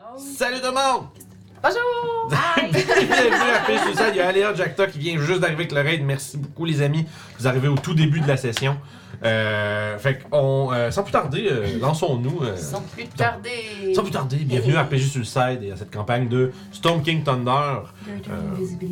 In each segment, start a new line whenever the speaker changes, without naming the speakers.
monde!
Salut tout le monde!
Bonjour!
Bienvenue à Pige Sous Sel. Il y a Aléa Jacta qui vient juste d'arriver avec le raid. Merci beaucoup, les amis. Vous arrivez au tout début de la session. Euh, fait qu'on, euh, sans plus tarder, euh, lançons-nous. euh,
Sans plus tarder!
sans plus tarder, bienvenue à RPG Suicide et à cette campagne de Storm King Thunder. Euh,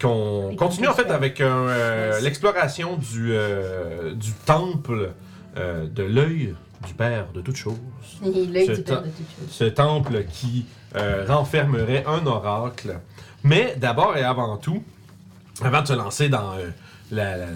qu'on continue en fait avec un, euh, l'exploration du, euh, du temple euh, de l'œil du père de toutes choses.
Euh,
Et l'œil
Ce
du père de toute chose.
ce temple qui euh, renfermerait un oracle. Mais d'abord et avant tout, avant de se lancer dans euh, la, la- la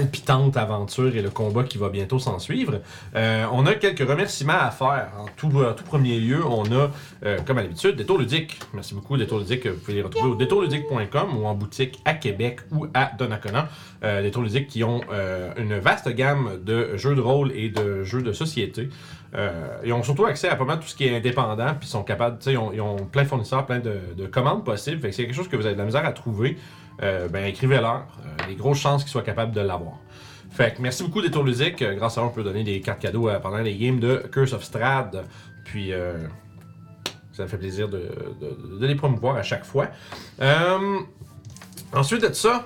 palpitante aventure et le combat qui va bientôt s'en suivre, euh, on a quelques remerciements à faire. En tout, en tout premier lieu, on a, euh, comme à l'habitude, Détour Ludique. Merci beaucoup, Détour Ludique. Vous pouvez les retrouver au détourludique.com ou en boutique à Québec ou à Donnacona. Euh, Détour Ludique qui ont euh, une vaste gamme de jeux de rôle et de jeux de société. Euh, ils ont surtout accès à pas mal tout ce qui est indépendant, puis ils sont capables, tu sais, ils, ont- ils ont plein de fournisseurs, plein de, de commandes possibles. Fait que s'il y a quelque chose que vous avez de la misère à trouver, euh, ben écrivez-leur. Euh, les grosses chances qu'ils soient capables de l'avoir. Fait que merci beaucoup Détour Ludique. Euh, grâce à eux, on peut donner des cartes cadeaux euh, pendant les games de Curse of Strad. Puis euh, ça me fait plaisir de, de- de les promouvoir à chaque fois. Euh, ensuite de ça,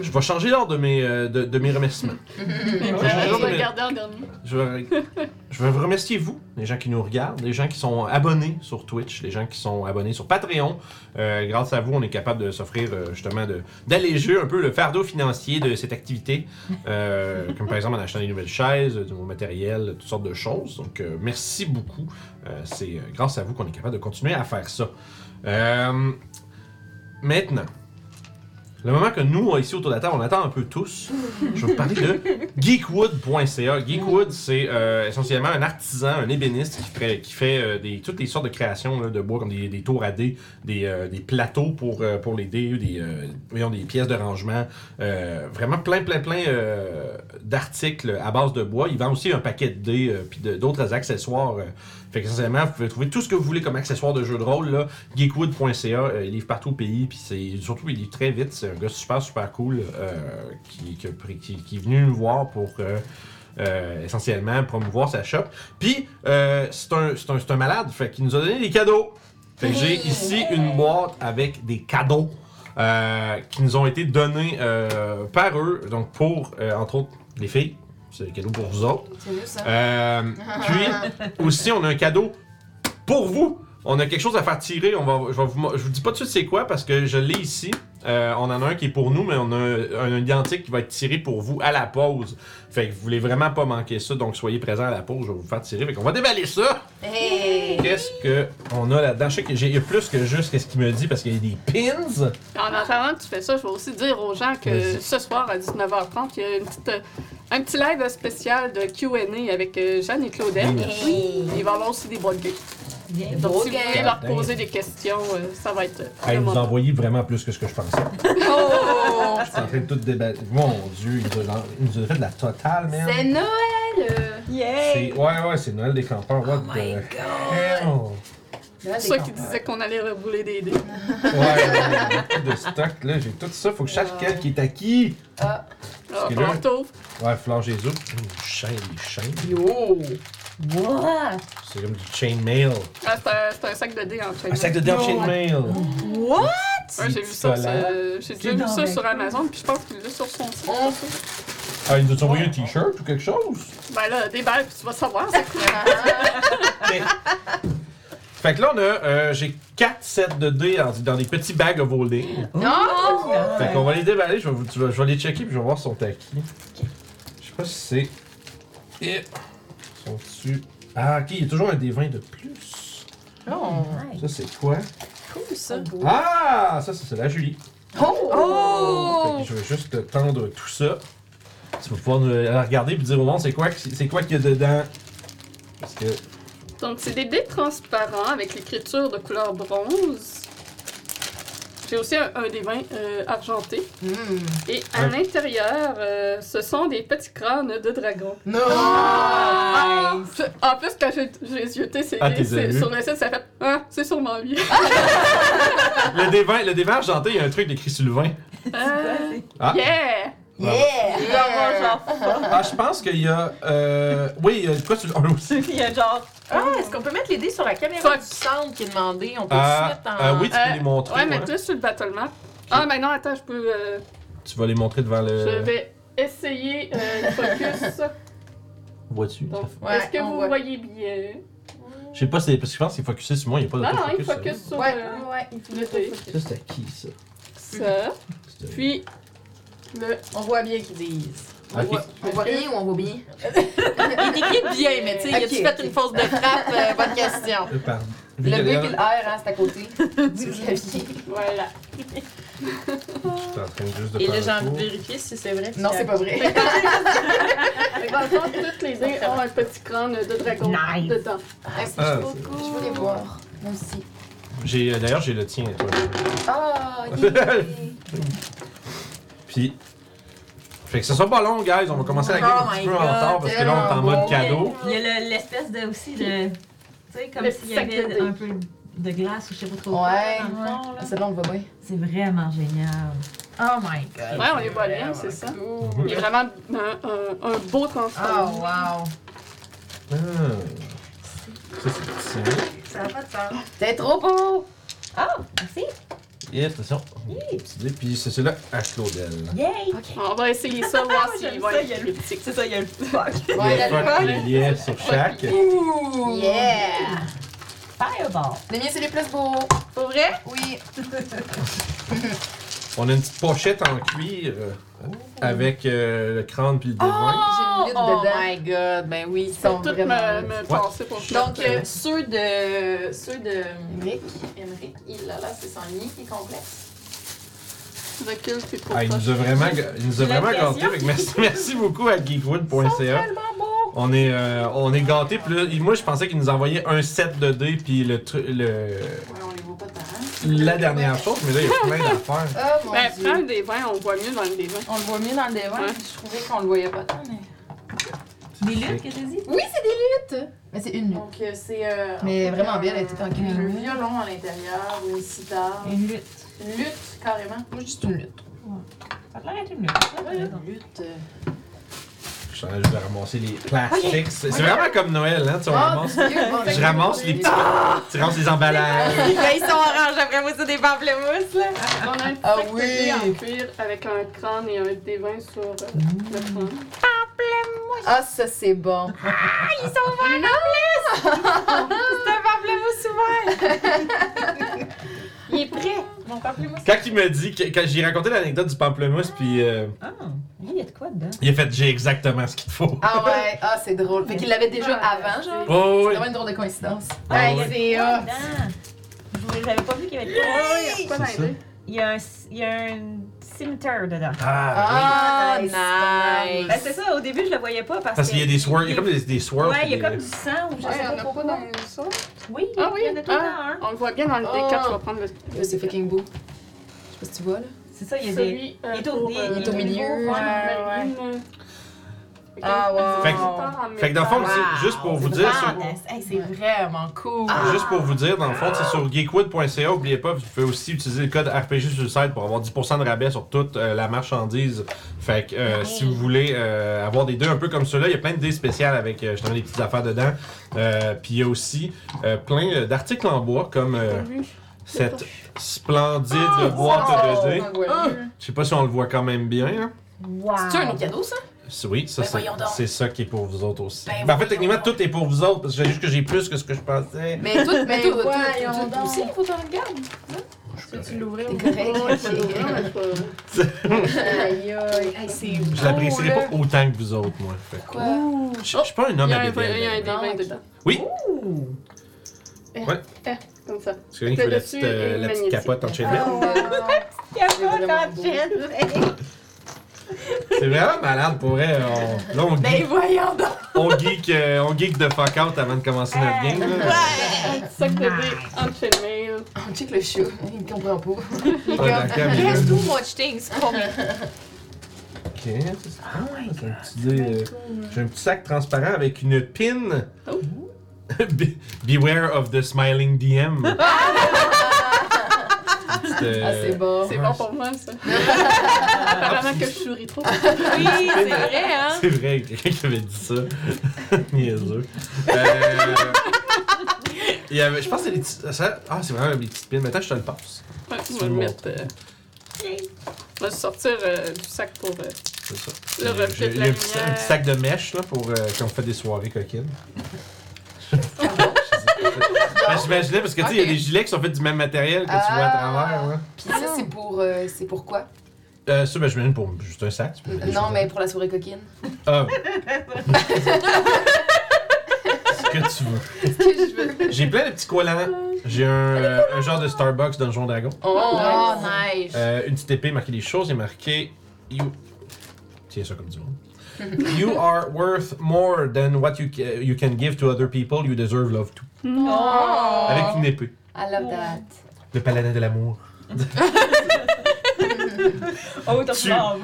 je vais changer l'ordre de mes, euh, de- de mes remerciements.
On
Ouais, ouais,
va
mais-
regarder en dernier.
Je vais, je vais vous remercier, vous, les gens qui nous regardent, les gens qui sont abonnés sur Twitch, les gens qui sont abonnés sur Patreon. Euh, grâce à vous, on est capable de s'offrir euh, justement de- d'alléger un peu le fardeau financier de cette activité. Euh, comme par exemple en achetant des nouvelles chaises, du nouveau matériel, toutes sortes de choses. Donc euh, merci beaucoup. Euh, C'est euh, grâce à vous qu'on est capable de continuer à faire ça. Euh, maintenant, le moment que nous, ici autour de la table, on attend un peu tous, je vais vous parler de geekwood.ca. Geekwood, c'est euh, essentiellement un artisan, un ébéniste qui fait, qui fait euh, des, toutes les sortes de créations là, de bois, comme des, des tours à dés, des, euh, des plateaux pour, euh, pour les dés, des, euh, voyons, des pièces de rangement. Euh, vraiment plein, plein, plein euh, d'articles à base de bois. Il vend aussi un paquet de dés euh, puis de- d'autres accessoires. euh. fait que, essentiellement, vous pouvez trouver tout ce que vous voulez comme accessoire de jeu de rôle. Là. Geekwood.ca, euh, il livre partout au pays, puis c'est surtout il livre très vite. C'est un gars super super cool euh, qui, qui, a pris- qui- qui est venu nous voir pour euh, euh, essentiellement promouvoir sa shop. Puis euh, c'est un, c'est un, c'est un malade, fait qu'il nous a donné des cadeaux. Fait que j'ai ici une boîte avec des cadeaux euh, qui nous ont été donnés euh, par eux, donc pour euh, entre autres les filles. C'est des cadeaux pour vous autres.
C'est mieux ça.
Euh, puis aussi, on a un cadeau pour vous. On a quelque chose à faire tirer. On va, je, vais vous, je vous dis pas tout de suite c'est quoi parce que je l'ai ici. Euh, on en a un qui est pour nous, mais on a un, un identique qui va être tiré pour vous à la pause. Fait que vous voulez vraiment pas manquer ça, donc soyez présents à la pause. Je vais vous faire tirer. Fait qu'on va déballer ça.
Ah. Eh,
Hey!
Qu'est-ce que on a là-dedans Je sais que j'ai- il y a plus que juste qu'est-ce qu'il me dit parce qu'il y a des pins.
En attendant que tu fais ça, je vais aussi dire aux gens que
Vas-y.
ce soir à 19h30, il y a une petite, euh, un petit live spécial de QA avec euh, Jeanne et Claudette.
Oui.
Hey!
Il va y avoir aussi des boîtes gays.
Bien,
Donc,
drôle,
si vous
gars.
voulez leur poser des questions, euh, ça va être euh,
Hey, vous
vraiment bon.
envoyez vraiment plus que ce que je pensais.
Oh!
Je suis en train de tout déballer. Mon Dieu, il nous a- il nous a fait de la totale, man.
C'est Noël!
C'est- Ouais, ouais, c'est Noël des campeurs. What
Oh
the
my
hell?
Noël
C'est
des
ça qui
campeurs.
disait qu'on allait rebouler des dés.
Ouais, ouais, beaucoup de stock, là. J'ai tout ça. Faut que je sache
Wow.
quel qui est à qui.
Ah,
Alors,
que
on
là-
retrouve.
Ouais, Mmh, flanger les autres. Ouh, chaîne, les chaînes.
yo! Wow!
C'est comme du chainmail.
Ah, c'est un- c'est un, sac de dés en
Un sac de dents chainmail.
What?
Ouais, j'ai vu ça,
Voilà.
sur- j'ai déjà
C'est
vu ça
dingue.
sur Amazon, puis je pense qu'il l'a sur son site.
Ah, ils nous ont envoyé un t-shirt ou quelque chose?
Ben là, des balles, puis tu vas savoir. c'est quoi.
Fait que là, on a, euh, j'ai 4 sets de dés dans, dans des petits bags of holding.
Oh,
Non!
Fait qu'on va les déballer, je vais, vous- tu vas- je vais les checker puis je vais voir si sont à qui. Je sais pas si c'est. Et. sont dessus. Ah, ok, il y a toujours un des 20 de plus.
Oh!
Ça, c'est quoi?
oh.
Cool, ça.
Ah, ça, c'est c'est la Julie.
Oh!
Fait que je vais juste te tendre tout ça. Tu vas pouvoir nous- la regarder et dire au monde c'est quoi, que- c'est quoi qu'il y a dedans. Parce que.
Donc, c'est des dés transparents avec l'écriture de couleur bronze. J'ai aussi un, un des vins euh, argenté.
Hmm.
Et à
Ouais.
l'intérieur, euh, ce sont des petits crânes de dragons.
Oh.
Non!
Ah, En plus, quand j'ai j'ai zioté ces
Ah,
dés
t'es
c'est-
allé.
sur le site, ça fait Ah, c'est sûrement lui.
Le dévin, le dévin argenté, il y a un truc écrit sur le vin.
Ah,
Ah!
yeah!
Yeah!
Il y a
Euh,
genre.
Ah, je pense qu'il y a. euh, Oui, il y a- pourquoi tu le aussi?
Il y a genre. Ah, est-ce qu'on peut mettre les dés sur la caméra
Fuck.
du centre qui est demandé? On peut le
Ah,
mettre en.
ah oui, tu peux
Euh,
les montrer.
Ouais, mais
ouais.
toi, sur le battle map. Ah, mais non, attends, je peux. euh,
Tu vas les montrer devant le.
Je vais essayer euh, le focus.
Vois-tu?
Donc,
Ouais,
est-ce que
on
vous
voit.
voyez bien?
Je sais pas, c'est parce que je pense qu'il est focusé sur moi, il n'y a pas de
Non, non, il
focus, hein. ça.
focus sur
Ouais,
euh,
ouais, il faut
le dé.
Ça, c'était qui ça?
ça.
C'était-
Puis, le.
On voit bien qu'ils disent.
On,
Ah, Ok.
voit, on voit rien ou on voit bien?
Ils décrivent bien, mais tu sais,
Ok,
il a-tu
ok.
fait une fausse de
Ah,
frappe? Euh, bonne question.
Euh, pardon.
ben, Le B
Victoria,
et le R, hein, c'est à côté du clavier.
Voilà.
t'es en train juste de
Et là,
faire
j'ai
un
envie de
tour.
vérifier si c'est vrai.
Non, c'est pas vrai.
Fait que Dans le fond, toutes les dés ont un petit crâne de dragon
Nice.
dedans.
Merci
Ah,
beaucoup. Je veux les voir. Moi aussi.
J'ai- euh, D'ailleurs, j'ai le tien. toi.
Ah, yay!
Puis. Fait que ce sera pas long, guys. On va commencer la game
Oh
un petit
my
peu en
God,
retard parce que là, on est en
tellement
mode
bon.
cadeau.
Il y a le- l'espèce de aussi de. Tu sais, comme
Le
s'il y avait
sac de
un peu de glace ou je sais pas trop.
Ouais.
quoi dans le fond, là.
Ah, Celle-là, on le voit bien.
C'est vraiment génial.
euh,
Oh my god.
Ouais, on les voit bien, c'est ça.
Mhm.
Il y a vraiment un, un- un beau transfert.
Oh, wow.
Ah. Ça, c'est petit.
Ça n'a pas de sens.
T'es trop beau!
Ah, merci.
Yes, attention. Petit dé, Puis c'est celui-là à Claudel.
Yay.
On va essayer Ah, ça, voir s'il
j'aime
va
ça,
être
il y a le-
critique.
C'est ça, il y a le fuck.
Il y
Ouais,
a
le
fuck
fun.
les liens sur chaque.
Ouh.
Yeah!
Fireball.
Les miens, c'est les plus beaux.
Pour vrai?
Oui.
On a une petite pochette en cuir euh, avec euh, le crâne puis le
Oh,
devant.
j'ai une lutte
oh
dedans. my god, ben oui, ils sont
Toutes me,
vraiment...
me penser pour ça.
Donc, euh, ceux de... ceux de... Rick, Emmerich, il là, là, c'est son lit qui est complexe.
recul, puis pour
Ah, il
toi.
nous a vraiment, ga- il nous a
J'ai
vraiment
l'impression.
gâtés. Fait que merci, merci beaucoup à geekwood.ca. On est, euh, on est gâtés. Puis là, moi, je pensais qu'ils nous envoyaient un set de dés puis le, tru- le
Ouais, on les voit pas tant.
la dernière chose, mais là, il y a plein d'affaires.
Oh, mon
Ben,
dieu.
prends des vins, on voit mieux dans le vins.
On le voit mieux dans le devant,
Ouais.
puis je trouvais qu'on le voyait pas tant, mais...
Des luttes que t'as dit?
Oui, c'est des luttes! Mais c'est une
Donc euh, c'est euh,
Mais
un-
vraiment bien, elle
euh,
était en cuir.
Un violon à l'intérieur, une sitar,
Une lutte.
une lutte carrément.
Moi, juste une lutte.
Ça a l'air d'être une lutte.
Une lutte.
Je suis en train juste de ramasser les plastiques. C'est c'est vraiment comme Noël, hein? Tu
Ah, Oh
ramasses, je ramasse les petits. Tu ramasses les emballages.
Les gars, ils sont oranges, après moi, c'est des pamplemousses, là.
On a un petit
Ah
sac de
oui!
dés en cuir avec un crâne et un des vins sur euh, le crâne.
Ah, ça, c'est bon.
C'est un pamplemousse ouvert. il est prêt. Mon pamplemousse.
Quand il me dit, que- quand j'ai raconté l'anecdote du pamplemousse, puis euh,
Ah, il y a de quoi dedans?
il a fait j'ai exactement ce qu'il te faut.
Ah ouais, ah, c'est drôle. Fait qu'il l'avait déjà
Ah,
avant, genre.
Oh,
C'est
oui.
vraiment une drôle de coïncidence.
Ah
Hey,
ouais.
c'est hot.
Dedans. J'avais pas vu qu'il y avait de quoi.
Oui, pas
C'est ça.
d'idée.
Il y a un, il y a un cimetière dedans.
Ah, oui.
Ah,
nice.
nice.
Ben, c'est ça, au début, je le voyais pas parce,
Parce qu'il y a des swirls, il y a
des-
comme des, des swirls.
Ouais, il y
puis
a
des-
comme du sang ou je
Ouais,
sais
on
pas
a
pourquoi.
pas dans ça.
Oui,
Ah
il y
oui,
en a tout le temps
ah,
un.
on le voit bien dans le
Oh.
D4, tu vas prendre le.
Là, c'est fucking beau. Je sais pas si tu vois, là.
C'est ça, il y a des...
Celui euh,
il est au
pour,
dé-
euh,
il est au milieu,
niveau,
Ah, ouais,
marine, euh, avec
Ah,
un
ouais.
petit
Fait que-
compteur en
Fait que dans le
Ah.
fond,
métal.
c'est juste pour vous dire, sur-
Nice. Hey, c'est
C'est vraiment cool.
Ah.
juste pour vous dire, dans le fond, c'est sur geekwood.ca, oubliez pas, vous pouvez aussi utiliser le code RPG sur le site pour avoir 10% de rabais sur toute euh, la marchandise. Fait que euh, si vous voulez euh, avoir des dés un peu comme ceux-là, il y a plein de dés spéciales avec euh, justement des petites affaires dedans. Euh, Puis il y a aussi euh, plein euh, d'articles en bois comme euh,
Lui.
cette splendide
Ah,
boîte de dés. Je sais pas si on le voit quand même bien. hein.
Wow.
C'est un autre cadeau, ça?
C'est- Oui, ça,
Ben
c'est-
voyons donc.
c'est ça qui est pour vous autres aussi.
Ben
Ben, en fait,
voyons
techniquement,
donc.
tout est pour vous autres, parce que c'est juste que j'ai plus que ce que je pensais.
Mais toi, mais toi,
Ben
toi,
voyons
toi- toi
donc.
aussi, il faut que t'en regardes.
Tu l'ouvrais
T'es
ou
correct,
pas,
ok.
non, mais pas-
Aïe, aïe. Hey, c'est
Je l'apprécierais pas autant que vous autres, moi. Fait que-
Quoi?
Je je suis pas un
Il
homme
y a
à
un vin-
BDL,
il y a un
ben.
des vins dedans.
Ouh.
Comme ça.
Parce que rien qu'il
Le
faut la
dessus
petite, euh,
est
la petite
magnétique.
capote en chaîne.
Oh.
Il y a
C'est
pas
vraiment beau.
d'engine.
C'est vraiment malade pour vrai. on- Là, on
Ben
geek,
voyons donc! Euh,
on geek, euh, on geek de fuck out avant de commencer notre
Hey.
game. là.
Un petit sac de dés en chainmail.
On check le show, il me comprend pas.
Ah, d'accord, mais-
There's too much things for me.
Ok, c'est ça. Ah ouais, c'est un petit dé, euh, J'ai un petit sac transparent avec une pin.
Oh.
Be- Beware of the smiling DM. Petite euh,
Ah, c'est bon.
C'est
Ouais.
bon pour moi, ça. Vraiment que je souris trop.
Oui, c'est vrai, hein?
C'est vrai, il y a quelqu'un qui avait dit ça. Niaiseux. Euh, il y avait, je pense que c'est des petites. ça- Ah, c'est vraiment des petites pins. Maintenant, je te le passe.
Ouais,
Tu
je
veux
vais le
le
mettre. euh, je vais sortir euh, du sac pour. euh,
C'est ça.
Le
Euh,
reflet
j'ai-
de
il y
la
a un petit, un
lumière.
petit sac de mèche là, pour euh, quand on fait des soirées coquines. Ben, J'imaginais parce que tu sais, il y a
Ok.
des gilets qui sont faits du même matériel que tu vois à
Ah.
travers. Là.
Puis ça, c'est pour, euh, c'est pour quoi?
Euh, ça, ben, j'imagine pour juste un sac. tu peux mettre des
Non,
choses
mais pour la soirée coquine.
Ah. Ce que tu veux. J'ai plein de petits collants. J'ai un, euh, un genre de Starbucks dans le Dragon.
Oh, nice!
Euh, une petite épée marquée des choses. Il est marqué You. Tiens ça comme du monde. you are worth more than what you, ca- you can give to other people. You deserve love too.
Oh.
Avec une épée.
I love that.
Le paladin de l'amour.
Oh,
Tu-
love.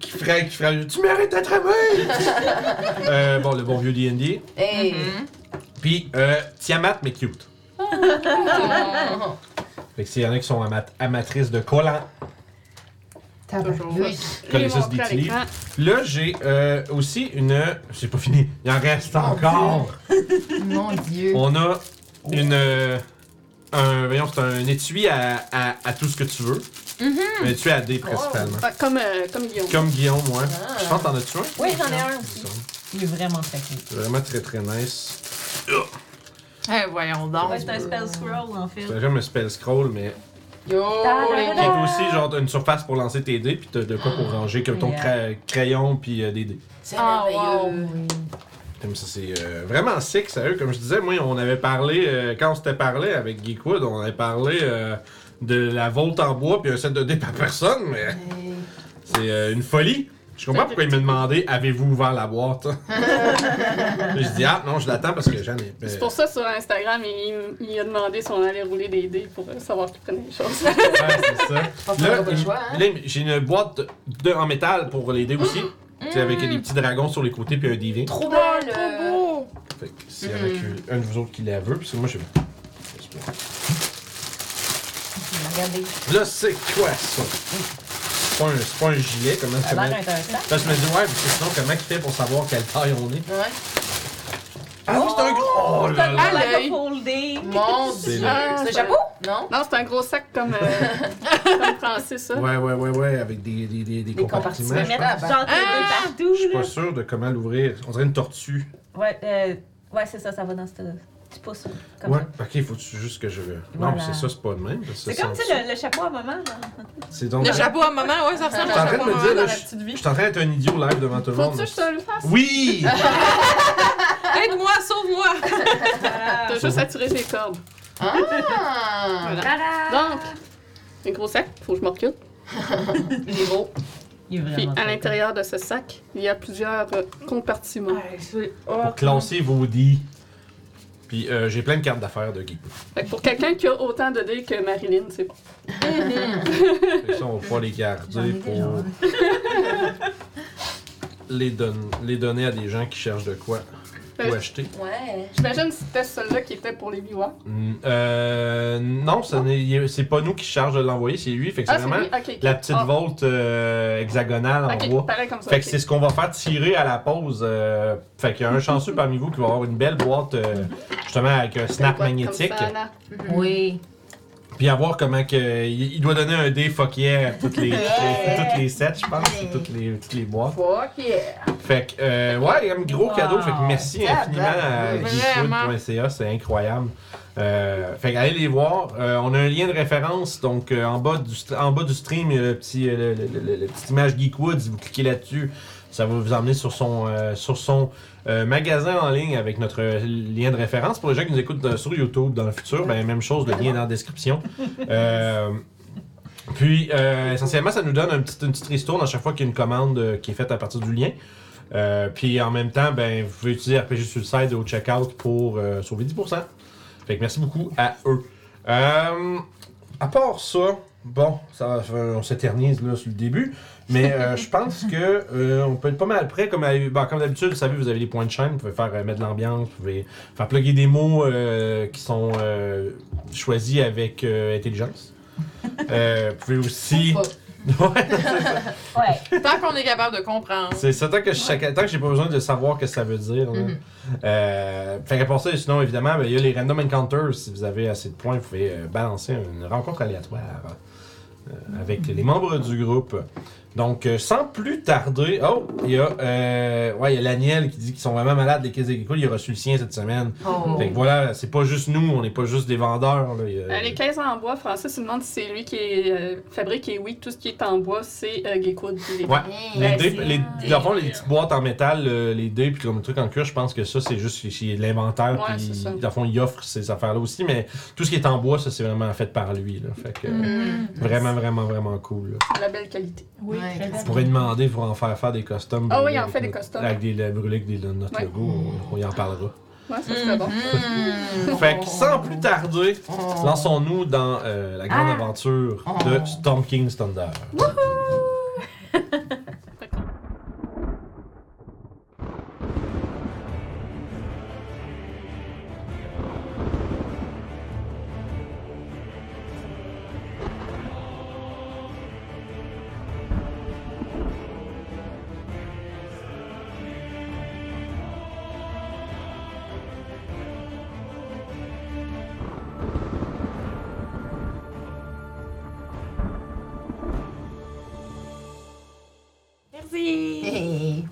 Qui ferait, qui ferait. Tu mérites d'être aimé! Euh, bon, le bon vieux DD.
Hey!
Puis euh, Tiamat, mais cute.
Uh-huh.
Fait que s'il y en a qui sont amat amatrices de collants,
Toujours.
Connais ça,
Remontrer
ce
à
détili.
l'écran.
Là, j'ai euh, aussi une. J'ai pas fini. Il en reste encore.
Mon Dieu.
On a une. euh, un, voyons, c'est un étui à, à, à tout ce que tu veux. Un étui à dés principalement.
Ah, Comme, euh, comme Guillaume.
Comme Guillaume, moi.
Ah.
Je pense que t'en as-tu un?
Oui, j'en ai un
C'est
aussi.
ça.
Il est vraiment très cool.
C'est vraiment très très nice.
Eh, voyons donc.
Ouais, c'est un spell scroll, en fait.
C'est comme un spell scroll, mais.
Yo!
Il y a aussi genre une surface pour lancer tes dés, puis t'as de quoi pour ranger comme ton
Yeah.
cra- crayon, puis euh, des dés.
C'est
Ah,
merveilleux.
Comme ça, c'est euh, vraiment sick, sérieux. Comme je disais, moi, on avait parlé, euh, quand on s'était parlé avec Geekwood, on avait parlé euh, de la volte en bois puis un set de dés par personne, mais c'est euh, une folie. Je comprends pourquoi il me demandait avez-vous ouvert la boîte Je dis ah non, je l'attends parce que j'en ai. euh,
C'est pour ça, sur Instagram, il, il a demandé si on allait rouler des dés pour euh, savoir qui prenait les choses.
ouais, c'est ça.
pense qu'on
Là,
aura pas le
une-
choix, hein.
là, j'ai une boîte de, en métal pour l'aider aussi. Tu sais, Avec des petits dragons sur les côtés puis un divin.
Trop belle! euh,
Fait que s'il y en a que- un de vous autres qui la veut, parce que moi je
Regardez.
Là, c'est quoi ça? C'est pas, un- c'est pas un gilet, comment ça
Ça a l'air
met...
intéressant.
Là, je me dis, ouais, parce que sinon, comment il fait pour savoir quelle taille on est?
Ouais.
Ah oui, c'est un gros. Oh là là!
Ah,
l'œil.
like a folding.
Mon
C'est
Dieu!
là.
C'est un chapeau? Non?
Non, c'est un gros sac comme, euh, comme Francis, ça.
Ouais, ouais, ouais, ouais, avec des, des, des, des
Des
compartiments.
compartiments.
je pense.
Ah,
Mettre
bah.
genre tes deux
Je suis
partout,
pas sûr de comment l'ouvrir. On dirait une tortue.
là. Ouais, euh, ouais c'est ça, ça va dans cette... Tu pousses comme
ouais,
ça.
ok, faut juste que je. Non,
Voilà.
mais c'est ça, c'est pas le même. parce que
C'est
ça
comme, tu
sent-
sais, le, le chapeau à maman, là.
C'est donc.
Le chapeau à maman, ouais, ça ressemble
Je suis en
à un
train
chapeau
de
à maman
me dire, là,
dans la
je
petite
je
vie.
suis en train d'être un idiot live devant tout le monde.
Faut-tu que je te le fasse?
Oui!
Aide-moi, sauve-moi!
Ah,
T'as juste à tirer les cordes.
Ah!
Voilà.
tada!
Donc, un gros sac, faut que je m'en recule.
Il est beau.
Il est vraiment
Puis
très
à
cool.
l'intérieur de ce sac, il y a plusieurs euh, compartiments. Ah.
Pour classer vos dés. Puis euh, j'ai plein de cartes d'affaires de Guy.
Fait que pour quelqu'un qui a autant de dés que Marilyn, c'est bon.
Fait que ça, on va pouvoir les garder pour
hein.
les, don- les donner à des gens qui cherchent de quoi
Ben,
ou acheter.
Ouais.
J'imagine que c'était celui-là qui était pour les viewers.
Mm, Euh, non, ce n'est- il est- c'est pas nous qui charge de l'envoyer, c'est lui. Fait que
Ah,
c'est
c'est
vraiment
lui? Ok, ok.
la petite
Ah,
volte euh, hexagonale en
Ok,
bois.
pareil comme ça.
Fait que
ok. Mhm.
c'est ce qu'on va faire tirer à la pause. euh, fait qu'il y a un chanceux parmi vous qui va avoir une belle boîte, euh, justement, avec un snap
Comme ça,
magnétique.
là.
Oui.
Puis à voir comment que, il, il doit donner un dé fuck yeah à toutes les, toutes les sets, je pense,
Yeah.
toutes les, toutes les boîtes.
Fuck yeah!
Fait que, euh, ouais, il y a un gros
Wow.
cadeau. Fait que merci hein.
Ah,
infiniment euh, à
bah,
geekwood.ca, c'est incroyable. Euh, fait que allez les voir. Euh, on a un lien de référence, donc euh, en, bas du, st- en bas du stream, il y a le petit, euh, le, le- le- le- la petite image Geekwood. Si vous cliquez là-dessus, ça va vous emmener sur son, euh, sur son euh, magasin en ligne avec notre euh, lien de référence. Pour les gens qui nous écoutent euh, sur YouTube dans le futur, ben, même chose, le lien est dans la description. Euh, puis, euh, essentiellement, ça nous donne un petit, une petite ristourne à chaque fois qu'il y a une commande euh, qui est faite à partir du lien. Euh, puis en même temps, ben, vous pouvez utiliser RPG Suicide au checkout pour euh, sauver 10%. Fait que merci beaucoup à eux. Euh, à part ça, bon, ça, va- on s'éternise là sur le début, mais euh, je pense que euh, on peut être pas mal prêt. Comme, à- bon, comme d'habitude, vous savez, vous avez les points de chaîne, vous pouvez faire euh, mettre de l'ambiance, vous pouvez faire plugger des mots euh, qui sont euh, choisis avec euh, intelligence. Euh, vous pouvez aussi.
Pas.
Ouais, c'est ça.
Ouais.
Tant qu'on est capable de comprendre.
C'est ça, tant que, je- tant que j'ai pas besoin de savoir ce que ça veut dire. là.
Mhm.
Euh, fait qu'à part ça, sinon, évidemment, ben, il y a les random encounters. Si vous avez assez de points, vous pouvez euh, balancer une rencontre aléatoire euh, avec
Mhm.
les membres du groupe. Donc, euh, sans plus tarder, oh, il y a, euh, ouais, il y a l'Aniel qui dit qu'ils sont vraiment malades, les Kizekiko. Il a reçu le sien cette semaine.
Oh.
Mm.
Fait que voilà, c'est pas juste nous, on n'est pas juste des vendeurs. là, il y a-
Euh, les caisses en bois, Francis il demande si c'est lui qui est, euh, fabrique et oui, tout ce qui est en bois, c'est euh, Gekko de Villers.
Ouais.
Hey,
Les
Ouais,
dés,
c'est-
les, dans le fond, les petites boîtes en métal, euh, les dés, puis comme le truc en cuir, je pense que ça, c'est juste chez l'inventaire.
Ouais,
puis,
c'est ça.
dans le fond, il offre ces affaires-là aussi, mais tout ce qui est en bois, ça, c'est vraiment fait par lui. Là. Fait que, euh,
Mm.
Mm.
Mhm.
Vraiment, vraiment, vraiment cool. là.
La belle qualité.
Oui,
Ouais,
très
très
bien.
Vous pourrez demander pour en faire faire des costumes.
Ah oui,
brûlés
on
avec
fait des
notre-
costumes.
Avec des la- brûlés avec des, notre
Ouais.
logo, on, on y en parlera.
Ouais, ça
Mm-hmm.
serait bon. Oh.
Mhm.
Fait que sans plus tarder,
Oh.
lançons-nous dans euh, la grande
Ah.
aventure de
Oh.
Storm King's Thunder.
Merci.
Hey.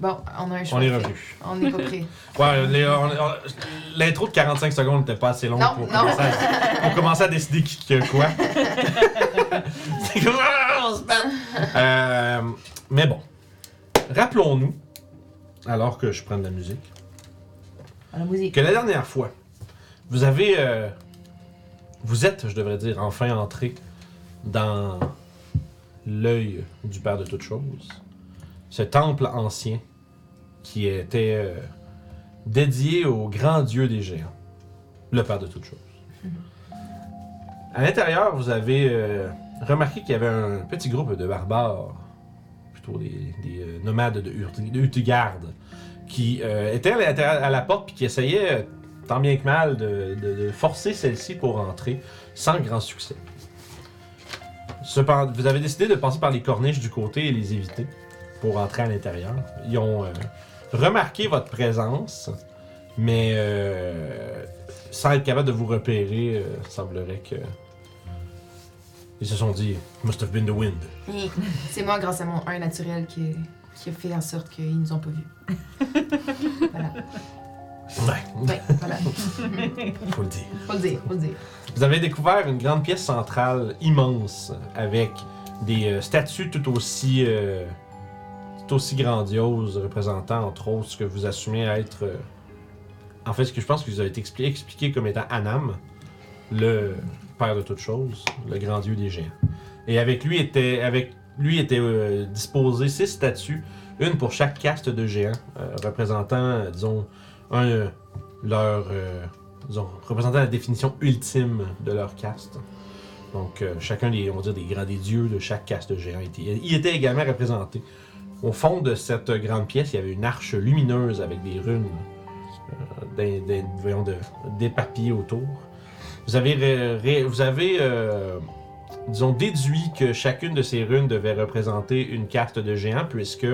Bon, on a un choix.
On est revenu.
On n'est pas prêts.
Ouais, les- on- on- l'intro de 45 secondes n'était pas assez longue
Non,
pour,
non.
Commencer à, pour commencer à décider qui qui a quoi. C'est comme, Ah, on se bat. Euh, mais bon, rappelons-nous, alors que je prends de la musique,
La musique.
que la dernière fois, vous avez. euh, vous êtes, je devrais dire, enfin entré dans l'œil du Père de toutes choses. Ce temple ancien qui était euh, dédié au grand Dieu des géants, le Père de toutes choses. À l'intérieur, vous avez euh, remarqué qu'il y avait un petit groupe de barbares, plutôt des, des, euh, nomades de, Urti- de Utugarde, qui euh, était à l'intérieur- à la porte puis qui essayait, euh, tant bien que mal, de, de- de forcer celle-ci pour entrer, sans grand succès. Cependant, vous avez décidé de passer par les corniches du côté et les éviter pour entrer à l'intérieur. Ils ont euh, remarqué votre présence, mais euh, sans être capable de vous repérer, euh, il semblerait que. Ils se sont dit, must have been the wind.
Hey, C'est moi, grâce à mon 1 naturel, qui, qui a fait en sorte qu'ils nous ont pas vus. voilà.
Ouais,
Ouais, voilà.
faut le dire.
Faut le dire, faut le dire.
Vous avez découvert une grande pièce centrale immense avec des euh, statues tout aussi, euh, tout aussi grandioses représentant entre autres ce que vous assumez être. euh, en fait, ce que je pense que vous avez été expli- expliqué comme étant Anam, le père de toutes choses, le grand dieu des géants. Et avec lui était, avec lui était euh, disposé six statues, une pour chaque caste de géants, euh, représentant, euh, disons, un, euh, leur. euh, disons, représentant la définition ultime de leur caste. Donc, euh, chacun des, on va dire, des grands des dieux de chaque caste de géants était, y était également représenté. Au fond de cette grande pièce, il y avait une arche lumineuse avec des runes, euh, d'un- d'un- voyons, de, dépapiées autour. Vous avez, ré- ré- vous avez euh, disons, déduit que chacune de ces runes devait représenter une caste de géants, puisque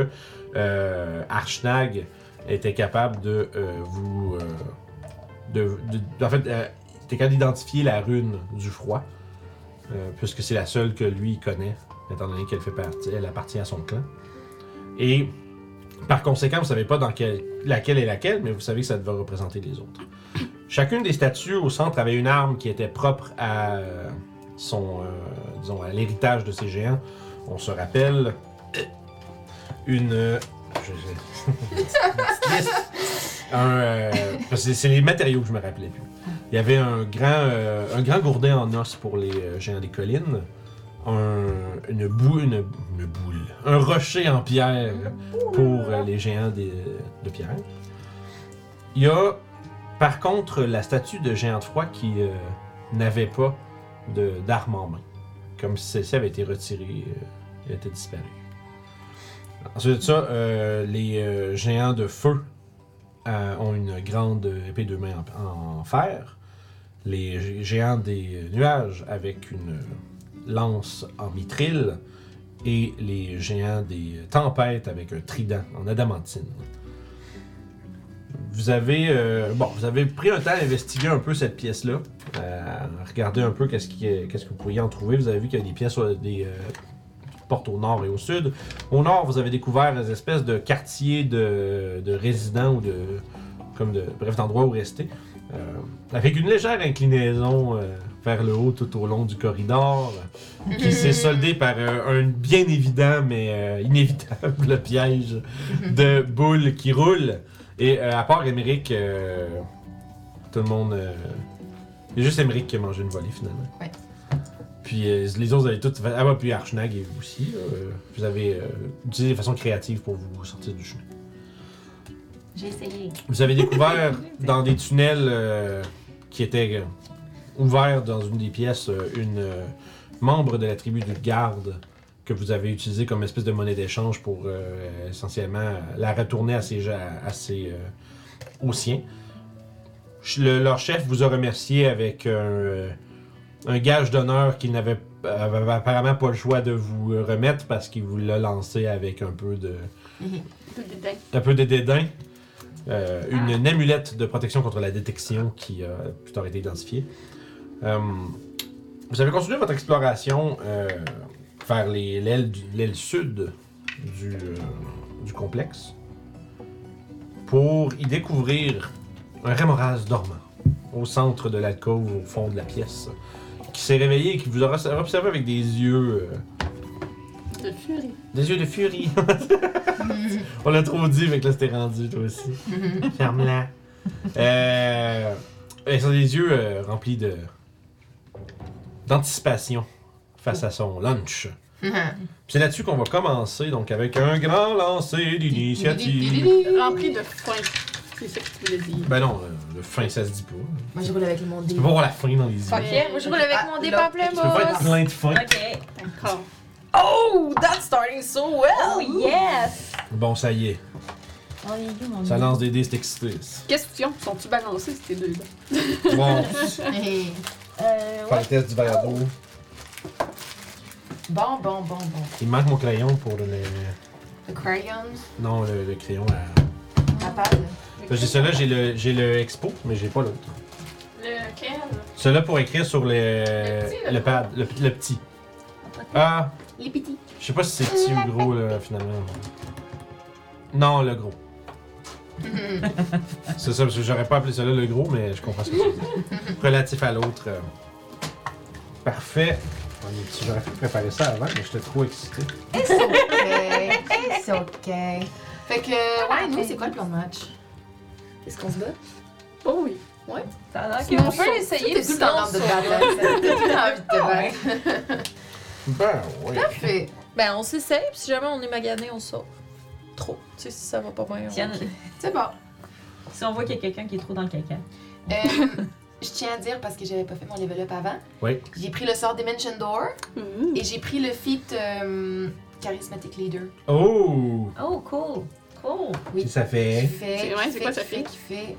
euh, Archnag était capable de euh, vous. euh, de, de- en fait, euh, t'es capable d'identifier la rune du froid, euh, puisque c'est la seule que lui connaît, étant donné qu'elle fait partie, elle appartient à son clan. Et par conséquent, vous savez pas dans quelle, laquelle est laquelle, mais vous savez que ça devait représenter les autres. Chacune des statues au centre avait une arme qui était propre à euh, son, euh, disons, à l'héritage de ces géants. On se rappelle euh, une, euh, je- je- un, euh, parce que c'est- c'est les matériaux que je me rappelais plus. Il y avait un grand, euh, un grand gourdin en os pour les euh, géants des collines, un, une, boue, une, une boule, un rocher en pierre pour euh, les géants des- de pierre. Il y a, par contre, la statue de géant de froid qui euh, n'avait pas de- d'arme en main, comme si celle-ci avait été retirée euh, et était disparue. Ensuite de ça, euh, les euh, géants de feu euh, ont une grande épée de main en, en fer. les gé- géants des nuages avec une lance en mitril et les géants des tempêtes avec un trident en adamantine. Vous avez, euh, bon, vous avez pris un temps à investiguer un peu cette pièce-là, euh, à regarder un peu qu'est-ce, qui est- qu'est-ce que vous pourriez en trouver. Vous avez vu qu'il y a des pièces, euh, des euh, portes au nord et au sud. Au nord, vous avez découvert des espèces de quartiers de, de résidents ou de, comme de, bref, d'endroits où rester. Euh, avec une légère inclinaison euh, vers le haut tout au long du corridor, euh, qui s'est soldée par euh, un bien évident mais euh, inévitable piège de boules qui roulent. Et euh, à part Émeric, euh, tout le monde. euh, Il y a juste Émeric qui a mangé une volée finalement.
Ouais.
Puis euh, les autres, vous avez toutes. fait- Ah, bah, puis Archnag et vous aussi. euh, vous avez euh, utilisé de façon créative pour vous sortir du chemin.
J'ai essayé.
Vous avez découvert dans des tunnels euh, qui étaient euh, ouverts dans une des pièces euh, une euh, membre de la tribu du garde que vous avez utilisé comme espèce de monnaie d'échange pour euh, essentiellement euh, la retourner à ses, gens- à ses, euh, aux siens. Ch- le- leur chef vous a remercié avec un, euh, un gage d'honneur qu'il n'avait euh, avait apparemment pas le choix de vous euh, remettre parce qu'il vous l'a lancé avec un peu de
De dédain.
un peu de dédain. Euh, une, une amulette de protection contre la détection qui a plus tard été identifiée. Euh, vous avez continué votre exploration euh, vers les- l'aile du- l'aile sud du, euh, du complexe pour y découvrir un rémoraz dormant au centre de l'alcôve, au fond de la pièce, qui s'est réveillé et qui vous aura observé avec des yeux. euh,
De furie.
des yeux de furie. On l'a trop dit, mais que là, c'était rendu, toi aussi. Ferme-la. Euh, ils ont des yeux euh, remplis de d'anticipation face à son lunch. Puis C'est là-dessus qu'on va commencer, donc avec un grand lancer d'initiative.
Rempli de faim. C'est ça que tu voulais dire.
Ben non, euh, le fin, ça se dit pas.
Moi, je roule avec mon dé.
Tu peux pas voir la fin dans les yeux.
Ok, moi je roule avec mon dé
Tu
Ah, là.
peux pas être
pamplemousse.
plein de fin.
Ok.
Encore.
Oh, that's starting so well!
Oh yes!
Bon, ça y est.
On Oh, est où, mon
Ça
ami?
lance des dés, c'est excité.
Question, sont-tu balancés ces deux-là?
Bon,
Euh,
faire
ouais.
le test du verre d'eau.
Bon, bon, bon, bon.
Il manque mon crayon pour le...
The crayon,
Non, le, le crayon à...
la pâte.
Parce que J'ai celui-là, j'ai le, j'ai le expo, mais j'ai pas l'autre.
Lequel?
Celui-là pour écrire sur le,
Le petit,
le,
le
pad, le, le petit. Ah,
Les petits.
je sais pas si c'est petit ou gros, là, finalement. Non, le gros. c'est ça, parce que j'aurais pas appelé celui-là le gros, mais je comprends ce que tu veux dire. Relatif à l'autre. euh, Parfait. On est petit, J'aurais pu préparer ça avant, mais j'étais trop excité.
Ok, c'est ok. Fait que, ouais, nous, c'est quoi le plan de match? Est-ce qu'on se bat?
Oh oui.
Ça a l'air que-
On peut l'essayer,
T'es tout le temps en train de te battre. T'es tout le temps envie de te battre.
Ben oui.
Parfait.
Ben, on s'essaye, puis si jamais on est magané, on sort. Trop. Tu sais, si ça va pas bien. on-
Tiens,
C'est bon.
Si on voit qu'il y a quelqu'un qui est trop dans le caca.
Euh, je tiens à dire, parce que j'avais pas fait mon level up avant,
Oui.
j'ai pris le sort Dimension Door
Mhm.
et j'ai pris le feat euh, Charismatic Leader.
Oh!
Oh cool! Cool!
Oui.
Ça
Qui
fait.
fait.
C'est- ouais,
qui
c'est
fait-
quoi ça
qui fait?
fait?
Qui fait.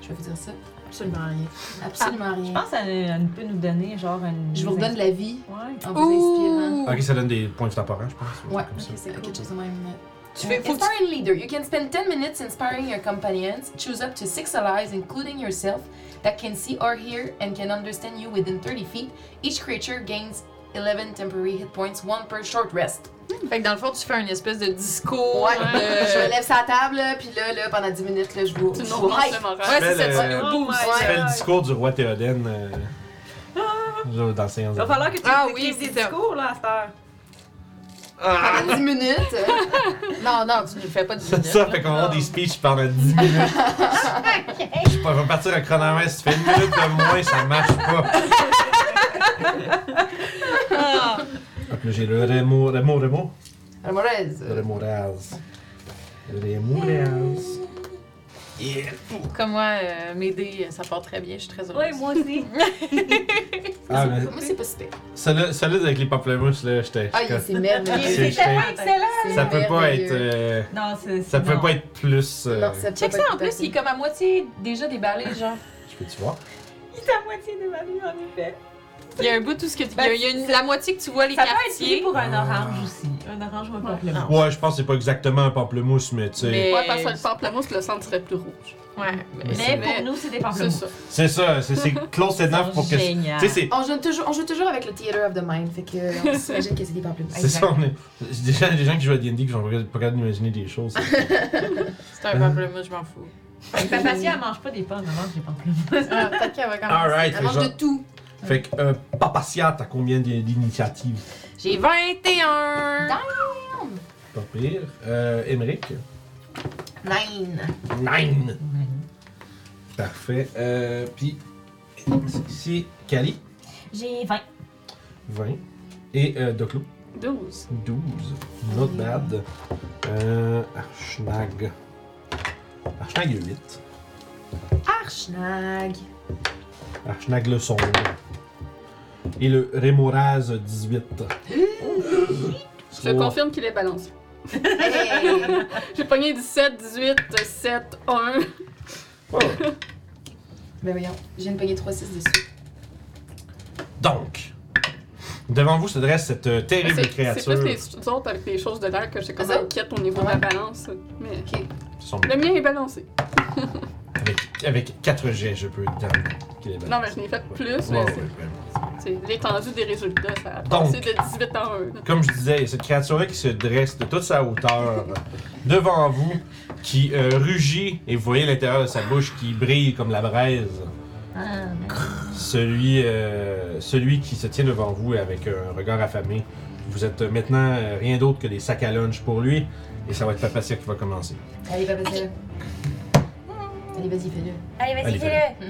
Je vais vous dire ça.
Absolument rien.
Absolument rien.
Je pense qu'elle peut nous donner genre une.
Je vous redonne la vie
Ouais. Ah,
en vous inspirant.
Ouh!
Ok, ça donne des points de temporaire, je pense.
Ouais,
comme ça.
ok, c'est quelque chose de même. Euh,
Tu fais faut que
Inspiring leader. You can spend 10 minutes inspiring your companions. Choose up to six allies, including yourself, that can see or hear and can understand you within 30 feet. Each creature gains 11 temporary hit points, one per short rest.
tu- Fait que dans le fond, tu fais une espèce de discours. euh,
Ouais,
de-
je me lève sa table, là, puis là, là, pendant 10 minutes, là, je vous.
Tu
je
nous
vous
remontes
hype.
le moral.
Ouais, c'est ça,
Belle,
tu
euh,
le boostes.
Ouais.
Tu fais le discours du roi Théoden euh, genre dans Séance
Il
de
va falloir que tu
Ah
écoutes
oui,
tes
c'est ça.
discours là à cette heure.
Pendant 10 minutes.
Non, non, tu ne le fais pas du
C'est ça, fait qu'on va avoir des speeches pendant 10 minutes. Je sais pas, je vais partir à chronomètre. Si tu fais une minute de moins, ça marche pas. Hop, là, j'ai le Remo, Remo, Remo.
Amoureuse.
Le Remo Raz. Le Remo Raz. Yeah.
Comme moi, euh, mes dés, ça part très bien, je suis très heureuse.
Ouais, moi aussi.
Ah, mais
Moi, c'est pas super.
celui-là, celui-là avec les pamplemousses, là, j'étais.
Ah, il- c'est merveilleux.
C'est-
C'est tellement excellent!
C'est
ça peut pas
merveilleux.
être. euh,
Non, c'est.
ça
peut
peut pas être plus. euh,
Non, ça peut
Check
pas
ça,
être
en
tout à
plus,
fait.
il est comme à moitié déjà déballé, genre.
Je peux-tu voir?
C'est à moitié dévalué, en effet.
Il y a un bout tout ce que tu. il y a- il y a une- la moitié que tu vois les
Ça peut être pris
quartiers.
pour
Ah.
un orange aussi. Un orange ou un pamplemousse.
Ouais, je pense que c'est pas exactement un pamplemousse, mais tu sais.
Mais-
Ouais, parce que le pamplemousse, le centre serait plus rouge.
Ouais, mais
Mais
Mais
c'est-
pour nous, c'est des
Ah,
C'est
pamplemousses.
ça.
C'est ça, c'est- c'est close enough pour que. Tu
Génial.
sais, c'est.
On joue, toujours, on joue toujours avec le Theater of the Mind, fait que on s'imagine que c'est des pamplemousses.
C'est ça, on est. c'est Des gens, des gens qui jouent à DD qui sont pas capables d'imaginer des choses. c'est-
c'est un peuple, moi je m'en fous.
Fait que Papatia, elle mange pas des pommes, elle mange des pamplemousses.
Ah, Peut-être qu'elle va quand même.
Alright,
Elle
fait,
mange de
genre-
tout.
fait que euh, Papatia, t'as combien d'in- d'initiatives
J'ai 21!
Pas pire. Euh, Emmerich
Nine.
Nine Parfait. Euh, puis, ici, Cali,
J'ai 20.
20. Et euh, Doclo,
12.
12. Not bad. Euh, Archnag. Archnag, il y a 8.
Archnag.
Archnag le sombre. Et le Rémoraz 18.
Je te confirme qu'il est balancé.
Hey.
J'ai pogné 17, 18, 7, 1.
Oh.
ben voyons, j'ai une poignée 3-6 dessus.
Donc, devant vous se dresse cette euh, terrible
C'est c'est
créature.
plus les autres avec les choses de l'air que j'étais comme
Ah, ça?
inquiète au niveau de la balance. Mais
Ok.
Son-
le mien est balancé.
Avec, avec 4 jets, je peux dire qu'il est
Non, mais
balancé.
je n'ai fait plus.
Ouais,
mais
ouais, ouais.
c'est- c'est L'étendue des résultats, ça a passé de 18 à 1. là.
Comme je disais, cette créature-là qui se dresse de toute sa hauteur devant vous, qui euh, rugit, et vous voyez l'intérieur de sa bouche qui brille comme la braise.
Ah, mais-
Celui, euh, celui qui se tient devant vous avec un regard affamé. Vous êtes maintenant euh, rien d'autre que des sacs à lunch pour lui, et ça va être Papacia qui va commencer.
Allez, papa, fais-le. Allez, vas-y, fais-le.
Allez,
Allez,
vas-y, fais-le.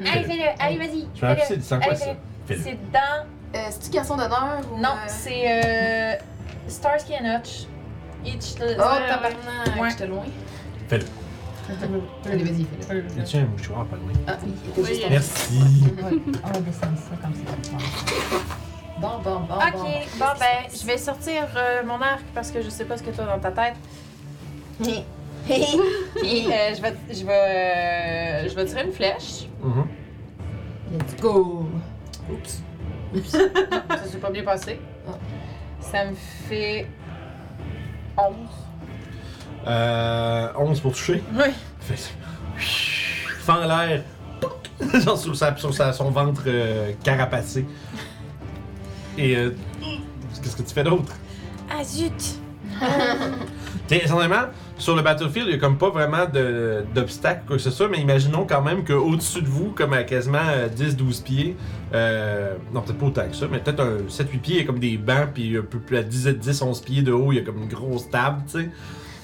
fais-le.
Allez, fais-le. Allez, vas-y.
Je me rappelle plus c'est
fais-le.
du sang quoi
Allez,
ça.
fais-le.
Fais-le.
C'est dans.
Euh, C'est-tu garçon d'honneur ou.
Non,
euh,
c'est euh, Starsky and Hutch. Each
Oh,
the-
tabarnak.
Ouais.
J'étais loin.
Fais-le.
Allez, vas-y, fais-le.
Y a-tu un mouchoir pas loin?
Ah oui, il était
Oui,
juste en-
Merci!
On va descendre ça comme ça.
Bon, bon, bon.
Ok,
bon.
bon ben, je vais sortir euh, mon arc parce que je sais pas ce que tu as dans ta tête. Puis, euh, je vais, je vais, euh, je vais tirer une flèche.
Mhm.
Let's go.
Oups.
Ça s'est pas bien passé. Ça me fait 11.
Euh, 11 pour toucher.
Oui.
Fait ça. Fend l'air. Pouc! Genre sur, sa, sur sa- son ventre euh, carapacé. Et euh, qu'est-ce que tu fais d'autre?
Ah zut!
T'sais, Essentiellement, sur le battlefield, il n'y a comme pas vraiment de- d'obstacle ou quoi que ce soit, mais imaginons quand même qu'au-dessus de vous, comme à quasiment euh, 10-12 pieds, euh, non peut-être pas autant que ça, mais peut-être un 7-8 pieds, il y a comme des bancs, puis un peu plus à 10-11 pieds de haut, il y a comme une grosse table, tu sais.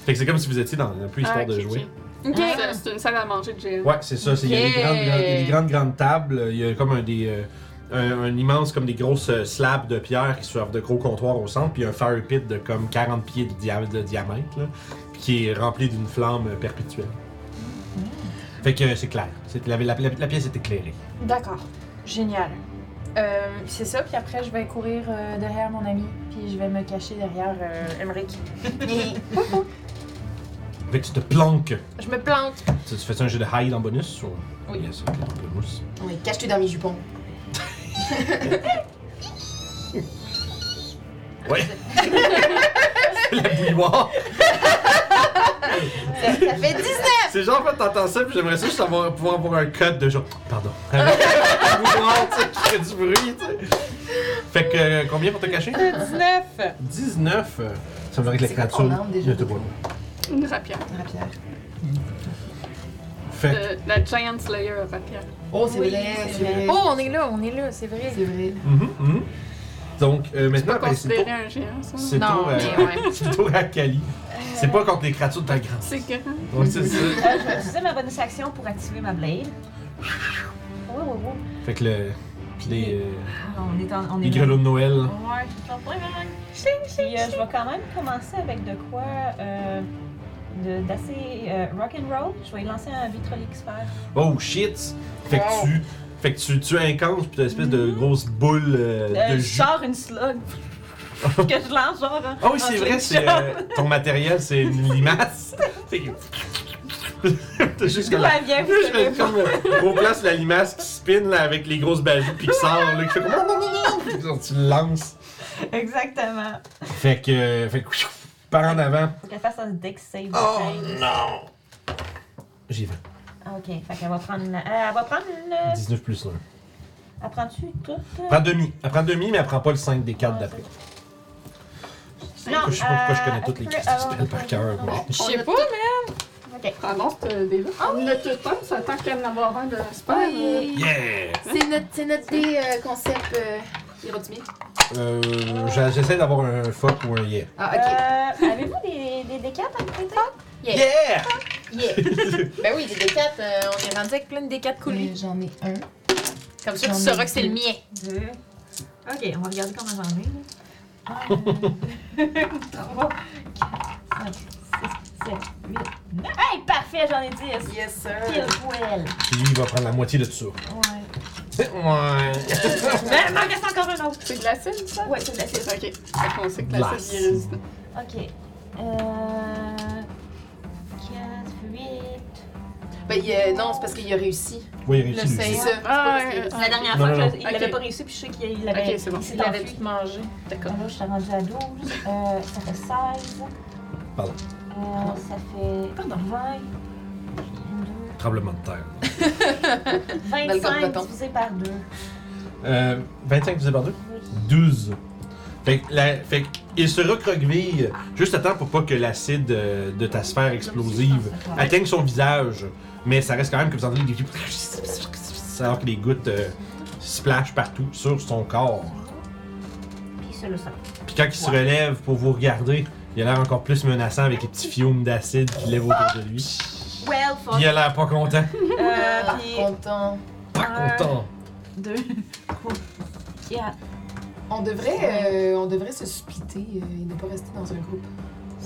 Fait que c'est comme si vous étiez dans un peu histoire
Ah,
de
ok,
jouer.
ok. Ah, C'est- C'est une salle à manger de GM.
Ouais, c'est ça. c'est- Il y a des
Yeah.
grandes, grandes- il y a des grandes, grandes tables. Il y a comme un des. euh, un, un immense, comme des grosses euh, slabs de pierre qui servent de gros comptoirs au centre, puis un fire pit de comme 40 pieds de, dia- de diamètre, là, qui est rempli d'une flamme euh, perpétuelle. Fait que euh, c'est clair. C'est- La, la- la- la pièce est éclairée.
D'accord. Génial. Euh, c'est ça, puis après je vais courir euh, derrière mon ami, puis je vais me cacher derrière euh, Emmerich.
Fait que tu te planques.
Je me plante.
Tu, tu fais un jeu de hide en bonus ou...
Oui.
Yes, ok, un peu de mousse.
Oui, cache-toi dans mes jupons.
Ouais. la bouilloire.
Ça fait 10
C'est genre, en fait, t'entends ça, puis j'aimerais ça juste avoir, pouvoir avoir un code de genre. Pardon. Avec un bouilloire, tu sais, qui fait du bruit, tu sais. Fait que, euh, combien pour te cacher
19!
19. euh, Ça me paraît que la
C'est quoi
créature
ton arme, déjà?
ne te voit pas.
Une rapière.
Rapière.
Fait que.
Euh, la Giant Slayer rapière.
Oh, c'est
Oui,
vrai,
c'est
c'est vrai.
Oh, on est là, on est là, c'est vrai.
C'est vrai.
mhm, mhm. Donc, euh, maintenant,
Pas
ben, c'est
considéré
tour-
un géant, ça.
c'est
Non,
tour, euh,
mais ouais.
c'est tour à Cali. C'est pas contre les créatures de ta grande.
C'est grand.
Donc, c'est ça.
Euh, je vais utiliser ma bonus action pour activer ma blade. Oh, Ouais, ouais, ouais.
Fait que le. Les, euh,
Ah, on est en. On
les
est
grelots de Noël.
Ouais, je suis en plein, hein. Puis, euh, je vais quand même commencer avec de quoi euh, de- d'assez euh, rock and roll. Je vais lancer un Vitrolix Sphere.
Oh shit! Fait que tu. Fait que tu, tu incantes, puis t'as une espèce de grosse boule euh,
Euh,
de
je
jus.
sors une slug que je lance genre. en-
Ah oui,
en
c'est vrai, c'est,
slingshot.
euh, ton matériel, c'est une limace. C'est- T'as juste
D'où
comme la-
elle vient, vous
Là, je
savez
fais comme euh, gros place la limace qui spin là, avec les grosses bajoux puis qui sort là, qui fait comme non non non non puis genre, tu le lances.
pas. Exactement.
Fait que euh, fait que pfiou, part en avant.
Faut qu'elle fasse un deck save. de
Oh
save.
non. J'y vais.
Ah, Ok, fait qu'elle va prendre. la- euh, Elle va prendre le.
19 plus 1.
Elle prend-tu tout Ah, euh?
Prends demi. Elle prend demi mais elle prend pas le 5 des 4
Ouais,
d'après.
Non,
Je sais pas pourquoi je
euh, oh.
connais toutes les
elle
crises
peut-
spells par cœur.
elle
moi.
Je sais pas, mais.
Ok.
Pardon, c'est euh, des Ah oui! Notre temps, ça attend qu'il y en avoir un de super. euh,
Yeah!
C'est notre, c'est notre dé euh, concept euh, Hirotomie.
Euh, j'a- J'essaie d'avoir un fuck ou un yeah.
Ah, ok.
Euh, Avez-vous des, des, des cartes à me prêter?
Yeah.
Yeah!
Yeah! ben oui, des D4, euh, on est rendu avec plein de D4 coulés.
Euh, J'en ai un.
Comme ça,
j'en
tu
ai
sauras que c'est
deux.
le mien.
Deux. Ok, on va regarder combien j'en ai. là. Un, trois, quatre, cinq, six, sept, huit, neuf. Hey, parfait, j'en ai dix.
Yes,
Pile
sir.
poil.
Puis lui, il va prendre la moitié de ça.
Ouais.
Ouais.
Mais Ben, il m'en reste encore un autre.
C'est de l'acide, ça?
Ouais, c'est de la
Ok.
six.
Fait qu'on sait que l'acide
Glace.
il est résistant.
Ok. Euh. 4, 8.
Ben, il, euh, non, c'est parce qu'il a réussi.
Oui, il réussit.
Le
lui aussi.
C'est
save.
ça.
Ah,
C'est pas parce que-
ouais,
Ben, La dernière
Non,
fois,
non,
je-
non.
il
Ok.
l'avait pas réussi, puis je sais qu'il l'avait.
Ok, c'est bon.
Il s'est
Il l'avait
enfui.
tout mangé. D'accord.
Là, je suis rendue à 12. Euh, ça fait 16.
Pardon.
Euh, ça fait
Pardon.
20.
Tremblement de terre.
25
coton.
divisé par 2.
Euh, 25 divisé par 2?
Oui.
12. Fait que, la, fait que il se recroqueville juste à temps pour pas que l'acide euh, de ta sphère explosive atteigne son visage. Mais ça reste quand même que vous entendez des alors que les gouttes euh, splashent partout sur son corps.
Puis c'est le sang.
Puis quand il se relève pour vous regarder, il a l'air encore plus menaçant avec les petits fiumes d'acide qui lèvent autour de lui.
Well,
Puis
fuck.
il a l'air pas content.
Euh,
Par
puis
contre,
Pas content.
2, 3,
on, on devrait, euh, on devrait se splitter euh, et ne pas rester dans un groupe.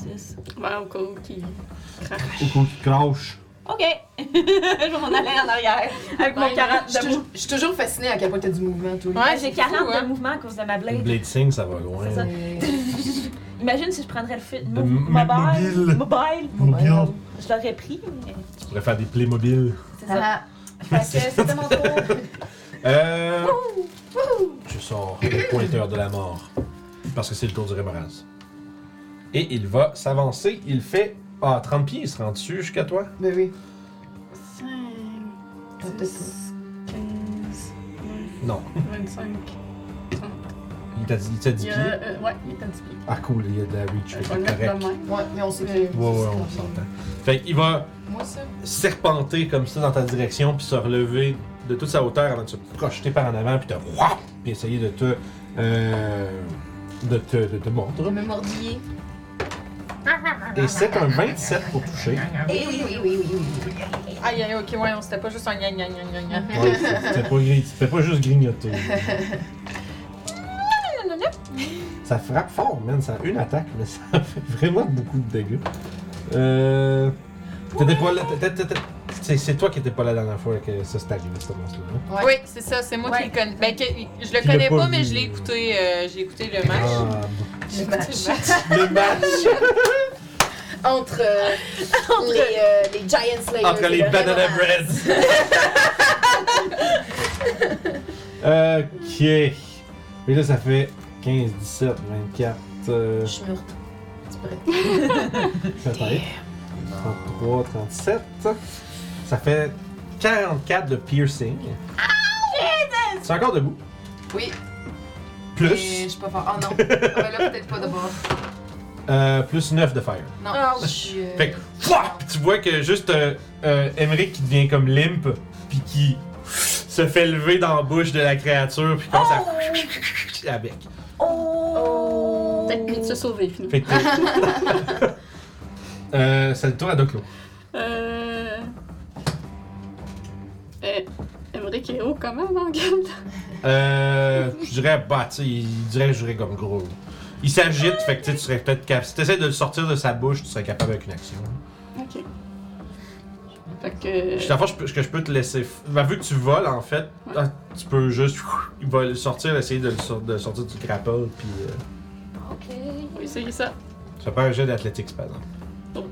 4, 6.
Ouais, au cas où qui.
Au coup qui crache.
Ok! je vais m'en aller en arrière avec
Je
mon 40 de
suis
mouvement.
toujours- je suis toujours fascinée à quel point t'as du mouvement, toi.
Ouais,
J'ai
c'est
40
fou, hein.
de mouvement à cause de ma
Une
blade.
blade sing, ça va loin.
C'est ça.
Euh,
Imagine si je prendrais le fil mo-
M-
mobile.
mobile.
Mobile.
Mobile.
Je l'aurais pris, mais
Tu pourrais faire des plays mobiles.
c'est ça.
voilà.
Fait que c'était mon tour.
Euh. Je sors le pointeur de la mort. Parce que c'est le tour du Rémoraz. Et il va s'avancer. Il fait. Ah, 30 pieds, il se rend dessus jusqu'à toi.
Ben oui.
5,
Ah,
10, 15,
Non.
25.
Il t'a dit, il t'a dit
Il y
pieds.
a. euh, ouais, il est un petit peu.
Ah, cool, il y a de la reach.
Je
fait que c'est
vais Euh, le mettre
correct.
de même.
Ouais, mais on sait que.
Ouais,
Ouais, ouais, on s'entend. Fait qu'il va
Moi, ça.
serpenter comme ça dans ta direction, puis se relever de toute sa hauteur avant de se projeter par en avant, puis te. whap, Puis essayer de te. euh, de te, de te mordre.
me mordiller.
Et c'est un 27 pour toucher.
Eh oui, oui, oui, oui, oui. oui.
Aïe, aïe, ok, ouais, on s'était pas juste un gna gna gna gna gna.
Ouais, tu pas, gri- tu fais pas juste grignoter. ça frappe fort, man. Ça a une attaque, mais ça fait vraiment beaucoup de dégâts. Euh. T'étais pas là. t'étais- t'étais- C'est, c'est toi qui étais pas là la dernière fois que ça s'est arrivé, ce hein? monstre-là.
Ouais.
Oui, c'est ça, c'est moi
Ouais.
qui le connais. Ben, que- je le
Tu l'as
connais
pas
pas,
vu.
mais je l'ai écouté, euh, j'ai écouté le match.
Ah,
J'ai
Le
écouté
match.
le match.
le match
Entre, euh, les, euh, les Giant Slayers.
entre les
et le
Banana
Revenant.
Breads. ok. Et là, ça fait 15, 17, 24. euh,
Je suis morte. C'est vrai.
33, 37. Ça fait 44 de piercing. C'est encore debout.
Oui. Mais je
Plus,
suis pas fort. Oh non. Ah ben là, peut-être pas d'abord.
euh, plus 9 de fire.
Non. je suis. euh,
Fait que, fouah! Puis tu vois que juste euh, euh, Emmerich qui devient comme limp, puis qui se fait lever dans la bouche de la créature, puis commence à avec.
Oh!
Peut-être que tu sauver, finalement.
Fait que t'es- Euh, c'est le tour à Doclo.
Euh. Eh, Emmerich est haut comment dans le game?
Euh, je dirais, bah, tu sais, il dirait, je dirais comme gros. Il s'agite, fait que tu sais, tu serais peut-être capable. Si t'essaies de le sortir de sa bouche, tu serais capable avec une action.
Ok. Fait que.
Je t'en que je peux te laisser. f- Bah, vu que tu voles, en fait,
Ouais.
ah, tu peux juste. pfiou, Il va le sortir, essayer de le sor- de le sortir du grapple, puis. euh,
On va essayer ça.
ça fait un jet d'athlétique, par exemple.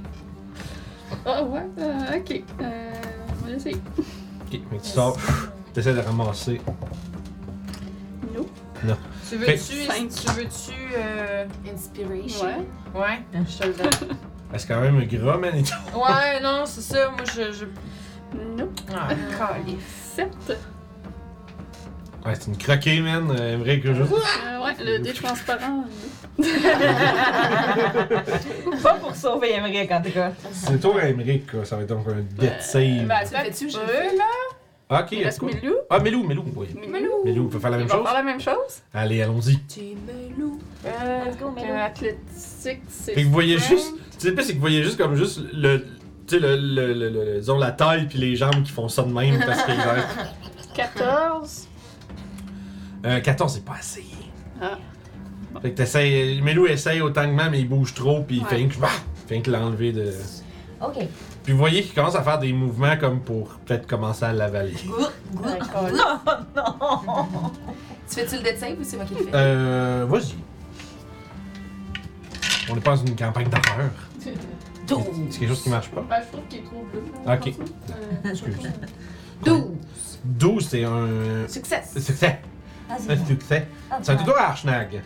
Ah ouais, euh, ok. Euh, on va essayer.
Ok, mais tu sors, t'essaies de ramasser.
No.
Tu
Fait-
veux-tu.
Cinq.
Tu veux-tu. euh,
Inspiration.
Ouais.
Ouais, je te le donne.
Ah, C'est quand même gras, man. et tout.
Ouais, non, c'est ça. Moi, je. je...
No.
Ah, calisse.
7.
Ouais, c'est une croquée, man. Euh, vrai que je.
Euh, ouais, le dé transparent.
Pas pour sauver Emmerich, en tout cas.
C'est toi, Aymeric, quoi. Ça va être donc un death save.
Euh, Bah,
Ça fait-tu, je
je
le
veux,
fais,
là.
Ah, ok,
Il
est-ce
reste
euh, quoi?
Milou.
Ah, Melou, Melou, oui.
Milou.
Melou, on peut faire la
Il
même
va
chose.
faire la même chose.
Allez, allons-y.
T'es melou.
Euh,
Let's go, Milou.
euh, Athlétique, c'est.
Fait que vous voyez
cinq.
juste. Tu sais, le pire, c'est que vous voyez juste comme juste le. Tu sais, le, le, le, le- le- disons, la taille puis les jambes qui font ça de même parce que. genre,
14.
Euh, 14, c'est pas assez.
Ah.
Fait que t'essayes. Melou essaye autant que moi, mais il bouge trop puis il
Ouais.
fait que. Bah, fait que l'enlever de.
Ok.
Puis vous voyez qu'il commence à faire des mouvements comme pour peut-être commencer à l'avaler.
D'accord. Non, non.
Tu fais-tu le dead save ou c'est moi qui le fais?
Euh. Vas-y. On n'est pas dans une campagne d'horreur. C'est quelque chose qui marche pas.
Bah, je trouve qu'il est trop bleu.
Ok.
Euh,
Excuse.
12.
12, c'est un.
Succès.
Succès. Un
Vas-y.
succès. C'est un tuto à Archnag.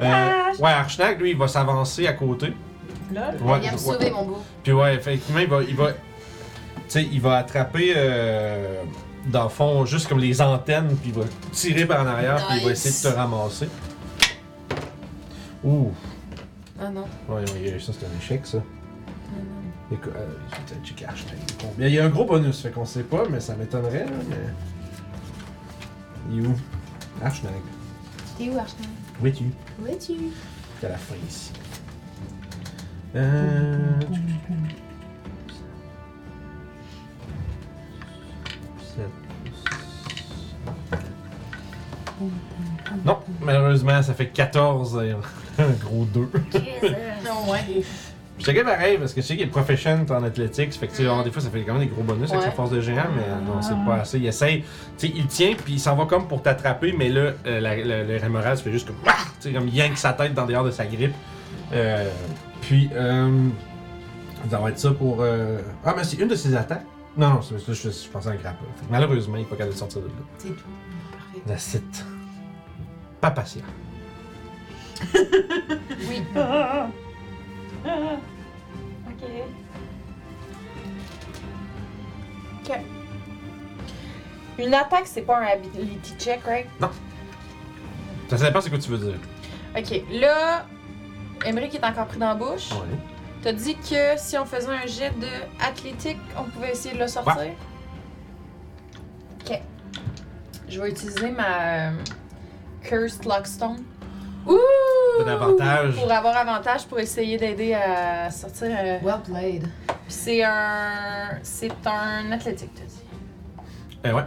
Euh, ouais, Archnag, lui, il va s'avancer à côté.
Lol.
Ouais,
Il a me
ouais.
sauver, mon beau.
Puis ouais, effectivement, il va. Il va tu sais, il va attraper. euh, dans le fond, juste comme les antennes, puis il va tirer par en arrière, puis il va
Nice.
essayer de te ramasser. Ouh.
Ah non. Ah
Ouais, ouais, ça c'est un échec, ça. Écoute, euh, je vais peut-être checker hashtag. Combien? Il y a un gros bonus, fait qu'on sait pas, mais ça m'étonnerait, là, mais... Il est où? Archnag.
T'es où, Archon?
Où es-tu?
Où es-tu?
C'est à la fin, ici. Euh... Sept. Non, malheureusement, ça fait 14 et un gros 2.
Non, Ah, ouais.
Je checkais pareil parce que je sais qu'il est professionnel en athlétique, fait que tu sais, alors, des fois ça fait quand même des gros bonus avec
Ouais.
sa force de géant, mais euh, non, c'est
Ah.
pas assez. Il essaye, tu sais, il tient puis il s'en va comme pour t'attraper, mais là, euh, la- la- le Remoral se fait juste comme, Ah! tu sais, comme yank sa tête dans dehors de sa grippe. Euh, puis, euh, ça va être ça pour. euh, Ah, mais c'est une de ses attaques. Non, non, c'est c'est- je, je pensais à un grappeur. Fait que Malheureusement, il n'est pas capable de sortir de là.
C'est tout. Parfait.
La site. Pas patient.
Oui.
Ah. Ah. Ok.
Ok. euh, Une attaque, c'est pas un ability check, right?
Ça dépend c'est quoi tu veux dire.
Ok, là, Emmerich est encore pris dans la bouche.
Ouais.
T'as dit que si on faisait un jet de athlétique, on pouvait essayer de le sortir? Ok. Je vais utiliser ma euh, Cursed Lockstone. Ouh!
T'as l'avantage.
Pour avoir avantage pour essayer d'aider à sortir. euh,
Well played.
Puis c'est un. C'est un athlétique, t'as dit.
Eh ouais.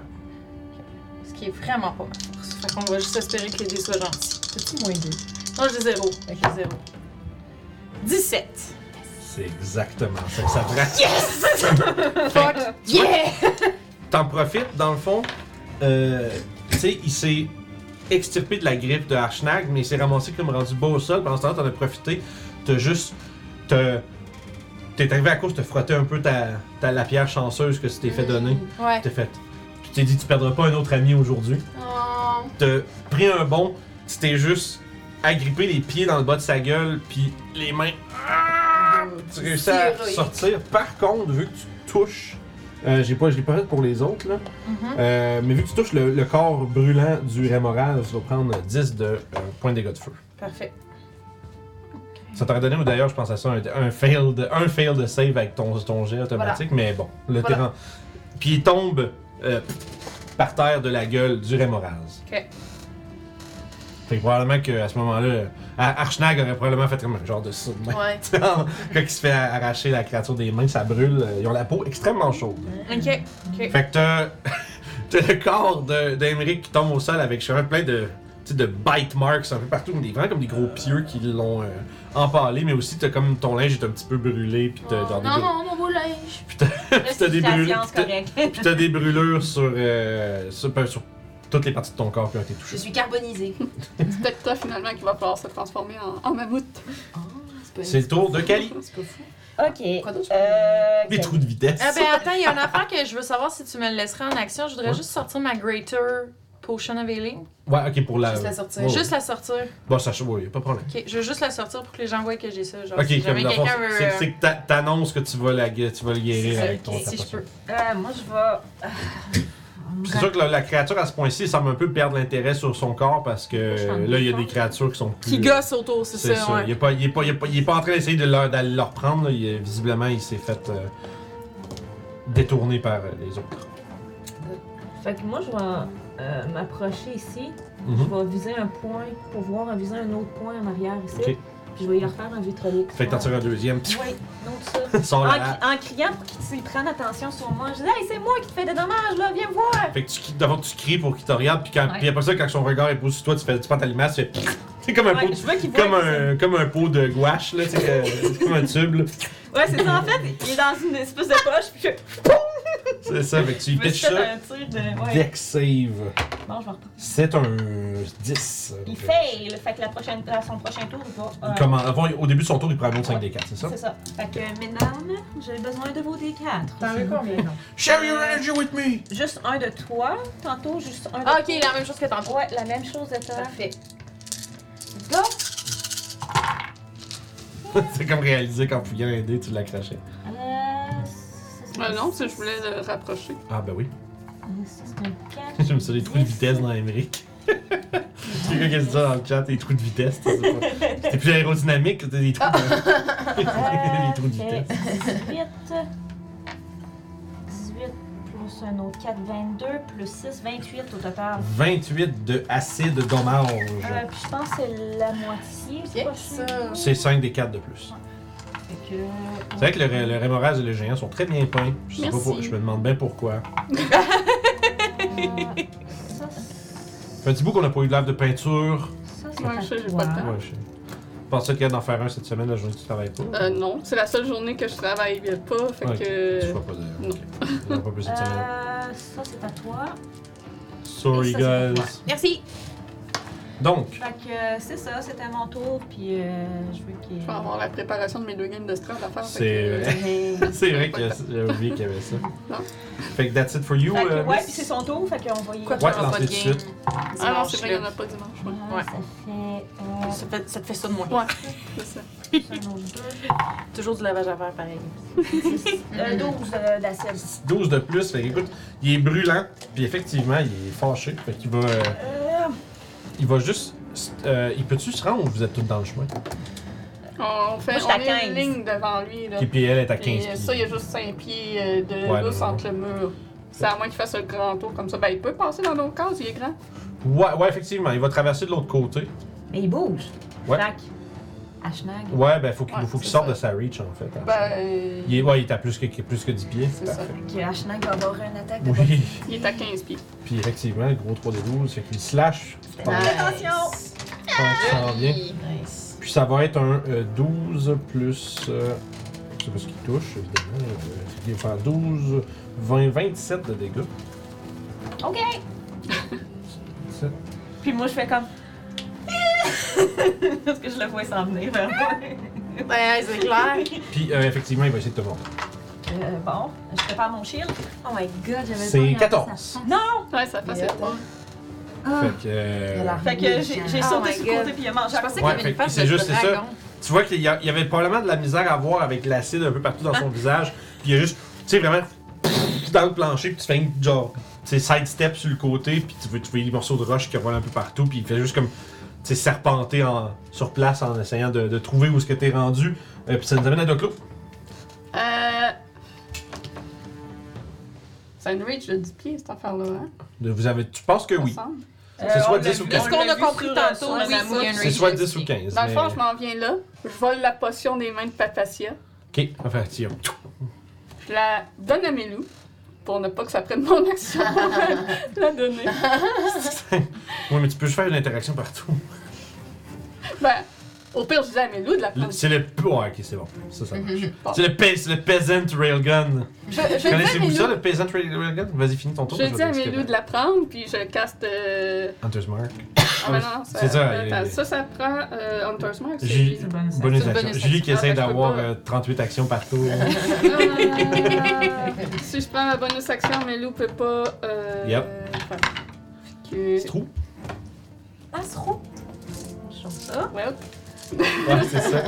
Ce qui est vraiment pas mal. Fait qu'on va juste espérer que les dés soient gentils.
T'as-tu moins deux?
Non, j'ai zéro. Fait que j'ai zéro. 17!
C'est exactement ça que ça prend.
Fuck! Yeah!
T'en profites, dans le fond. Euh, tu sais, il s'est extirpé de la grippe de Archnag, mais il s'est ramassé comme rendu beau au sol. Pendant ce temps t'en as profité. T'as juste. T'as. T'es arrivé à cause de te frotter un peu ta, ta la pierre chanceuse que tu t'es fait
Mm.
donner.
Ouais.
T'es fait. Tu t'es dit, tu perdras pas un autre ami aujourd'hui.
Oh.
Ah.
T'as pris un bond. Tu t'es juste agrippé les pieds dans le bas de sa gueule, puis les mains. Ah!
Oh,
Tu réussis à
Serré.
sortir. Par contre, vu que tu touches. euh, j'ai pas, je l'ai pas fait pour les autres, là.
Mhm.
Euh, mais vu que tu touches le, le corps brûlant du Rémoral, tu vas prendre 10 de euh, points de dégâts de feu.
Parfait.
Ça t'aurait donné, ou d'ailleurs, je pense à ça, un, un fail, de, un fail de save avec ton, ton jet automatique, mais bon, le
Voilà.
terrain. Puis il tombe euh, par terre de la gueule du Rémoraz.
Ok.
Fait que probablement qu'à ce moment-là, Ar- Archnag aurait probablement fait comme un genre de ça. de même.
Ouais.
Quand il se fait arracher la créature des mains, ça brûle. euh, Ils ont la peau extrêmement chaude.
Ok.
Fait que t'as, t'as le corps de, d'Emeric qui tombe au sol avec je sais pas, plein de, tu sais, de bite marks un peu partout, mais des, vraiment comme des gros
Ah.
pieux qui l'ont euh, empalé, mais aussi t'as comme ton linge est un petit peu brûlé, puis
Oh.
t'as, genre des,
Non,
brû-
non, mon beau linge.
puis t'as des brûlures,
Restitution,
puis t'as-
correct.
puis t'as des brûlures sur, euh, sur, ben, sur toutes les parties de ton corps qui ont été
Je
touchées.
suis carbonisée.
C'est peut-être toi finalement qui va falloir se transformer en, en mammouth.
Ah, c'est pas
C'est le tour de Kali.
C'est pas fou.
Ok.
Quoi d'autre?
Euh,
Des
ok.
trous de vitesse.
Ah ben attends, il y a une affaire que je veux savoir si tu me le laisserais en action. Je voudrais
Ouais.
juste sortir ma Greater Potion of Healing.
Ouais, ok, pour la.
Juste la sortir.
Ouais, ouais.
Juste la sortir.
Bon, ça, ouais, y a pas de problème.
Ok, je veux juste la sortir pour que les gens voient que j'ai ça. Genre,
Ok,
si
comme
jamais
dans le fond,
quelqu'un veut.
c'est
euh,
c'est que t'a- t'annonces que tu vas, la, gu- tu vas le guérir avec ton
si
ta
je
potion.
peux.
Euh, moi, je vais. euh,
Puis C'est sûr que la, la créature à ce point-ci elle semble un peu perdre l'intérêt sur son corps parce que
Je suis en
euh, là, il y a
défense.
des créatures qui sont plus.
Qui gosse autour, c'est
C'est
ça,
ça.
ouais.
Il, est pas, il, est pas, il, est pas, il est pas en train d'essayer de leur, d'aller leur prendre. là. Il est- visiblement, il s'est fait euh, détourner par euh, les autres.
Fait que moi, je vais euh, m'approcher ici. Je
Mhm.
vais viser un point pour voir, en visant un autre point en arrière ici.
Ok.
Puis je vais y refaire un vitrolix.
Fait que t'en tires un deuxième.
Oui, non, tout ça.
Sors
En,
la hache.
cri- en criant pour qu'ils prennent attention sur moi. Je dis, hey, c'est moi qui te fais des dommages, là, viens voir.
Fait que tu, d'abord, tu cries pour qu'il te regarde. Puis, quand,
ah. Ouais.
puis après ça, quand son regard est posé sur toi, tu, fais, tu prends ta limace. Tu fais. C'est comme un pot
Ouais, je veux qu'il voit.
Comme
que c'est-
un, comme un pot de gouache, là, tu sais, que- c'est comme un tube, là.
Ouais, c'est ça, en fait, il est dans une espèce de poche. Puis je
C'est ça, fait que tu y
je me
pitches
suis fait
ça.
un tir de. Ouais.
Deck save.
Bon, je vais reprendre.
C'est un 10.
Il
Donc, euh,
fail. Fait que la prochaine, à son prochain tour, il va.
il
euh,
commence- avant- au début de son tour, il prend un autre 5 des 4, c'est ça?
C'est ça. Fait que, mesdames, j'ai besoin de vos D4.
T'en veux combien, non?
Share your energy with me!
Juste un de toi, tantôt, juste un de
Ah, ok, la même chose que tantôt.
Ouais, la même chose de toi.
Parfait.
Go!
c'est comme réaliser qu'en fouillant un dé, tu l'accrochais.
Euh, c'est-
Ah non, parce que je voulais le rapprocher.
Ah, ben oui.
Ça, c'est un 4.
J'aime ça, les trous de vitesse dans Emmerich. Quelqu'un qui a dit ça dans le chat, les trous de vitesse. tu sais pas. C'était plus aérodynamique, c'était des trous de,
Euh,
les trous de vitesse.
18. 18 plus un autre 4, 22. Plus 6, 28 au total.
28 de acide dommage.
Euh, puis je pense que c'est la moitié. c'est pas sûr.
C'est 5 des 4 de plus.
Fait que. euh,
C'est vrai que le, ré- le rémorage et le géant sont très bien peints. Je, sais pas
Merci.
pour- je me demande bien pourquoi.
euh, ça, c'est-
Fait un petit bout qu'on n'a pas eu de lave de peinture.
ça, c'est
Ouais,
à
je sais, j'ai
toi.
pas de temps.
Ouais, je sais. Je pensais qu'il y a d'en faire un cette semaine, la journée que tu travailles pas.
Euh, non, c'est la seule journée que je travaille pas, fait
Ouais, Tu
que...
feras pas de.
non.
ok. Il y en a pas plus cette semaine.
Euh, ça, c'est à toi.
Sorry,
et ça,
guys.
c'est pour
Merci.
Donc,
Fait que euh, c'est ça, c'était à mon tour, puis euh, je veux qu'il.
Je vais avoir la préparation de mes deux games de strand à faire. fait
C'est
que- euh,
vrai. c'est vrai
pas
que j'ai oublié qu'il y avait ça.
Non.
Fait que that's it for you.
Fait que,
euh,
ouais,
miss.
puis c'est son tour, fait qu'on va y
Quoi
Ouais,
qu'il y aura
lance-les
pas de
tout de
game.
suite.
Ah non, c'est
Dimanche,
vrai, il n'y en
là.
a pas dimanche. ouais.
Ah, Ça fait.
Ouais. Ça fait, ça te fait ça de moins.
Ouais, c'est ça.
Euh, plus un autre deux.
Toujours du lavage à faire, pareil.
Euh, 12 euh, d'acide.
12 de plus, fait que, écoute, il est brûlant, puis effectivement, il est fâché. Fait qu'il va. euh,
Euh,
il va juste. euh, il peut-tu se rendre ou vous êtes tous dans le chemin?
On fait
Moi, je suis
on
à
est une
15.
ligne devant lui, là.
Et puis elle est à 15
Puis
pieds.
ça, il y a juste 5 pieds euh, de
Ouais,
lousse
non, non.
entre le mur. C'est à moins qu'il fasse un grand tour comme ça. Ben, il peut passer dans nos cases, il est grand.
Ouais, ouais, effectivement, il va traverser de l'autre côté.
Mais il bouge.
Ouais.
Fait que, à Schnag.
Ouais, ben faut qu'il
Ouais,
faut qu'il
c'est
sorte
ça.
de sa reach en fait. hein.
Ben, euh,
Il est, ouais, il est à plus que, plus que 10 pieds.
C'est ça.
Parfait.
Que Ashnag va avoir une attaque de
Oui.
il est à 15 pieds.
Puis effectivement, le gros 3 des 12, c'est qu'il slash.
Fais
Ah,
Attention!
Je pense qu'il s'en vient.
Nice.
Puis ça va être un euh, 12 plus. euh, je sais pas ce qui touche, évidemment. euh, il va faire 12, 20, 27 de dégâts.
Ok!
Ça.
Puis moi, je fais comme. Parce que je le vois s'en venir hein. vers moi.
Ouais, c'est clair.
Puis euh, effectivement, il va essayer de te mordre.
Euh, bon, je prépare mon shield. Oh my god, j'avais
C'est
pas regardé
14.
Ouais, ça fait
Yeah.
ça.
ça.
Fait que. euh,
Il a
Fait que j'ai j'ai
Oh
sauté
my
sur
God.
le côté puis il a mangé.
Je pensais qu'il y
Ouais,
avait
fait
une
que
face
c'est
de
juste- c'est ça.
dragon.
tu vois qu'il y, a- il y avait probablement de la misère à voir avec l'acide un peu partout dans
Ah.
son visage. Puis il y a juste, tu sais, vraiment, dans le plancher, puis tu fais une, genre, tu sais, sidestep sur le côté, puis tu veux, tu vois les morceaux de roche qui volent un peu partout, puis il fait juste comme, tu sais, serpenter en, sur place en essayant de, de trouver où est-ce que t'es rendu. Euh, puis ça nous amène à Doclo.
Euh. C'est une reach de 10 pieds, cette affaire-là, hein?
De- Vous avez, tu penses que
me
oui.
semble.
C'est
Euh,
soit 10 ou 15.
Est-ce qu'on a compris tantôt?
Oui,
Oui,
c'est
il y a une
C'est
reach
soit
de
10 ou 15.
Dans le fond,
mais-
je m'en viens là. Je vole la potion des mains de Papacia.
Ok, enfin, tiens.
Je la donne à Mélou pour ne pas que ça prenne mon action. la donner.
Oui, mais tu peux juste faire une interaction partout.
Ben, Au pire, je dis à Mélou de la
Le-
prendre.
C'est le. Ouais, ok, c'est bon. Ça, ça marche.
Mhm.
C'est le, pe- c'est le Peasant Railgun.
Je, je dis à
Connaissez-vous
Milou-
ça, le Peasant Rail- Railgun Vas-y, finis ton tour.
Je
vais
dis à
t'expliquer.
Mélou de la prendre, puis je caste. euh,
Hunter's Mark.
Ah, ben non, ça,
C'est ça,
attends,
il-
ça, ça prend euh, Hunter's Mark. c'est-
J'ai-
C'est bonne
Bonus
C'est une
action.
bonus
Julie
action.
qui
Ah,
essaie
ben, je peux
d'avoir
pas.
euh, 38 actions par tour.
Ah, si je prends ma bonus action, Mélou peut pas. Euh,
Yep.
faire. Fait
C'est trou.
Ah, c'est trop. Je change ça.
que- Well,
Ouais, c'est ça.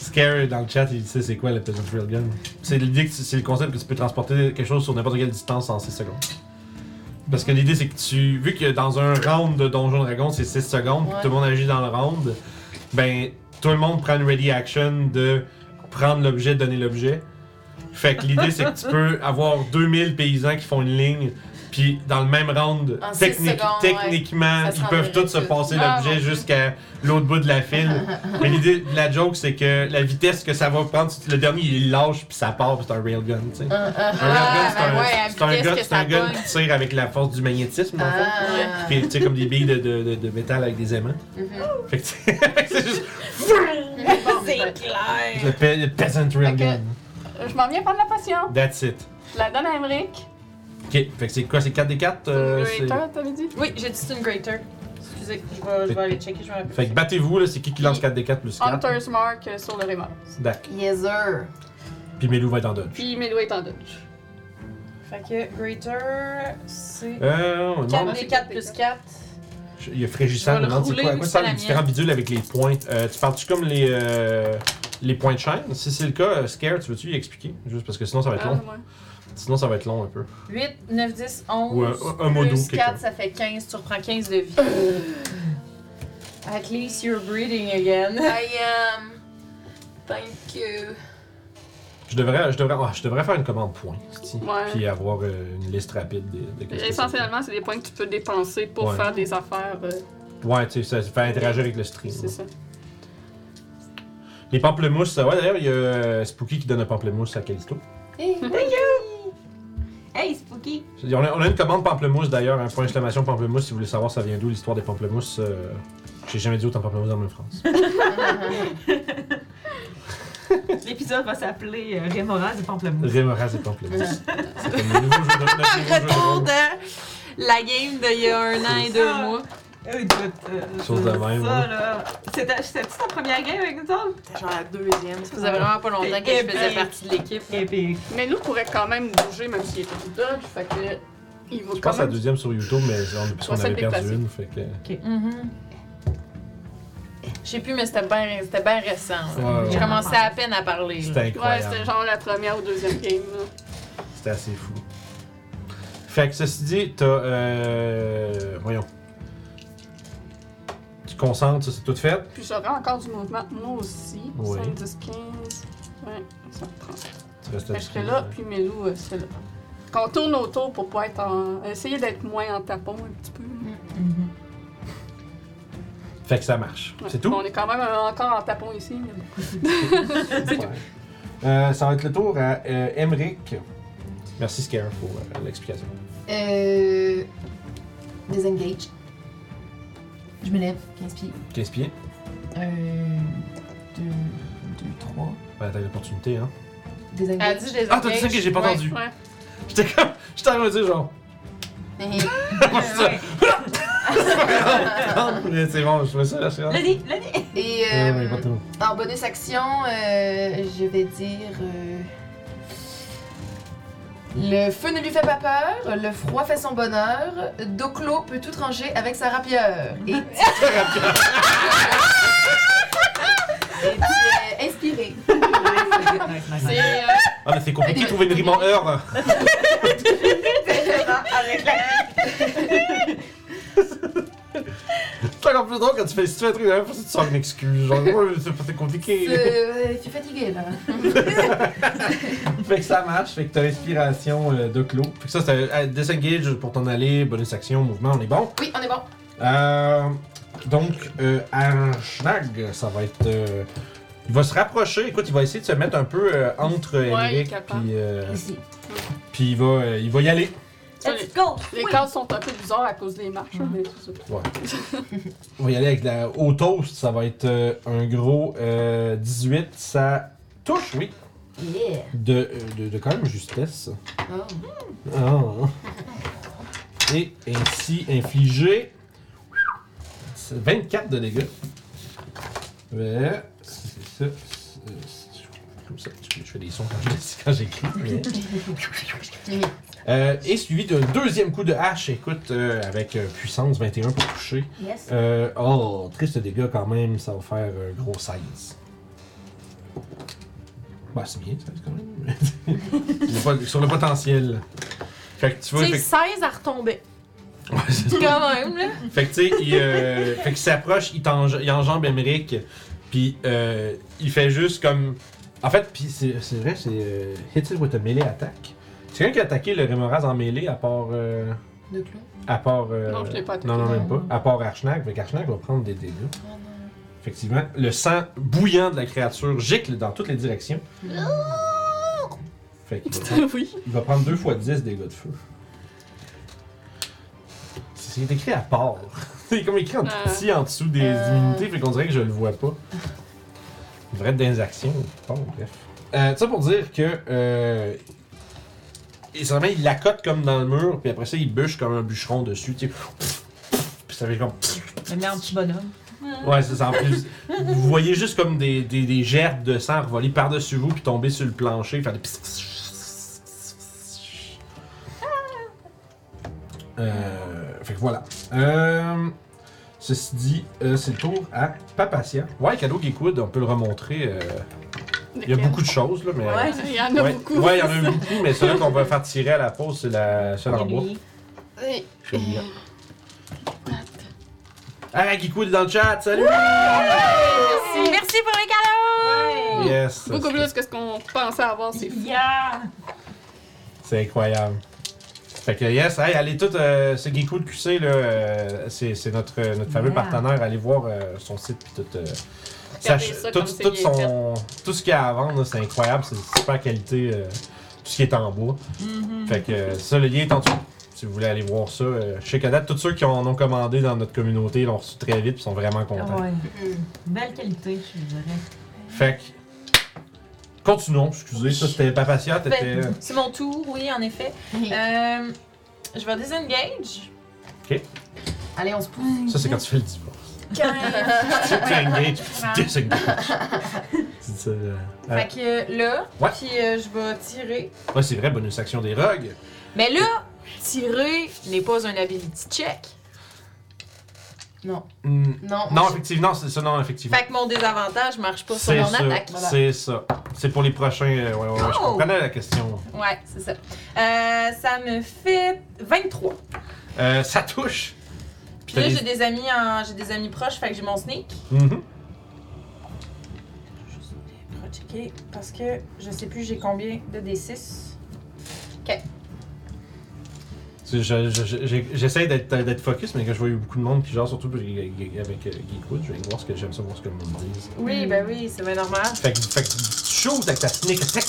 Scare dans le chat, il sait c'est quoi le Peasant Railgun. C'est l'idée que tu- c'est le concept que tu peux transporter quelque chose sur n'importe quelle distance en 6 secondes. Parce que l'idée c'est que tu. Vu que dans un round de Donjon Dragon c'est 6 secondes, puis
Ouais.
tout le monde agit dans le round, ben tout le monde prend une ready action de prendre l'objet, donner l'objet. Fait que l'idée c'est que tu peux avoir 2000 paysans qui font une ligne, puis dans le même round,
En six
technique-
secondes, ouais.
techniquement,
Ça se
ils peuvent
rendrait
tous se
tout.
passer
Ah,
l'objet
mon Dieu.
jusqu'à l'autre bout de la file. Mais l'idée de la joke, c'est que la vitesse que ça va prendre, c'est- le dernier il lâche puis ça part, puis c'est un railgun, tu sais.
Ah, ah,
Un railgun, c'est
ben
un-
ouais, à
c'est un
vitesse
gun,
que
c'est un
ça
gun
pogne.
qui tire avec la force du magnétisme, en fait.
ah.
Puis tu sais, comme des billes de, de, de, de métal avec des aimants.
Mhm.
Fait que tu sais, c'est juste
C'est clair.
le, pe- le peasant railgun.
Euh, je m'en viens prendre la potion.
That's it.
Je la donne à Emmerich.
Ok, fait que c'est quoi, c'est 4 des euh, 4
Greater, t'avais dit?
Oui, j'ai dit c'est une greater. Excusez, je vais, je vais aller checker, je vais
Fait que battez-vous, là, c'est qui qui lance 4 des 4 plus 4
Hunter's Mark euh, sur le revolver.
Dac.
Yes, sir.
Puis Melou va être en dodge.
Puis Mélou est en dodge.
Fait que greater, c'est
Euh, on demande.
4 des 4 plus 4.
Je- Il y a Frégissant
Je vais
me
le
demande c'est
rouler
quoi, à
vu
quoi
que
servent
c'est
les
la
différents bidules avec les points. Euh, tu parles-tu comme les, euh, les points de chaîne? Si c'est le cas, euh, Scare, tu veux-tu y expliquer? Juste parce que sinon ça va être
Euh.
long.
ouais.
Sinon ça va être long un peu.
8, 9, 10,
Ouais,
11.
un- un mot doux,
plus
quelqu'un.
4, ça fait 15. Tu reprends 15 de vie. At least you're breathing again.
I am. Thank you.
Je devrais, je devrais, ah, je devrais faire une commande point, c'ti,
Ouais.
puis avoir euh, une liste rapide de, de qu'est-ce que ça fait.
Essentiellement, c'est des points que tu peux dépenser pour
Ouais.
faire des affaires. euh,
Ouais, tu sais, ça, ça fait interagir avec le stream.
c'est ça.
Les pamplemousses, euh, ouais, d'ailleurs, il y a euh, Spooky qui donne un pamplemousse à Calisto.
Hey,
Hey, Spooky.
On a, on a une commande pamplemousse d'ailleurs, un point d'exclamation pamplemousse si vous voulez savoir ça vient d'où l'histoire des pamplemousses. euh, J'ai jamais dit autant de pamplemousses dans le France.
L'épisode va s'appeler euh, Rémora du Pamplemousse.
Rémoras et pamplemousses. C'est comme le nouveau jeu de- notre nouveau jeu de
Retour
rôle.
de la game d'il y a un an et deux mois.
Euh, écoute, euh,
Chose de même,
Ça,
hein.
là. C'était- C'était-tu ta première game avec nous autres?
Genre la deuxième. Ça faisait vraiment pas longtemps que je faisais partie de l'équipe.
Épique.
Mélou pourrait quand même bouger, même s'il est en dodge. Fait que. Il va
Je
quand
pense à la
même.
deuxième sur YouTube, mais on, puisqu'on
Ouais, ça
avait
me
perdu
déplaçait.
une, fait que.
Mhm. Je sais plus, mais c'était bien c'était bien récent. là.
Ouais,
Je
ouais.
commençais à peine à parler. là.
C'était
Ouais,
incroyable.
c'était genre la première ou deuxième game. là.
C'était assez fou. Fait que ceci dit, t'as. Euh... Voyons. Tu concentres, ça c'est tout fait.
Puis j'aurais encore du mouvement, moi aussi.
Oui.
5, 10, 15. Ouais, ça me prend.
Tu restes
Fait que je serais là, puis Mélou euh, serait là. Qu'on tourne autour pour pas être en. Essayer d'être moins en tapon un petit peu.
Mm.
Fait que ça marche.
Ouais.
C'est tout?
On est quand même euh, encore en tapon ici. mais bon.
Ouais. Euh, ça va être le tour à euh, Emric. Merci Scare pour euh, l'explication.
Euh. Disengage. Je me lève, 15 pieds.
15 pieds.
Euh. 2, 3.
Ben, t'as l'opportunité, hein.
Elle a
Disengage.
dit je les
Ah, t'as dit
engage.
ça que j'ai pas
Ouais.
entendu.
Ouais.
J'étais comme. J'étais en train de dire genre. Ah, Mais c'est bon, je fais ça, là, c'est bon.
Lady, Lady.
Et
Ouais, ouais,
euh,
pas trop.
en bonus action, euh, je vais dire. euh, le feu ne lui fait pas peur, le froid fait son bonheur, Doclo peut tout trancher avec sa rapière. Et. Et tu es inspiré.
C'est-
C'est, euh,
Ah, mais c'est compliqué de trouver une rime en heure.
Avec la
C'est encore plus drôle quand tu fais si tu fais un truc de la même façon, tu sors une excuse. Genre, ouais, c'est c'est compliqué.
Euh, Tu es fatigué là.
fait que ça marche, fait que t'as inspiration euh, de clos. Fait que ça, c'est euh, disengage pour t'en aller, bonus action, mouvement, on est bon.
Oui, on est bon.
Euh, donc, euh, Archnag, ça va être. euh, il va se rapprocher, écoute, il va essayer de se mettre un peu euh, entre
Ouais, il est
Henrik
capable.
puis, euh,
Ici.
puis il, va, euh, il va y aller.
Let's go!
Les
Oui. Mm.
cases sont un peu bizarres à cause des marches, mais c'est ça.
Ouais. On va y aller avec la au toast. Ça va être euh, un gros euh, 18. Ça touche, oui.
Yeah.
De, euh, de, de quand même justesse.
Oh.
Ah. Et ainsi infligé c'est 24 de dégâts. Euh, c'est ça, c'est- c'est comme ça. Je fais des sons quand je- quand j'écris. mais- Euh, et suivi d'un deuxième coup de hache, écoute, euh, avec euh, puissance 21 pour toucher.
Yes.
Euh, oh, triste dégâts quand même, ça va faire un gros 16. Bah, c'est bien, 16 quand même. Il est pas- sur le potentiel. Fait que tu vois,
Tu
fait
sais,
que-
16 à retomber.
Ouais, c'est ça.
Quand même, là.
Fait que tu sais, il, euh, fait qu'il s'approche, il, t'enja- il enjambe Emmerich, puis euh, il fait juste comme. En fait, puis c'est, c'est vrai, c'est euh, hit it with a melee attack. C'est quelqu'un qui a attaqué le Remoraz en mêlée à part. euh,
De clou.
à part. euh,
Non, je l'ai pas attaqué.
Non, non, même pas. À part Archnag, fait qu'Archnag va prendre des dégâts.
Oh non.
Effectivement, le sang bouillant de la créature gicle dans toutes les directions. Fait qu'il va prendre,
oui.
il va prendre 2 fois 10 dégâts de feu. C'est écrit à part. C'est comme écrit en tout
Euh,
petit en dessous des
euh.
immunités, fait qu'on dirait que je le vois pas. Une vraie désaction. Bon, bref. Euh, ça pour dire que. Euh, et seulement il la cote comme dans le mur, puis après ça il bûche comme un bûcheron dessus. tu sais. Puis ça fait comme.
Un énorme petit bonhomme.
Ouais, c'est ça. En plus, vous voyez juste comme des, des, des gerbes de sang voler par-dessus vous puis tomber sur le plancher. Faire des... pss, pss, pss, pss, pss. Euh, fait que voilà. Euh, ceci dit, euh, c'est le tour à Papatia. Ouais, cadeau Geekwood, on peut le remontrer. euh, il y a beaucoup de choses, là, mais.
Ouais,
Il y en a
Ouais,
beaucoup.
ouais, il y en a beaucoup, mais celui qu'on va faire tirer à la pause, c'est la seule en
Et
bois.
lui,
Et-
Je suis bien. Ah, Geekwood est dans le chat, salut!
Merci. Merci pour les cadeaux!
Yes!
Beaucoup plus que ce qu'on pensait avoir, c'est fou.
Yeah!
C'est incroyable. Fait que yes, hey, allez tout, euh, ce Geeko de QC, là, euh, c'est, c'est notre, euh, notre fameux
Ah.
Yeah.
partenaire. Allez voir euh, son site puis tout. euh,
Regardez ça
tout,
comme c'est
tout
bien
son, tout ce qu'il y a à vendre, là, c'est incroyable, c'est de super qualité, euh, tout ce qui est en bois.
Mm-hmm.
Fait que euh, ça, le lien est en dessous. Si vous voulez aller voir ça, euh, je sais qu'à date, tous ceux qui en ont commandé dans notre communauté l'ont reçu très vite et sont vraiment contents.
Ah ouais. Belle qualité, je dirais.
Fait que. Continuons, excusez, ça c'était euh, pas patient, t'étais.
Ben, C'est mon tour, oui, en effet.
Oui.
Euh, je vais disengage.
Allez, on se pousse.
Ça c'est quand tu fais le divorce. Tu engage, puis tu désengages. C'est ça, euh,
Fait que là,
Ouais.
puis euh, je vais tirer.
Ouais, c'est vrai, bonus action des rogues.
Mais là, tirer n'est pas un ability check.
Non.
Hmm,
Non.
Non,
je-
effectivement, c'est ça, non, effectivement.
Fait que mon désavantage marche pas sur
C'est
mon
ça,
attaque.
c'est ça. C'est pour les prochains. euh, ouais, ouais, ouais, Je
Oh!
comprenais la question.
Ouais, c'est ça. Euh, ça me fait 23.
Euh, ça touche. Puis
Puis
t'as
là,
les-
j'ai des amis en... j'ai des amis proches, fait que j'ai mon sneak.
Mhm.
Juste rechecker parce que je sais plus j'ai combien de D6.
C'est- je- je- je- j'ai- J'essaie d'être euh, d'être focus, mais quand je vois beaucoup de monde, puis genre surtout avec euh, Geekwood, je vais aller voir ce que j'aime ça, voir ce que le monde dit.
Oui, ben oui, c'est bien normal.
Fait que, fait que tu shootes avec ta sneak attack.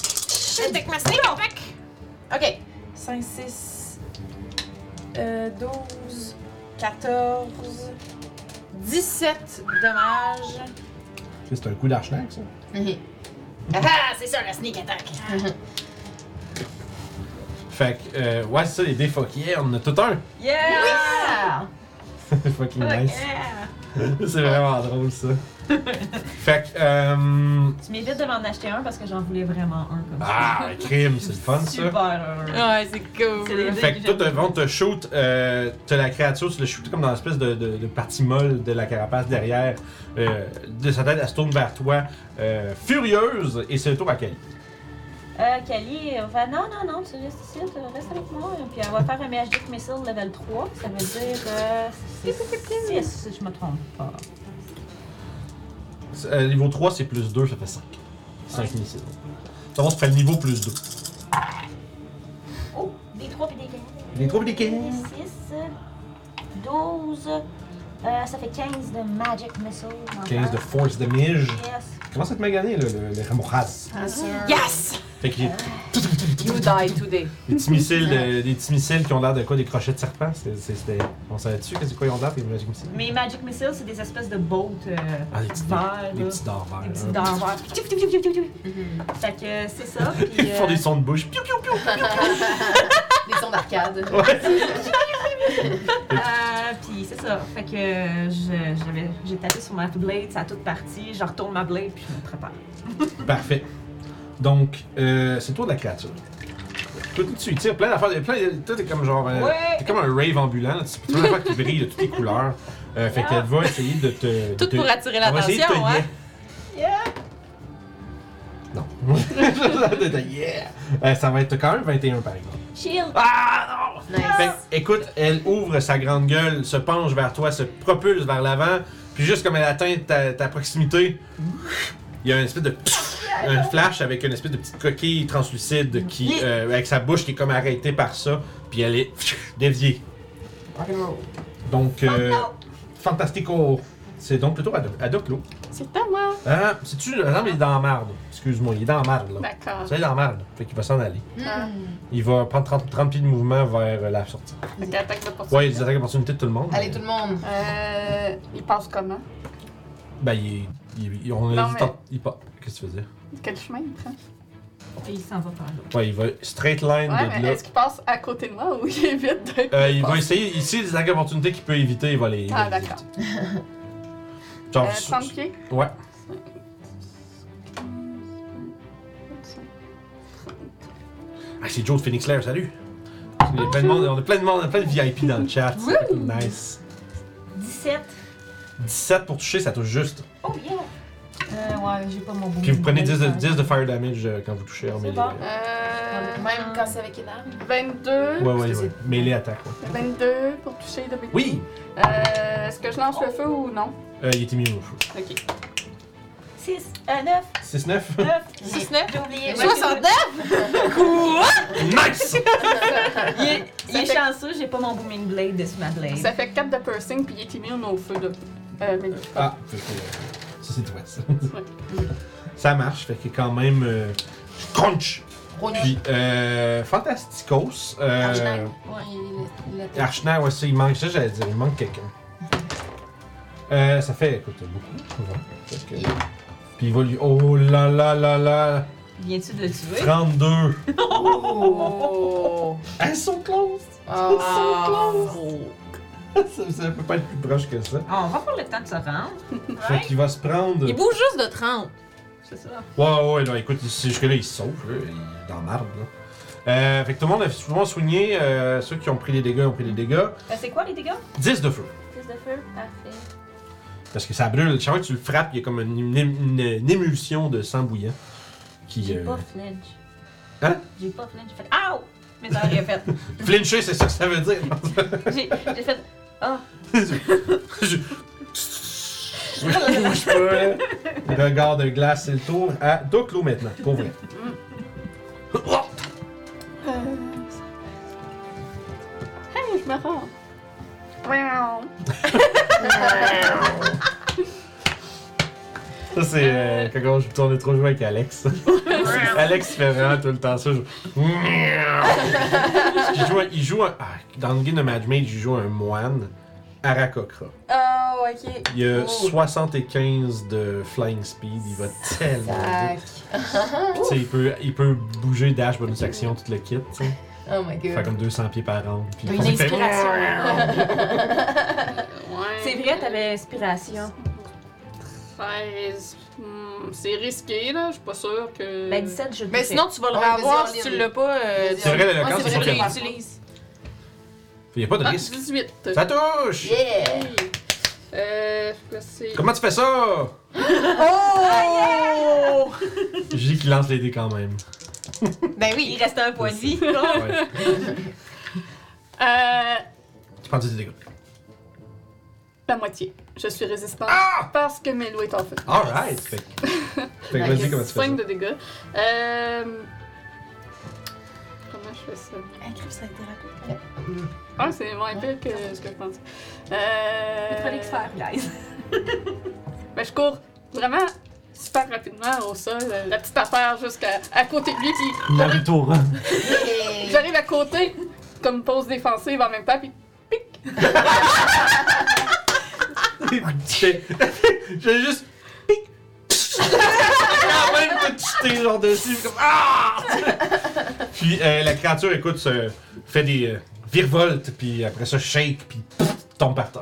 Avec ma sneak attack. Ok. 5, 6, euh, 12, 14, 17 dommages.
C'est un coup d'archnac, ça.
Mhm.
Ah, c'est ça la sneak attack.
Mhm. Fait que, euh, ouais, c'est ça, les dés fuck yeah, on en a tout un.
Yeah!
Ah!
Fucking
Fuck
nice.
yeah!
C'est vraiment drôle ça. fait que, euh...
Tu m'évites de m'en acheter un parce que j'en voulais vraiment un comme ça.
Ah, un crime, c'est le fun ça.
Super heureux.
Ouais, c'est cool.
C'est les deux
Fait que toi,
j'aime.
te- on te shoot, euh, t'as la créature, tu l'as shooté comme dans l'espèce de, de, de partie molle de la carapace derrière, euh, de sa tête, elle se tourne vers toi, euh, furieuse, et c'est le tour à Kali.
Euh, Kali, elle va non, non, non, tu restes ici, tu restes avec moi. Puis elle va faire un magic missile level 3. Ça veut dire. Euh, c'est- c'est- si je me trompe pas.
C'est- euh, niveau 3, c'est plus 2, ça fait 5. 5 missiles. Donc, on se fait le niveau plus 2.
Oh, des 3 puis des 15.
Les 3 et les
Des 6, 12, euh, Euh, ça fait 15 de Magic Missile. mon
15 de
frère.
force damage.
Yes.
Comment ça te magané, là, le, le Ramoraz?
Yes!
Fait qu'il y a
You die today.
des petits missiles, de- des petits missiles qui ont l'air de quoi? Des crochets de serpent? C'est- c'est- C'était. On savait dessus? Qu'est-ce qu'ils ont l'air, les magic missiles?
Mes Magic Missiles, c'est des espèces de boats euh,
Ah, des petits,
verts,
des
là.
petits dards verts.
Des
hein.
petits dents verts. Tchouf, tchouf, tchouf, tchouf, tchouf. Fait que c'est ça. Puis,
Ils font
euh,
des sons de bouche. Piou, piou, piou.
Des sons d'arcade.
Ouais.
Euh, puis c'est ça. Fait que je- j'avais- j'ai tapé sur ma blade, ça a toute partie. Je retourne ma blade, puis je me prépare.
Parfait. Donc, euh, c'est le tour de la créature. Toi, tout de suite, tire plein d'affaires. de- Plein, de- toi, t'es comme genre. euh,
Ouais.
T'es comme un rave ambulant. là. Tu peux plein d'affaires qui brillent de toutes les couleurs. Euh, fait qu'elle va essayer de te.
Tout
de-
pour attirer
elle va essayer de te
l'attention, hein?
yeah. Non. De te yeah. Euh, ça va être quand même 21 par exemple.
Shield!
Ah non!
Nice.
Fait que, écoute, elle ouvre sa grande gueule, se penche vers toi, se propulse vers l'avant, puis juste comme elle atteint ta, ta proximité, il y a une espèce de pfff, un flash avec une espèce de petite coquille translucide qui, euh, avec sa bouche qui est comme arrêtée par ça, puis elle est pfff, déviée. Donc, euh, fantastico. C'est donc plutôt à, Do- à Doclo.
C'est à moi.
Ah, c'est-tu. Non, mais il est dans la marde. Excuse-moi, il est dans la marde, là.
D'accord. Ah,
Ça, il est dans la marde. Fait qu'il va s'en aller.
Hmm.
Il va prendre 30, 30 pieds de mouvement vers euh, la sortie.
Fait que attaque d'opportunité.
Ouais, il y a des attaques d'opportunité de tout le monde.
Allez
mais-
tout le monde.
Euh, il passe comment?
Ben, il est. il- il- on a
Non,
dit
mais-
tant- il pa- Qu'est-ce que tu veux dire?
Quel chemin il prend?
Et il s'en va par là.
Ouais, il va straight line
Ouais,
de
mais
là.
est-ce qu'il passe à côté de moi ou il évite de.
Euh, il va essayer. Ici, les attaques d'opportunité qu'il peut éviter, il va les.
Ah,
il va les
d'accord.
éviter. Genre,
Euh,
su-
30 pieds?
Ouais. Ah, c'est Joe de Phoenix Lair, salut! Il y a plein de monde, on a plein de monde, on a plein de VIP dans le chat. nice.
17.
17 pour toucher, ça touche juste.
Oh yeah! Euh, ouais, j'ai pas mon bon.
Puis vous prenez 10 de, 10 de fire damage euh, quand vous touchez en
C'est
mêlée.
bon.
Euh,
Même quand c'est avec une arme.
22.
Ouais, ouais,
Parce que
ouais. Mêlée attaque, ouais.
22 pour toucher de bébé.
Oui!
Euh, est-ce que je lance le feu ou non?
Euh, il était mis au feu.
Ok.
6, 9,
6-9.
9.
6-9.
J'ai oublié.
69!
nice!
Il est, il
Ça
est
fait-
chanceux, j'ai pas mon booming blade dessus ma blade.
Ça fait 4 de piercing puis il est immune au feu de. Euh, mais...
Ah, fait que, euh, ça c'est toi, ça.
Ouais.
ça marche, fait que quand même. euh, crunch!
Ronin.
Puis, euh, Fantasticos. Euh,
Archnac. Ouais, il- il a- il a-
Archnac, ouais, ça, il manque ça, j'allais dire, il manque quelqu'un. Euh, ça fait, écoute, beaucoup. Ouais, fait que- Puis il va lui. Oh là là là là!
Viens-tu de le tuer?
32!
Oh!
Elles sont close! Ah.
Oh!
ça, ça peut pas être plus proche que ça.
Ah, on va prendre le temps de se rendre.
Fait qu'il va se prendre.
Il bouge juste de 30.
C'est ça.
Ouais, ouais, là, écoute, ici, jusque-là, il se sauve, là, il est dans la marde, là. Euh, fait que tout le monde a souvent soigné, euh, ceux qui ont pris les dégâts ont pris les dégâts.
Euh, c'est quoi les dégâts?
10 de feu,
10 de feu. Parfait.
parce que ça brûle. Chaque fois que tu le frappes, il y a comme une, une- une- une émulsion de sang bouillant. Qui,
J'ai
euh,
pas flinch.
Hein?
J'ai pas flinch. J'ai fait. Ow! Mais ça rien fait.
Flincher, c'est ça que ça veut dire.
J'ai j'ai fait.
Je- Je bouge pas, là. Regard de glace, c'est le tour à Doclo maintenant, pour vrai.
Mm.
Oh!
Euh... Hey, je me rends. Miaou.
Ça, c'est euh, quand je tourne trop joué avec Alex. Alex fait vraiment tout le temps ça. je- Parce qu'il joue un- il joue, un- ah, dans le game de Mad Mage, il joue un moine Arakokra.
Ah,
Oh, ok.
Il a
Oh.
75 de flying speed, il va tellement
Tac.
vite. Tu sais, il peut, il peut bouger dash bonus action, tout le kit. tu sais.
Oh my
Faire
god.
comme 200 pieds par an. Puis
Une
il fait-
Ouais.
C'est vrai, t'avais inspiration.
13. Hmm, c'est risqué, là. Je suis pas sûre que.
Ben 17, je le
Mais
fais.
sinon, tu vas le
Ouais,
revoir
vas-y,
si
on
tu
lit.
l'as pas. euh,
C'est vrai,
Ah,
Ouais,
l'éloquence,
c'est
c'est
vrai,
pas
tu l'utilises.
Il n'y a pas de
Ah,
risque.
18.
Ça touche!
Yeah!
Hey. Euh, je peux essayer.
Comment tu fais ça?
Oh!
J'ai dit qu'il lance les dés quand même.
Ben
Il
oui.
restait un point de vie.
Ouais.
Euh,
Tu prends des dégâts.
la moitié. Je suis résistante
Ah!
parce que mes loups est en feu.
Alright! Fait que- fait que vas-y, comment tu fais ça?
5 de dégâts. Euh... Comment je je fais ça.
Incroyable, ça a été rapide.
Ah, c'est moins pire que ce que je pensais. Euh...
Il fallait que faire, guys.
Ben, je cours vraiment super rapidement au sol, euh, la petite affaire jusqu'à à côté de lui, puis j'arrive-
Naruto run.
j'arrive à côté, comme pose défensive en même temps, puis
J'ai j'ai juste. pic, psh, Quand même pas de jeter genre dessus, comme ah! puis euh, la créature, écoute, se fait des euh, virevoltes, puis après ça shake, puis pff, tombe par terre.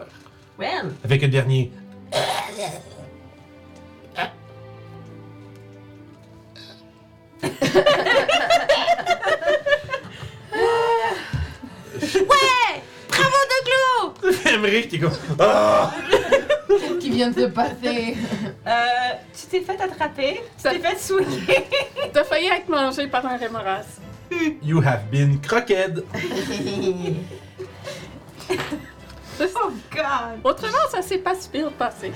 Well,
Avec un dernier. Ouais! Bravo de Glo! t'es comme. Ah!
Qui vient de se passer.
euh, tu t'es fait attraper, tu
Ça-
t'es fait souiller.
t'as failli être mangé par un rémoras.
You have been croqued!
Oh god!
Autrement, ça s'est pas super passé.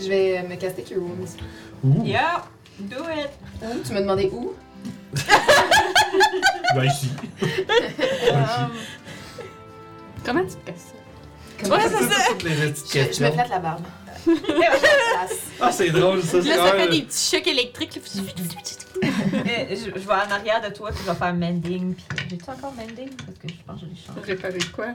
Je vais me caster Cure Wounds.
Ouh!
Yeah! Do it!
Où? Tu me demandais où?
Ben ici!
Comment tu fais ça?
Comment
Ouais,
ça-
c'est ça.
toutes les petites
Je, je me
questions.
flatte la barbe. Place.
Ah, c'est drôle ça, c'est
Là, ça
drôle.
fait des petits chocs électriques. là.
Euh, je, je vais en arrière de toi, puis je vais faire mending. Puis j'ai-tu encore mending? Parce que je pense que je l'ai changé.
Réparer quoi?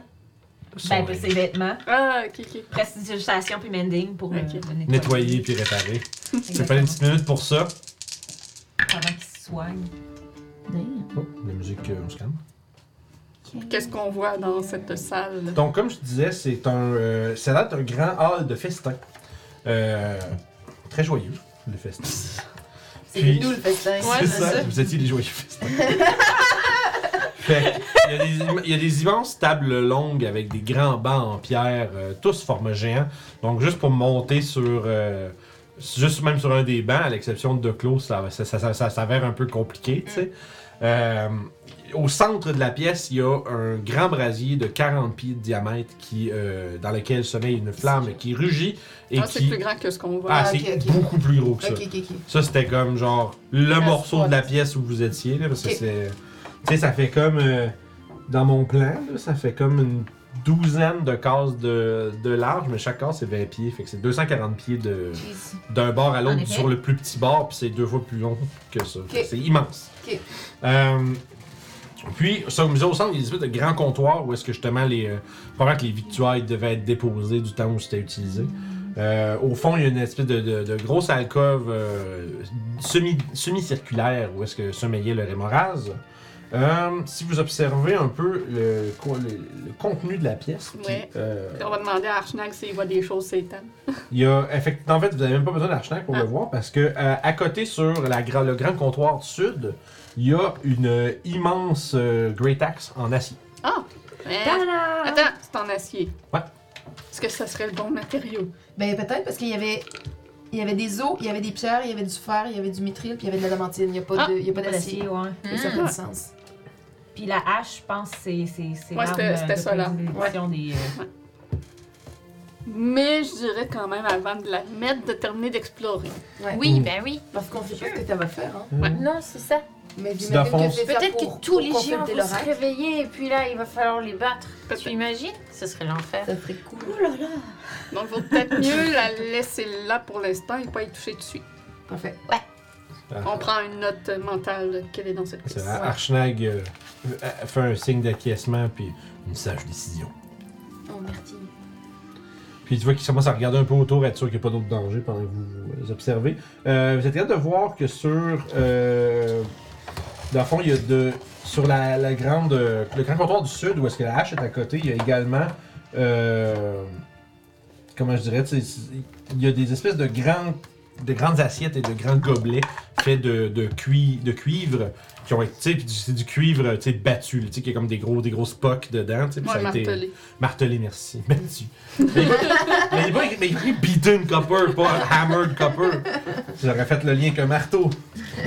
Ben, puis c'est vêtements.
Ah, ok, ok.
Prestidigitation puis mending pour euh,
Ok.
le
Nettoyer puis réparer. Ça
Exactement.
fait une petite minute pour ça.
Pendant qu'il se soigne.
Oh, la musique, euh, on se calme.
Qu'est-ce qu'on voit dans cette salle?
Donc, comme je disais, c'est un, euh, ça date d'un grand hall de festin. Euh, très joyeux, le festin.
C'est
Puis-
nous le festin.
c'est ça, vous étiez les joyeux festins. Fait que, il, y a des, im- il y a des immenses tables longues avec des grands bancs en pierre, euh, tous format géant. Donc, juste pour monter sur. euh, juste même sur un des bancs, à l'exception de Clos, ça, ça, ça, ça- ça s'avère un peu compliqué, tu sais. Euh, au centre de la pièce, il y a un grand brasier de 40 pieds de diamètre qui, euh, dans lequel sommeille une flamme qui rugit et
Ah, c'est
qui.
plus grand que ce qu'on voit.
Ah,
Ah,
c'est
ok, ok.
beaucoup plus gros que ça.
Ok, ok, ok.
Ça, c'était comme genre le morceau
soirée.
de la pièce où vous étiez, là, parce que
Ok.
c'est. Tu sais, ça fait comme. euh, dans mon plan, là, ça fait comme une douzaine de cases de, de large, mais chaque case c'est 20 pieds. Fait que c'est 240 pieds de,
Jeez.
d'un bord à
En
l'autre
effet.
sur le plus petit bord, puis c'est deux fois plus long que ça. Fait que C'est immense.
Ok.
Euh, puis, ça, au musée au centre, il y a des espèces de grands comptoirs où est-ce que justement les. euh, probablement que les victuailles devaient être déposées du temps où c'était utilisé. Euh, au fond, il y a une espèce de, de- de grosse alcôve euh, semi, semi-circulaire où est-ce que sommeillait le rémoraz. Euh, si vous observez un peu le, co- le- le contenu de la pièce, puis,
Ouais.
euh,
On va demander à Archnag s'il voit des choses s'étendre.
il y a, effect- en fait, vous n'avez même pas besoin d'Archnac pour
Ah.
le voir parce que euh, à côté sur la gra- le grand comptoir du sud, il y a une euh, immense euh, Great Axe en acier.
Hein? Attends, c'est en acier.
Ouais.
Est-ce que ça serait le bon matériau?
Ben peut-être parce qu'il y avait. Il y avait des os, il y avait des pierres, il y avait du fer, il y avait du métril, puis il y avait de l'adamantine. Il n'y a pas
Ah,
de- il y a pas
Pas
d'acier.
d'acier, Hmm. ouais.
Et Ça fait du sens.
Puis la hache, je pense, c'est c'est c'est
Ouais,
l'arme,
c'était-
euh,
c'était
de
ça, là.
prédilection des. euh,
Mais je dirais quand même, avant de la mettre, de terminer d'explorer.
Ouais.
Oui, ben oui.
Parce qu'on sait pas ce que ça va faire, hein.
Non, c'est ça.
Mais
C'est
j'imagine
d'enfance.
c'est ça
Peut-être
pour-
que tous
pour
les géants
consulter
vont se
l'oracle.
réveiller et puis là, il va falloir les battre.
Parce
Tu imagines? Ce serait l'enfer.
Ça serait cool.
Donc, vaut peut-être mieux la laisser là pour l'instant et pas y toucher tout de suite.
Parfait.
On prend une note mentale qu'elle est dans cette
ah, C'est
pièce.
vrai, Archnag euh, euh, fait un signe d'acquiescement puis une sage décision.
Oh, merci.
Puis tu vois qu'il commence à regarder un peu autour, être sûr qu'il n'y a pas d'autres dangers pendant que vous vous observez. Euh, vous êtes capable de voir que sur. Euh, dans le fond, il y a de. Sur la, la grande. euh, Le grand comptoir du sud, où est-ce que la hache est à côté, il y a également. euh, comment je dirais, tu sais, c'est- il y a des espèces de grands de grandes assiettes et de grands gobelets faits de, de, cui- de cuivre qui ont été, tu sais, puis du- c'est du cuivre, tu sais, battu, là, tu sais, qui a comme des gros, des grosses pocs dedans, tu sais, puis
Moi,
ça a été-
martelé.
Martelé, merci. Battu. mais, mais il est pas écrit- mais il est écrit beaten copper, pas hammered copper. J'aurais fait le lien qu'un marteau.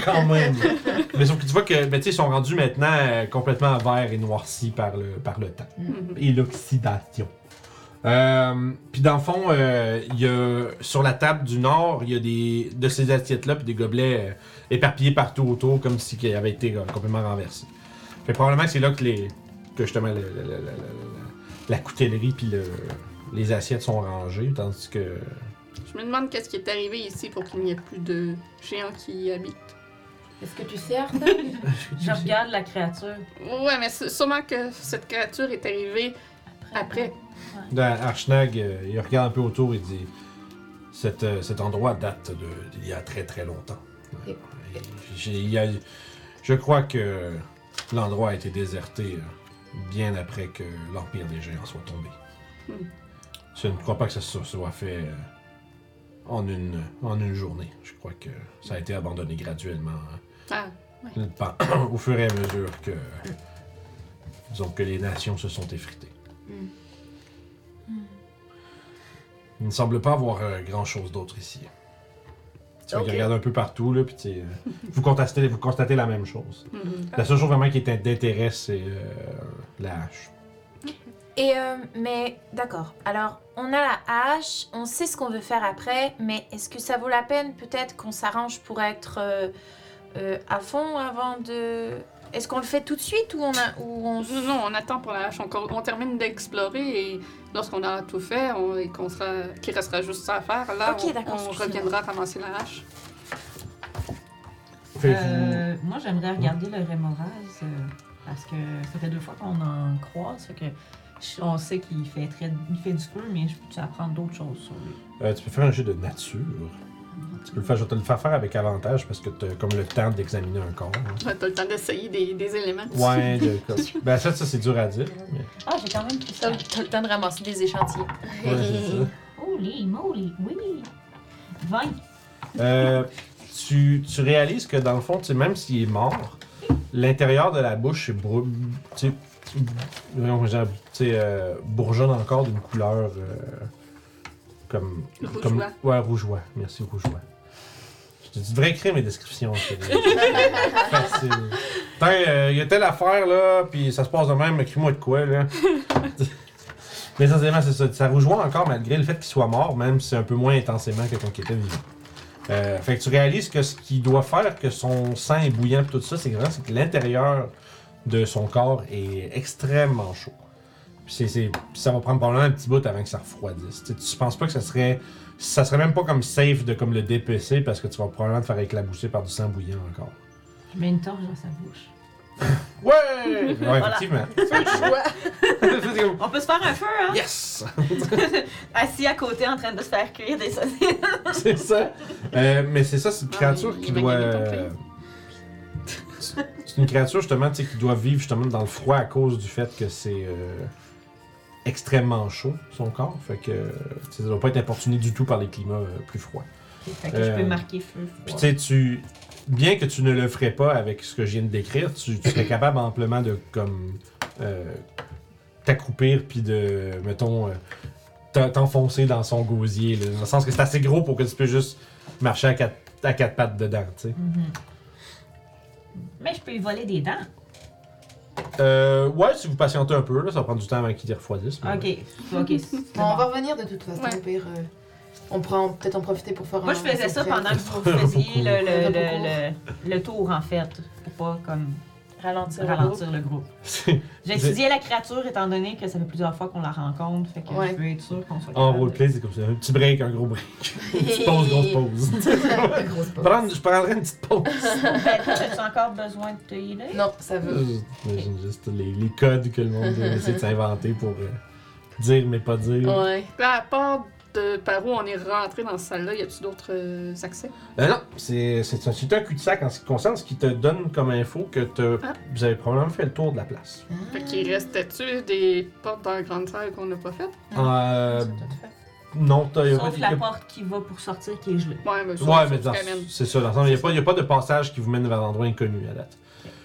Quand même. Mais sauf que tu vois que, ben, tu sais, ils sont rendus maintenant euh, complètement verts et noircis par le, par le temps
Mhm.
et l'oxydation. Euh, puis dans le fond, euh, il y a, sur la table du nord, il y a des, de ces assiettes-là, puis des gobelets euh, éparpillés partout autour, comme si qui avaient été euh, complètement renversés. Fait que probablement que c'est là que, les, que justement le- le- le- le- le- le- la coutellerie puis le- les assiettes sont rangées, tandis que
Je me demande qu'est-ce qui est arrivé ici pour qu'il n'y ait plus de géants qui y habitent.
Est-ce que tu sais, Arthur?
Je regarde la créature.
Ouais, mais c'est sûrement que cette créature est arrivée après.
Dans Archnag, euh, il regarde un peu autour et dit Cet, euh, cet endroit date de- d'il y a très très longtemps. Euh,
Ok.
Et j'ai- il y a- je crois que l'endroit a été déserté euh, bien après que l'Empire des Géants soit tombé.
Hmm.
Je ne crois pas que ça se soit fait euh, en une, en une journée. Je crois que ça a été abandonné graduellement hein,
Ah,
le pan- au fur et à mesure que, disons, que les nations se sont effritées. Il ne semble pas avoir grand chose d'autre ici. Tu vois,
Ok.
il regarde un peu partout, là, puis tu sais, euh, vous, constatez, vous constatez la même chose.
mhm.
La seule chose vraiment qui est d'intérêt, c'est euh, la hache.
Et euh, mais d'accord. Alors, on a la hache, on sait ce qu'on veut faire après, mais est-ce que ça vaut la peine peut-être qu'on s'arrange pour être euh, euh, à fond avant de Est-ce qu'on le fait tout de suite ou on a ou on s-
Non, on attend pour la hache. On, on termine d'explorer et lorsqu'on aura tout fait on- et qu'on sera, qu'il restera juste ça à faire, là,
Ok,
on-
d'accord,
on,
excuse-moi.
reviendra ramasser la hache.
Fait que
Euh, moi, j'aimerais regarder le Rémoraz euh, parce que ça fait deux fois qu'on en croise. fait que je- on sait qu'il fait, très, il fait du feu, mais je peux apprendre d'autres choses sur lui.
vous- euh, tu peux faire un jeu de nature. Tu peux le faire, je vais te le faire faire avec avantage parce que tu as comme le temps d'examiner un corps. hein.
Ouais, T'as le temps d'essayer des, des éléments.
Ouais, de, comme- ben ça, ça c'est dur à dire. mais-
Ah, j'ai quand même tout
T'as
ça.
t'as le temps de ramasser des échantillons.
Ouais, c'est ça.
Holy moly, oui! 20!
Euh, tu, tu réalises que dans le fond, tu sais, même s'il est mort, l'intérieur de la bouche est brou- tu sais, voyons comment dire, tu sais, euh, bourgeonne encore d'une couleur euh, comme
Rougeois.
comme ouais rougeois. Merci rougeois. Je te- Tu devrais écrire mes descriptions. c'est Facile. Attends, euh, Il y a telle affaire là, puis ça se passe de même. Écris-moi de quoi là. Mais essentiellement, c'est ça. Ça rougeoie encore malgré le fait qu'il soit mort, même si c'est un peu moins intensément que quand il était vivant. Euh, fait que tu réalises que ce qui doit faire que son sang est bouillant pis tout ça, c'est vraiment c'est que l'intérieur de son corps est extrêmement chaud. Puis c'est- c'est- puis ça va prendre probablement un petit bout avant que ça refroidisse. Tu, sais, tu penses pas que ça serait. Ça serait même pas comme safe de comme le dépecer parce que tu vas probablement te faire éclabousser par du sang bouillant encore.
Je mets une torche dans sa bouche.
Ouais! Ouais, effectivement. C'est comme,
On peut se faire un feu, hein?
yes!
Assis à côté en train de se faire cuire des saucisses.
c'est ça. Euh, mais c'est ça, c'est une
Ah,
créature
il
qui
va
doit.
gagner ton
euh, c'est une créature justement tu sais, qui doit vivre justement dans le froid à cause du fait que c'est euh, extrêmement chaud son corps. Fait que euh, tu sais, ça doit pas être importuné du tout par les climats euh, plus froids.
Fait que je
Euh,
peux marquer feu.
Puis tu sais, tu. Bien que tu ne le ferais pas avec ce que je viens de décrire, tu, tu serais capable amplement de comme euh, t'accroupir puis de mettons euh, t'en- t'enfoncer dans son gosier. là. dans le sens que c'est assez gros pour que tu peux juste marcher à quatre, à quatre pattes dedans. tu sais.
Mhm. Mais je peux lui voler des dents.
Euh, ouais, si vous patientez un peu, là, ça va prendre du temps avant qu'il y refroidisse. mais
Ok, ok. c'est
Bon, on
bon.
va revenir de toute façon,
Ouais.
au pire. euh, on prend peut-être en profiter pour faire
Moi,
un.
je faisais ça
un-
pendant que vous
Faire
faisiez le, le,
beaucoup.
le, le, le tour, en fait, pour pas comme
Ralentir. le groupe.
ralentir le groupe.
c'est-
J'ai étudié la créature étant donné que ça fait plusieurs fois qu'on la rencontre, fait que
Ouais.
je veux être sûr qu'on soit
En
capable de-
roleplay, c'est comme ça. Un petit break, un gros break. Une petite pause, grosse pause.
Grosse
Je
pause.
prends- je prendrai une petite pause.
Ben, toi, As-tu encore besoin de te healer?
Non, ça veut.
J'imagine juste les, les codes que le monde a essayé de s'inventer pour euh, dire mais pas dire.
Ouais. Là, à part de par où on est rentré dans cette salle-là, y a-tu d'autres euh, accès?
Euh, non, c'est c'est un, c'est un cul-de-sac en ce qui te concerne, ce qui te donne comme info que te-
Ah.
vous avez probablement fait le tour de la place.
Fait qu'il restait-tu des portes dans la grande salle qu'on n'a pas faites? Ah.
Euh, non, t'as- y a pas-
Sauf
y a-
la porte qui va pour sortir qui est gelée.
Ouais, mais ça,
Ouais,
ça,
mais
tu
dans-
ramènes.
c'est ça. Dans le sens, il n'y a, pas- y a pas de passage qui vous mène vers l'endroit inconnu à date.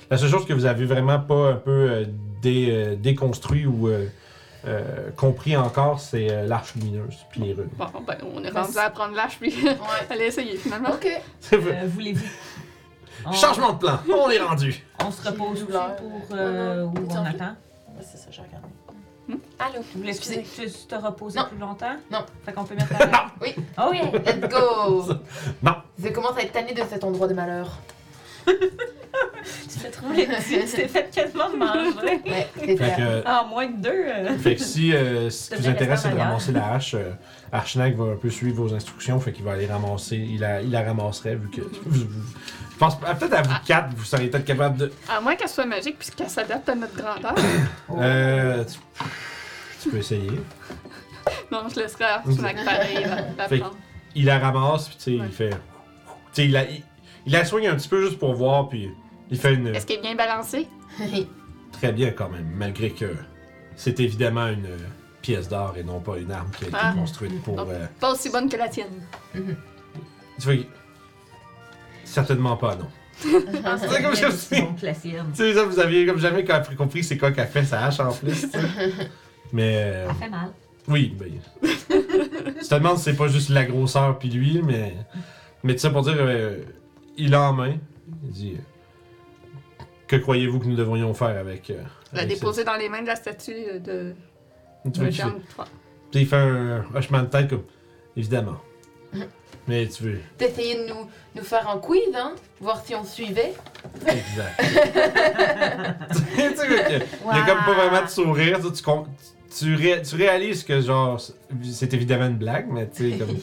La seule chose que vous avez vraiment pas un peu euh, dé- euh, déconstruit ou euh, euh, compris encore, c'est euh, l'arche lumineuse puis les runes.
Bon, ben, on est
Ben,
rendu
c'est-
à prendre l'âge puis aller essayer finalement.
Ok.
Euh, Voulez-vous? On,
Changement de plan, on est rendu.
on se repose
J'ai
aussi
une douleur.
pour euh,
Non, non.
où
Tu
on
en fais?
attend.
C'est ça, j'ai regardé.
Allô.
Tu voulais
Excusez.
tu, tu te reposer
Non.
plus longtemps?
Non.
Fait qu'on peut mettre la Non!
Oui.
Oh yeah!
Let's go
Non.
Bah.
Je commence à être tannée de cet endroit de malheur.
Tu fais trop les petits, tu t'es fait quasiment manger.
Ouais,
Fait
c'est vrai.
que,
En moins de deux. euh.
fait que si euh, ce qui
Devrait
vous intéresse, c'est
rester
de
ailleurs.
ramasser la hache, euh, Archnac va un peu suivre vos instructions, fait qu'il va aller ramasser, il la, il la ramasserait vu que.
Mm-hmm.
vous- vous- je pense ah, peut-être à vous quatre, vous seriez peut-être capable de.
À moins qu'elle soit magique puisqu'elle s'adapte à notre grandeur. Oh.
Euh, tu, tu peux essayer.
non, je laisserai Archnac pareil la, euh, la
Fait-
prendre.
Il la ramasse, puis tu sais,
Ouais.
il fait. Tu sais, il la, il, il la soigne un petit peu juste pour voir, puis il fait une.
Est-ce qu'elle est bien balancée?
Très bien quand même, malgré que c'est évidemment une euh, pièce d'or et non pas une arme qui a été
Ah.
construite pour.
Non.
euh,
Pas aussi bonne que la tienne.
tu vois, certainement pas, non. c'est comme ça, c'est-
Donc, la sienne.
Tu sais, ça, vous aviez comme jamais compris, compris c'est quoi qu'a fait sa hache en plus. tu sais. mais euh,
Ça fait mal.
oui, ben, je te demande si c'est pas juste la grosseur puis lui, mais mais tu sais pour dire, euh, il a en main. Il dit euh, que croyez-vous que nous devrions faire avec euh,
La
avec
déposer dans les mains de la statue euh, de,
cette- Tu
de
vois, tu fais-
Jean III.
Puis il fait un hochement de tête comme évidemment. Mais tu veux
T'essayais de nous, nous faire en quid, hein? Voir si on suivait.
exact. tu sais, fait que- Il y a comme pas vraiment de sourire, tu, sais, tu, com- tu, ré- tu réalises que genre c'est- c'est évidemment une blague, mais tu sais comme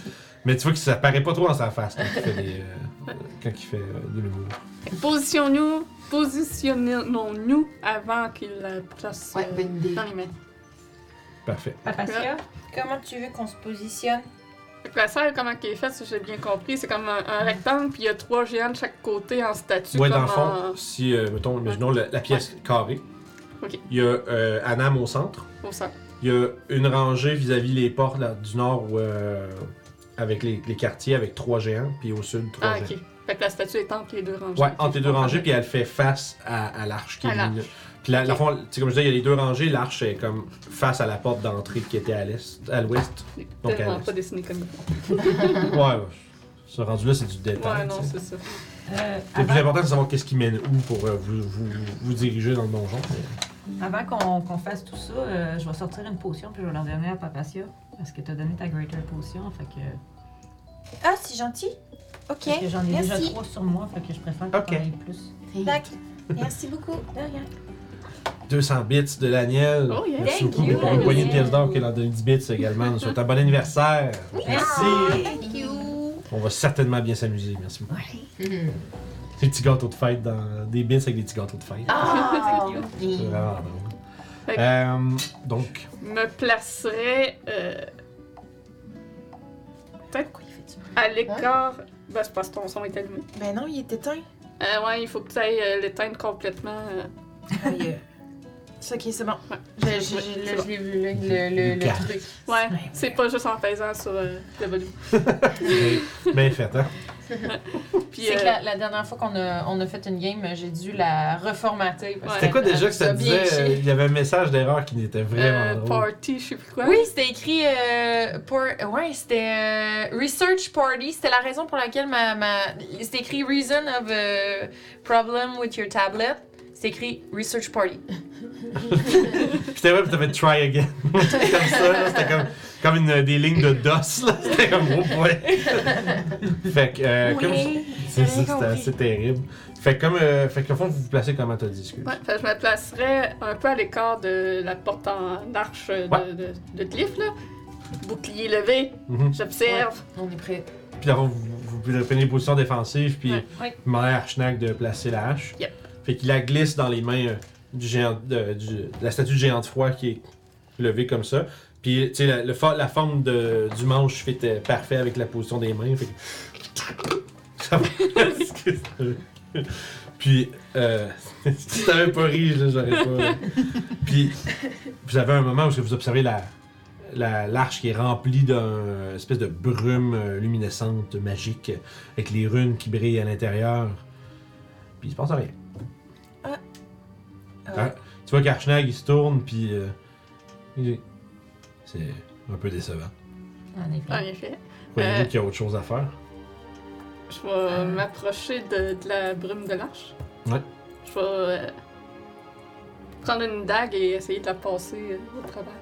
mais tu vois que ça paraît pas trop dans sa face quand il fait, des, euh, quand il fait euh, de l'humour.
Fait que Positionnons-nous positionnons-nous avant qu'il la place
Ouais,
euh,
bonne idée.
dans les mains.
Parfait.
Papacia.
Comment tu veux qu'on se positionne?
Fait que la salle, comment qu'elle est faite, si j'ai bien compris, c'est comme un, un rectangle, puis il y a trois géants de chaque côté en statue.
Ouais,
comme
dans le fond,
en-
si euh, mettons imaginons la, la pièce carrée.
Ok.
Il y a euh, Anam au centre.
au centre.
Il y a une rangée vis-à-vis les portes là, du nord où, euh, avec les, les quartiers avec trois géants, puis au sud trois
Ah,
géants.
ok. Fait que la statue est entre les deux rangées.
Ouais, entre les deux
Ok,
rangées, puis elle fait face à, à l'arche qui
À
est
l'arche.
là. Puis la, la fond, tu sais, comme je disais, il y a les deux rangées, l'arche est comme face à la porte d'entrée qui était à l'est, à l'ouest.
C'est
Donc,
Tellement
elle-
pas dessiné comme ça.
ouais, ouais. Ce rendu-là, c'est du détail.
Ouais, non,
tu sais.
c'est Ah ben. ça.
Euh,
le plus
avant-
important, c'est de savoir qu'est-ce qui mène où pour euh, vous, vous, vous diriger dans le donjon. mais-
Avant qu'on qu'on fasse tout ça, euh, je vais sortir une potion puis je vais leur donner à Papacia. Parce que t'as donné ta Greater Potion, fait que,
Ah, c'est gentil. Ok,
parce que j'en ai déjà
merci.
trois sur moi, fait que je préfère que
Ok.
t'en aies plus.
Tac. Merci beaucoup.
De rien.
200 bits de l'Aniel.
Oh, yeah.
Merci
Thank
beaucoup
you,
pour une poignée de
Daniel.
pièces d'or qui est dans 10 bits également. Sur ta bon anniversaire. Merci.
Thank you.
On va certainement bien s'amuser. Merci beaucoup. Mm-hmm. Des petits gâteaux de fête dans des bits avec des petits gâteaux de fête.
Ah!
C'est vraiment drôle.
Fait que-
Euh, donc,
Me placerait. Euh... Peut-être quoi, il fait À l'écart. Ben, c'est parce que ton son est allumé.
Ben non, il est éteint.
Euh, ouais, il faut que tu ailles euh, l'éteindre complètement. euh.
Aïe. C'est ok, c'est bon.
Je- je- je-
C'est
là,
bon.
je l'ai vu, le, le, le, le
Lucas.
truc.
Ouais, c'est pas juste en faisant sur euh, le volume.
bien- bien fait, hein?
Puis,
C'est
euh,
que la, la dernière fois qu'on a, on a fait une game, j'ai dû la reformater. parce
Ouais.
C'était quoi
qu'elle-
déjà que ça
elle nous a bien
disait? euh,
chié.
Il y avait un message d'erreur qui n'était
euh,
vraiment drôle.
party, je sais plus quoi.
Oui, c'était écrit euh, pour. Ouais, c'était euh, Research Party. C'était la raison pour laquelle ma. ma c'était écrit Reason of euh, Problem with Your Tablet. C'était écrit Research Party.
C'était vrai, puis t'avais try again. comme ça, là, c'était comme, comme une, euh, des lignes de DOS, là. C'était comme gros ouais. fait que, euh, comme je- c'est ça, c'était assez terrible. Fait que comme, euh, fait qu'au fond, vous vous placez comment t'as dit, excuse.
Ouais, fait que je me placerais un peu à l'écart de la porte en arche de,
Ouais.
de, de Cliff, là. Bouclier levé,
Mhm.
j'observe.
On est prêt.
Puis d'abord, vous, vous, vous prenez une position défensive, puis
Ouais.
Ouais.
vous demandez à Archnac de placer la hache.
Yep.
Fait qu'il la glisse dans les mains euh, du géant, de, du- de la statue de géant de froid qui est levée comme ça. Puis, tu sais, la, le fo- la forme de- du manche fit euh, parfait avec la position des mains. Fait que- Ça va. Excuse-moi. Puis, euh, si t'avais pas ri, là, j'aurais pas. Puis, vous avez un moment où vous observez la, la- l'arche qui est remplie d'une espèce de brume euh, luminescente magique avec les runes qui brillent à l'intérieur. Puis il se passe rien.
Ah. Ah.
Hein? Tu vois qu'Archnag il se tourne puis euh, il dit, c'est un peu décevant.
En effet.
En effet.
Croyez-vous
Euh.
qu'il y a autre chose à faire
Je vais m'approcher de, de la brume de l'arche.
Ouais.
Je vais euh, prendre une dague et essayer de la passer euh, au travers.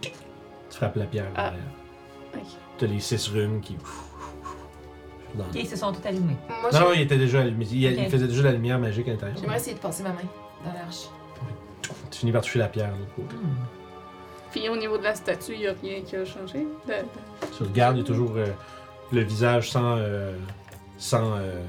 Tu frappes la pierre.
Ah.
derrière.
Ok.
T'as les six runes qui Non,
Ok, ils se sont tous allumés.
Moi,
non,
j'ai-
non, il était déjà allumé. Il, il
Ok.
faisait déjà la lumière magique à l'intérieur.
j'aimerais essayer de passer ma main dans l'arche.
Tu finis par toucher la pierre. là.
Mm.
Puis au niveau de la statue, il n'y a rien qui a changé. De-
Tu regardes, il y a toujours euh, le visage sans. euh, sans. euh,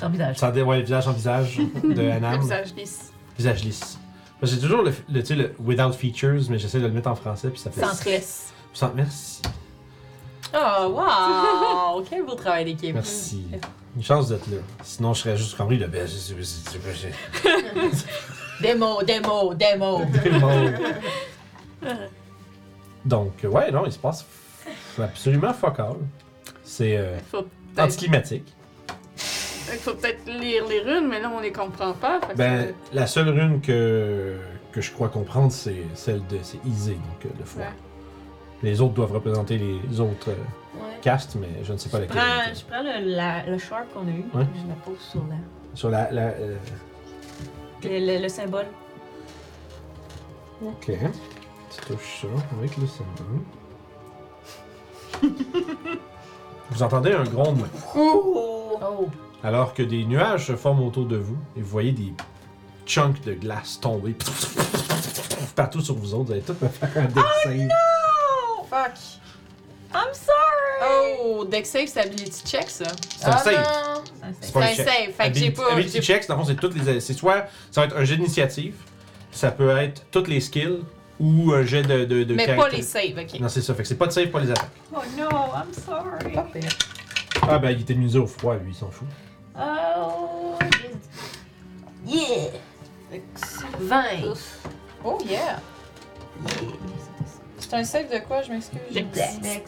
Ton visage.
sans dé- ouais, le visage sans visage de
Le
Anam.
visage lisse.
Visage lisse. Parce que J'ai toujours le, le, tu sais, le without features, mais j'essaie de le mettre en français, puis ça fait.
Centresse.
Sans- Merci.
Oh, wow! Quel beau travail d'équipe.
Merci. Une chance d'être là. Sinon, je serais juste comme lui, le ben, je- je- je- je-
Démo, démo, démo.
Tout le monde. Donc, euh, ouais, non, il se passe f- absolument fuck all. C'est euh,
Il faut peut-être
anticlimatique.
il faut peut-être lire les runes, mais là, on les comprend pas. fait que-
Ben, la seule rune que, que je crois comprendre, c'est celle de c'est Isé, donc euh, le froid.
Ouais.
Les autres doivent représenter les autres euh,
Ouais.
castes, mais je ne sais pas
Je
laquelle.
prends, je prends le, la- le sharp qu'on a eu,
Ouais.
je la pose sur la,
Sur la. la euh,
le, le- le symbole.
Ok. Tu touches ça avec le symbole. vous entendez un grondement.
Oh,
Alors que des nuages se forment autour de vous et vous voyez des chunks de glace tomber partout sur vous autres. Vous allez tous me faire un dessin.
Ah,
Fuck.
I'm sorry!
Oh, deck save, c'est ability check, ça. Ah,
C'est un save.
non!
C'est
pas
Ben, C'est un save, fait que j'ai
Ability-
pas.
Ability
j'ai-
checks, dans le fond, c'est toutes les. C'est soit ça va être un jet d'initiative, ça peut être toutes les skills ou un jet de. de, de
Mais pas
caractère.
les saves, ok.
Non, c'est ça. Fait que c'est pas de save, pas les attaques.
Oh no, I'm sorry!
Ah, ben, il était immunisé au froid, lui, il s'en fout.
Oh!
Yeah! 20!
Oh yeah! C'est un save de quoi, je m'excuse?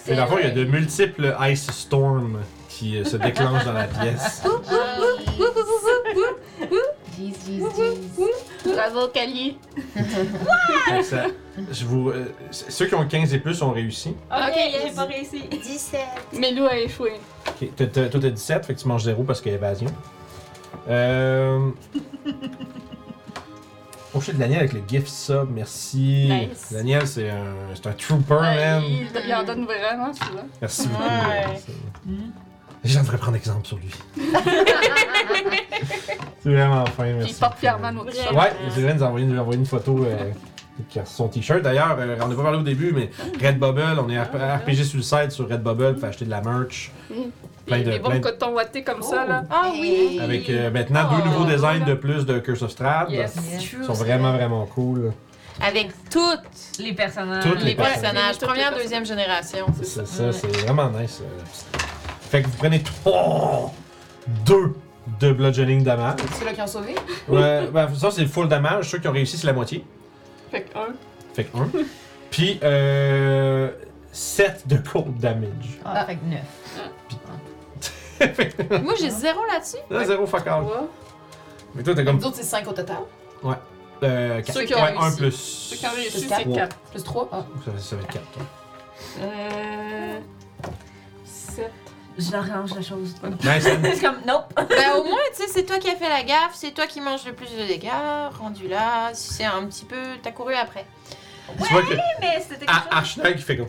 Et dans le fond, il y a de multiples ice storms qui euh, se déclenchent dans la pièce.
Bravo, Cali.
Fait que ça- je vous, euh, c- ceux qui ont 15 et plus ont réussi.
Ok, j'ai
yes.
pas réussi.
17.
Melou a échoué.
Ok, t'as- t'as- Toi, t'as 17, fait que tu manges 0 parce qu'il y a évasion. Euh... Oh shit, Daniel avec le gift sub, merci.
Nice.
Daniel, c'est un, c'est un trooper,
Ouais,
man.
il, il en donne vraiment souvent.
Merci beaucoup.
Ouais.
Merci. Les gens devraient prendre exemple sur lui. c'est vraiment fin, merci.
Puis il porte fièrement nos t-shirts.
Ouais, c'est vrai, nous a envoyé, nous a envoyé une photo euh, avec son t-shirt. D'ailleurs, euh, on n'a pas parlé au début, mais Redbubble, on est R- RPG suicide sur Redbubble, faut acheter de la merch. Plein
Puis
de-
des bons
plein de- Oh,
cotons wattés comme ça, là.
Ah oui!
Avec euh, maintenant deux
Oh.
nouveaux designs de plus de Curse of Strahd.
Ah, Yes.
Ils sont vraiment, vraiment cool.
Avec toutes
Les personnages.
Toutes
les
Les personnages.
personnages,
Toutes les
première,
personnages.
deuxième génération.
C'est ça, c'est vraiment nice. euh. Fait que vous prenez trois, deux de bludgeoning damage.
Ceux-là qui ont sauvé?
Ouais, ben, ça, c'est le full damage. Ceux qui ont réussi, c'est la moitié.
Fait que un.
Fait que un. Puis, euh, 7 de cold damage.
Ah, fait que neuf.
fait que
Moi, j'ai zéro là-dessus.
là, Euh, zéro fuck out.
trois.
Mais toi, t'es comme.
Nous autres, c'est 5 au total.
Euh, 4.
Ceux qui ont
ouais, un
réussi. Ceux
plus.
qui ont réussi,
C'est quatre.
c'est quatre.
Plus 3. Ah.
Ça, fait- ça va être 4.
Euh... Sept.
Je l'arrange la chose.
Nice. hein. Anne.
C'est comme, nope!
Bah au moins, tu sais, c'est toi qui as fait la gaffe, c'est toi qui manges le plus de dégâts, rendu là, si c'est un petit peu, t'as couru après.
Tu vois que.
Mais c'était quelque
Ah,
chose.
hashtag, il fait comme.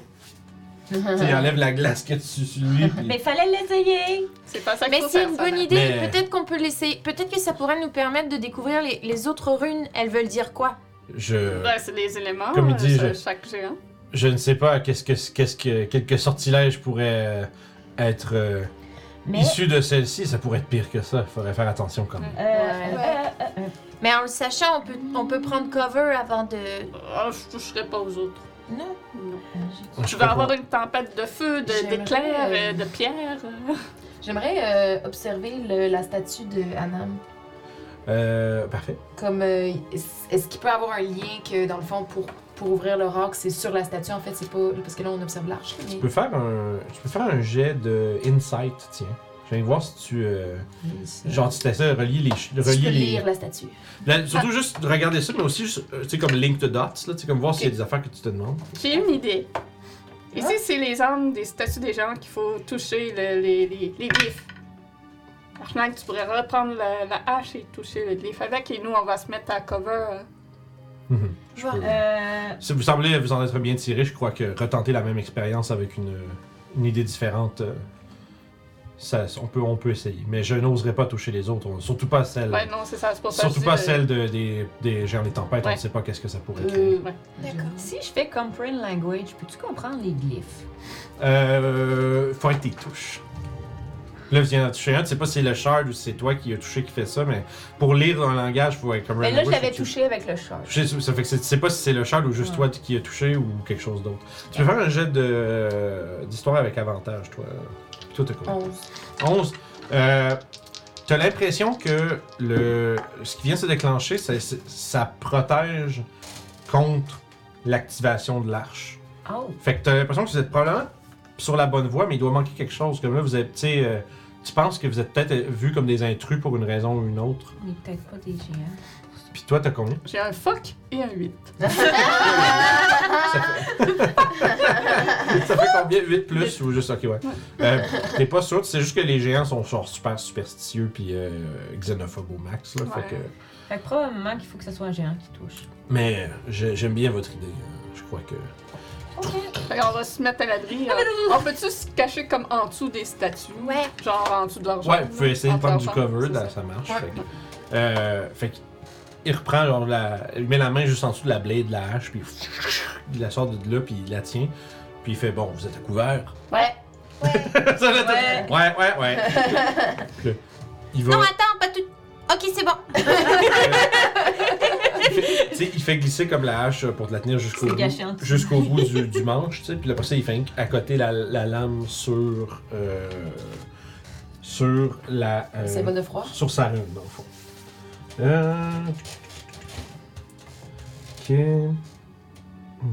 Tu sais, il enlève la glace que tu sur lui. puis-
Mais fallait l'essayer!
C'est pas ça qu'il
Mais
faut
c'est
faire,
une
ça,
bonne
là.
idée,
Mais-
peut-être qu'on peut l'essayer, peut-être que ça pourrait nous permettre de découvrir les, les autres runes, elles veulent dire quoi
Je.
Ouais, c'est les éléments.
Comme il
euh,
dit,
ça,
je-
Chaque géant.
Je ne sais pas qu'est-ce que. Qu'est-ce que. Quelques sortilèges pourraient euh, être. euh,
Mais.
Issus de celle-ci, ça pourrait être pire que ça. Faudrait faire attention quand même.
Euh, euh, euh, euh,
Mais en le sachant, on peut, on peut prendre cover avant de...
Ah, je toucherai pas aux autres.
Non
Non.
euh,
Je
Tu
crois
vas
pas.
avoir une tempête de feu, de-
J'aimerais-
d'éclairs, euh, de pierres. euh.
J'aimerais euh, observer le- la statue de Anam.
Euh, parfait.
Comme, euh, est-ce est-ce qu'il peut avoir un lien que, dans le fond, pour, pour ouvrir le roc, c'est sur la statue, en fait, c'est pas... Parce que là, on observe l'arche, mais...
Tu peux faire un, tu peux faire un jet de insight, tiens. Je vais voir si tu, euh, genre tu t'essaies de relier les, ch- de
Si je
relier
peux
les.
lire la statue.
Là, surtout juste de regarder ça, mais aussi juste, euh, tu sais comme link to dots, là, tu sais comme voir s'il y a des affaires que tu te demandes.
J'ai une idée. Ici, c'est les âmes des statues des gens qu'il faut toucher le- les, les, les glyphes. Archnag, tu pourrais reprendre la, la hache et toucher le glyphe avec, et nous, on va se mettre
Euh,
à cover.
Mhm. Je
Ouais.
peux-
euh,
Si vous semblez vous en être bien tiré, je crois que retenter la même expérience avec une, une idée différente euh, ça, on, peut, on peut essayer. Mais je n'oserais pas toucher les autres, on- surtout pas celle.
Ouais, non, c'est ça, c'est pour ça que
Surtout
je
pas
dis, euh,
celle de- des, des géants des tempêtes, on
Ouais.
ne sait pas qu'est-ce que ça pourrait
Euh.
créer.
euh, ouais.
D'accord.
Si je fais Comprehend Language, peux-tu comprendre les glyphes?
Euh, faut être tes touches. Là, vous en toucher un. Tu sais pas si c'est le shard ou si c'est toi qui as touché qui fait ça, mais pour lire un langage, faut être comme
Mais Ben là, je
Language,
l'avais
faut que tu-
touché avec le char.
touché, Ça fait que c'est- tu sais pas si c'est le shard ou juste
Ouais.
toi qui as touché ou quelque chose d'autre. Tu peux faire un jet de, euh, d'histoire avec avantage, toi. Puis toi, t'as combien
11.
11. Euh, t'as l'impression que le, ce qui vient de se déclencher, c'est- c'est- ça protège contre l'activation de l'arche.
Oh!
Fait que t'as l'impression que vous êtes probablement sur la bonne voie, mais il doit manquer quelque chose. Comme là, vous êtes, tu sais, euh, tu penses que vous êtes peut-être euh, vus comme des intrus pour une raison ou une autre.
On est peut-être pas des géants.
Puis toi, t'as combien
J'ai un fuck et un 8.
ça, fait... Ça fait combien 8 plus ou juste, ok, ouais. Euh, T'es pas sûr, c'est juste que les géants sont genre super superstitieux puis euh, xénophobes au max. Là,
Ouais.
fait que...
Fait que probablement qu'il faut que ce soit un géant qui touche.
Mais euh, j'ai- j'aime bien votre idée. hein. Je crois que.
Fait qu'on va se mettre à l'abri. euh, on peut-tu se cacher comme en dessous des statues?
Ouais.
Genre en dessous de l'argent.
Ouais, vous pouvez essayer de
Entre
prendre du
enfants,
cover,
c'est
là, ça.
ça.
marche. Fait, que- euh, fait que il reprend, genre, la, il met la main juste en dessous de la blade de la hache, puis il la sort de là, puis il la tient, puis il fait Bon, vous êtes à couvert.
Ouais.
Ça va
Ouais.
tout- ouais, ouais. ouais. Puis là, il va.
Non, attends, pas tout. Ok, c'est bon.
tu sais, il fait glisser comme la hache euh, pour te la tenir jusqu'au
C'est
bout,
gâché en dessous.
jusqu'au bout du, du manche, tu sais. Puis après ça, il fait accoter la, la lame sur. euh, sur la. euh,
C'est bon de froid.
Sur sa rune, dans le fond. Euh... Ok.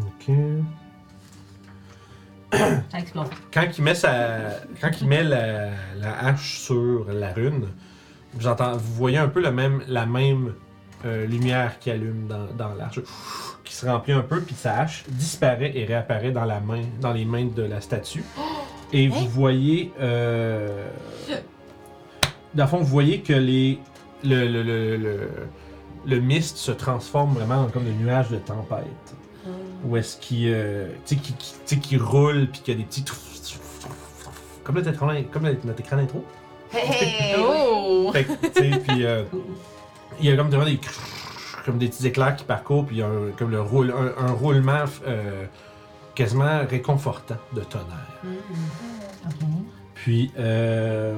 Ok.
Ça explose.
Quand il met, sa... Quand il met la... la hache sur la rune, vous, entend- vous voyez un peu le même... la même euh, lumière qui allume dans, dans l'arche, qui se remplit un peu, puis sa hache disparaît et réapparaît dans, la main... dans les mains de la statue. Et vous voyez. Euh... Dans le fond, vous voyez que les, le, le, le, le, le mist se transforme vraiment en comme des nuages de tempête. Où est-ce qu'il euh, tu sais, qu'il- qu'il- tu sais, qu'il roule puis qu'il y a des petits. touf, touf, touf, touf, Comme notre écran, comme notre écran d'intro.
Hey!
Oh!
Fait que, tu sais, puis euh, il y a comme vraiment des comme des petits éclairs qui parcourent, puis il y a un- comme le roule, un, un roulement euh, quasiment réconfortant de tonnerre. Puis, euh,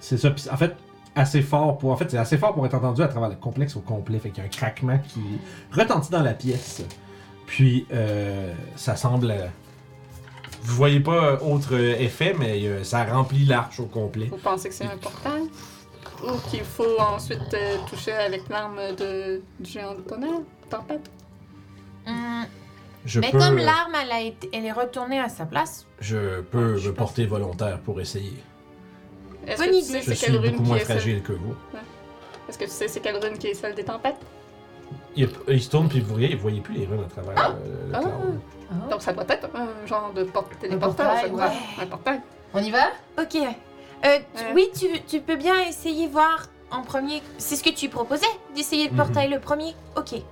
c'est ça. Puis, en fait, assez fort pour. En fait, c'est assez fort pour être entendu à travers le complexe au complet. Fait qu'il y a un craquement qui retentit dans la pièce. Puis, euh, ça semble. euh, Vous voyez pas euh, autre effet, mais euh, ça remplit l'arche au complet.
Vous pensez que c'est important? Ou qu'il faut ensuite euh, toucher avec l'arme de, du géant de tonnerre? Tempête?
Hum,
Je
mais
peux,
comme
euh,
l'arme, elle, a été- elle est retournée à sa place.
je peux
Je
me
pense-
porter volontaire pour essayer.
Est-ce
Bonne
que tu
idée.
sais
Je
c'est
suis
quelle rune
beaucoup
qui
moins
est celle?
fragile que vous.
Est-ce que tu sais c'est quelle rune qui est celle des tempêtes?
Il, il se tourne, puis vous voyez, vous voyez plus les runes à travers euh, le
Ah!
cloud.
Oh.
Donc ça doit être un genre de porte
portail,
téléporteur, ça doit
ouais.
être un portail.
On y va?
Ok. Euh, tu-
Ouais.
Oui, tu, tu peux bien essayer voir en premier. C'est ce que tu proposais, d'essayer le
Mhm.
portail le premier. Ok.
Tu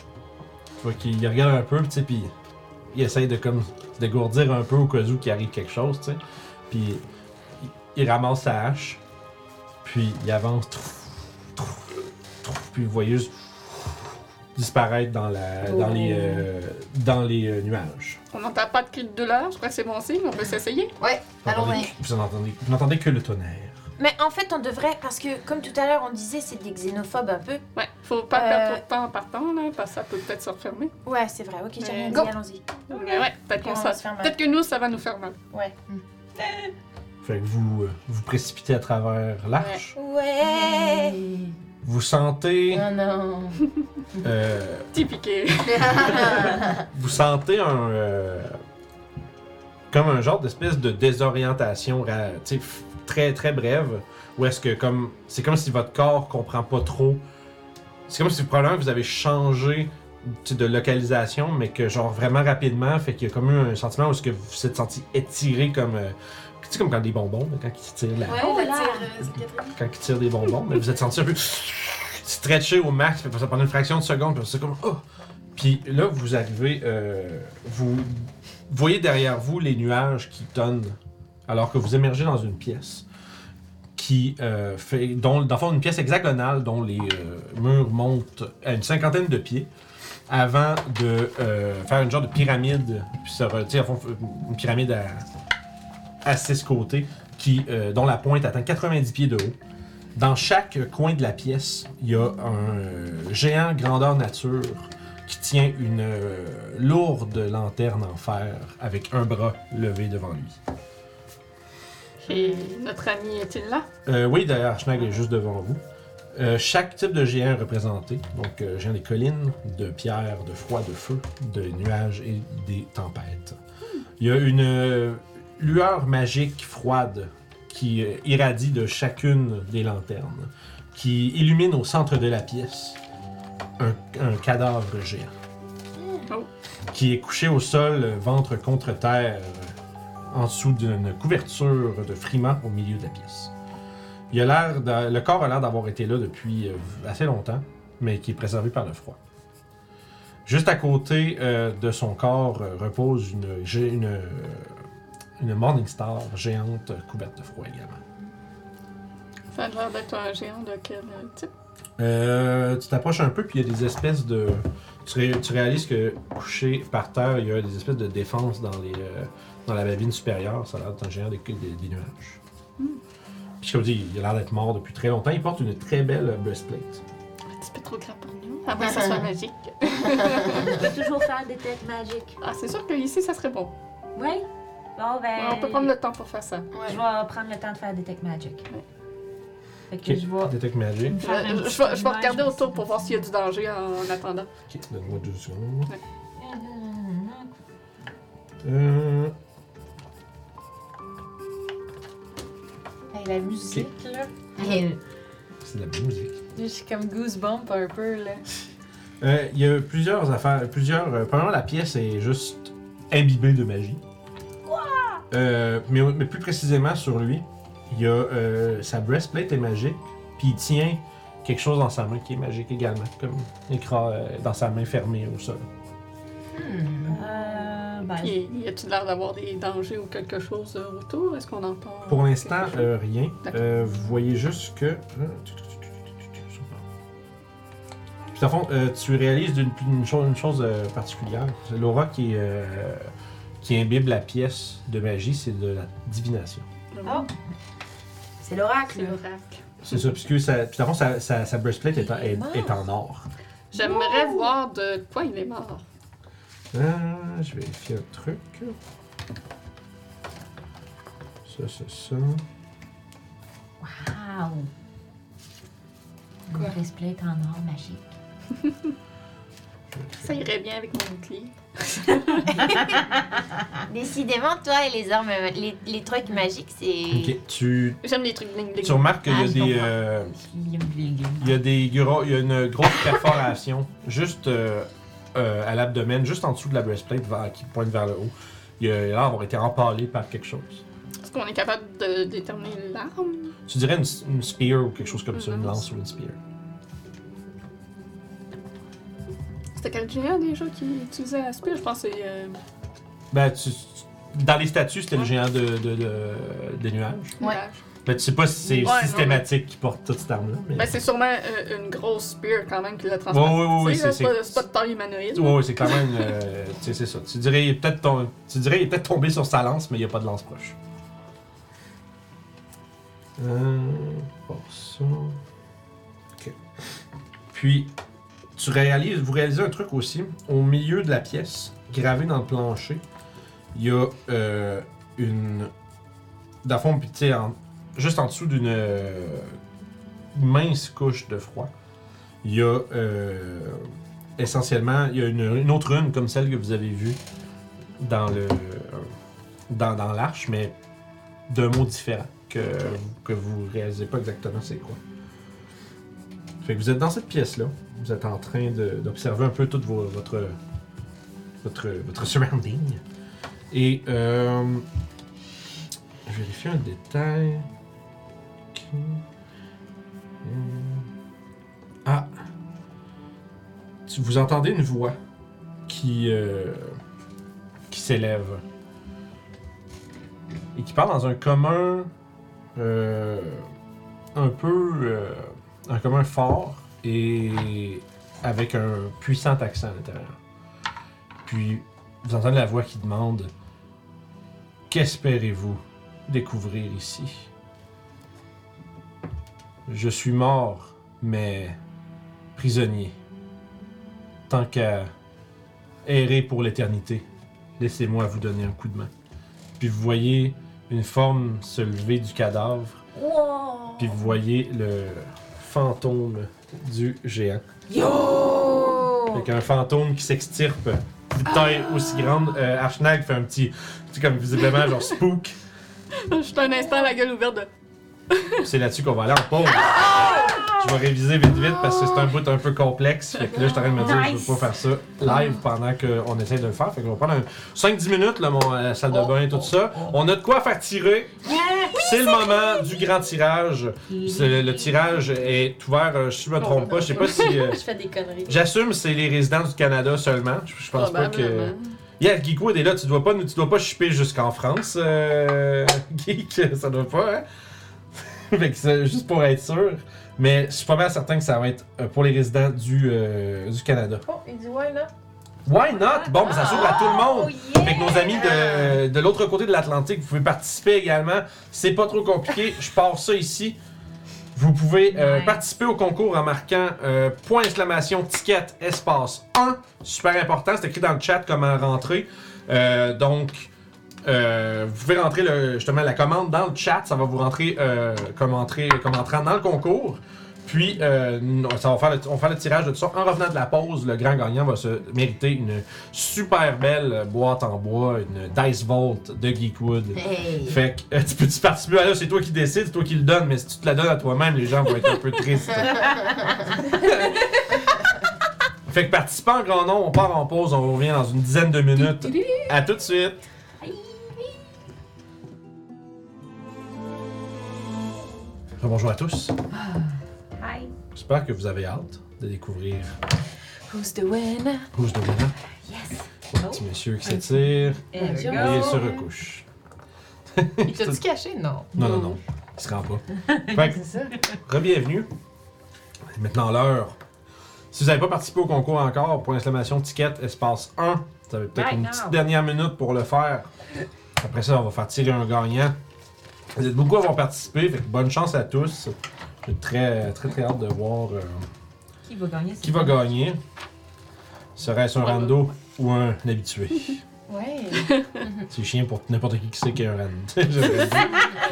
vois qu'il regarde un peu, tu sais, puis il essaye de comme se dégourdir un peu au cas où qu'il arrive quelque chose, tu sais. Puis il, il ramasse sa hache, puis il avance, trouf, trouf, trouf, puis vous voyez juste disparaître dans, la, dans les, euh, dans les euh, nuages.
On n'entend pas de cri de douleur, je crois que c'est bon signe, on peut s'essayer.
Vous entendez-
Allons-y.
vous en entendez- vous n'entendez que le tonnerre.
Mais en fait, on devrait, parce que comme tout à l'heure, on disait c'est des xénophobes un peu.
Ouais, faut pas
Euh.
perdre trop de temps en partant, là, parce que ça peut peut-être se refermer.
Ouais, c'est vrai. Ok, j'ai
Mais
rien dit.
go.
Allons-y.
Mais ouais, peut-être qu'on
On
s'en-
va se faire mal.
Peut-être que nous, ça va nous faire mal.
Fait que vous euh, vous précipitez à travers l'arche.
Ouais.
Eh!
Vous sentez,
Oh non!
Eh. euh,
Petit piqué.
vous sentez un. euh, comme un genre d'espèce de désorientation ra- tu sais, f- très très brève, où est-ce que comme. C'est comme si votre corps comprend pas trop. C'est comme si probablement vous avez changé tu sais, de localisation, mais que genre vraiment rapidement, fait qu'il y a comme eu un sentiment où est-ce que vous vous êtes senti étiré comme. euh, tu sais, comme quand des bonbons, là, quand ils tirent la,
Oh
le
là.
tir, euh, c'est Catherine.
quand ils tirent des bonbons, mais vous êtes senti un peu stretché au max, puis ça prend une fraction de seconde, puis c'est comme oh! Puis là, vous arrivez, euh, vous voyez derrière vous les nuages qui tonnent, alors que vous émergez dans une pièce. qui euh, fait, dont, dans le fond, une pièce hexagonale dont les euh, murs montent à une cinquantaine de pieds avant de euh, faire une genre de pyramide, puis ça re- tu sais, en fond, une pyramide à, à six côtés, qui, euh, dont la pointe atteint 90 pieds de haut. Dans chaque coin de la pièce, il y a un euh, géant grandeur nature qui tient une euh, lourde lanterne en fer avec un bras levé devant lui.
Et notre ami est-il là?
Euh, oui, d'ailleurs, Schneig est juste devant vous. Euh, chaque type de géant est représenté, donc euh, géant des collines, de pierres, de froid, de feu, de nuages et des tempêtes. Il y a une euh, lueur magique froide qui euh, irradie de chacune des lanternes, qui illumine au centre de la pièce un, un cadavre géant,
Oh.
qui est couché au sol, euh, ventre contre terre, euh, en dessous d'une couverture de frimas au milieu de la pièce. Il a l'air d'a- le corps a l'air d'avoir été là depuis euh, assez longtemps, mais qui est préservé par le froid. Juste à côté euh, de son corps euh, repose une, gé- une, euh, une Morning Star géante euh, couverte de froid également.
Ça a l'air d'être un géant de quel euh, type?
Euh, tu t'approches un peu, puis il y a des espèces de. Tu, ré- tu réalises que couché par terre, il y a des espèces de défenses dans, les, euh, dans la babine supérieure. Ça a l'air d'être un géant des, des- des nuages. Puis comme dit, il a l'air d'être mort depuis très longtemps. Il porte une très belle euh, breastplate.
Un petit peu trop grand pour nous. À moins que ça soit magique.
On peut toujours faire des têtes magiques.
Ah, c'est sûr qu'ici, ça serait bon.
Oui? Bon, ben.
Ouais, on peut prendre le temps pour faire ça.
Je vais prendre le temps de faire des têtes magiques. Fait que je vais.
Détecte magique.
Je, je- je vais- je vais regarder autour pour voir s'il y a du danger en attendant.
Ok, donne-moi deux secondes.
Hum,
Euh,
Hey, la musique, là.
c'est de la bonne musique.
Je suis comme goosebump un peu, là.
Euh, Il y a plusieurs affaires, plusieurs. euh, premièrement, la pièce est juste imbibée de magie. Euh, mais, mais plus précisément sur lui, il y a euh, sa breastplate est magique, puis il tient quelque chose dans sa main qui est magique également, comme écran euh, dans sa main fermée au sol.
Euh, ben,
Puis, y a-t-il l'air d'avoir des dangers ou quelque chose euh, autour? Est-ce qu'on entend.
Pour l'instant, euh, rien.
D'accord.
Euh, vous voyez juste que. euh, Puis, à fond, euh, tu réalises d'une- une, chose, une chose euh, particulière. C'est L'aura qui, euh, qui imbibe la pièce de magie, c'est de la divination.
Ah,
C'est l'oracle.
c'est l'oracle.
C'est ça, puisque ça, puis dans le fond, sa, sa- sa breastplate est, en- est- est en or.
J'aimerais voir de quoi il est mort.
Ah, je vais vérifier un truc. Ça, ça, ça.
Wow!
Quoi?
Une breastplate en or magique.
Ça irait bien avec mon bouclier.
Décidément, toi et les armes, les, les trucs magiques, c'est.
Ok, tu,
J'aime les trucs bling bling.
tu remarques qu'il
Ah, je
y a des.
comprends.
euh,
Il y a une bling.
Il y a des gros- il y a une grosse perforation juste euh, euh, à l'abdomen, juste en dessous de la breastplate vers- qui pointe vers le haut. Il y a l'air d'avoir été empalé par quelque chose.
Est-ce qu'on est capable de déterminer l'arme?
Tu dirais une, une spear ou quelque chose comme ça, une
Une
lance
lance.
ou une spear.
C'était quel géant déjà qui utilisait la spear? Je pense que c'est. euh,
Ben, tu- tu- dans les statues, c'était le
Ouais.
géant de, de- de- des nuages.
Ouais.
Mirage.
Ben, tu sais pas si c'est
Ouais, non,
systématique qui porte toute cette arme-là. Mais...
Ben, c'est sûrement euh, une grosse spear quand même qui l'a
Ouais,
transporté.
ouais, ouais, ouais,
Tu sais, là,
c'est-
c'est pas, c'est pas de taille humanoïde.
Ouais, ouais, c'est quand même. euh, tu sais, c'est ça. Tu dirais, il est peut-être tom- tu dirais, il est peut-être tombé sur sa lance, mais il n'y a pas de lance proche. Euh, pour ça. Ok. Puis, tu réalises, vous réalisez un truc aussi. Au milieu de la pièce, gravé dans le plancher, il y a euh, une. Dans le fond, puis tu sais, en- juste en dessous d'une euh, mince couche de froid, il y a. euh, essentiellement, il y a une, une autre rune comme celle que vous avez vue dans le dans, dans l'arche, mais d'un mot différent que, que vous réalisez pas exactement c'est quoi. Fait que vous êtes dans cette pièce-là, vous êtes en train de- d'observer un peu toute vos- votre, votre votre surrounding. Et euh, je vérifie un détail. Ok. Hum. Ah, tu- vous entendez une voix qui, euh, qui s'élève et qui parle dans un commun euh, un peu euh, un commun fort et avec un puissant accent à l'intérieur. Puis vous entendez la voix qui demande Qu'espérez-vous découvrir ici Je suis mort, mais prisonnier. Tant qu'à errer pour l'éternité, laissez-moi vous donner un coup de main. Puis vous voyez une forme se lever du cadavre. Puis vous voyez le fantôme du géant. Yo! Avec un fantôme qui s'extirpe d'une taille aussi grande. Euh, Archnag fait un petit. Tu sais, comme visiblement, genre spook.
Je suis un instant la gueule ouverte de.
C'est là-dessus qu'on va aller en pause. Je vais réviser vite vite parce que c'est un bout un peu complexe. Fait que là, je suis en train de me dire je peux pas faire ça live pendant qu'on essaie de le faire. Fait qu'on va prendre un 5-10 minutes, là, mon, la salle de bain et tout ça. On a de quoi faire tirer. c'est le moment du grand tirage. C'est Le, le tirage est ouvert, euh, si je me trompe pas. Je sais pas si. euh,
Je fais des conneries.
J'assume c'est les résidents du Canada seulement. Je, je pense pas que. Yeah, Geekwood est là, tu dois pas, nous- tu dois pas chipper jusqu'en France. euh, Geek, ça doit pas, hein? Fait que c'est juste pour être sûr. Mais je suis pas mal certain que ça va être euh, pour les résidents du, euh, du Canada.
Oh, il dit ouais, là. Ah, oh,
Why not? Bon, ben, ça s'ouvre à tout le monde!
yeah!
Fait que nos amis de, de l'autre côté de l'Atlantique, vous pouvez participer également. C'est pas trop compliqué. Je pars ça ici. Vous pouvez euh, participer au concours en marquant euh, point exclamation ticket espace 1. Super important. C'est écrit dans le chat comment rentrer. Euh, donc, euh, vous pouvez rentrer le- justement la commande dans le chat. Ça va vous rentrer euh, comme, entrée- comme entrant dans le concours. Puis, euh, non, ça, on, va faire le, on va faire le tirage de tout ça. En revenant de la pause, le grand gagnant va se mériter une super belle boîte en bois, une Dice Vault de Geekwood. Fait que euh, tu peux-tu participer à là, c'est toi qui décides, c'est toi qui le donnes, mais si tu te la donnes à toi-même, les gens vont être un peu tristes. fait que participant en grand nombre, on part en pause, on revient dans une dizaine de minutes. À tout de suite! Bonjour à tous.
Hi.
J'espère que vous avez hâte de découvrir
Who's the winner?
Rouge de Bonheur. Yes! petit monsieur qui s'étire
There
et
you go.
il se recouche.
Il t'a-tu caché? Non.
Non, non, non. Il se rend pas. Fait
C'est ça.
que, re-bienvenue. C'est Maintenant l'heure. Si vous n'avez pas participé au concours encore, pour exclamation ticket, espace 1, vous avez peut-être
Right
une
now.
petite dernière minute pour le faire. Après ça, on va faire tirer un gagnant. Vous êtes beaucoup à avoir participé, fait que bonne chance à tous. J'ai très, très, très hâte de voir euh,
Qui va gagner?
qui va gagner. Serait-ce un rando ou un habitué?
Ouais.
C'est chiant pour n'importe qui qui sait qu'il y a un rando. J'aurais dit.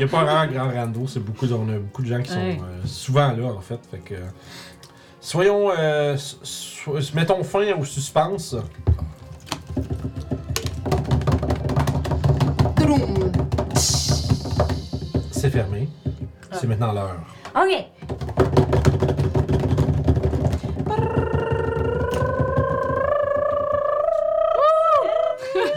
Il n'y a pas vraiment grand rando, c'est beaucoup, on a beaucoup de gens qui sont
Ouais.
euh, souvent là en fait. Fait que. euh, Soyons. euh, so- so- mettons fin au suspense. C'est fermé. C'est maintenant l'heure.
OK.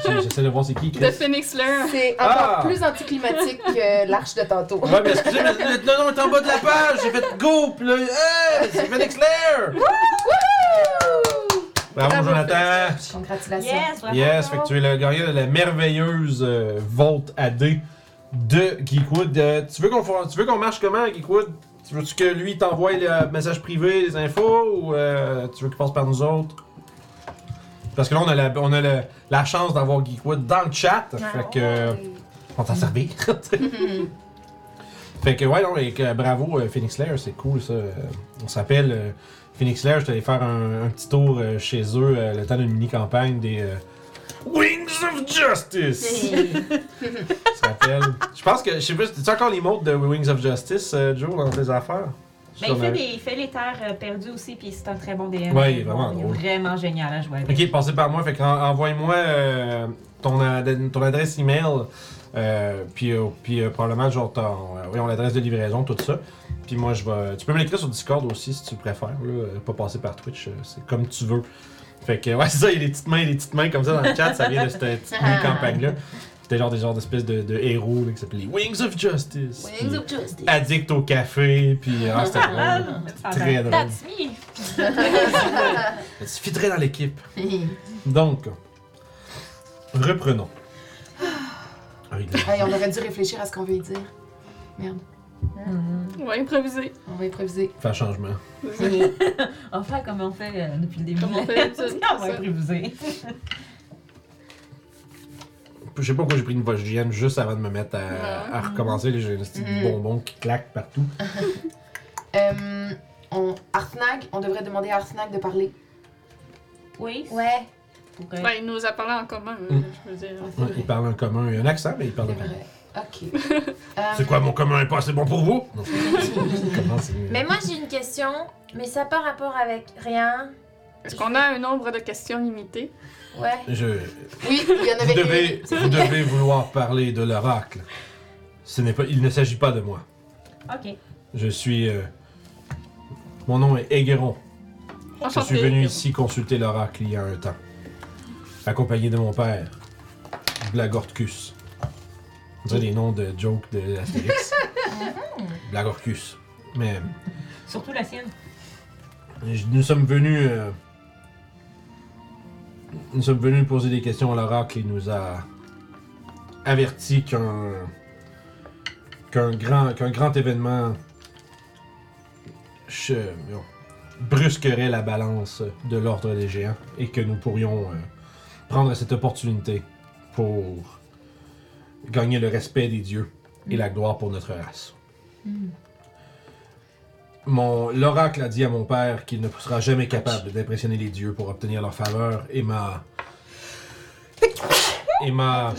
J'ai- J'essaie de voir c'est qui. Chris.
De Phoenix Lair.
C'est encore
Ah!
plus anticlimatique que l'arche de tantôt.
Ouais, mais excusez, mais le nom est en bas de la page. J'ai fait go, puis là, hey, c'est Phoenix Lair! Bravo, Jonathan!
Congratulations.
Yes, vraiment.
Yes, fait que tu es le gagnant de la merveilleuse euh, Volt AD de Geekwood. Euh, tu veux qu'on fa- tu veux qu'on marche comment, Geekwood? Tu veux que lui t'envoie le message privé, les infos, ou euh, tu veux qu'il passe par nous autres? Parce que là, on a la, on a le- la chance d'avoir Geekwood dans le chat. fait que. euh, On t'en servir. fait que, ouais, non, et que, bravo, euh, Phoenix Lair, c'est cool ça. Euh, on s'appelle euh, Phoenix Lair. Je suis allé faire un, un petit tour euh, chez eux euh, le temps d'une mini-campagne des. euh, Wings of Justice! Ça s'appelle. Je pense que. Je sais pas, tu encore les modes de Wings of Justice, euh, Joe, dans tes affaires?
Mais Ben, il fait, des, il fait les terres euh, perdues aussi, puis c'est un très bon DM.
Ouais, il est vraiment
Il est
drôle.
vraiment génial à jouer avec.
Ok, passez par moi. Fait que en- envoie-moi euh, ton, ad- ton adresse email. Euh, puis euh, puis euh, probablement, genre, ton, euh, voyons, l'adresse de livraison, tout ça. Puis moi, je vais. Tu peux me l'écrire sur Discord aussi si tu préfères. Là, euh, pas passer par Twitch, euh, c'est comme tu veux. Fait que, ouais, c'est ça, il y a des petites mains, il y a des petites mains comme ça dans le chat. ça vient de cette petite campagne-là. C'était genre des genres d'espèces de, de héros là, qui s'appelaient les Wings of Justice. Puis Addict au café, puis ah, c'était drôle. Très drôle.
That's me.
Tu fitterais dans l'équipe. Donc, reprenons. Ah, il est-
Hey, on aurait dû réfléchir à ce qu'on veut dire. Merde.
On va improviser.
On va improviser.
Faire changement.
On fait comme on fait euh, depuis le début.
Comme on fait d'habitude.
on va improviser.
Je sais pas pourquoi j'ai pris une voix GM juste avant de me mettre à, à recommencer. là, J'ai une petite
Mhm.
bonbon qui claque partout.
Euh, on, Artnag, on devrait demander à Artnag de parler.
Oui.
Ouais.
pourrait.
Ben, il nous a parlé en commun, euh,
Mm.
je veux dire.
C'est
Ouais,
vrai.
il parle en commun. Il y a un accent, mais il parle en
C'est
commun.
vrai. Ok. Euh,
C'est quoi, mon commun est pas assez bon pour vous? Non, c'est- Comment c'est-
Mais moi j'ai une question, mais ça n'a pas rapport avec rien.
Est-ce qu'on a un nombre de questions limitées?
Ouais.
Je-
Oui, il y en
Vous
avait
devez,
une.
vous devez vouloir parler de l'oracle. Ce n'est pas, il ne s'agit pas de moi.
Ok.
Je suis. euh, mon nom est Aigueron. Je suis venu ici consulter l'oracle il y a un temps, accompagné de mon père, Blagorcus. On dirait les noms de jokes de Astérix. Blagorcus. Mais
Surtout la sienne.
j- nous sommes venus. euh, nous sommes venus poser des questions à l'oracle et nous a averti qu'un. qu'un grand, qu'un grand événement. che- non, brusquerait la balance de l'ordre des géants et que nous pourrions euh, prendre cette opportunité pour gagner le respect des dieux et la gloire pour notre race. Mon, l'oracle a dit à mon père qu'il ne sera jamais capable d'impressionner les dieux pour obtenir leur faveur et m'a. et m'a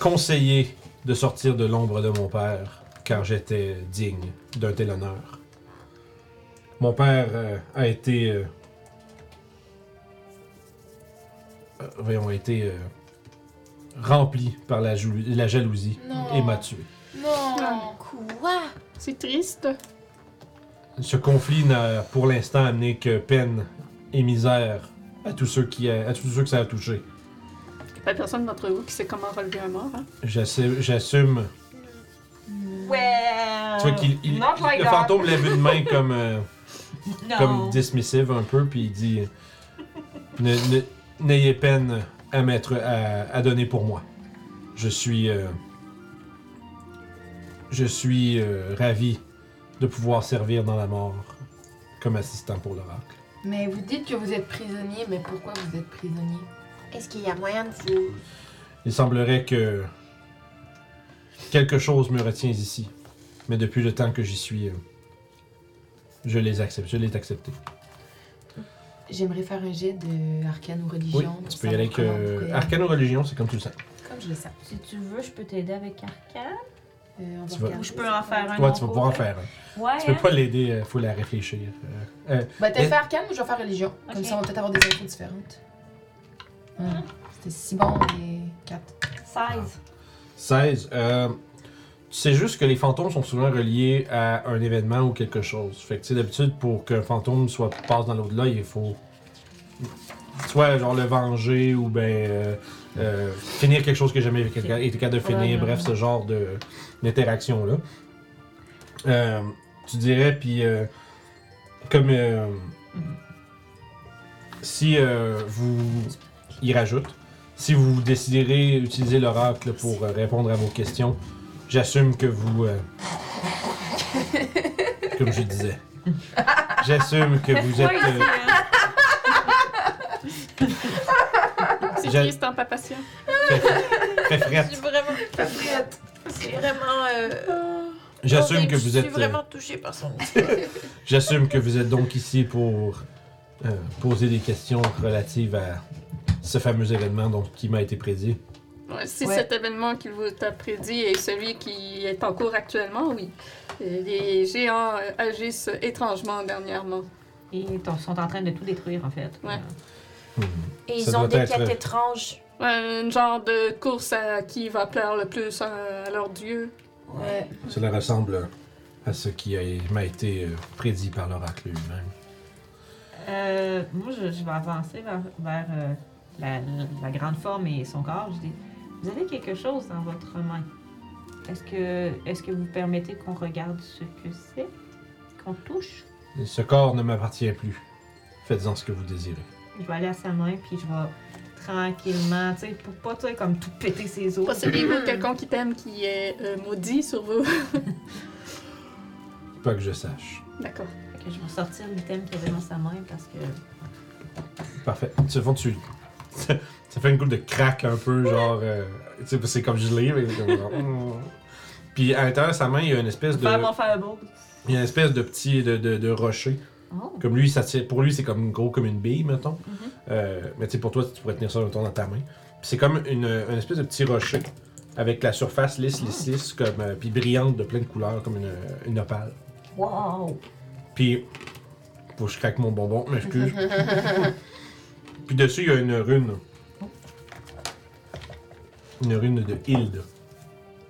conseillé de sortir de l'ombre de mon père, car j'étais digne d'un tel honneur. Mon père euh, a été. euh, euh, voyons, a été euh, rempli par la, jou- la jalousie
Non.
et m'a tué.
Non.
Quoi
C'est triste.
Ce conflit n'a pour l'instant amené que peine et misère à tous ceux qui a- à tous ceux que ça a touché.
Il n'y a personne d'entre vous qui sait comment relever un mort. Hein?
J'assu- J'assume
Ouais.
Tu vois qu'il il-
Euh, Not like
le
that.
fantôme lève une main comme, euh,
Non.
comme dismissive un peu, puis il dit Ne- ne- N'ayez peine à, mettre, à, à donner pour moi. Je suis. euh, je suis euh, ravi de pouvoir servir dans la mort comme assistant pour l'oracle.
Mais vous dites que vous êtes prisonnier, mais pourquoi vous êtes prisonnier
Est-ce qu'il y a moyen de vous.
Il semblerait que quelque chose me retient ici. Mais depuis le temps que j'y suis, euh, je les accepte. Je l'ai accepté.
J'aimerais faire un jet de arcane ou religion.
Oui,
pour
tu peux y aller avec
savoir comment
euh,
vous pouvez-
Arcane ou Religion, c'est comme tout ça.
Comme je le sens.
Si tu veux, je peux t'aider avec Arcane.
Euh, on
Tu vas-
va regarder.
Ou je peux en faire un.
ouais,
autre
tu vas pouvoir en
côté.
faire. hein.
Ouais.
Tu peux
hein.
pas l'aider, euh, faut la réfléchir. euh.
Bah, t'as
Et-
fait arcane ou je vais faire religion Comme
Ok. Mm-hmm.
ça, on va peut-être avoir des infos différentes. Hum, C'était si bon, les 4.
16.
16. euh, tu sais juste que les fantômes sont souvent reliés à un événement ou quelque chose. Fait que tu sais, d'habitude, pour qu'un fantôme soit passe dans l'au-delà, il faut soit genre le venger ou ben euh, euh, finir quelque chose que jamais été capable été capable de finir. Bref, ce genre de d'interaction là. tu dirais puis euh, comme euh, si euh, vous y rajoute. Si vous déciderez utiliser l'oracle pour euh, répondre à vos questions, j'assume que vous. euh, comme je disais. J'assume que vous êtes. euh,
C'est
J'a-
triste en pas patient.
très, euh, très frette.
Je suis vraiment. C'est vraiment. euh,
J'assume
horrible.
que vous
Je suis
êtes. euh,
vraiment touchée par son.
J'assume que vous êtes donc ici pour euh, poser des questions relatives à ce fameux événement donc, qui m'a été prédit.
Ouais, si
Ouais.
cet événement qu'il vous a prédit est celui qui est en cours actuellement, oui. Euh, Les géants euh, agissent étrangement dernièrement.
Ils sont en train de tout détruire, en fait.
Ouais.
Et
Ça
ils ont
doit
des
être- euh,
quêtes étranges.
Ouais, Un genre de course à qui va plaire le plus à, à leur dieu.
Ouais.
Cela ressemble à ce qui a- m'a été euh, prédit par l'oracle lui-même.
Euh, moi, je, je vais avancer vers, vers, euh, la, la grande forme et son corps. Je dis, vous avez quelque chose dans votre main. Est-ce que, est-ce que vous permettez qu'on regarde ce que c'est, qu'on touche?
Ce corps ne m'appartient plus. Faites-en ce que vous désirez.
Je vais aller à sa main, puis je vais tranquillement, tu sais, pour pas, tu sais, comme tout péter ses os.
Possédez-vous quelqu'un qui t'aime qui est euh, maudit sur vous?
Pas que je sache.
D'accord.
Fait que je vais sortir l'item qu'il y avait dans sa main parce que.
Parfait. Tu fond, tu. Ça, ça fait une coupe de craque un peu, genre. euh, tu sais, c'est comme gelé. Mais c'est comme, genre, mm. Puis à l'intérieur de sa main, il y a une espèce de.
Faire mon fireball.
Il y a une espèce de petit. de, de, de rocher.
Oh.
Comme lui, ça tient- pour lui, c'est comme gros comme une bille, mettons.
Mhm.
Euh, mais tu sais, pour toi, tu pourrais tenir ça autour dans ta main. Puis c'est comme une, une espèce de petit rocher avec la surface lisse, lisse, lisse, comme, euh, puis brillante de plein de couleurs, comme une, une opale.
Wow!
Puis, faut que je craque mon bonbon, je m'excuse. puis dessus, il y a une rune. Une rune de Hilde.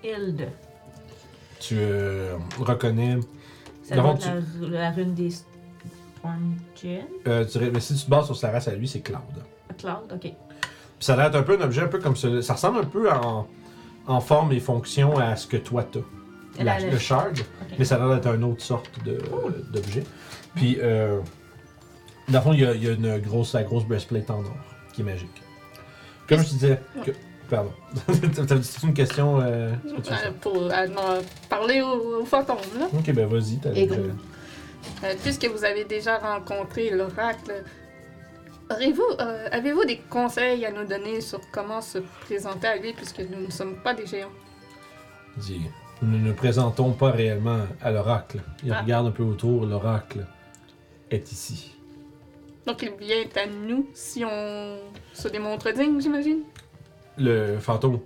Hilde.
Tu euh, reconnais.
Ça
Dans
doit
tu-
être la, la rune des Stormgen.
euh, tu dirais- mais si tu te bases sur sa race à lui, c'est Cloud.
Cloud, ok.
Puis ça a l'air d'être un peu un objet un peu comme ça. Ça ressemble un peu en, en forme et fonction à ce que toi t'as.
Elle
La-
a le-
le charge. Mais ça a l'air d'être une autre sorte de- d'objet. Puis, euh, dans le fond, il y a, il y a une grosse, la grosse breastplate en or qui est magique. Comme je te disais. que- pardon. T'avais dit une question. euh, ce que tu veux
Euh,
dire?
pour euh, non, parler au, au fantôme, là.
ok, ben vas-y. t'as
Et
déjà-
gros.
Euh, puisque vous avez déjà rencontré l'oracle, aurez-vous, euh, avez-vous des conseils à nous donner sur comment se présenter à lui, puisque nous ne sommes pas des géants?
dit, nous ne nous présentons pas réellement à l'oracle. Il
Ah.
regarde un peu autour. L'oracle est ici.
Donc il vient à nous si on se démontre digne, j'imagine.
le fantôme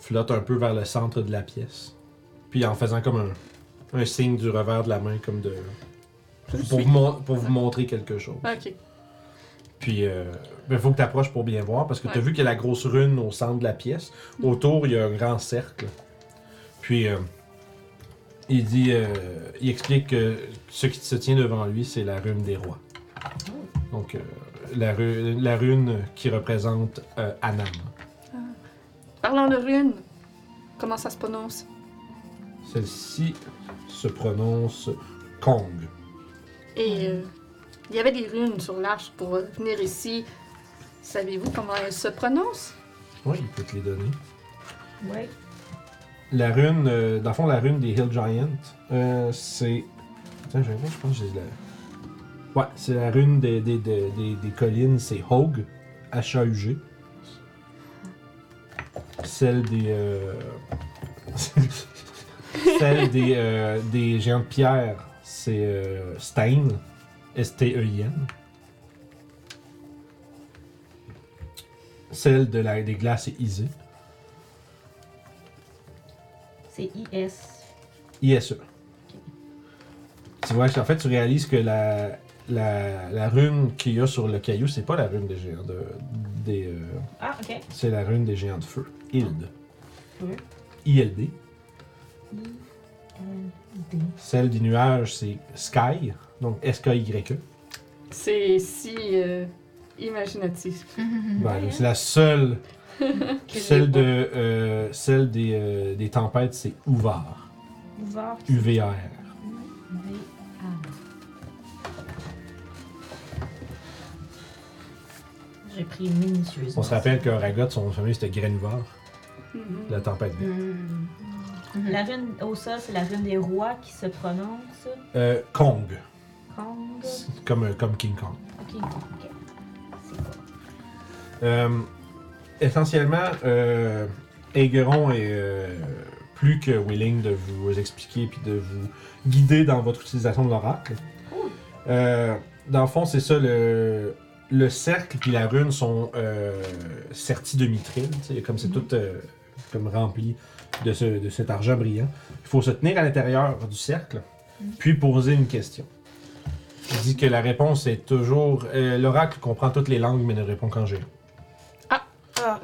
flotte un peu vers le centre de la pièce. Puis en faisant comme un, un signe du revers de la main, comme de. Pour vous, mon- pour vous montrer quelque chose.
Ah, Ok.
Puis, euh, il faut que tu approches pour bien voir, parce que tu as
Ouais.
vu qu'il y a la grosse rune au centre de la pièce. Autour, il y a un grand cercle. Puis, euh, il dit, euh, il explique que ce qui se tient devant lui, c'est la rune des rois. Donc, euh, la, ru- la rune qui représente euh, Anam.
Parlant de runes, comment ça se prononce?
Celle-ci se prononce Kong.
Et euh, il y avait des runes sur l'arche pour euh, venir ici. Savez-vous comment elles se prononcent?
Oui, il peut te les donner.
Ouais.
La rune, euh, dans le fond, la rune des Hill Giant, euh, c'est. Tiens, je vais voir, je pense que j'ai la. Ouais, c'est la rune des, des, des, des, des collines, c'est Hogue, H-A-U-G. Celle des. euh, Celle des, euh, des géants de pierre, c'est euh, Stein, E S-T-E-I-N. Celle de la, des glaces, c'est Isée,
C'est IS.
ISE. E. Tu vois, en fait, tu réalises que la, la, la rune qu'il y a sur le caillou, c'est pas la rune des géants de, des, euh,
Ah, ok.
c'est la rune des géants de feu. Ild.
Feu.
ILD.
D.
Celle des nuages, c'est Sky, donc
Mhm.
S-K-Y-E.
C'est si euh, imaginatif.
Ben,
Ouais,
c'est la seule.
Que
celle,
j'ai pas.
de, euh, celle des, euh, des tempêtes, c'est Ouvar.
Ouvert.
UVAR.
V. J'ai pris minutieusement.
On se rappelle qu'un ragot, son fameux, c'était Granuvar,
Mhm.
la tempête verte.
Mm-hmm.
Hmm.
La rune au sol, c'est la rune des rois qui se prononce.
Euh, Kong,
Kong.
c'est comme, euh, comme King Kong.
Ok, ok. C'est quoi?
Euh, essentiellement, euh, Aegeron est euh, plus que willing de vous expliquer puis de vous guider dans votre utilisation de l'oracle. Euh, dans le fond, c'est ça le. Le cercle puis la rune sont euh, sertis de mitril, tu sais, comme c'est tout euh, comme rempli de, ce- de cet argent brillant. Il faut se tenir à l'intérieur du cercle, puis poser une question. Il dit que la réponse est toujours euh, l'oracle comprend toutes les langues mais ne répond qu'en géant.
Ah,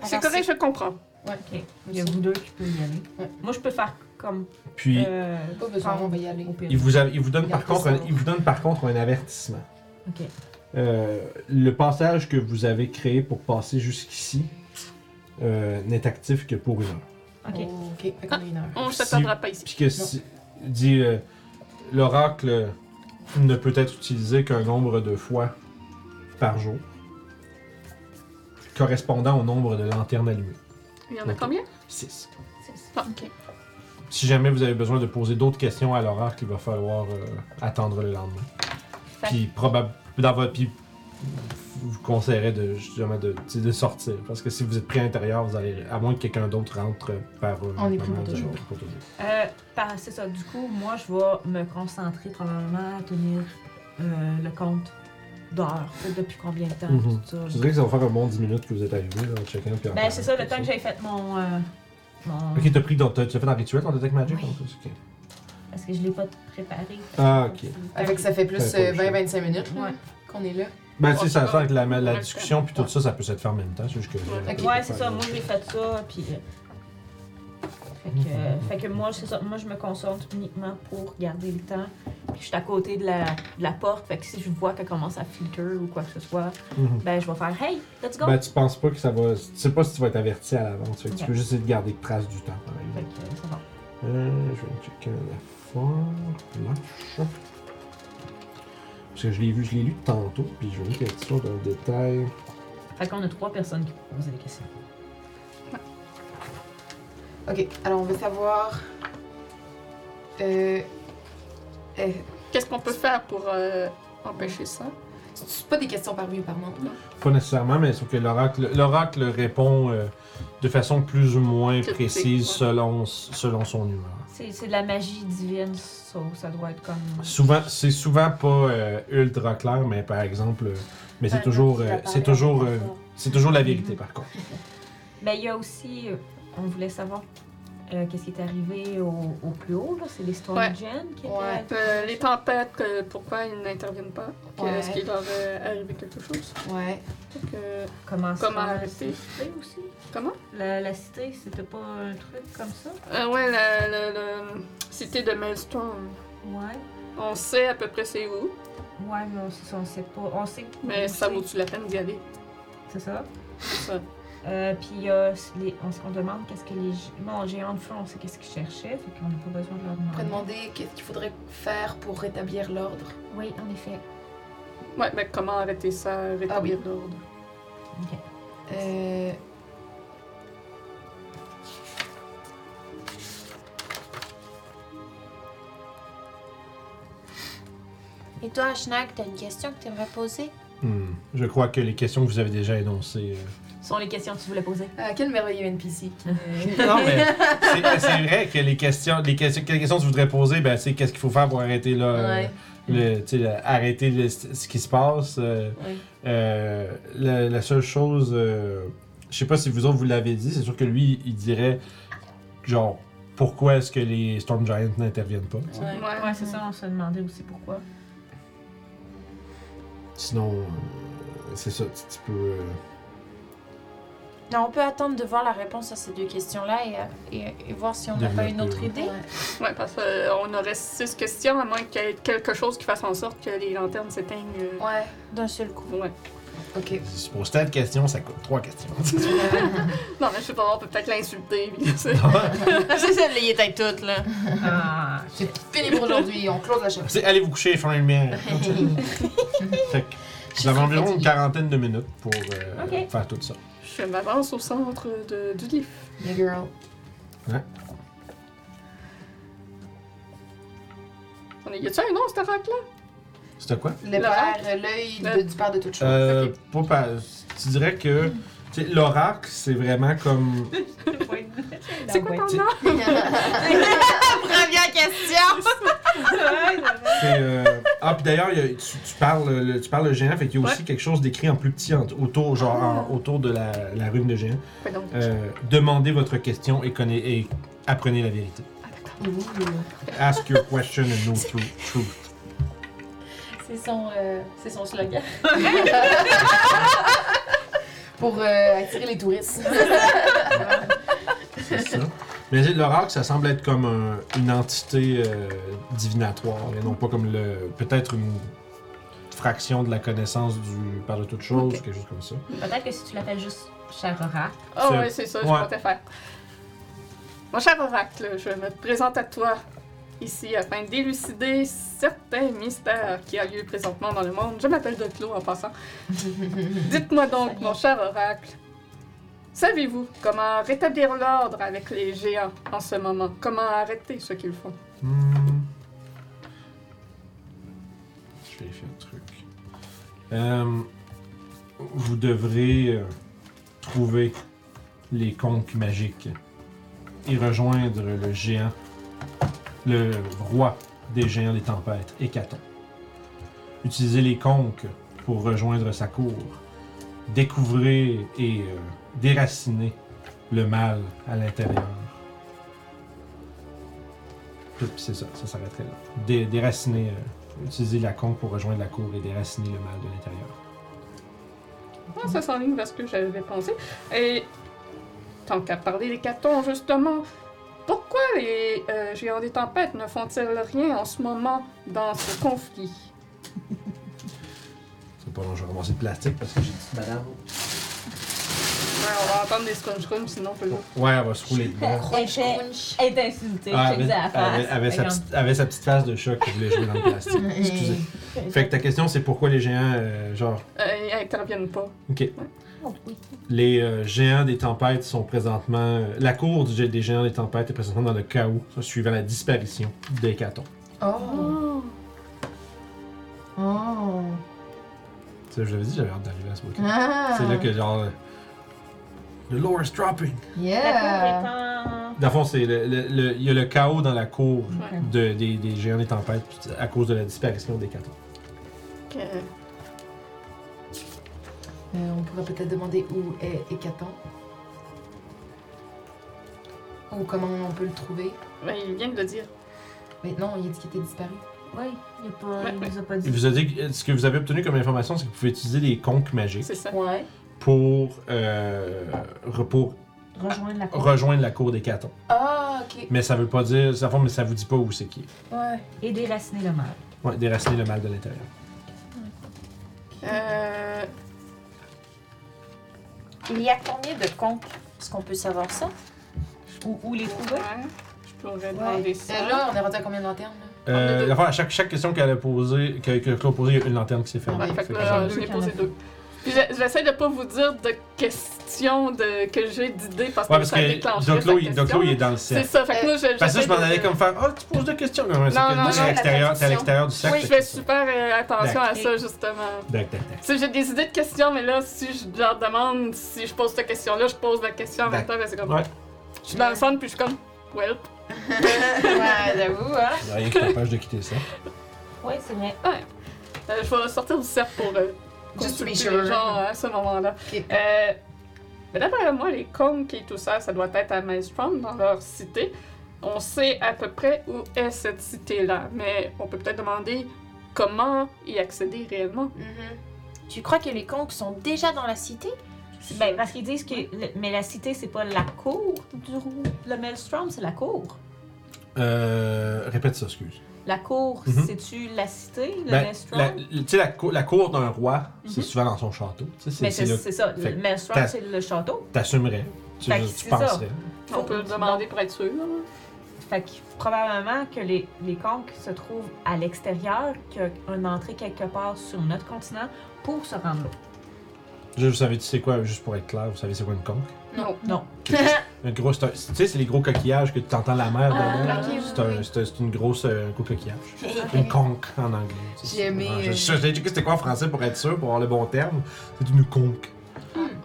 C'est
alors
correct, je comprends.
Ok. Il y a vous deux qui pouvez y aller.
Ouais.
Moi, je peux faire comme.
Puis
euh,
Pas besoin,
prendre
on va y aller.
au pire.
il, vous a- il vous donne
Il
par
a
contre
fait
un,
ça.
il vous donne par contre un avertissement.
Ok.
Euh, le passage que vous avez créé pour passer jusqu'ici euh, n'est actif que pour une heure.
Ok. Ah.
Oh, ok, fait qu'on a une heure.
On ne
Si-
s'attendra pas ici.
Puis que si- dit euh, l'oracle ne peut être utilisé qu'un nombre de fois par jour, correspondant au nombre de lanternes allumées.
Il y en a
Ok.
combien?
6.
Ah, ok.
si jamais vous avez besoin de poser d'autres questions à l'horaire qu'il va falloir euh, attendre le lendemain.
Fait-
Puis probable dans votre puis vous conseillerais de justement de, tu sais, de sortir parce que si vous êtes pris à l'intérieur, vous allez à moins que quelqu'un d'autre rentre par euh,
On est pris
maman, vous
pour deux
allez
jours.
être pris pour deux jours.
Euh, par- c'est ça. Du coup, moi, je vais me concentrer probablement à tenir euh, le compte d'heures. Fait Depuis combien de temps,
Mhm.
tout ça.
Je dirais que ça va faire un bon 10 minutes que vous êtes arrivé là, en check-in puis en
Ben,
partant,
c'est ça, le
tout
temps que j'ai fait mon. euh, mon-
Ok, t'as pris dans, t'as, tu l'as fait dans Rituel, dans Detect Magic?
Oui.
en plus, ok.
Parce que je l'ai pas préparé.
Ah, ok.
Avec ça fait plus
Ouais,
euh,
pas le
20-25 minutes là,
Ouais.
qu'on est là.
Ben, tu sais, ça
Ouais.
sert que la, la
Ouais.
discussion puis tout ça, ça peut se faire en même temps. C'est juste que.
Ok.
Ouais, c'est ça. Moi, j'ai fait ça, puis. euh, Fait que, euh, fait que moi, c'est ça. Moi, je me concentre uniquement pour garder le temps. Puis je suis à côté de la, de la porte. Fait que si je vois qu'elle commence à filter ou quoi que ce soit,
Mhm.
ben, je vais faire Hey, let's go!
Ben, tu penses pas que ça va. Tu sais pas si tu vas être averti à l'avance. Fait que tu
Ok.
peux juste essayer de garder trace du temps, par
Fait
exemple.
que, c'est bon.
Euh, je vais checker la forme. Lâche. Parce que je l'ai vu, je l'ai lu tantôt, puis je vais lire quelque chose d'un détail.
Fait qu'on a trois personnes qui posent des questions.
Ok, alors on veut savoir. Euh. euh,
Qu'est-ce qu'on peut faire pour euh, empêcher ça?
c'est pas des questions par vie ou par monde, là.
Pas nécessairement, mais sauf que l'oracle, l'oracle répond euh, de façon plus ou moins
Cryptique,
précise
ouais.
selon, selon son humeur.
C'est c'est de la magie divine, ça, ça doit être comme. euh,
Souvent, c'est souvent pas euh, ultra clair, mais par exemple, euh, mais c'est
Euh,
toujours,
non, tu
euh,
vas
c'est
parler
toujours,
après
euh,
ça.
c'est toujours la vérité par contre.
Mais ben, il y a aussi, euh, on voulait savoir euh, qu'est-ce qui est arrivé au, au plus haut, là. C'est l'histoire
Ouais.
de Jen qui était.
Ouais.
Euh, les tempêtes, que- pourquoi ils n'interviennent pas? Que-
Ouais.
Est-ce qu'il leur est arrivé quelque chose? euh,
Ouais.
Que-
Comment,
Comment
la
arrêter?
cité aussi?
Comment?
La, la cité, c'était pas un truc comme ça?
Euh, ouais, la, la- la cité de Maelstrom.
Ouais.
On sait à peu près c'est où,
Ouais, mais on, c'est ça, on sait pas. On sait.
mais
Mhm.
on
ça
sait,
vaut-tu la peine d'y aller?
C'est ça.
C'est ça.
Euh, Puis euh, les- on, se- on demande qu'est-ce que les. gé- Bon, les géants de feu, on sait qu'est-ce qu'ils cherchaient, fait qu'on n'a pas besoin de leur
On pourrait
demander.
demander qu'est-ce qu'il faudrait faire pour rétablir l'ordre.
Oui, en effet.
Ouais, mais comment arrêter ça,
Ah
rétablir l'ordre?
Ok.
Euh.
Et toi, Ashnak, t'as une question que t'aimerais poser?
Hmm. Je crois que les questions que vous avez déjà énoncées. euh,
Ce sont les questions que tu voulais poser. Euh,
Ah, quel merveilleux NPC. qui-
Non, mais c'est- euh, c'est vrai que les questions, les questions, que les questions que tu voudrais poser, ben, c'est qu'est-ce qu'il faut faire pour arrêter là, euh,
Ouais.
le, tu sais, le- arrêter le- ce qui se passe. euh,
Oui.
euh, la, la seule chose, euh, je sais pas si vous autres vous l'avez dit, c'est sûr que lui, il dirait genre pourquoi est-ce que les Storm Giants n'interviennent pas. tu sais.
Ouais.
Ouais.
Ouais, c'est ça, on se demandait aussi pourquoi.
Sinon, euh, c'est ça, tu, tu peux. euh,
Non, on peut attendre de voir la réponse à ces deux questions-là et, et- et voir si on n'a pas une
euh,
autre idée.
Ouais, parce qu'on aurait six questions, à moins qu'il y ait quelque chose qui fasse en sorte que les lanternes s'éteignent. euh,
Ouais.
D'un seul coup.
Ouais.
Ok.
Si tu poses tant de questions, ça coûte trois questions.
Non, mais je sais pas, on peut peut-être l'insulter. puis c'est-
C'est ça, les étaient toutes, là.
Ah,
C'est fini pour aujourd'hui. On close la chaîne.
C'est allez vous coucher, faire une lumière. fait que vous avez environ une quarantaine de minutes pour euh,
Ok.
faire tout ça.
Je m'avance au centre de, du livre.
Yeah, girl.
On est... Y a-tu un nom, cette rac là
C'était quoi?
Le
L'oracle.
père, euh, l'œil
Le-
de- du père de toute chose.
Euh, pas par- Tu dirais que tu sais, l'oracle, c'est vraiment comme.
c'est quoi
tu sais,
Première question!
c'est, euh, Ah, puis d'ailleurs, il y a- tu, tu parles, le, tu parles le géant, fait qu'il y a aussi quelque chose d'écrit en plus petit en- autour, genre en- autour de la, la rune de géant.
Fait donc,
Euh, demandez votre question et, conna- et apprenez la vérité. Ask your question and know through truth.
C'est son, euh, c'est son slogan. Pour euh, attirer les touristes.
C'est ça. Mais tu sais, l'oracle, ça semble être comme un- une entité euh, divinatoire, et non pas comme le. Peut-être une fraction de la connaissance du par de toute chose, quelque chose comme ça.
Peut-être que si tu l'appelles juste cher oracle.
Ah
C'est-
ouais, c'est ça,
ouais.
je comptais faire. Mon cher oracle, je me présente à toi ici afin d'élucider certains mystères qui a lieu présentement dans le monde. Je m'appelle Doclo en passant. Dites-moi donc, mon cher oracle, Savez-vous comment rétablir l'ordre avec les géants en ce moment? Comment arrêter ce qu'ils font?
Hmm. Je vais faire le truc. Euh, vous devrez euh, trouver les conques magiques et rejoindre le géant, le roi des géants des tempêtes, Hécaton. Utilisez les conques pour rejoindre sa cour, découvrir et euh, déraciner le mal à l'intérieur. Puis c'est ça, ça s'arrêterait là. Dé- déraciner, euh, utiliser la conque pour rejoindre la cour et déraciner le mal de l'intérieur.
Ah, ça s'enligne vers ce que j'avais pensé. Et tant qu'à parler des catons, justement, pourquoi les euh, géants des tempêtes ne font-ils rien en ce moment dans ce conflit?
C'est pas long, je vais ramasser le plastique parce que j'ai dit madame.
Ouais, on va entendre des scrunch crunch sinon on peut le-
Ouais, elle va se rouler dedans.
Crunch, crunch.
Elle est insultée,
Ah,
je te
avait,
disais à la face.
avait- avait sa
Fait
petite, avait sa petite face de chat qui voulait jouer dans le plastique. Excusez. Fait que ta question, c'est pourquoi les géants, euh, genre,
Euh, ils interviennent pas.
ok. Les euh, géants des tempêtes sont présentement. euh, la cour du, gé- des géants des tempêtes est présentement dans le chaos, ça, suivant la disparition d'Hécaton.
Oh. Oh.
Ça, je vous avais dit, j'avais hâte d'arriver à ce bouquin.
Ah.
C'est là que, genre. euh, The lore is dropping.
La
Yeah.
cour
Dans le fond, c'est le- le- le- il y a le chaos dans la cour de- des, des géants des tempêtes à cause de la disparition des catons.
Que-
Euh, on pourrait peut-être demander où est Hécaton. Ou comment on peut le trouver.
Ben, ils viennent de le dire.
Mais non, il a dit qu'il était disparu.
Oui, il, est pas,
Ouais,
il
ouais.
nous a pas
Il
dit.
vous a dit que- ce que vous avez obtenu comme information, c'est que vous pouvez utiliser les conques magiques
C'est ça.
Ouais.
pour, euh, re- pour
Rejoindre la cour.
rejoindre la cour des catons.
Ah, ok.
Mais ça veut pas dire, ça fond, mais ça vous dit pas où c'est qui. est.
Ouais.
et déraciner le mal.
Ouais, déraciner le mal de l'intérieur.
Euh,
Il y a combien de conques Est-ce qu'on peut savoir ça
Ou, ou les trouver.
ouais, je pourrais demander ça.
Euh, là, on est rendu à combien de lanternes? là?
Euh,
On a deux.
la fois, à chaque, chaque question qu'elle a posée, que, que Claude posée, il y a une lanterne qui s'est
Ouais,
fermée.
fait que euh,
Fait que
là,
ça-
je l'ai
qu'il y en a
posé
plus.
deux. Puis j'ai- j'essaie de pas vous dire de questions de, que j'ai d'idées parce que
Ouais, parce
ça déclenche
que Doclo, il, Doclo, il est
question.
dans le
C'est
cercle.
ça, fait que
Euh,
moi, je,
Parce que
j'essaie
je m'en
de-
allais comme faire, ah, tu poses deux questions. Non, non,
non,
T'es
non,
à l'extérieur t'es à l'extérieur du cercle.
Oui, je
fait
fais
que-
super euh, attention à
D'accord.
ça, justement.
Tac, tac, tac.
Tu sais, j'ai des idées de questions, mais là, si je leur demande si je pose cette question-là, je pose la question en même temps, mais c'est comme...
Ouais.
Je suis dans le centre, puis je suis comme... Well,
ouais, j'avoue,
Ah.
hein.
Il y a rien qui t'empêche de quitter ça.
Ouais, c'est vrai.
euh, je vais sortir du cercle pour euh,
Just to be
consulter
sure.
les gens à ce moment-là.
Ok.
Euh, mais d'après moi, les conques et tout ça, ça doit être à Maelstrom, dans leur cité. On sait à peu près où est cette cité-là, mais on peut peut-être demander comment y accéder réellement.
Mhm.
Tu crois que les conques sont déjà dans la cité
Ben, parce qu'ils disent que. le- mais la cité, c'est pas la cour du roi. Le Maelstrom, c'est la cour.
Euh, répète ça, excuse.
La cour,
Mhm.
c'est-tu la cité, le
Ben,
Maelstrom?
la, tu sais, la, cou- la cour d'un roi, c'est
Mhm.
souvent dans son château. Tu sais, c'est-
Mais
c'est
c'est
là
c'est ça.
Fait
Le
que
Maelstrom,
t'as-
c'est le château.
que t'assumerais. Tu,
Fait que
tu
c'est ça.
penserais.
On peut le demander pour être sûr. là.
Fait que probablement que les, les conques se trouvent à l'extérieur, qu'il y a une entrée quelque part sur notre continent pour se rendre là.
Je, vous savez, tu sais quoi, juste pour être clair, vous savez c'est quoi une conque?
Non.
Non.
Un gros, c'est un- tu sais, c'est les gros coquillages que tu entends la mer dedans.
ok, oui,
C'est un-
oui.
c'est un- c'est une grosse euh, un gros coquillage. Une conque en anglais. tu sais.
J'ai aimé,
Ouais,
euh,
Je je- j'ai dit que c'était quoi en français pour être sûr, pour avoir le bon terme. C'est une conque.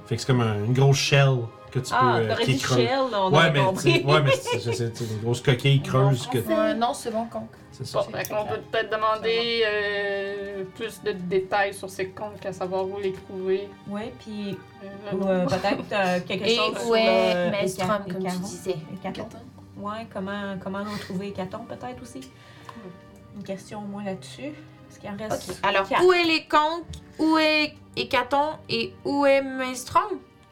Fait que c'est comme un- une grosse shell que tu
ah,
peux. euh,
t'aurais
qui est
dit
creuse.
Shell, là, on
Ouais
aurait
mais,
compris.
c'est- ouais, mais c'est c'est- c'est- c'est une grosse coquille creuse que.
Ouais, non, c'est bon, con.
C'est ça.
Bon, ben, fait qu'on peut peut-être demander euh, plus de détails sur ces conques, à savoir où les trouver.
Ouais, puis
Euh,
ou, euh, peut-être euh, quelque
Et
chose
où est
sur le
Maelstrom,
Héca-
comme tu
Hécaron?
disais
Hécaton? Ouais, comment, comment nous trouver Hécaton peut-être aussi? Une question au moins là-dessus. Parce qu'il en reste
Alors,
quatre.
où est les conques Où est Hécaton Et où est Maelstrom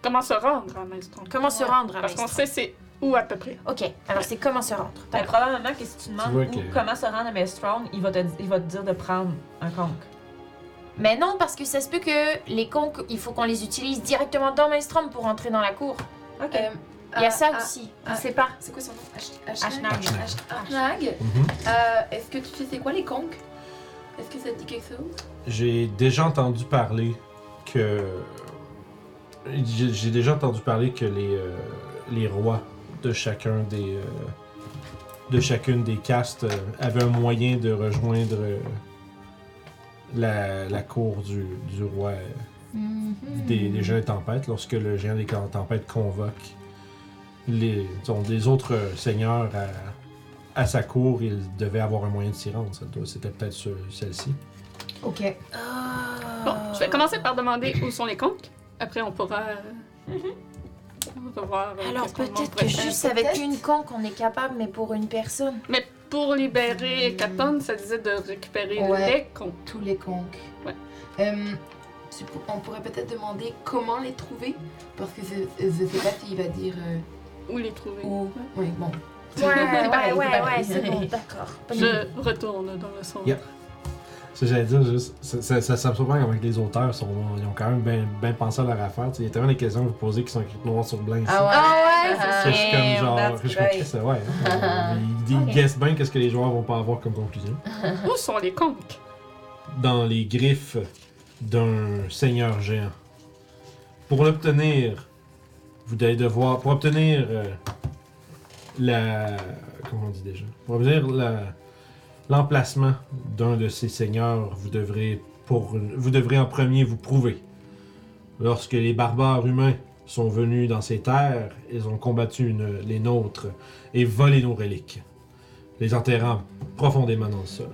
Comment se rendre à Maelstrom?
Comment se rendre à
Parce qu'on
Maelstrom
sait c'est où à peu près.
Ok, alors c'est comment se rendre
Ben,
D'accord.
probablement que si tu demandes
Tu vois
où-
que-
comment se rendre à Maelstrom, il va, te, il va te dire de prendre un conque.
Mais non, parce que ça se peut que les conques, il faut qu'on les utilise directement dans Maelstrom pour entrer dans la cour.
OK.
Euh,
Il y a
ah,
ça
ah,
aussi.
ah.
On sait pas.
C'est quoi son nom?
Ashnag.
Ashnag.
Mhm.
Euh, Est-ce que tu sais c'est quoi les conques? Est-ce que ça te dit quelque chose?
J'ai déjà entendu parler que J'ai j'ai déjà entendu parler que les, euh, les rois de chacun des euh, de chacune des castes euh, avaient un moyen de rejoindre euh, la, la cour du, du roi euh, des, des géants des tempêtes lorsque le géant des tempêtes convoque les, disons, les autres euh, seigneurs à, à sa cour, il devait avoir un moyen de s'y rendre. Ça doit- C'était peut-être ce- celle-ci.
Ok.
Bon, je vais commencer par demander où sont les comptes. Après, on pourra. euh, on pourra voir. euh,
Alors
qu'est-ce qu'on
peut-être
pourrait
que
faire.
juste avec une conque, on est capable, mais pour une personne.
Mais Euh, pour libérer Hécatombe, ça disait de récupérer
Ouais.
les comptes.
Tous les conques.
Ouais.
Euh, tu pour- on pourrait peut-être demander comment les trouver, parce que je je sais pas s'il va dire euh,
Où les trouver.
où. Oui, bon.
Ouais, ouais,
pareil,
ouais,
c'est
ouais,
pareil.
c'est bon, d'accord.
Je retourne dans le son.
Yep. Ça, j'allais dire, juste, ça, ça, ça, ça me surprend comment que les auteurs sont, ils ont quand même bien pensé à leur affaire. Tu sais, Il y a tellement de questions que vous posez qui sont écrites noir sur blanc ici.
Ah ouais,
Ça,
c'est
je suis comme genre,
that's
je suis comme, Chris, ouais. hein, ils ils
Ok.
guessent bien qu'est-ce que les joueurs vont pas avoir comme conclusion.
Où sont les comptes
Dans les griffes d'un seigneur géant. Pour l'obtenir, vous allez devoir, pour obtenir euh, la, comment on dit déjà, pour obtenir la- l'emplacement d'un de ces seigneurs, vous devrez pour, vous devrez en premier vous prouver. Lorsque les barbares humains sont venus dans ces terres, ils ont combattu une- les nôtres et volé nos reliques, les enterrant profondément dans le sol.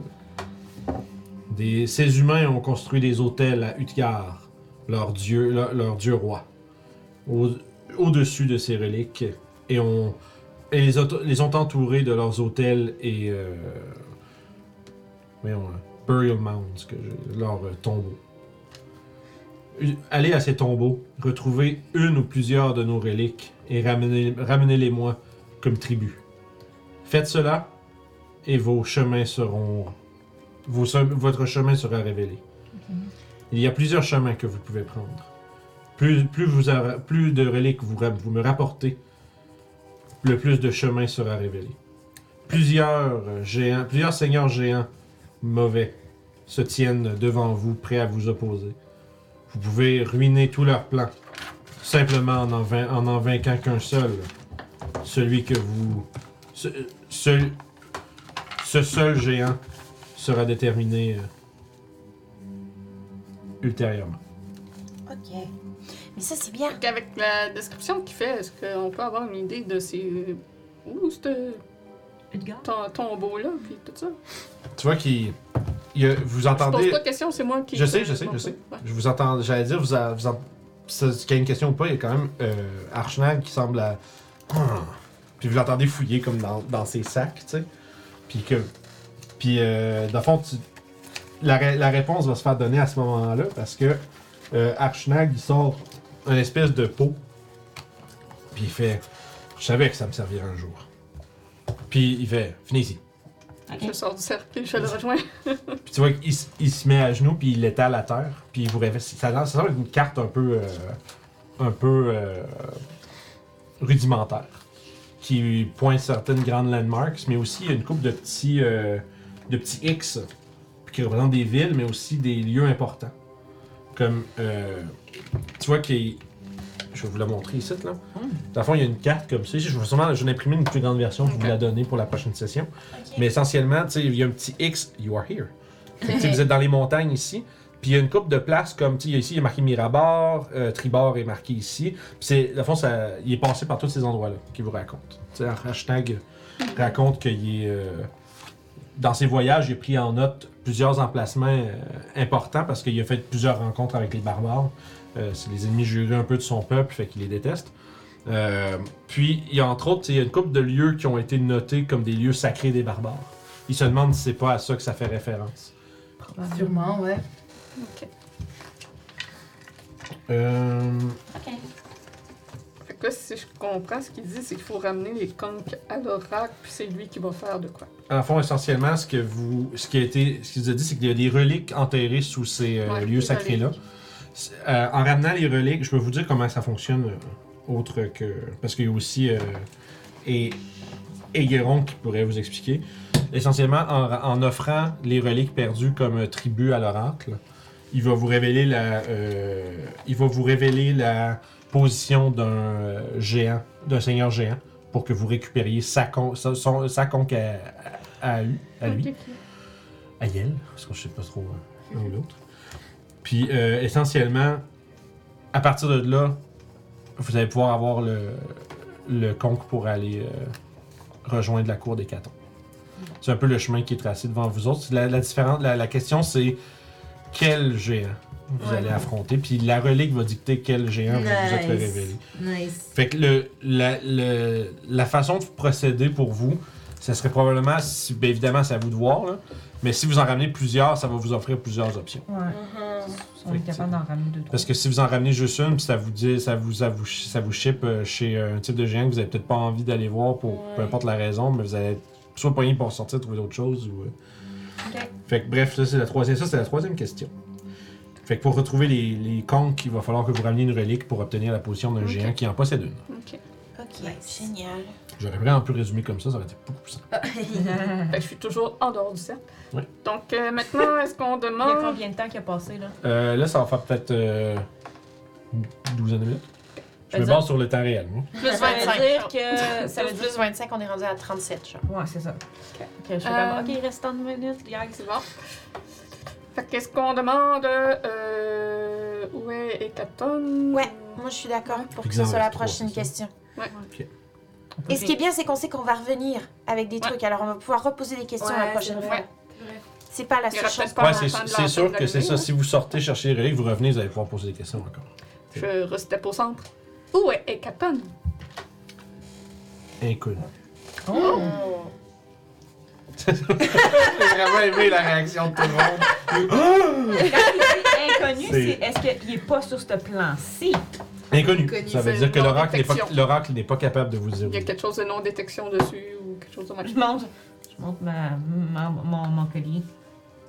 Des- ces humains ont construit des hôtels à Utgard, leur dieu, leur, leur dieu roi, au- au-dessus de ces reliques, et, ont, et les, auto- les ont entourés de leurs hôtels et euh, voyons, euh, burial mounds, que j'ai- leurs euh, tombeaux. U- Allez à ces tombeaux, retrouvez une ou plusieurs de nos reliques et ramenez- ramenez-les-moi comme tribu. Faites cela et vos chemins seront vos sem- votre chemin sera révélé. Il y a plusieurs chemins que vous pouvez prendre. Plus, plus, vous aurez- plus de reliques vous, ra- vous me rapportez, le plus de chemins sera révélé. Plusieurs euh, géants, plusieurs seigneurs géants mauvais se tiennent devant vous, prêts à vous opposer. Vous pouvez ruiner tous leurs plans, simplement en en, vain- en, en vainquant qu'un seul, celui que vous... Ce, ce- ce seul géant sera déterminé euh, ultérieurement.
Ok. Mais ça, c'est bien.
Donc, Avec la description qu'il fait, est-ce qu'on peut avoir une idée de ces. Où ce
Edgar?
ton- tombeau-là, puis tout ça?
Tu vois qu'il. il y a- vous
Je
entendez.
pose pas de question, c'est moi qui.
Je sais, je sais, je sais. Je vous entends. J'allais dire, vous. a- vous en- ça- Qu'il y a une question ou pas, il y a quand même euh, Archnag qui semble à. Hmm. Puis vous l'entendez fouiller comme dans, dans ses sacs, tu sais. Puis que. Puis, euh, dans le fond, tu- la, ré- la réponse va se faire donner à ce moment-là parce que euh, Archnag, il sort une espèce de pot. Puis il fait. Je savais que ça me servirait un jour. Puis il fait. Finissez.
Je sors du cercle, je le rejoins.
Puis tu vois qu'il s- il se met à genoux, puis il l'étale à terre, puis il vous réveille. Ça, lance- ça semble une carte un peu. euh, un peu. euh, rudimentaire. Qui pointe certaines grandes landmarks, mais aussi il y a une coupe de petits. euh, de petits X, puis qui représentent des villes, mais aussi des lieux importants. Comme. euh, tu vois qu'il. Je vais vous la montrer ici, là. Dans le fond, il y a une carte comme ça. Je vais sûrement je vais imprimer une plus grande version pour vous la donner pour la prochaine session. Mais essentiellement, tu sais, il y a un petit X, you are here. Fait que, tu sais, vous êtes dans les montagnes ici. Puis il y a une coupe de places comme, tu sais, ici, il est marqué Mirabar, euh, Tribord est marqué ici. Puis c'est, dans le fond, ça, il est passé par tous ces endroits-là qu'il vous raconte. Tu sais, hashtag raconte qu'il est. euh, dans ses voyages, il a pris en note plusieurs emplacements euh, importants parce qu'il a fait plusieurs rencontres avec les barbares. Euh, c'est les ennemis jurés un peu de son peuple, fait qu'il les déteste. Euh, puis, il y a entre autres, tu sais, il y a une couple de lieux qui ont été notés comme des lieux sacrés des barbares. Il se demande si c'est pas à ça que ça fait référence.
Sûrement, ouais.
Euh,
Fait que là, si je comprends ce qu'il dit, c'est qu'il faut ramener les conques à l'oracle, puis c'est lui qui va faire de quoi.
en fond, essentiellement, ce que vous, ce qui a été, ce qu'il vous a dit, c'est qu'il y a des reliques enterrées sous ces euh,
Ouais,
lieux
des
sacrés-là. C'est- euh, en ramenant les reliques, je peux vous dire comment ça fonctionne, euh, autre que. Parce qu'il y a aussi. euh, et Aigueron qui pourrait vous expliquer. Essentiellement, en, ra- en offrant les reliques perdues comme euh, tribut à l'oracle, il va vous révéler la, euh, il va vous révéler la position d'un euh, géant, d'un seigneur géant, pour que vous récupériez sa, con- sa- son- sa conque à, à- à lui- à lui, à Yel, parce que je sais pas trop euh, l'un ou l'autre. Puis euh, essentiellement, à partir de là, vous allez pouvoir avoir le, le conque pour aller euh, rejoindre la cour des Catons. C'est un peu le chemin qui est tracé devant vous autres. La, la, différen- la, la question, c'est quel géant vous allez affronter. Puis la relique va dicter quel géant vous vous êtes fait
Nice.
révéler.
Nice.
Fait que le, la, le- la façon de procéder pour vous, ce serait probablement, si, bien évidemment, c'est à vous de voir, là, mais si vous en ramenez plusieurs, ça va vous offrir plusieurs options.
Ouais. On est capable d'en ramener deux, trois.
Parce que si vous en ramenez juste une, puis ça vous dit, ça vous, ça vous, ça vous ship euh, chez un type de géant que vous avez peut-être pas envie d'aller voir pour peu importe la raison, mais vous allez être soit poigné pour sortir, trouver d'autres choses ou. euh. Fait que bref, ça c'est la troisième, ça c'est la troisième question. Fait que pour retrouver les, les conques, il va falloir que vous rameniez une relique pour obtenir la position d'un géant qui en possède une.
Ok, génial.
J'aurais vraiment pu résumer comme ça, ça aurait été beaucoup plus simple.
Fait que je suis toujours en dehors du cercle.
Oui.
Donc euh, maintenant, est-ce qu'on
Il y a
demande.
combien de temps qui a passé, là?
Euh, là, ça va faire peut-être euh, une douzaine de minutes. Je me
Vas-y.
base sur le temps réel, moi.
Plus
Ça veut
25.
dire que. Ça
Ça
veut dire.
plus 25, on est rendu à 37, genre.
Ouais, c'est ça.
Ok, je suis
Euh,
comme. Ok, il reste tant de minutes, gars, c'est bon.
Fait qu'est-ce qu'on demande. Euh, où est Hécatombe
Ouais, moi je suis d'accord pour
Puis
que ce
en
soit la
reste trois,
prochaine
c'est ça?
question.
On peut
Et ce qui est bien, c'est qu'on sait qu'on va revenir avec des trucs, alors on va pouvoir reposer des questions la
Ouais,
prochaine
c'est
fois.
vrai.
C'est pas la
Il y
seule
aura
chose.
peut-être
Ouais,
pas
c'est-
un temps de
c'est
la-
sûr
de la
que c'est ça.
journée,
Si vous sortez chercher les reliques, vous revenez, vous allez pouvoir poser des questions encore.
Je restep au centre. Où est Hécatombe
Inconnu.
Oh!
J'ai vraiment aimé la réaction de tout le monde.
Inconnu,
C'est-
c'est est-ce qu'il n'est pas sur ce plan-ci?
Inconnu.
Inconnu,
ça veut
c'est
dire que
non
l'oracle n'est pas-
détection.
l'oracle n'est pas capable de vous dire.
Il y a
oui.
quelque chose de non-détection dessus ou quelque chose de même.
Je monte, je monte ma, ma- mon, mon collier.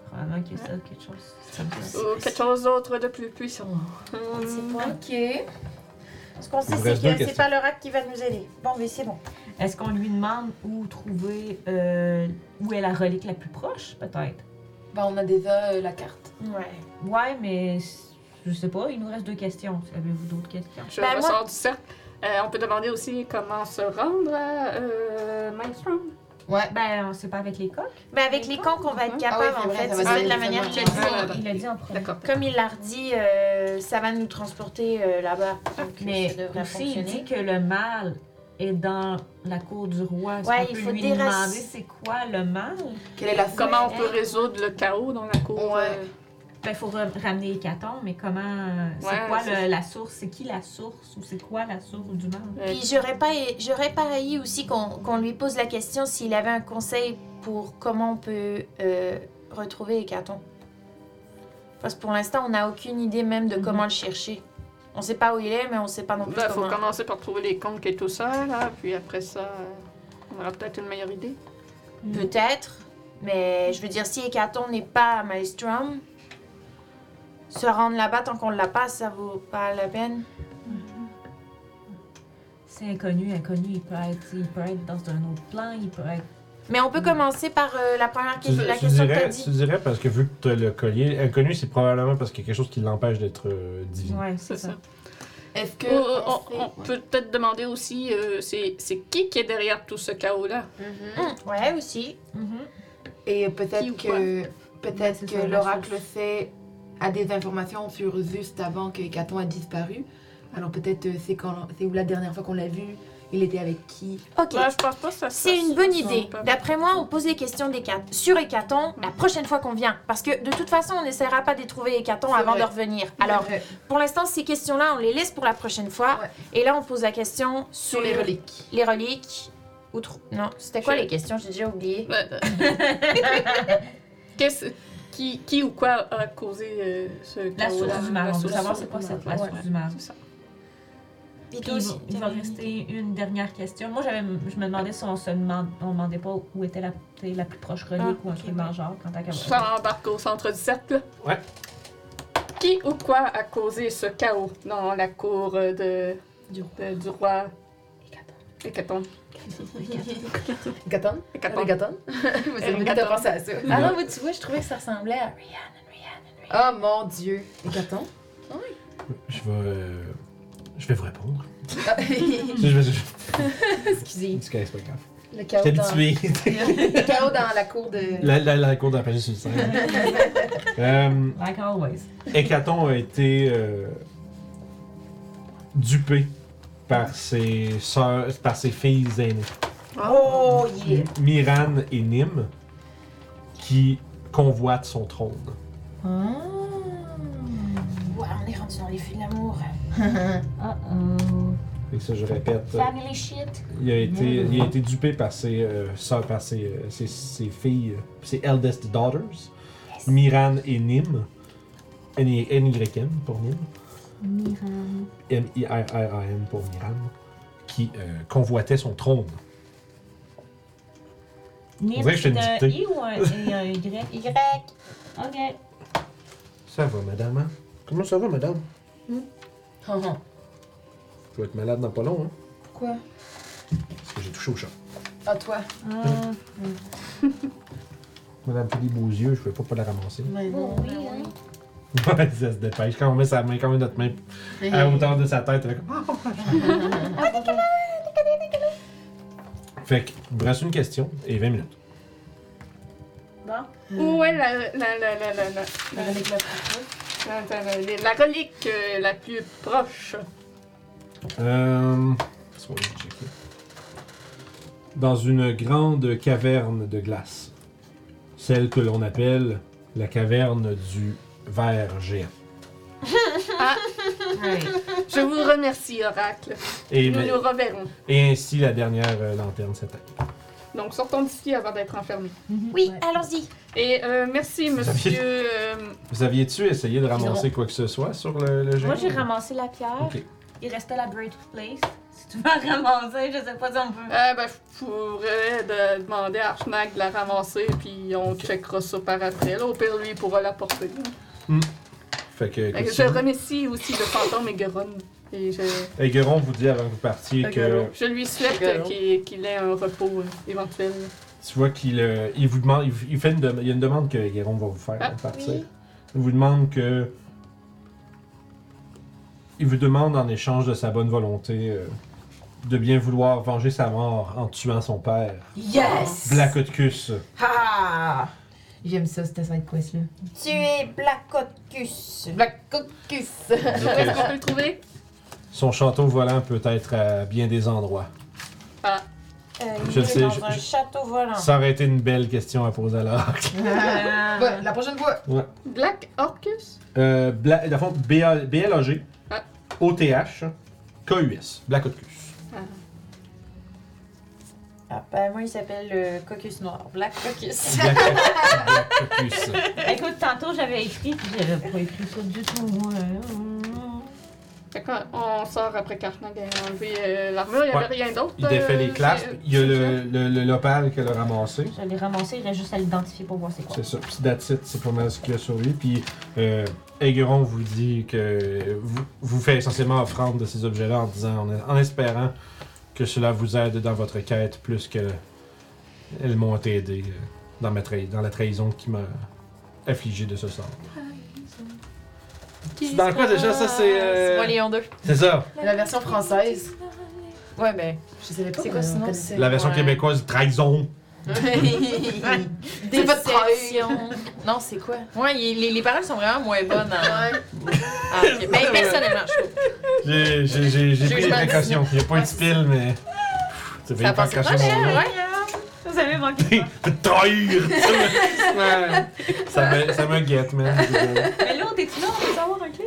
Probablement qu'il y a ça, quelque chose. Ça me dit-
Ou quelque chose d'autre de plus puissant.
C'est
Hum,
pas.
Ok.
Ce qu'on sait,
vous
c'est
reste deux
que c'est
questions.
pas l'oracle qui va nous aider. Bon, mais c'est bon.
Est-ce qu'on lui demande où trouver, euh, où est la relique la plus proche, peut-être?
Ben, on a déjà euh, la carte.
Ouais.
Ouais, mais c- je sais pas, il nous reste deux questions. Avez-vous d'autres questions?
Je
Ben, moi-
ressors du cercle. Euh, on peut demander aussi comment se rendre à euh, Mindstrom.
Ouais.
Ben, on sait pas avec les coques.
Mais avec les camps qu'on va être
Ah oui,
capable,
c'est
en
vrai,
fait,
ça
c'est
va
ça de
être
la
vraiment-
manière qu'il a
Ah,
dit.
là-bas.
Il a dit en premier.
D'accord.
Comme il l'a redit, euh, ça va nous transporter euh, là-bas.
Ah,
Donc,
Mais
ça devrait
aussi, il dit
fonctionner.
que le mal est dans la cour du roi. Est-ce
Ouais,
qu'on
il
peut
faut
lui
dérac-
demander c'est quoi le mal?
Quelle est la
Comment on peut résoudre le chaos dans la cour
Ouais.
euh,
Ben, faut re- ramener Hécaton, mais comment... euh, C'est
Ouais,
quoi
c'est-
le- la source? C'est qui la source? Ou c'est quoi la source du mal?
euh,
Puis j'aurais pas, j'aurais pas haï aussi qu'on qu'on lui pose la question s'il avait un conseil pour comment on peut euh, retrouver Hécaton. Parce que pour l'instant, on n'a aucune idée même
Mhm.
de comment le chercher. On sait pas où il est, mais on sait pas non plus
Bah,
Ben, faut
comment.
commencer par trouver les comptes qui est tout seul, là, puis après ça, euh, on aura peut-être une meilleure idée.
Peut-être, mais je veux dire, si Hécaton n'est pas à Maelstrom, se rendre là-bas tant qu'on l'a pas, ça vaut pas la peine.
C'est inconnu, inconnu. Il peut, être, il peut être dans un autre plan, il peut être...
Mais on peut commencer par euh, la première
Tu,
question, la
tu
question que t'as
dirais,
dit.
tu dirais parce que vu que t'as le collier, inconnu, c'est probablement parce qu'il y a quelque chose qui l'empêche d'être euh, divin.
Ouais, c'est ça.
Est-ce que.
Ou, euh, on,
sait-
on peut peut-être demander aussi, euh, c'est c'est qui qui est derrière tout ce chaos-là?
Mhm.
Hum, ouais, aussi.
Mhm.
Et
Qui ou
peut-être
quoi?
que.
Ouais,
Peut-être
c'est
que
ça, la
l'oracle
source.
fait. a des informations sur juste avant que Hécaton a disparu. Alors peut-être euh, c'est quand c'est où la dernière fois qu'on l'a vu, il était avec qui.
Ok.
Ouais, je pense pas que ça se
C'est
fasse
une bonne
sur
idée.
le peuple.
D'après moi, on pose les questions d'Hécaton sur Hécaton la prochaine fois qu'on vient. Parce que de toute façon, on n'essaiera pas de trouver Hécaton
C'est
avant
vrai.
de revenir. Alors,
Ouais.
pour l'instant, ces questions-là, on les laisse pour la prochaine fois.
Ouais.
Et là, on pose la question
sur les reliques.
Les reliques. Ou trou- Non, c'était quoi
Je-
les questions J'ai déjà oublié.
Ouais, euh, qu'est-ce- qui, qui ou quoi a causé euh, ce
La
chaos-là?
source du mal,
La
on veut
source
savoir
du
c'est quoi
mal.
cette la source du mal.
C'est ça.
Puis
Puis
toi
il
aussi,
va- il va
t'avais-
rester une dernière question. Moi, j'avais, je me demandais si on se demande, on demandait pas où était la, t'sais, la plus proche relique
Ah,
ou un
ok,
truc dans le genre quand t'as qu'à
Ça embarque au centre du cercle.
Ouais.
Qui ou quoi a causé ce chaos dans la cour euh, de,
Du roi.
de- du roi Hécatombe?
Hécaton
Hécatombe.
Hécaton Vous avez
Hécaton.
pensé à ça.
Ah non, mais tu vois, je trouvais que ça ressemblait à.
Rihanna, Rihanna,
Oh mon dieu.
Et carton?
Je vais. euh, je vais vous répondre.
Ah,
Je vais. je-
Excusez.
C'est correct, c'est pas grave.
Le
Je
chaos,
suis
dans,
habitué.
le chaos dans la cour de.
La, la, la cour de la page sur le sein. Euh,
Like always.
Hécaton a été euh, dupé par ses sœurs, par ses filles aînées,
Oh yeah.
Miran et Nim, qui convoitent son trône.
Ouais, on est rendu dans les feux de l'amour.
Uh-oh.
Et ça, je répète, euh,
Family shit.
il a été, il a été dupé par ses euh, sœurs, par ses, euh, ses- ses filles, euh, ses eldest daughters, Miran et Nim, N-Y-M pour Nim.
Miram.
M-I-R-R-A-N pour Miran, qui euh, convoitait son trône. On
Nip,
dirait que je
c'est
fais une
un
dictée.
I ou un, et un Y?
Y.
Ok.
Ça va, madame, hein? Comment ça va, madame? Je vais être malade dans pas long, hein?
Pourquoi?
Parce que j'ai touché au chat.
Ah toi.
Ah,
Madame fait des beaux yeux, je peux pas, pas la ramasser.
Mais
Oh, oui, hein.
Ouais, ça se dépêche. Quand on met sa main, quand on met notre main à la hauteur de sa tête, elle est comme. ah, Fait que, il me reste une question et 20 minutes.
Où est la, la, la, la, la, la, la, la- la- la- la relique euh, la plus proche?
Euh. laisse-moi aller checker. Dans une grande caverne de glace. Celle que l'on appelle la caverne du verre géant.
Je vous remercie, Oracle.
Et,
Nous nous reverrons.
et ainsi la dernière euh, lanterne s'éteint.
Donc, sortons d'ici avant d'être enfermés.
Oui, allons-y.
Et euh, merci, monsieur. euh,
Vous aviez-tu essayé de ramasser quoi que ce soit sur le, le géant?
Moi, j'ai ramassé la pierre.
Ok.
Il restait la Brave Place. Si tu vas ramasser, je sais pas si on peut.
Ah ben, je pourrais de- demander à Archnac de la ramasser, puis on checkera ça par après. Là, au pire, lui, il pourra la porter.
Fait que,
Fait que je
Christian,
remercie aussi le fantôme Egeron. Et je,
Aigueron vous dit avant que vous partiez que
je lui souhaite
Egeron.
qu'il qu'il ait un repos euh, éventuel.
tu vois qu'il euh, il vous demande, il, vous- il fait une dem- il y a une demande que Aigueron va vous faire
Ah,
avant de partir. Il vous demande que il vous demande en échange de sa bonne volonté euh, de bien vouloir venger sa mort en tuant son père,
Yes!
Blacotcus.
Ah! J'aime ça, cette side quest là.
Tu es Euh, Blacotcus.
Black Caucus!
Où est-ce qu'on peut le trouver?
Son château volant peut être à bien des endroits.
Ah,
Euh,
Je
il est
sais,
dans
je-
un
je-
château
Ah.
volant.
Ça aurait été une belle question à poser à l'orque.
Euh,
Ouais, la prochaine fois!
Black Orcus?
Euh, Bla- dans le fond, B-A- BLAG,
Ah.
OTH, KUS, Blacotcus.
Ah, ben, moi, il s'appelle le Caucus Noir. Black Caucus.
Blacotcus.
Écoute, tantôt, j'avais écrit, puis j'avais pas écrit ça du tout. moi.
Fait qu'on- on sort après qu'Archnac a enlevé euh, l'armure. Il n'y
Ouais.
avait rien d'autre.
Il défait
euh,
les classes.
c'est-
Il y a
c'est
le, le, le lopal qu'elle a ramassé.
Je l'ai ramassé, il reste juste à l'identifier pour voir c'est quoi.
C'est ça. Puis that's it, c'est pas mal ce qu'il y a sur lui. Puis euh, Aigueron vous dit que vous, vous fait essentiellement offrande de ces objets-là en disant, en, en espérant que cela vous aide dans votre quête plus que elles m'ont aidé euh, dans, ma trahi- dans la trahison qui m'a affligé de ce sort. C'est dans quoi déjà ça c'est euh,
Moi, Léon 2.
C'est ça.
La version française. Ouais, ben, je savais pas.
C'est quoi
qu'on
sinon?
connaissait.
La version
Ouais.
québécoise trahison.
C'est pas de trahison. Non, c'est quoi?
ouais, il- les, les paroles sont vraiment moins bonnes. hein.
Ouais.
Ah, ok. Mais personnellement, je trouve.
J'ai j'ai- j'ai- j'ai pris des
Jugement
précautions. Il n'y a pas eu de style, mais. Ça
Ça
pas
a passé
cracher
proche,
mon
hein,
nom.
ouais.
Vous avez manqué de ça.
De trahir! Ouais. ça, me, ça me guette, man.
Mais l'autre, es-tu là? On peut savoir un clip?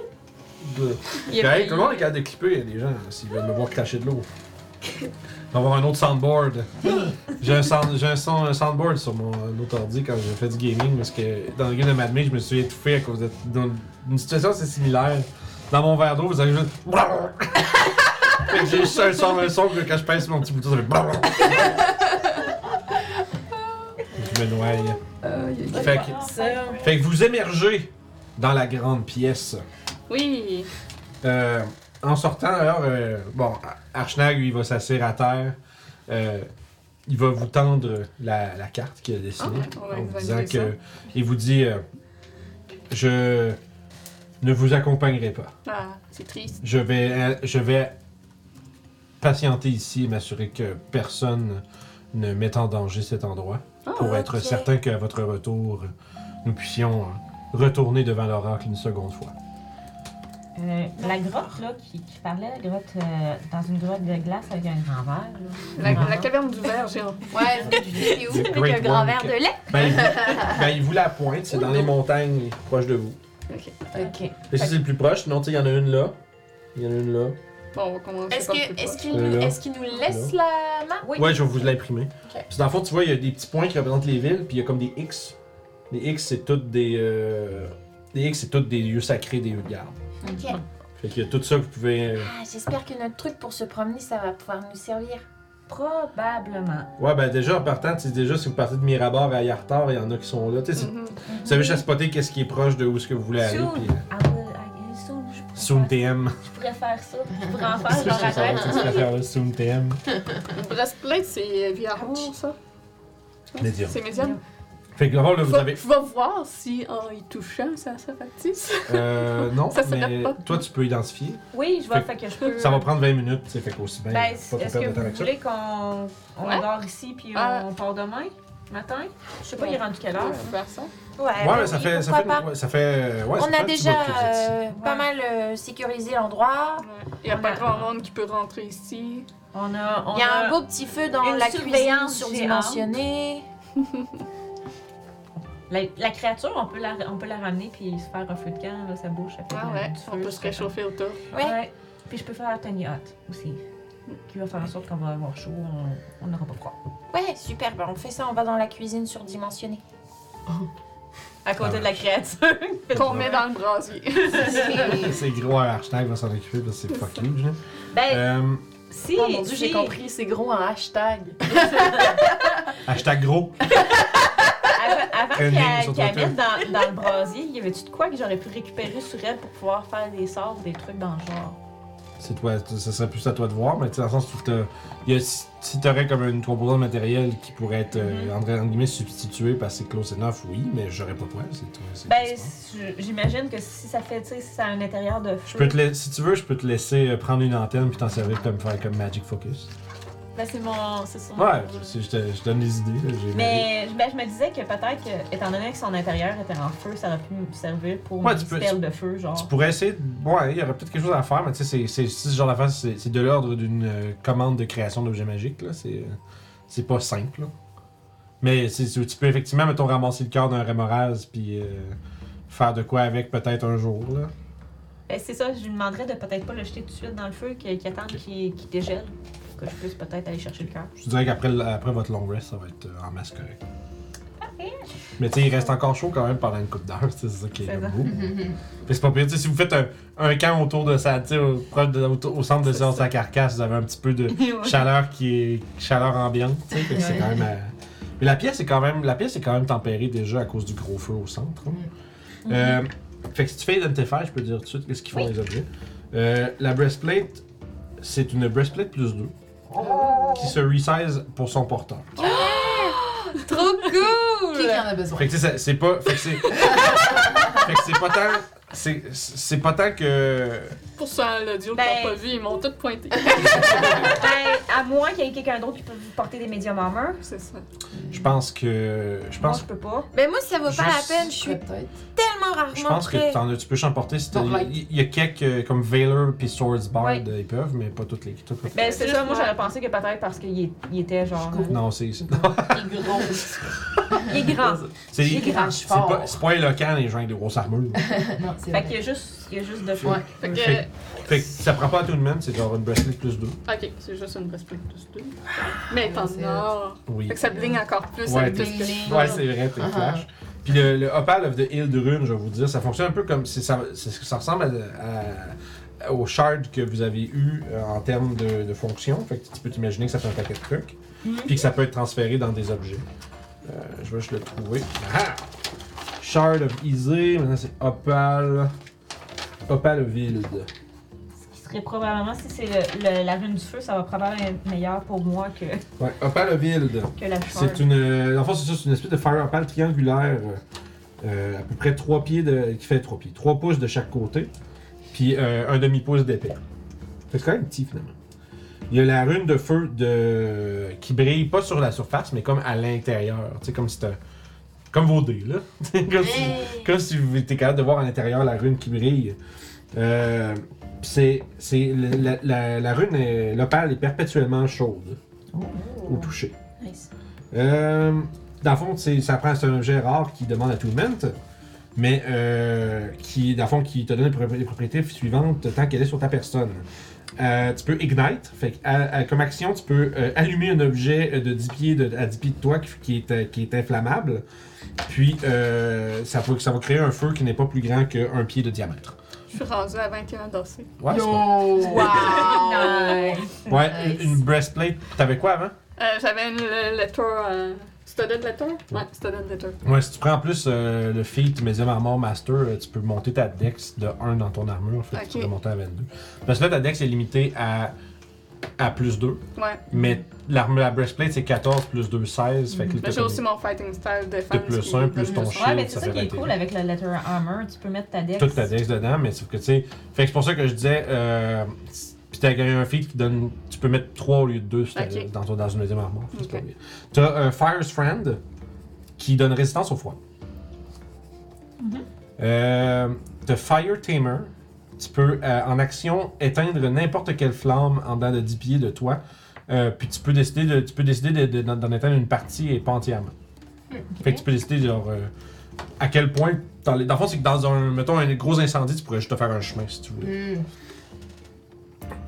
Il est
Hey,
payé.
tout le monde est capable de clipper, il y a des gens, là, s'ils veulent me voir cracher de l'eau. On va avoir un autre soundboard. J'ai un, sound- j'ai un, son- un soundboard sur mon euh, autre ordi quand j'ai fait du gaming parce que dans le game de Mad Mage, je me suis étouffé à cause d'une situation assez similaire. Dans mon verre d'eau, vous avez juste. fait que j'ai juste un son, un son que quand je pèse sur mon petit bouton, ça fait. je me noie. Fait que-
Ça.
Fait que vous émergez dans la grande pièce.
Oui.
Euh, en sortant, d'ailleurs, euh, bon, Archnag, lui, il va s'asseoir à terre. Euh, il va vous tendre la, la carte qu'il a dessinée.
Ah, on va
en vous
examiner
disant
ça.
que. Il vous dit euh, Je ne vous accompagnerai pas.
Ah, c'est triste.
Je vais, euh, je vais patienter ici et m'assurer que personne ne mette en danger cet endroit
Ah,
pour être
ok.
certain qu'à votre retour, nous puissions euh, retourner devant l'oracle une seconde fois.
Euh, la grotte, là, qui, qui parlait, la grotte, euh, dans une grotte de glace avec un grand verre, là.
La,
Mhm.
la caverne du verre, géant.
Ouais, c'est où?
The
Avec
Great
un grand
One
verre
qui-
de lait.
Ben, il, ben, il vous la pointe, c'est dans les montagnes proches de vous.
Ok.
Mais si c'est le plus proche, sinon, tu sais, il y en a une là. Il y en a une là.
Bon, on va commencer
Est-ce
par le
que- Euh,
plus
est-ce
proche.
qu'il nous,
Là.
est-ce qu'il nous laisse la map?
Oui.
Ouais, je vais vous l'imprimer.
Ok.
Puis dans le fond, tu vois, il y a des petits points qui représentent les villes, puis il y a comme des X. Les X, c'est toutes des. euh, Les X, c'est toutes des lieux sacrés des lieux de garde.
Ok.
Fait qu'il y a tout ça que vous pouvez. euh,
Ah, J'espère que notre truc pour se promener, ça va pouvoir nous servir.
Probablement.
Ouais, ben déjà, en partant, tu sais, déjà, si vous partez de Mirabar à Yartar, il y en a qui sont là. Tu sais, c'est-
Mhm.
vous savez juste à spotter qu'est-ce qui est proche de où est-ce que vous voulez aller,
Soon.
puis.
Ah, ouais, ah, soon, je pourrais
Soon
faire-
TM.
Je pourrais faire ça. Je pourrais en faire,
C'est
genre,
ça, ça,
après.
cette affaire-là, Soon TM.
Le breastplate, c'est euh, Viarour, ça?
Médium.
C'est médium.
Fait que d'abord, là, vous
Faut-
avez.
Faut voir si en y touchant, ça, ça factice.
Euh, non,
Ça se
mais
note pas.
toi, tu peux identifier.
Oui, je vois,
Fait-
fait que je peux.
Ça va prendre 20 minutes, tu sais, fait qu'aussi bien.
Euh. Ben,
faut pas trop
est-ce que
perdre de temps
vous
avec ça.
voulez qu'on on
Ouais.
dort ici puis
Ah.
on part demain matin? Je sais pas, il est rendu quelle heure?
On peut faire ça.
Ouais,
Ouais,
ben
mais ça
oui,
fait, ça
pourquoi
fait,
pas.
ouais, ça fait, ouais, ça
On
fait
a
un petit bout
déjà
que vous êtes ici.
euh, pas mal euh, sécurisé l'endroit.
Il n'y a pas
Ouais.
grand monde qui peut rentrer ici.
On a. On
Il y a un beau petit feu dans
une
la cuisine
surveillance
surdimensionnée.
La, la créature, on peut la, on peut la ramener puis se faire un feu de camp, là, ça bouge, ça fait
Ah
euh,
ouais,
du feu,
on peut
ça
se
fait-
réchauffer autour.
Ouais.
Ouais. Puis je peux faire Tony Hot aussi, qui va faire en sorte qu'on va avoir chaud, on on n'aura pas froid.
Ouais, super. ben on fait ça, on va dans la cuisine surdimensionnée.
À côté
Ah,
de la créature.
Qu'on met dans le brasier.
C'est gros, un hashtag va s'en occuper parce que c'est fuck huge, là.
Ben,
Euh,
si.
Oh mon dieu, j'ai
si-
compris, c'est gros en hashtag.
hashtag gros.
Avant,
Ah,
avant
Un
qu'elle
lien sur
qu'elle
Twitter.
mette dans, dans le brasier, y avait-tu de quoi que j'aurais pu récupérer sur elle pour pouvoir faire des sorts, des trucs dans le genre?
C'est toi, ça serait plus à toi de voir, mais tu sais, dans le sens où t'as- il y a- si- si t'aurais comme une composante matérielle qui pourrait être, euh, entre- entre guillemets, substituée parce que c'est close enough, oui, mais j'aurais pas quoi, c'est toi. c'est-
Ben,
c'est toi.
je- j'imagine que si ça fait, tu sais, si ça a un intérieur de
Je
feu.
peux te la- si tu veux, je peux te laisser euh, prendre une antenne puis t'en servir comme faire comme Magic Focus.
Ben, c'est mon. C'est son.
Ouais, je, je te- je donne les idées. là, j'ai-
Mais je- ben, je me disais que peut-être que, étant donné que son intérieur était en feu, ça aurait pu me servir pour
Ouais,
mes
tu peux-
spells de feu, genre.
Tu pourrais essayer. de- Ouais, il y aurait peut-être quelque chose à faire, mais tu sais, c'est- c'est c'est ce genre d'affaire, c'est c'est de l'ordre d'une euh, commande de création d'objets magiques, là. C'est euh, c'est pas simple, là. Mais c'est- c'est- tu peux effectivement, mettons, ramasser le cœur d'un Remoraz, puis euh, faire de quoi avec peut-être un jour, là.
Ben, c'est ça, je lui demanderais de peut-être pas le jeter tout de suite dans le feu, qu'il qu'il attende
Ok.
qu'il qu'il dégèle, pour que je puisse peut-être aller chercher le cœur.
Je te dirais qu'après le- après votre long rest, ça va être euh, en masse correct. Mais tu sais, il reste encore chaud quand même pendant une coupe d'heure, tu sais, c'est ça qui est,
C'est
le
ça.
beau. Puis c'est pas pire, tu sais, si vous faites un, un camp autour de sa, tu sais, au, proche de- autour- au centre de
C'est
sa,
ça.
sa carcasse, vous avez un petit peu de
Ouais.
chaleur qui est chaleur ambiante, tu sais, fait que c'est quand même. euh, Mais la pièce est quand même, la pièce est quand même tempérée déjà à cause du gros feu au centre. hein.
Mm-hmm.
Euh, fait que si tu fais identifier, je peux dire tout de suite qu'est-ce qu'ils font les objets. Euh, la breastplate, c'est une breastplate plus 2 qui se resize pour son porteur.
Trop cool!
Qui qui en a besoin?
Fait que tu sais, ça- c'est pas. Fait que c'est. fait que c'est pas tant. C'est, c'est pas tant que.
Pour ça, l'audio
Ben-
qui n'a pas vu, ils m'ont tout pointé.
ben, à moins qu'il y ait quelqu'un d'autre qui peut vous porter des médium armor.
C'est ça.
Je pense que. Je
Moi,
pense
je peux pas.
Ben moi, ça vaut pas la
Juste-
peine, je suis
Peut-être.
tellement rarement
Je pense que
prêt.
t'en as- tu peux s'emporter. Si t'as-
Bon, right.
Il y a quelques euh, comme Valor puis Swordsbard, euh,
Ouais.
ils peuvent, mais pas toutes les. toutes les-
Ben, c'est
Juste
ça, moi,
moi.
j'aurais pensé que peut-être parce qu'il est- il était genre.
Je
Non, c'est. c'est- non,
Il est gros.
Il est grand.
c'est-
Il est grand, je suis
c'est
fort.
pas, c'est pas éloquent, les gens avec des grosses armures.
Non, c'est
Fait
vrai.
qu'il y a juste, il y a juste de feu.
Ouais.
Fait-
Fait que, euh,
fait que ça prend pas à tout de même, c'est genre une bracelet plus deux.
ok, c'est juste une breastplate plus deux. Mais elle est
C'est-
en or.
Oui.
Fait que ça bling encore plus
Ouais,
avec tout ce
bling,
que
bling.
Ouais, c'est vrai, t'es
Uh-huh.
flash. Puis le, le Opal of the Hill de Rune, je vais vous dire, ça fonctionne un peu comme. c'est- Ça, c'est- ça ressemble à- à- au shard que vous avez eu euh, en termes de, de fonction. Fait que tu peux t'imaginer que ça fait un paquet de trucs.
Mm-hmm.
Puis que ça peut être transféré dans des objets. Euh, je vais juste le trouver. Ah! Shard of Easy, maintenant c'est Opal. Opal of Wild.
Ce qui serait probablement, si c'est le- le- la rune du feu, ça va probablement être meilleur pour moi que,
Ouais, Opal of Wild.
que la
C'est
shard.
une. euh, dans le fond, c'est ça, c'est une espèce de fire opal triangulaire euh, euh, à peu près 3 pieds de. qui fait 3 pieds, 3 pouces de chaque côté, puis euh, un demi-pouce d'épais. Fait que C'est quand même petit finalement. Il y a la rune de feu de... qui brille pas sur la surface, mais comme à l'intérieur. Tu sais, comme si t'as- Comme vos dés, là. comme si, comme si vous étiez capable de voir à l'intérieur la rune qui brille. Euh, pis c'est, c'est la, la- la rune, est- l'opale est perpétuellement chaude au toucher.
Nice.
Euh, dans le fond, c'est, ça prend, c'est un objet rare qui demande à tout Toolment, mais euh, qui, dans le fond, qui te donne les propri- les propriétés suivantes tant qu'elle est sur ta personne. Euh, tu peux ignite, fait que, à- à- comme action, tu peux euh, allumer un objet euh, de 10 pieds de, à 10 pieds de toi qui, qui est, euh, qui est inflammable, puis euh, ça, peut- ça va créer un feu qui n'est pas plus grand qu'un pied de diamètre.
Je suis rendue à 21 dossiers.
Ouais, c'est pas- ouais une- une, breastplate, t'avais quoi avant?
Euh, J'avais une le- letter. Euh, studded letter? Ouais, studded letter.
Ouais, si tu prends en plus euh, le feat Medium Armor Master, euh, tu peux monter ta dex de 1 dans ton armure. Fait que tu
Ok.
peux monter à 22. Parce que là, ta dex est limitée à, à plus 2.
Ouais. Ben,
Mais l'armure, la breastplate, c'est 14 plus 2, 16. Fait que là,
Mais j'ai
t'as
aussi mon fighting style de
Mm-hmm.
t'as
fans.
plus 1, plus ton shield,
Ouais, mais c'est
ça
ça,
fait
qui est
21.
cool avec le letter armor. Tu peux mettre ta dex.
Toute ta dex dedans, mais sauf que tu sais. Fait que c'est pour ça que je disais. Euh, puis t'as gagné un feat qui donne. Tu peux mettre 3 au lieu de 2 si t'as-
Ok.
dans, ton- dans une Medium Armor. Fait que c'est
Ok.
pas bien. T'as euh, Fire's Friend qui donne résistance au froid.
Mm-hmm.
Euh, T'as Fire Tamer. Tu peux, euh, en action, éteindre n'importe quelle flamme en dedans de 10 pieds de toi. Euh, puis tu peux décider de- tu peux décider de- de- d'en éteindre une partie et pas entièrement. Fait que tu peux décider, genre, euh, à quel point. Dans, les- dans le fond, c'est que dans un, mettons, un gros incendie, tu pourrais juste te faire un chemin si tu voulais. Hmm.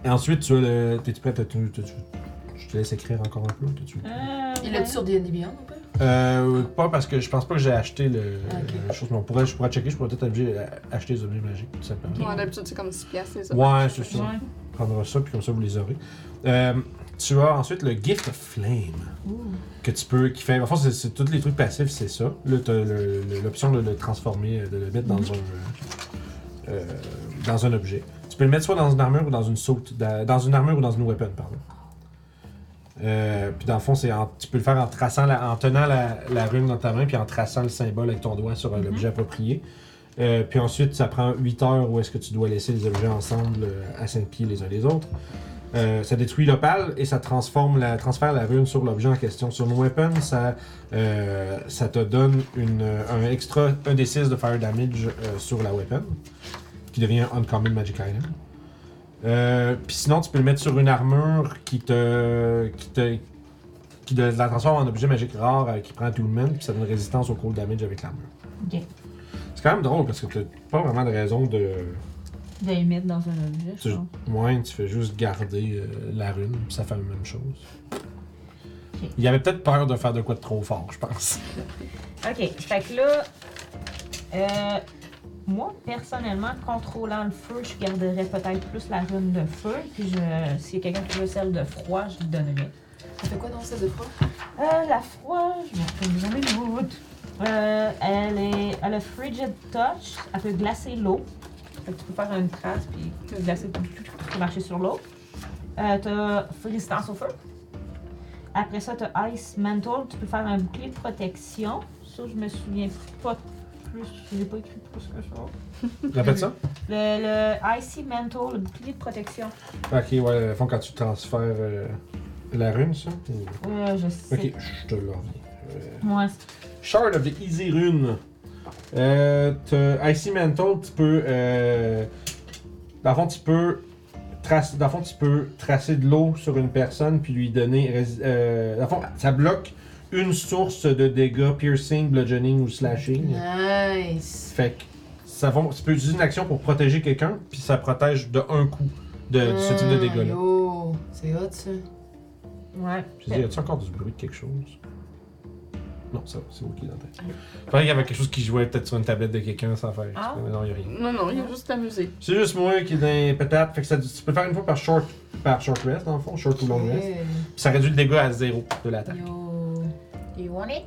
Et ensuite, tu as le. T'es-tu prêt? T'as-tu- t'as-tu- Je te laisse écrire encore un peu. T'as-tu-
Euh,
Il
ouais.
l'a sur D&D Beyond ou pas?
Euh, pas parce que je pense pas que j'ai acheté le.
Ah, ok.
la chose, mais on pourrait, je pourrais checker, je pourrais peut-être obligé acheter des objets magiques, tout simplement.
Ouais, d'habitude, c'est comme 6 piastres, les autres.
Ouais, c'est ça.
Ouais.
On prendra ça, puis comme ça, vous les aurez. Euh, tu as ensuite le Gift of Flame. Que tu peux, qui fait. En fait, c'est- c'est tous les trucs passifs, c'est ça. Là, t'as le- le- l'option de le transformer, euh, de le mettre dans un. euh, dans un objet. Tu peux le mettre soit dans une armure ou dans une saute. Dans, dans une armure ou dans une weapon, pardon. Euh, puis dans le fond, c'est en- tu peux le faire en traçant, la- en tenant la, la rune dans ta main, puis en traçant le symbole avec ton doigt sur un objet approprié. Euh, puis ensuite, ça prend 8 heures où est-ce que tu dois laisser les objets ensemble euh, à 5 pieds les uns les autres. Euh, ça détruit l'opale et ça transforme la, transfère la rune sur l'objet en question. Sur une weapon, ça, euh, ça te donne une, un extra 1d6 de fire damage euh, sur la weapon, qui devient un uncommon magic item. Euh, puis sinon, tu peux le mettre sur une armure qui te, qui te, qui te- la transforme en objet magique rare euh, qui prend Toolman, puis ça donne résistance au cold damage avec l'armure.
Ok.
C'est quand même drôle parce que t'as pas vraiment de raison de.
De le mettre dans un objet, je
Tu,
pense.
ouais, tu fais juste garder euh, la rune, puis ça fait la même chose.
Ok.
Il avait peut-être peur de faire de quoi de trop fort, je pense.
Ok, fait que là, euh, moi personnellement, contrôlant le feu, je garderais peut-être plus la rune de feu, puis je, si quelqu'un qui veut celle de froid, je lui donnerais.
Ça fait quoi dans cette de froid?
Euh, la froid, je vais retrouver mes notes. Euh, elle, est, elle a Frigid Touch, elle peut glacer l'eau. Fait que tu peux faire une trace, puis tu peux glacer, tu peux marcher sur l'eau. Euh, t'as résistance au feu. Après ça, t'as Ice Mantle, tu peux faire un bouclier de protection. Ça, je me souviens pas plus, je l'ai pas écrit plus que ça.
Répète ça?
Le, le Icy Mantle, le bouclier de protection.
Ok, ouais, au fond, quand tu transfères euh, la rune, ça. ou-
Euh, je sais.
Ok, je te le reviens. Euh,
Ouais,
Shard of the Easy Rune. Euh, t'as Icy Mantle, tu peux. Euh, dans le fond, tu peux. Tracer, dans le fond, tu peux tracer de l'eau sur une personne puis lui donner. rési- Euh, dans le fond, ça bloque une source de dégâts piercing, bludgeoning ou slashing.
Nice.
Fait que ça va- tu peux utiliser une action pour protéger quelqu'un puis ça protège de un coup de, de ce type de dégâts-là.
Euh, Yo, c'est hot ça.
ouais.
Je dis, y a-tu encore du bruit de quelque chose? Non, ça, va, c'est ok dans ta tête. Je pensais qu'il y avait quelque chose qui jouait peut-être sur une tablette de quelqu'un sans faire. exprès,
Ah.
mais non, il a rien.
Non, non, il y a juste amusé.
C'est juste moi qui est dans patate. Fait que ça, tu peux faire une fois par short, par short rest, dans le fond, short ou long rest.
Ouais.
Puis ça réduit le dégât à zéro de l'attaque.
Yo.
Do you want it?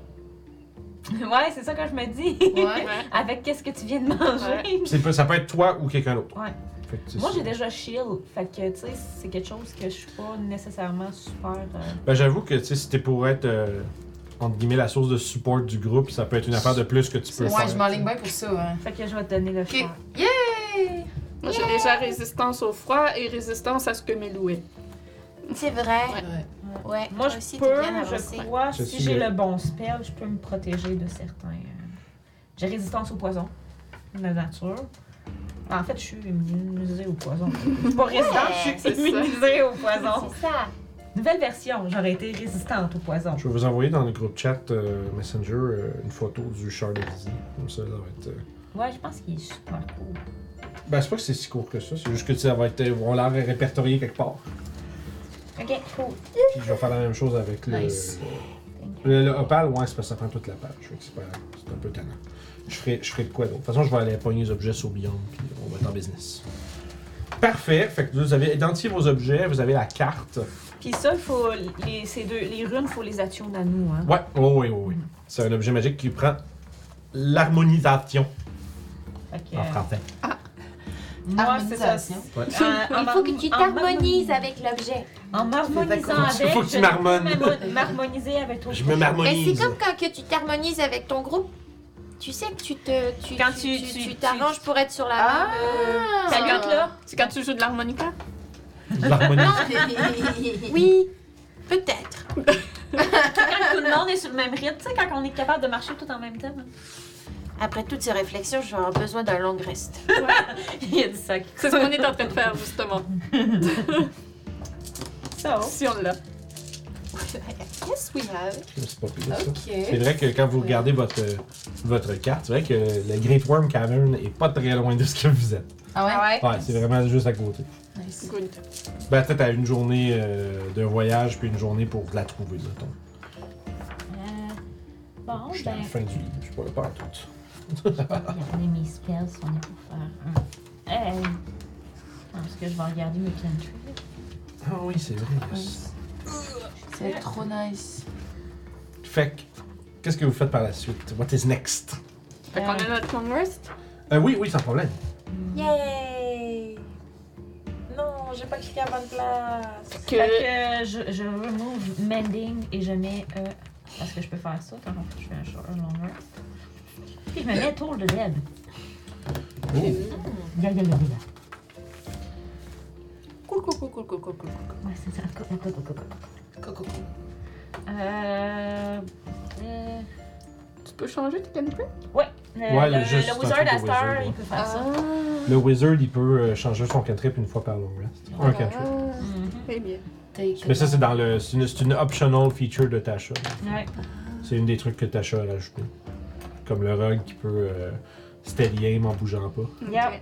Ouais, c'est ça que je me dis.
Ouais.
Avec qu'est-ce que tu viens de manger.
Puis c'est pas- ça peut être toi ou quelqu'un d'autre.
Ouais.
Fait que c'est
Moi,
ça.
j'ai déjà shield. Fait que, tu sais, c'est quelque chose que je suis pas nécessairement super. euh,
Ben, j'avoue que, tu sais, si t'es pour être euh, entre guillemets, la source de support du groupe. Ça peut être une affaire de plus que tu peux
Ouais,
faire.
je m'enligne bien pour ça. hein.
Fait que je vais te donner le
Ok.
fer.
Yay!
Moi, j'ai déjà résistance au froid et résistance à ce que mes louets.
C'est vrai.
Ouais.
Ouais,
Moi,
toi
je
aussi, t'es
peux,
bien avancée.
je crois,
Je
si
suis
j'ai
le-
le bon spell, je peux me protéger de certains. euh, J'ai résistance au poison, la nature. En fait, je suis immunisée au poison. Je suis pas résistante, je suis
c'est ça.
immunisée au poison.
C'est ça.
Nouvelle version, j'aurais été résistante au poison.
Je vais vous envoyer dans le groupe chat euh, Messenger euh, une photo du char de Lizzie. Comme ça, ça va être. euh,
Ouais, je pense qu'il est super cool.
Ben, c'est pas que c'est si court que ça, c'est juste que ça va être. euh, On l'a répertorié quelque part.
Ok, cool.
Puis je vais faire la même chose avec le.
Nice.
Le, le Opal, ouais, c'est parce que ça prend toute la page. Fait que C'est pas- c'est un peu tannant. Je ferai, je ferai de quoi d'autre. De toute façon, je vais aller pogner les objets sur Beyond, puis on va être en business. Parfait. Fait que vous avez identifié vos objets, vous avez la carte.
Puis ça, faut les, ces deux, les runes, faut les attuner à nous. Hein.
Ouais, oui, oui, oh, oui. oui. C'est un objet magique qui prend l'harmonisation
Fait que,
en français.
moi, c'est ça.
Harmonisation.
Euh, en
Il faut que
mar-
tu
en
t'harmonises avec l'objet.
En m'harmonisant
D'accord.
avec.
Faut que tu
je peux
marmonnes.
m'harmo- M'harmoniser avec toi.
Je me
Mais c'est
m'harmonise.
comme quand que tu t'harmonises avec ton groupe. Tu sais que tu te tu
Quand
tu-
tu-
tu-
tu-
tu t'arranges pour être sur la
Ah!
même, euh,
Ta
euh,
lutte, là, c'est quand tu joues de l'harmonica?
L'harmonie.
Oui, peut-être.
quand tout le monde est sur le même rythme, tu sais, quand on est capable de marcher tout en même temps. hein.
Après toutes ces réflexions, je vais avoir besoin d'un long reste.
Il y a du sac.
C'est ce qu'on est en train de faire, justement.
Ça, oh.
Si on l'a.
Yes, we have.
C'est pas pire, ça. C'est
Ok.
vrai que quand vous regardez votre, euh, votre carte, c'est vrai que le Great Worm Cavern est pas très loin de ce que vous êtes.
Ah
ouais.
Ouais, c'est vraiment juste à côté.
ouais? Nice.
Good.
Ben, peut-être à une journée euh, de voyage, puis une journée pour la trouver, mettons.
Euh, Bon,
Je suis à
ben,
la fin du livre, je suis pas là pas en tout.
regardez mes spells, on est pour faire un. Euh, parce que je vais regarder mes cantrips.
Ah oui, c'est vrai.
C'est trop nice.
Fait que, qu'est-ce que vous faites par la suite? What is next?
Fait qu'on a notre long rest.
Euh, oui, oui, sans problème.
Yay! Non, j'ai pas cliqué à bonne place.
Que...
Fait que je, je remove mending et je mets. Euh, parce que je peux faire ça quand on- je fais un short un long rest. Puis je me mets tour de l'aide.
Oh,
Ya, ya, ya, ya.
Cool, cool, cool, cool, cool, cool, cool.
Ouais, c'est ça. Co- co- co- co- co-
Cool, cool, cool.
Euh. euh,
Tu peux changer tes canapés?
Ouais, le,
Ouais, le
le-
juste,
le
c'est un
Wizard
truc de
à Star,
wizard, ouais.
il peut faire
Ah.
ça.
Le wizard, il peut euh, changer son cantrip une fois par long rest. Un cantrip.
Ah,
Mhm.
eh bien.
Take
Mais ça, c'est dans le. C'est une, c'est une optional feature de Tasha.
Ouais.
C'est une des trucs que Tasha a rajouté. Comme le rogue qui peut euh, steady aim en bougeant pas.
Yep.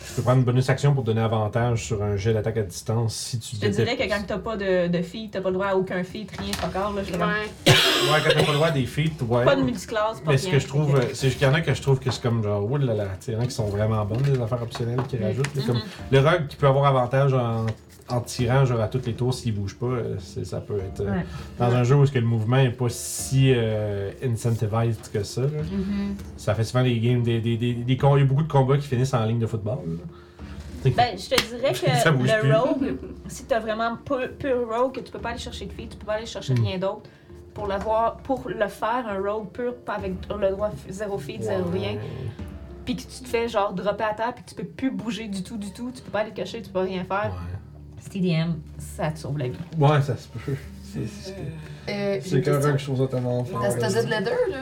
Tu peux prendre une bonus action pour donner avantage sur un jet d'attaque à distance si tu
Je te dirais que quand t'as pas de, de feat, t'as pas le droit à aucun feat, rien encore. Là, je te demande.
Ouais.
Ouais, quand t'as pas le droit à des feats, ouais.
Pas de multiclasse, pas
Mais
rien.
ce que je trouve,
Fait
euh, c'est qu'il y en a que je trouve que c'est comme genre, oh là là, tu sais, il y en a qui sont vraiment bonnes, les affaires optionnelles
Mm.
qu'ils rajoutent. là, comme
Mm-hmm.
le rogue qui peut avoir avantage en, en tirant genre à toutes les tours s'il bouge pas, euh, c'est- ça peut être. euh,
Ouais.
Dans un jeu où est-ce que le mouvement est pas si euh, incentivized que ça, là,
Mm-hmm.
ça fait souvent des games, des, des, des, des com- il y a beaucoup de combats qui finissent en ligne de football. là. T'sais,
Ben, je te dirais que
Ça bouge plus.
le rogue, si t'as vraiment pu- pur rogue, que tu peux pas aller chercher de feat, tu peux pas aller chercher
Mm.
rien d'autre. Pour l'avoir, pour le faire, un rogue pur, pas avec le droit f- zéro feat, zéro rien. Puis que tu te fais genre dropper à terre, puis que tu peux plus bouger du tout, du tout, tu peux pas aller te cacher, tu peux rien faire.
Ouais,
CDM, ça te sauve la vie.
ouais. ouais, ça se peut. C'est-
Euh, j'ai
C'est
une
qu'un
question.
rogue, je trouve ça tellement fort.
Ta stada de
là.
leather, là,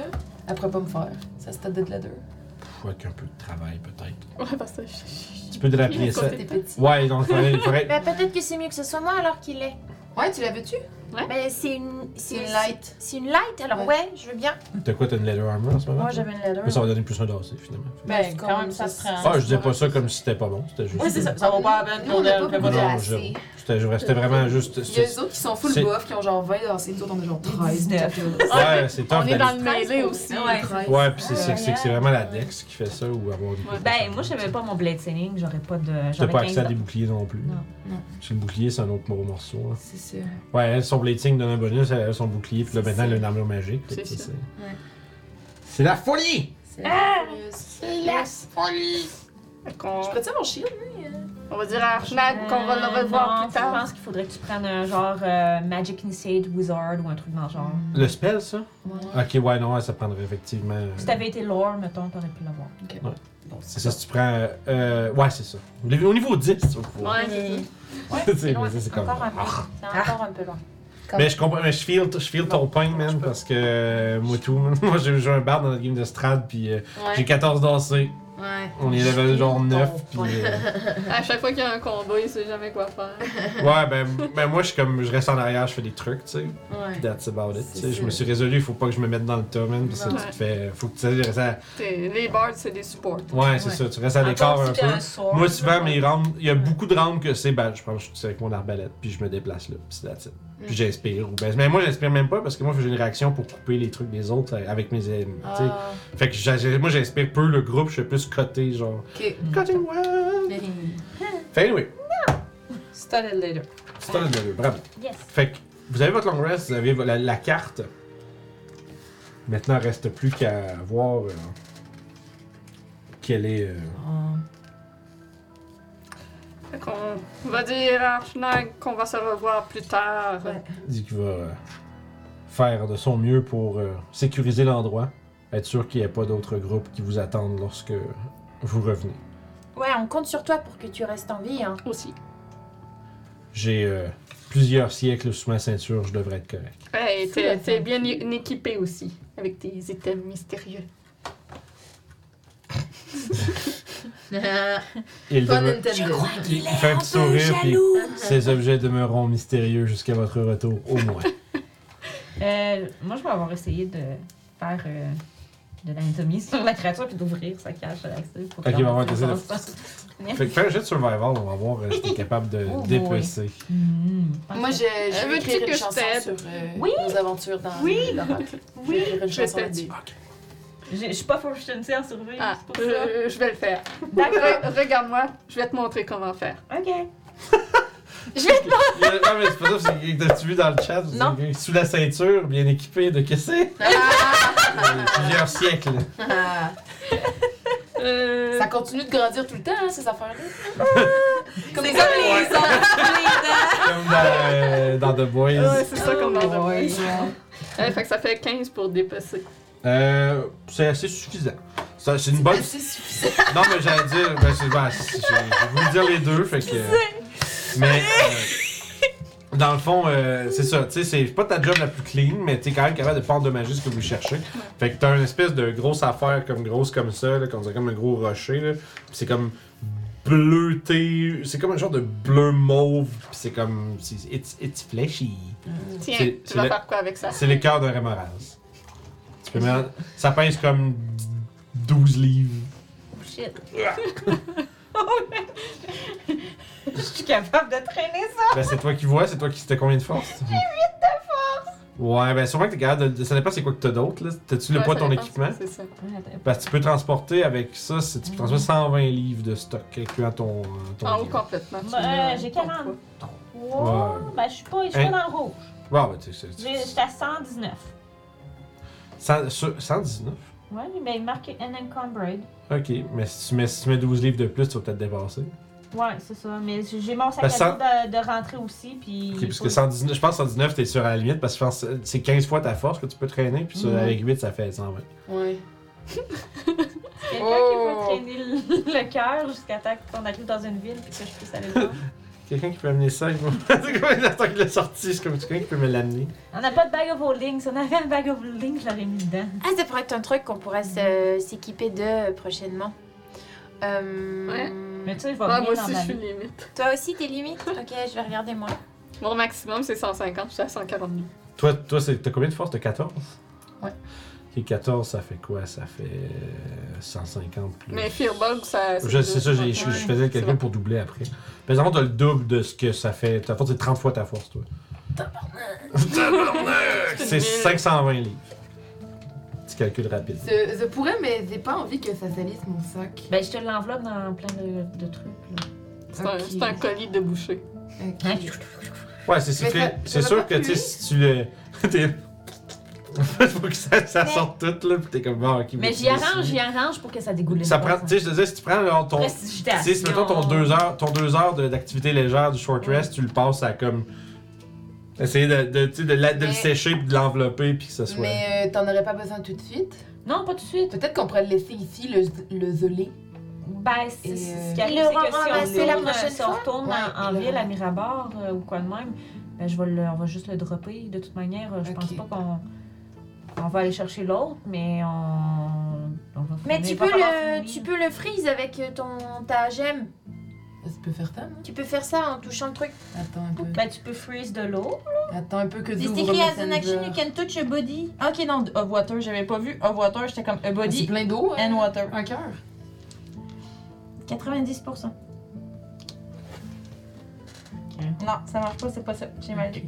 elle pourrait pas me faire. Sa stada de leather.
Faut avec un peu de travail, peut-être.
Ouais, parce que je- je-
Tu peux te rappeler ça.
T'es petit.
Ouais, donc il faudrait- il faudrait,
Ben, peut-être que c'est mieux que ce soit moi alors qu'il est.
Ouais, tu l'avais-tu?
Ben, c'est une,
C'est une light.
C'est une light, alors ouais,
Ouais.
je veux bien.
T'as quoi, t'as une leather armor en ce moment?
Moi,
toi?
j'avais une leather.
Mais ça va donner plus un dossier, finalement.
Ben, quand même, ça se prend.
Ah, je disais pas ça comme si c'était pas bon, c'était juste.
Oui, c'est ça. Ça vaut pas la peine
Nous, on
qu'on
l'a
ait
pas
fait
Non,
pas
bougé
de-
non,
assez.
j'avoue. C'était je restais vraiment juste.
Il y a eux autres qui sont full
C'est-
buff, qui ont genre 20 dans ces tours, on a genre 13,
19.
14.
Ouais, c'est
On
tough
est dans
d'aller.
le mêlé aussi.
Ouais.
Ouais, pis c'est- c'est c'est que c'est vraiment la Dex qui fait ça ou avoir des.
Ben, moi, j'avais pas mon blade sailing, j'aurais pas de.
T'as
J'aurais
pas accès à
15
des boucliers non plus.
Non,
non.
Parce que le bouclier, c'est un autre gros morceau. là.
C'est ça.
Ouais, elle, son blading donne un bonus, elle a son bouclier, puis là
C'est
maintenant,
ça.
elle a une armure magique. fait que
C'est
ça,
ça.
c'est- C'est la folie!
C'est la furieuse.
Fait qu'on-
Je prête ça mon shield?
Ouais, hein. On va dire à Archnag qu'on va le revoir
non,
plus
Je
tard.
pense qu'il faudrait que tu prennes un genre euh, Magic Initiate Wizard ou un truc dans le genre.
Le spell, ça?
Ouais.
Ok, ouais, non, ouais, ça prendrait effectivement. euh,
Si t'avais été lore, mettons, t'aurais pu l'avoir.
C'est ça, si tu prends. euh, euh, ouais, c'est ça. Au niveau- Au niveau 10, tu vas pouvoir.
Ouais.
Tu sais,
C'est loin.
mais ça, c'est comme-
Encore un peu.
Ah.
C'est encore un peu loin.
Mais je comprends, mais je feel, je feel ton pain, man, parce que euh, moi tout, moi j'ai joué un bar dans notre game de Strad, puis euh, j'ai 14 dansés.
Ouais.
On est level genre 9, puis. euh,
À chaque fois qu'il y a un combat, il sait jamais quoi faire.
ouais, ben, ben moi je suis comme, je reste en arrière, je fais des trucs, tu sais.
Ouais.
Puis That's about it. tu sais.
C'est
Je me suis résolu, il faut pas que je me mette dans le tas, man, parce que
Non.
tu te fais. Faut que tu sais, restes à-
C'est- Les bards, c'est des supports.
Ouais, c'est
Ouais.
ça, tu restes à l'écart un peu. Moi, souvent, mes rounds, il y a beaucoup de rounds que c'est, ben, je pense que je suis avec mon arbalète, puis je me déplace là, puis c'est that's it. Puis j'inspire. Ou ben, mais moi, j'inspire même pas parce que moi, j'ai une réaction pour couper les trucs des autres euh, avec mes ennemis. tu sais. Fait que j'a- j'ai- moi, j'inspire peu le groupe, je suis plus côté, genre.
Ok.
Côté one! Fait anyway,
Start it later.
c'est un de bravo.
Yes.
Fait que vous avez votre long rest, vous avez vo- la, la carte. Maintenant, reste plus qu'à voir euh, quelle est. euh,
Fait qu'on va dire à Archnag qu'on va se revoir plus tard.
dit qu'il va euh, faire de son mieux pour euh, sécuriser l'endroit, être sûr qu'il n'y ait pas d'autres groupes qui vous attendent lorsque vous revenez.
Ouais, on compte sur toi pour que tu restes en vie. Hein.
Aussi.
J'ai euh, plusieurs siècles sous ma ceinture, je devrais être correct.
Ouais, et t'es t'es bien é- équipé aussi, avec tes items mystérieux.
Il,
Pas
demeure-
Nintendo.
il fait un petit sourire, puis ces objets demeureront mystérieux jusqu'à votre retour, au moins.
Euh, moi, je vais avoir essayé de faire euh, de l'anatomie sur la créature puis d'ouvrir sa cage à l'accès. pour
Ok,
qu'on
on va
fasse
essayer de-
ça.
fait que fais un jet de survival, on va voir euh, si t'es capable de
Oh boy.
dépecer.
Hmm, parfait.
Moi, je, je vais
Euh, Veux-tu
écrire
que
une
je
chanson
t'aide?
sur euh,
Oui.
nos aventures dans
Oui.
l'oracle. Je vais
Oui.
écrire une
Je vais
chanson
t'aider.
là-dessus.
J'ai- Je suis pas fortunée à survivre,
Ah,
c'est pour ça.
je, je vais le faire.
D'accord.
Re- Regarde-moi, je vais te montrer comment faire.
Ok.
Il y a- non, mais c'est pas ça, parce que t'as-tu vu dans le chat, c'est
Non.
que sous la ceinture, bien équipé, de qu'est-ce que c'est? Euh, Plusieurs siècles.
Euh,
Ça continue de grandir tout le temps, hein, ces affaires-là.
Comme les autres.
Comme dans, euh, dans The Boys.
Ah ouais, c'est ça qu'on va Fait que ça fait 15 pour dépasser.
Euh, c'est assez suffisant. Ça, c'est une bonne.
C'est suffisant.
Non, mais j'allais dire. Ben, c'est, ben, c'est- je, je voulais dire les deux, fait que. euh, Mais. euh, dans le fond, euh, c'est ça. Tu sais, c'est pas ta job la plus clean, mais t'es quand même capable de pas endommager ce que vous cherchez. Fait que t'as une espèce de grosse affaire comme grosse comme ça, là, qu'on dirait comme un gros rocher, là. Puis c'est comme bleuté. C'est comme un genre de bleu mauve, puis c'est comme. c'est- It's, it's fleshy.
Tiens,
C'est-
tu
c'est
vas
la-
faire quoi avec ça?
C'est le cœur de Ramoraz. Tu peux mettre- Ça pèse comme 12 livres.
Oh shit. Je suis capable de traîner ça.
Ben, c'est toi qui vois, c'est toi qui. T'as combien de force? J'ai 8 de force! Ouais, ben sûrement que t'es capable de. Ça dépend c'est quoi que t'as d'autre, là. T'as-tu le
Ouais,
poids de
ça
ton
dépend,
équipement?
C'est ça.
Parce que tu peux transporter avec ça, c'est- tu peux transporter 120 livres de stock, incluant ton. euh, ton
En haut
livre.
complètement. tu
Bah,
ne
euh, j'ai
comptes pas.
43.
Ouais.
Ben, je suis pas, je suis
Hein?
pas dans le rouge.
Bon, ben, tu sais,
J'ai-
c'est-
J'étais à 119.
cent- sur- 119?
Ouais, mais il marque Unencumbered.
Ok, mais si tu mets, si tu mets 12 livres de plus, tu vas peut-être dépasser.
Ouais, c'est ça. Mais j'ai j'ai mon sac
Parce
à dos de, de rentrée aussi. Puis
Ben, Ok, parce que 119, je pense que 119, t'es sur à la limite, parce que je pense que c'est 15 fois ta force que tu peux traîner, puis ça,
Mhm.
avec 8, ça fait 120.
Ouais.
Quelqu'un
Oh!
qui peut traîner le, le cœur jusqu'à temps qu'on arrive dans une ville puis que je puisse aller là.
Quelqu'un qui peut amener ça, il va- c'est comme une attaque de sortie, c'est comme quelqu'un qui peut me l'amener.
On n'a pas de bag of holding. Si on avait un bag of holding, je l'aurais mis dedans.
Ah, ça pourrait être un truc qu'on pourrait se- s'équiper de prochainement. Euh,
Ouais.
Mais tu sais, je vais
Ah, moi
venir dans
aussi, je
ma
suis
vie.
limite.
Toi aussi, tes limites Ok, je vais regarder moi.
Mon maximum, c'est 150, je suis à 142.
Toi, toi c'est- t'as combien de force? T'as 14?
Ouais.
Ok, 14, ça fait quoi? Ça fait euh, 150 plus.
Mais Fearbug, ça.
Je- C'est ça, j'ai- je,
Ouais.
je faisais
C'est
quelqu'un
bon.
pour doubler après. Mais avant, t'as le double de ce que ça fait. Ta force, c'est 30 fois ta force, toi. Tabarnak! C'est 520 livres. Petit calcul rapide.
Je, je pourrais, mais j'ai pas envie que ça salisse mon sac.
Ben, je te l'enveloppe dans plein de, de trucs. Là.
C'est un, c'est un colis de boucher.
Ouais, c'est c'est
Mais
que-
ça-
c'est
ça va
sûr
pas
que tu sais,
puer?
si tu le. t'es- Faut que ça, ça
Mais-
sorte tout, là, pis t'es comme, bon, ok.
Mais j'y arrange, j'y arrange pour que ça dégoulisse.
Ça prend, tu sais, je te disais, si tu prends genre, ton. Tu sais, si mettons ton 2 heures, ton deux heures de- d'activité légère du short rest, tu le passes à comme. Essayer de, de, tu sais, de, la- de le
Mais-
sécher puis de l'envelopper puis que ce soit.
Mais euh, t'en aurais pas besoin tout de suite.
Non, pas tout de suite.
Peut-être qu'on pourrait le laisser ici, le, le geler.
Ben, c'est
Et,
c'est
euh,
ce qui arrive,
Ils l'auront
c'est que si on
ramassé
retourne,
la prochaine
si on retourne
Ouais,
en, en
ils
ville
l'auront.
à Mirabar euh, ou quoi de même, ben, je vais le- on va juste le dropper. De toute manière, euh, je pense
Ok.
pas qu'on on va aller chercher l'autre, mais on, on va
Mais
finir-
tu
il va
peux,
falloir
le,
finir.
tu peux le freeze avec euh, ton, ta gemme.
Ça peut faire ça, non?
Tu peux faire ça en touchant le truc.
Attends
Mm.
un peu.
Ben, tu peux freeze de l'eau.
Attends un peu que
C'est
Zoom
écrit
remet
as an action, you
Messenger.
can touch a body. Ok, non, of water, j'avais pas vu. Of water, j'étais comme a
Ah, C'est
body
plein d'eau. hein?
and water.
Un cœur.
90%. Non, ça marche pas, c'est pas ça. J'ai mal lu.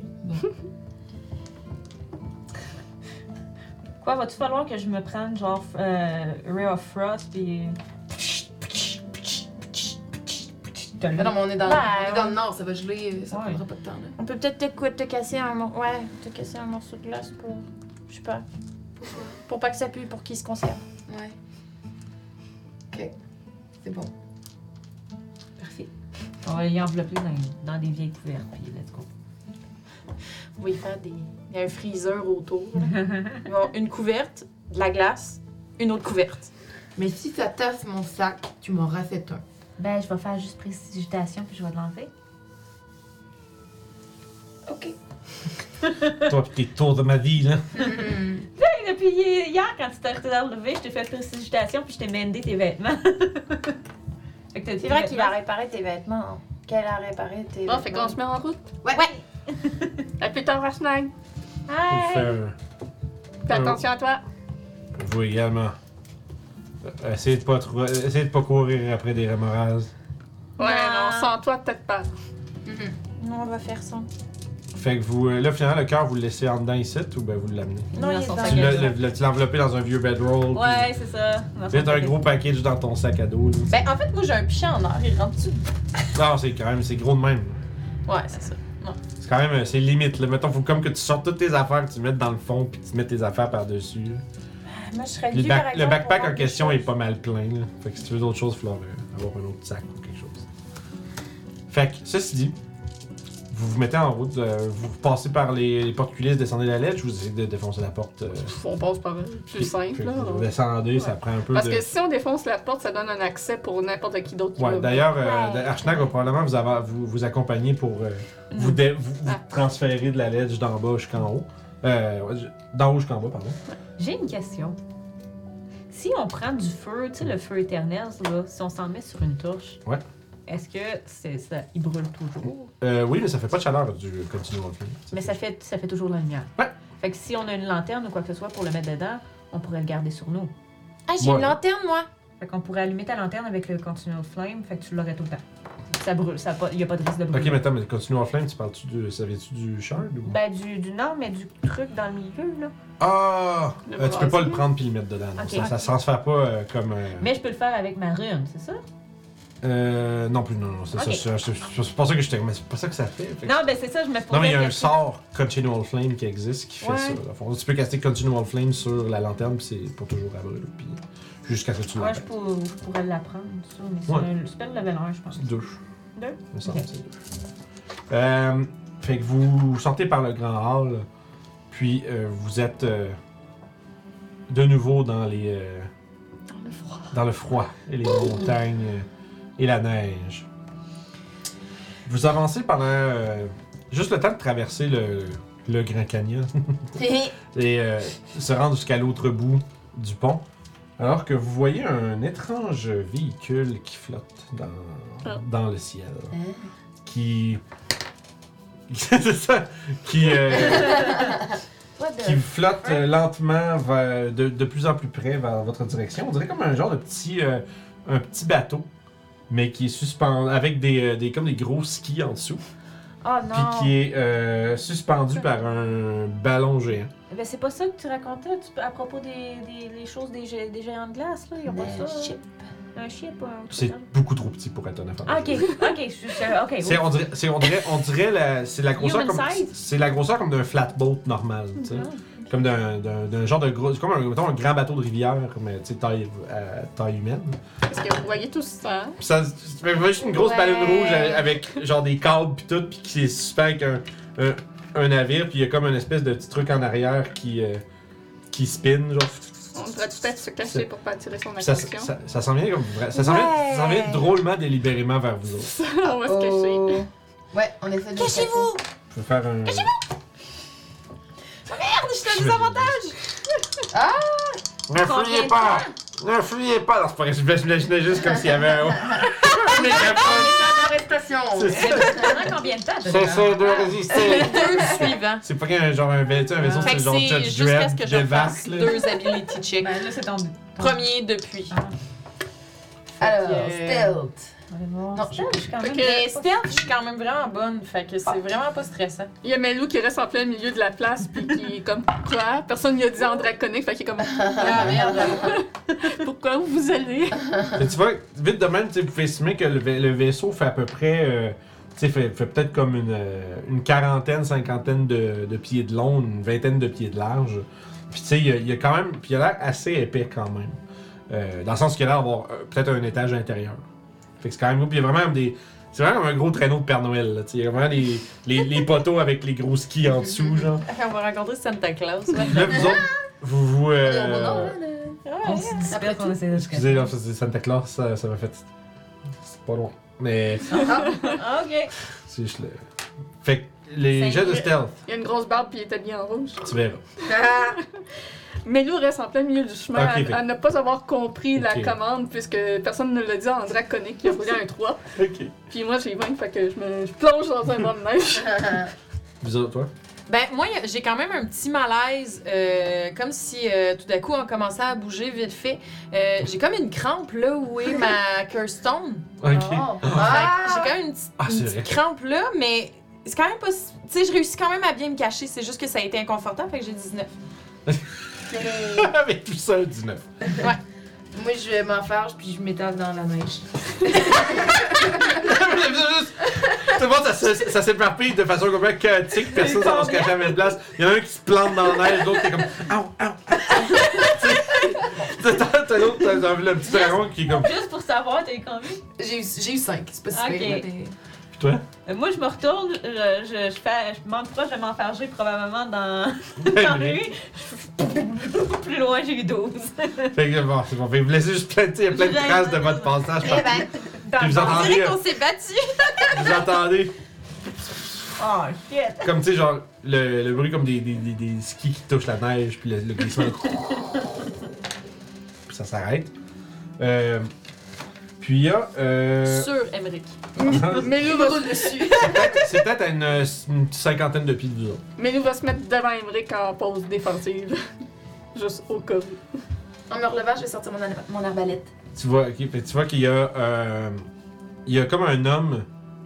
Quoi, va-tu falloir que je me prenne genre euh, Ray of Frost puis. T'as
Ah non, mais on est dans,
Bah,
on est dans le nord, ça va geler, euh, ça
Ouais.
prendra pas de temps. Là.
On peut peut-être te, cou- te casser un morceau. Ouais, te casser un morceau de glace pour. Je sais pas. Pour pas que ça pue, pour qu'il se conserve.
Ouais. Ok. C'est bon. Parfait.
On va y envelopper dans, dans des vieilles couvertes puis let's go.
Vous pouvez faire des. Il y a un freezer autour. là. Ils vont une couverte, de la glace, une autre couverte.
Mais si ça tasse mon sac, tu m'en rachètes un.
Ben, je vais faire juste précipitation puis je vais te l'enlever.
Ok.
Toi pis tes tours de ma vie, là.
Hey, depuis hi- hier, quand tu t'es relevé, je t'ai fait précipitation puis je t'ai mendé tes vêtements. fait que t'as
C'est vrai qu'il a réparé tes vêtements. hein. Qu'elle a réparé tes.
Bon, fait qu'on se met en route.
Ouais.
À plus tard, Rachnaï.
Faut faire-
Fais
Euh,
attention à toi.
Vous également. Euh, Essayez de pas, trou- euh, essayez de pas courir après des remorases.
Ouais,
Non.
non, sans toi, peut-être pas.
Non, on va faire ça.
Fait que vous. euh, Là, finalement, le cœur, vous le laissez en dedans ici ou ben vous l'amenez?
Non, il est dans
Tu l'as- le- le- tu l'as enveloppé dans un vieux bedroll. puis
Ouais, c'est ça. Dans
C'est
son
un
paquet.
gros package dans ton sac à dos. là.
Ben, en fait, moi, j'ai un pichet en or. Il rentre dessus.
Non, c'est quand même, c'est gros de même.
Ouais, c'est ça.
C'est quand même, euh, c'est limite. Là. Mettons, faut comme que tu sortes toutes tes affaires, que tu mettes dans le fond, puis que tu mets tes affaires par-dessus. là.
Ah,
Moi, je serais
Puis Le,
due,
bac-
par exemple,
le backpack
pour
en
rendre
question
des
est
choses.
pas mal plein. Là. Fait que si tu veux d'autres choses, il va falloir euh, avoir un autre sac ou quelque chose. Fait que, ceci dit, vous vous mettez en route, euh, vous passez par les, les portes coulisses, descendez la ledge, vous essayez de défoncer la porte. euh,
Pff, On passe par plus simple,
fait que
là.
vous descendez, ça prend un peu
Parce
de...
que si on défonce la porte, ça donne un accès pour n'importe qui d'autre. qui
Ouais,
va-
d'ailleurs, euh,
Ouais.
Archnag va probablement vous, avoir- vous, vous accompagner pour euh, vous, dé- vous, vous
Ah.
transférer de la ledge d'en bas jusqu'en haut. Euh, ouais, je- d'en haut jusqu'en bas, pardon.
J'ai une question. Si on prend du feu, tu sais, le feu éternel, ça, là, si on s'en met sur une torche,
Ouais.
est-ce que c'est ça, il brûle toujours?
Euh, oui, mais ça fait pas de chaleur du continu non plus.
Mais ça fait, ça fait toujours la lumière.
Ouais.
Fait que si on a une lanterne ou quoi que ce soit pour le mettre dedans, on pourrait le garder sur nous.
Ah, j'ai
Ouais.
une lanterne, moi.
Fait qu'on pourrait allumer ta lanterne avec le continual flame, fait que tu l'aurais tout le temps. Ça brûle, ça a pas- il n'y a pas de risque de
Ok,
brûler.
mais attends, mais continue en flamme, tu parles-tu de. Savais-tu du shard ou.
Ben, du, du nord, mais du truc dans le milieu, là.
Ah
Le
Euh, Tu peux pas
brasier.
le prendre puis le mettre dedans. non.
Ok.
Ça, ça se transfère pas euh, comme. euh,
Mais je peux le faire avec ma rune, c'est ça?
euh, non plus, non, non, c'est
Ok.
ça. c'est- c'est- C'est pas ça que je t'ai. Mais c'est pas ça que ça fait. fait que-
Non, ben c'est ça, je me posais
Non, mais il y a
la
un
question.
sort Continual Flame qui existe qui fait
Ouais.
ça. dans le fond. Tu peux caster Continual Flame sur la lanterne, puis c'est pour toujours à brûler. Puis jusqu'à ce que tu
Ouais, je,
l'arrêtes.
pour- je pourrais l'apprendre, ça, mais c'est
Ouais.
un spell level 1, je pense.
C'est deux.
Deux?
Il me semble,
Ok.
c'est deux. Euh, fait que vous sortez par le grand hall, puis euh, vous êtes euh, de nouveau dans les. euh, dans le froid et les montagnes euh, et la neige. Vous avancez pendant euh, juste le temps de traverser le, le Grand Canyon et euh, se rendre jusqu'à l'autre bout du pont, alors que vous voyez un étrange véhicule qui flotte dans,
Ah.
dans le ciel. Qui. C'est ça! Qui. euh,
What the-
qui flotte euh, lentement vers- de, de plus en plus près vers votre direction. On dirait comme un genre de petit, euh, un petit bateau, mais qui est suspendu avec des, euh, des- comme des gros skis en dessous,
Oh
puis
non! Ah.
qui est euh, suspendu par un ballon géant.
Ben c'est pas ça que tu racontais tu- à propos des, des les choses des, gé- des géants de glace, là. Ils ont pas
Ben,
ça. Un chip, un truc
C'est
comme-
beaucoup trop petit pour être un affaire.
Ah, ok, ok, je suis sûre. Ok,
C'est on dirait, c'est on dirait, on dirait la, c'est la grosseur
Human
comme,
size?
c'est la grosseur comme d'un flatboat normal. tu sais. Comme d'un- d'un d'un genre de gros. Comme un, mettons, un grand bateau de rivière, mais tu sais, taille, à taille humaine.
Parce que vous voyez tout ça. hein?
Puis ça, tu fais juste une grosse
Ouais.
baleine rouge a- avec genre des câbles puis tout, puis qui est suspend avec un, un, un navire, puis il y a comme une espèce de petit truc en arrière qui, euh, qui spin, genre.
On devrait peut-être se
C'est-
cacher pour pas attirer son
Puis ça,
attention.
ça, ça s'en vient comme vra- ça s'en vient, ça s'en vient drôlement délibérément vers vous autres.
on va se cacher.
Ouais, on essaie de.
Cachez-vous
Je peux faire un. Merde, je suis à désavantage!
Ah!
Ne fuyez pas! Ne fuyez pas! Non, c'est pas vrai, je m'imaginais juste comme s'il y avait un. Mais
Arrestation!
C'est ça.
Pendant combien de temps? t'as déjà-
Cessez de résister!
Deux suivants.
C'est pas qu'un genre un vaisseau, un vaisseau,
Fait
c'est
que
genre
c'est
Judge
jusqu'à ce
Dredd,
que je fasse
Devasse, là.
deux ability checks.
Ben là, c'est ton.
Premier depuis.
Alors,
Ok.
stealth.
Non,
Non,
je suis quand
Fait
même.
que mais stealth, je suis quand même vraiment bonne. Fait que c'est vraiment pas stressant.
Il y a Melou qui reste en plein milieu de la place, puis qui est comme Quoi Personne lui a dit en drag connect, fait qu'il est comme Ah merde Pourquoi où vous allez
Mais tu vois, vite de même, tu sais, vous pouvez estimer que le, vai- le vaisseau fait à peu près. euh, tu sais, fait, fait peut-être comme une, euh, une quarantaine, cinquantaine de, de pieds de long, une vingtaine de pieds de large. Puis tu sais, il y a- il y, a quand même. Puis il a l'air assez épais quand même. Euh, dans le sens qu'il a l'air d'avoir euh, peut-être un étage intérieur. Fait que c'est quand même gros. Puis il y a vraiment des. C'est vraiment comme un gros traîneau de Père Noël. là, tu sais, Il y a vraiment les, les, les poteaux avec les gros skis en dessous, genre.
On va rencontrer Santa Claus. Ouais.
Là, vous autres, vous vous. euh,
Allez, on va dans, là, là.
On se
Après
disperse,
tout.
on essaie de se
Excusez, là, c'est Santa Claus, ça ça m'a fait. C'est pas loin. Mais.
Ah, Ok.
Si je le... Fait que les
Ça
jets
y
de
est.
stealth,
Il y a une grosse barbe, puis il est habillé en rouge.
tu verras.
Melou reste en plein milieu du chemin
Ok,
à-
fait-
à, ne pas avoir compris
Ok.
la commande, puisque personne ne l'a dit en drag connect, il a roulé un 3.
Ok.
Puis moi j'ai 20, fait que je me je plonge dans un banc de neige.
Bizarre, toi?
Ben, moi, y a- j'ai quand même un petit malaise, euh, comme si euh, tout d'un coup on commençait à bouger vite fait. Euh, j'ai comme une crampe là où est ma curse stone.
Ok.
Oh.
Fait que J'ai quand même une petite,
Ah,
une
c'est
petite
vrai.
crampe là, mais c'est quand même pas. si- Tu sais, je réussis quand même à bien me cacher, c'est juste que ça a été inconfortable, fait que j'ai 19.
Avec tout ça, 19.
Moi, je vais m'en faire, puis je m'étale dans la neige.
Juste- tout le monde, ça, se- ça s'éparpille de façon complètement chaotique. Personne ne se cache à la même place. Il y en a un qui se plante dans la neige, l'autre qui est comme. Aou, aou, aou. T'sais, T'as t'as l'autre, t'as t'as le petit dragon qui est comme.
Juste pour savoir, t'es combien?
J'ai eu 5, c'est pas si
Ok.
pire, là, mais-
Puis toi?
Euh, Moi, je me retourne, je, je, je, fais, je m'encourage à m'enfarger probablement dans, dans la
fait
rue. Je- Plus loin, j'ai eu 12.
que bon, c'est bon. Fait que vous laissez juste plein, de- il y a plein de traces de votre passage. partout. Puis vous
On dirait
entendez, euh,
qu'on s'est battu.
vous entendez
Oh shit!
Comme tu sais, genre, le, le bruit comme des, des, des, des skis qui touchent la neige, puis le, le glissement. puis ça s'arrête. Euh, puis il y a. euh,
Sur Emmerich.
Melou va, se-
c'est peut-être à une, une cinquantaine de pieds de vous autres.
Melou va se mettre devant Emmerich en pause défensive. Juste au cas où.
En me relevant, je vais sortir mon, ar- mon arbalète.
Tu vois, ok, fait que tu vois qu'il y a. euh, il y a comme un homme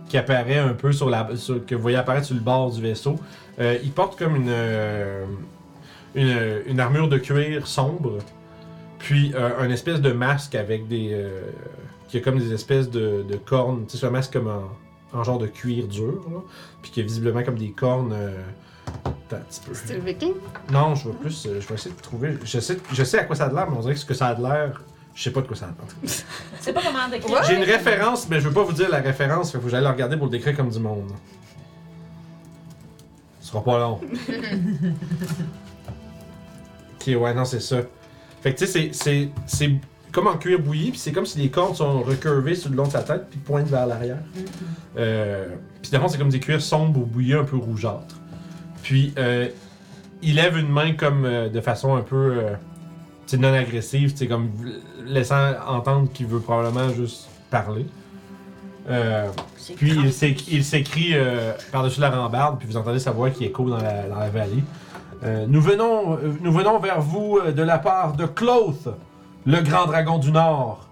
qui apparaît un peu sur la. sur- que vous voyez apparaître sur le bord du vaisseau. Euh, il porte comme une, euh, une. une armure de cuir sombre. Puis euh, un espèce de masque avec des. euh, qui a comme des espèces de, de cornes. Tu sais, c'est un masque comme en, en genre de cuir dur, là. Puis qui a visiblement comme des cornes. euh, attends un petit peu.
C'est le viking.
Non, je veux plus. euh, Je vais essayer de trouver. Je sais, je sais à quoi ça a de l'air, mais on dirait que ce que ça a de l'air. Je sais pas de quoi ça a de l'air.
Je sais pas comment décrire.
J'ai une référence, mais je veux pas vous dire la référence, fait que vous allez la regarder pour le décrire comme du monde. Ce sera pas long. ok, ouais, non, c'est ça. Fait que tu sais, c'est- c'est- c'est comme en cuir bouilli, puis c'est comme si les cordes sont recurvées sur le long de sa tête, puis pointent vers l'arrière. Euh, puis d'abord, c'est comme des cuirs sombres ou bouillis, un peu rougeâtres. Puis euh, il lève une main comme euh, de façon un peu. euh, c'est non agressive, c'est comme v- laissant entendre qu'il veut probablement juste parler. Euh, puis il s'éc- il s'écrit euh, par-dessus la rambarde, puis vous entendez sa voix qui écho dans la, dans la vallée. Euh, nous, venons, euh, nous venons vers vous euh, de la part de Cloth, le grand dragon du Nord.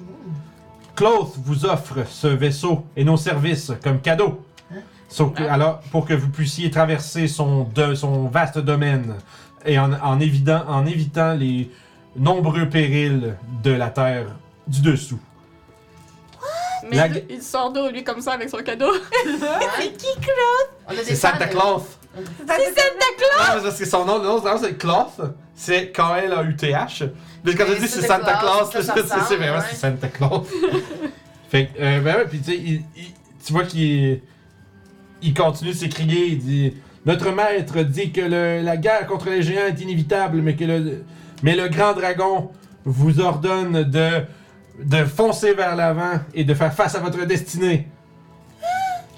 Cloth vous offre ce vaisseau et nos services comme cadeau. Sauf que- alors, pour que vous puissiez traverser son, de- son vaste domaine et en, en évidant- en évitant les nombreux périls de la terre du dessous.
Mais
La-
il- il sort d'eau, lui, comme ça, avec son cadeau.
On a des
C'est Santa
fans, euh,
Claus.
C'est Santa Claus!
Non, mais parce que son nom, le nom, son nom, c'est Cloth. C'est K-L-A-U-T-H. Mais quand
Mais
je dis
c'est
c'est
de
Santa Claus,
Claus,
c'est
ça
c'est- c'est
ressemble,
vraiment
ouais.
c'est Santa Claus. fait que, euh, ben ouais, puis tu sais, il- il- tu vois qu'il est- il continue de s'écrier, il dit Notre maître dit que le- la guerre contre les géants est inévitable, mais que le, mais le grand dragon vous ordonne de, de foncer vers l'avant et de faire face à votre destinée.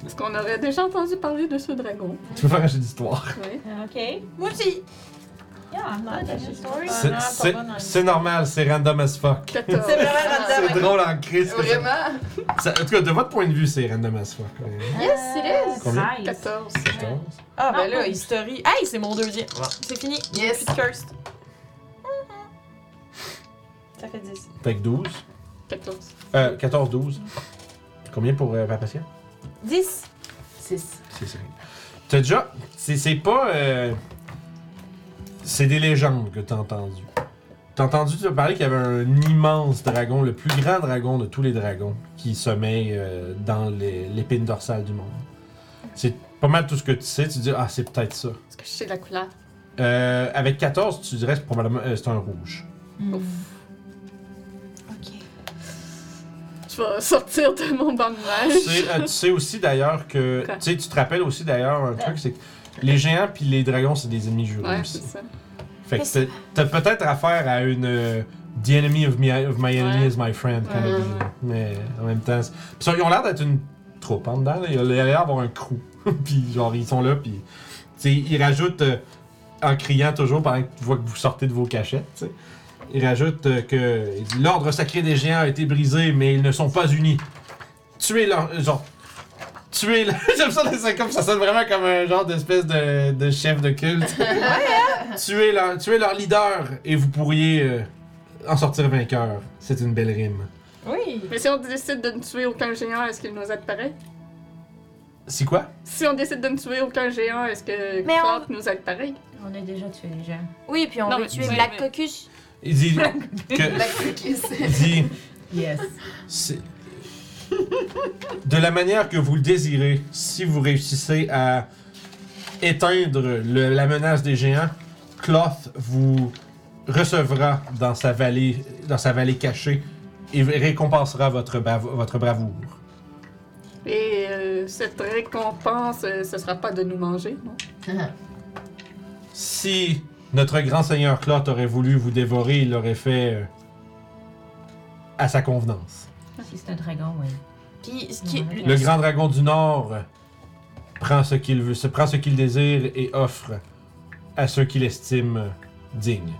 Est-ce qu'on aurait déjà entendu parler de ce dragon?
Tu peux faire un jeu d'histoire.
Oui.
Euh, Ok.
Moi aussi!
Yeah, I'm not that shit.
Ah, C'est- c'est- C'est normal, c'est random as fuck.
14.
C'est vraiment random.
C'est drôle en crise. que ça-
Vraiment?
Ça- en tout cas, de votre point de vue, c'est random as fuck. mais-
Yes, it is.
Combien?
13.
14.
Ah, ben
Non,
là,
pas.
history.
Hey, c'est mon deuxième! C'est fini!
Yes.
Yes. Cursed. Mm-hmm. Ça fait 10.
Fait que 12.
14.
Euh, 14, 12. Combien pour euh, Papatia?
10!
6.
C'est ça. T'as déjà. C'est c'est pas. euh, C'est des légendes que t'as entendues. T'as entendu te parler qu'il y avait un immense dragon, le plus grand dragon de tous les dragons, qui sommeille euh, dans les- l'épine dorsale du monde. C'est pas mal tout ce que tu sais. Tu dis, ah, c'est peut-être ça.
Est-ce que je sais la couleur?
Euh, avec 14, tu dirais c'est probablement. euh, c'est un rouge.
Ok.
Je vais sortir de mon banc de
tu,
neige.
sais, euh, tu sais aussi d'ailleurs que.
Quoi?
Tu sais, tu te rappelles aussi d'ailleurs un truc, c'est que les géants puis les dragons, c'est des ennemis jurés
Ouais,
aussi.
c'est ça.
Fait que
Mais c'est-
t'as t'as peut-être affaire à une. euh, The enemy of, me- of my enemy
Ouais.
is my friend. comme
Ouais.
on dit. Mais en même temps. c'est- Pis ça, ils ont l'air d'être une troupe en dedans. là. Ils ont l'air d'avoir un crew. puis genre, ils sont là. Puis. tu sais, ils rajoutent. euh, en criant toujours pendant que tu vois que vous sortez de vos cachettes, tu sais. Ils rajoutent euh, que il dit, l'ordre sacré des géants a été brisé, mais ils ne sont pas unis. Tuez leur. euh, genre. Tuez leur. J'aime ça, c'est comme ça sonne vraiment comme un genre d'espèce de, de chef de culte. tuez, leur, tuez leur leader et vous pourriez euh, en sortir vainqueur. C'est une belle rime.
Oui.
Mais si on décide de ne tuer aucun géant, est-ce qu'il nous aide pareil?
C'est quoi?
Si on décide de ne tuer aucun géant, est-ce que
Mais on-
Clark nous aide pareil?
On a déjà tué les gens.
Oui, puis on
Non,
veut
mais-
tuer
mais-
Black
mais-
Cocus.
Il dit. que,
La cuisse.
il dit.
Yes.
C'est- De la manière que vous le désirez, si vous réussissez à éteindre le- la menace des géants, Cloth vous recevra dans sa vallée, dans sa vallée cachée et récompensera votre, bravo- votre bravoure.
Et euh, cette récompense, euh, ce sera pas de nous manger, non?
Si notre grand seigneur Cloth aurait voulu vous dévorer, il l'aurait fait euh, à sa convenance.
Si c'est un dragon, oui.
Puis, ce qui est-
Ouais.
Le grand dragon du Nord prend ce qu'il veut, se prend ce qu'il désire et offre à ceux qu'il estime dignes.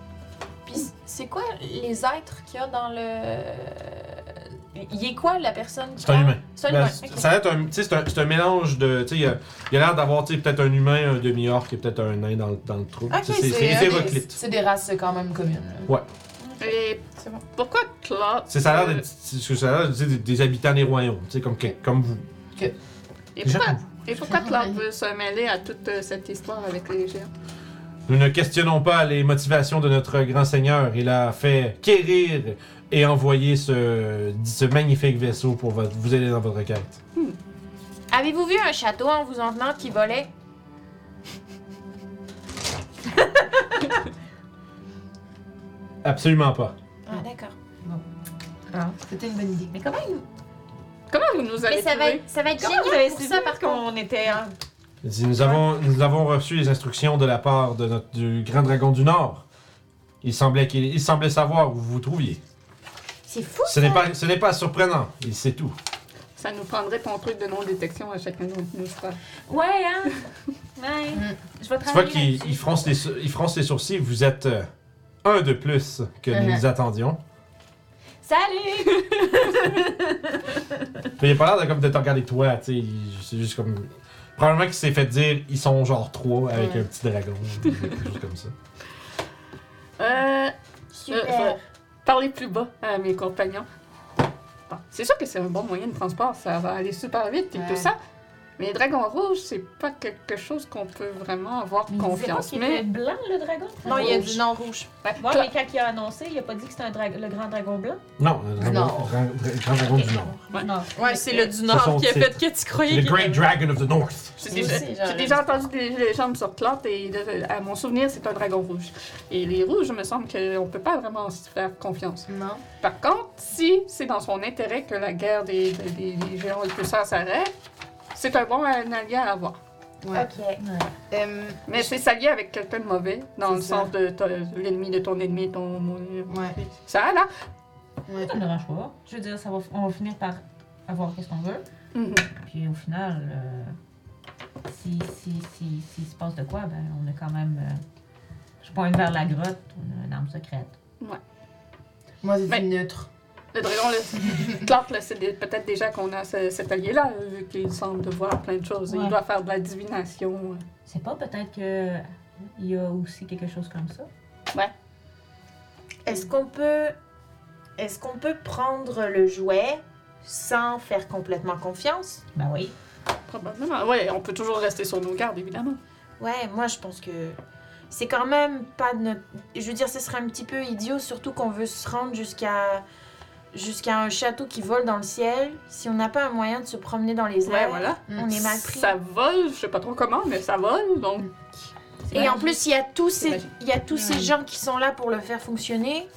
Puis c'est quoi les êtres qu'il y a dans le. Il est quoi la personne qui
C'est un
parle?
humain.
Ah, C'est un
Ben,
humain.
c'est-
ok.
Ça va être un, tu sais, c'est un, c'est un mélange de, tu sais, il y a, il a l'air d'avoir, tu sais, peut-être un humain, un demi-orc et peut-être un nain dans, le- dans le trou.
Ok,
Tu sais, c'est
c'est-
c'est hétéroclite.
C'est des races quand même communes. là.
Et
C'est bon.
pourquoi Clark?
C'est ça a
euh,
l'air d'être- c'est ce que ça a l'air de dire des, des habitants des royaumes, tu sais, comme, que- comme vous. Des
Et
gens
pourquoi,
comme vous.
et pourquoi Clark veut se mêler à toute euh, cette histoire avec les géants?
Nous ne questionnons pas les motivations de notre grand seigneur. Il a fait quérir et envoyer ce, ce magnifique vaisseau pour votre- vous aider dans votre quête.
Avez-vous vu un château en vous en venant qui volait
Absolument pas.
Ah, d'accord.
C'était une bonne idée.
Mais comment ils nous
Comment vous nous avez
Mais ça va,
trouvé?
être, ça va être
Comment vous
génial
avez
pour
su
ça, par contre.
qu'on était en.
Il dit, nous avons, nous avons reçu les instructions de la part de notre, du Grand Dragon du Nord. Il semblait, qu'il, il semblait savoir où vous vous trouviez.
C'est fou.
Ce n'est pas, ce n'est pas surprenant. Il sait tout.
Ça nous prendrait ton truc de non-détection à chacun d'entre nous, je crois.
Ouais, hein? Ouais.
Mm.
Je vais
Tu vois
travailler.
qu'il
là-dessus.
il fronce, les, sou- il fronce les sourcils. Vous êtes euh, un de plus que nous
Mhm.
nous attendions.
Salut!
Mais il a pas l'air de, comme, de te regarder toi. tu sais, il- C'est juste comme. Probablement qu'il s'est fait dire ils sont genre trois avec un petit dragon. quelque chose comme ça.
Euh,
Super.
Euh, parler plus bas à mes compagnons. Bon, c'est sûr que c'est un bon moyen de transport, ça va aller super vite et
Ouais.
tout ça. Mais les dragons rouges, c'est pas quelque chose qu'on peut vraiment avoir confiance.
Mais
Mais
blanc, le dragon?
Non, il y a du non rouge.
Ouais,
Bon,
cla-
mais quand il a annoncé, il a pas dit que c'était un dra- le grand dragon blanc?
Non, le dragon,
Non.
dra- dra- grand dragon du Nord.
Ouais.
Non.
Ouais, c'est le du
Ça,
Nord
son
qui a
titre.
fait que tu
The
croyais. qu'il y
Great
avait-
Dragon of the North.
j'ai
Moi
déjà,
aussi,
j'ai
j'aurais-
déjà entendu des légendes sur Clotte et de- à mon souvenir, c'est un dragon rouge. Et les rouges, il me semble qu'on peut pas vraiment se faire confiance.
Non.
Par contre, si c'est dans son intérêt que la guerre des, des, des- des géants et tout ça s'arrête, c'est un bon un allié à avoir.
Ouais.
Ok.
Euh,
Mais c'est s'allier avec quelqu'un de mauvais, dans
C'est
le
ça.
sens de ton- l'ennemi de ton ennemi, ton. mon-
ouais.
Ça, là.
Ouais.
Ça ne dérange pas. Je veux dire, ça va, on va finir par avoir qu'est-ce qu'on veut.
Mhm.
Puis au final, euh, si, si, si, s'il se passe de quoi, ben on a quand même. euh, je pointe vers la grotte, on a une arme secrète.
Moi, je
Mais-
suis neutre.
Le dragon, le... Clark, là, c'est des- peut-être déjà qu'on a ce- cet allié-là, vu qu'il semble devoir plein de choses.
Ouais.
Il doit faire de la divination.
C'est pas peut-être que il y a aussi quelque chose comme ça.
Est-ce qu'on peut. Est-ce qu'on peut prendre le jouet sans faire complètement confiance?
Ben oui.
Probablement. Oui, on peut toujours rester sur nos gardes, évidemment.
Ouais, moi je pense que c'est quand même pas de notre. Je veux dire, ce serait un petit peu idiot, surtout qu'on veut se rendre jusqu'à jusqu'à un château qui vole dans le ciel. Si on n'a pas un moyen de se promener dans les
Ouais,
airs,
voilà.
on est mal pris.
Ça vole, je sais pas trop comment, mais ça vole, donc.
Et en plus, il y a tous
C'est
ces,
magique.
il y a tous ces gens qui sont là pour le faire fonctionner.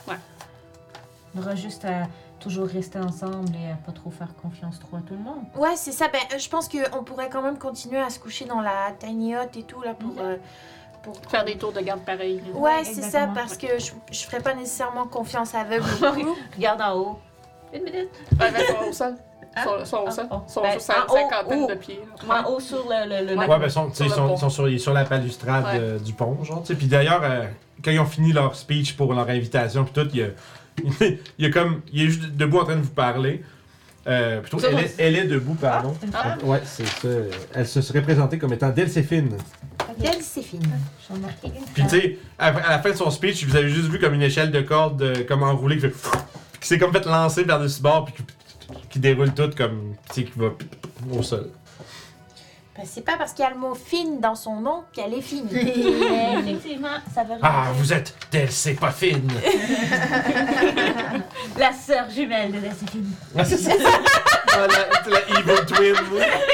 On aura juste à toujours rester ensemble et à pas trop faire confiance trop à tout le monde.
Ouais, c'est ça. Ben, euh, je pense qu'on pourrait quand même continuer à se coucher dans la tiny hut et tout là pour.
Mhm.
euh, pour...
Faire des tours de garde pareil.
Ouais, c'est ça,
exactement.
parce que je, je ferais pas nécessairement confiance aveugle au groupe.
Regarde en haut. Une minute.
Ouais, mais sont au sol.
Hein?
Sont, sont au
Ah,
sol.
oh.
Sont
Ben,
juste à
en
une
haut,
cinquantaine
haut.
oh.
de pieds.
En haut sur le. le, le-
Ouais.
Ouais, ben, sont, tu sais,
Sur le
sont-
pont.
ils sont sur, ils sont sur la balustrade
Ouais.
euh, du pont, genre. tu sais. Puis d'ailleurs, euh, quand ils ont fini leur speech pour leur invitation, puis tout, il y a, il y a comme. Il est juste debout en train de vous parler. Euh, plutôt,
Ça,
elle,
on-
est, elle est debout, pardon.
Ah.
Ouais, c'est ça. Elle se serait présentée comme étant Delséphine.
Quelle c'est fini.
J'en ai marqué une.
Puis tu sais, à, à la fin de son speech, vous avez juste vu comme une échelle de corde euh, comme enroulée qui fait pfff, puis qui s'est comme fait lancer par-dessus bord, puis qui, qui déroule tout comme. Tu sais, qui va au sol.
Ben, c'est pas parce qu'il y a le mot fine dans son nom qu'elle est fine.
Mais effectivement, ça veut rien
Ah,
dire.
vous êtes Delséphine!
La sœur jumelle de Delphine.
Ah, c'est ça. Ah, la, la evil twin.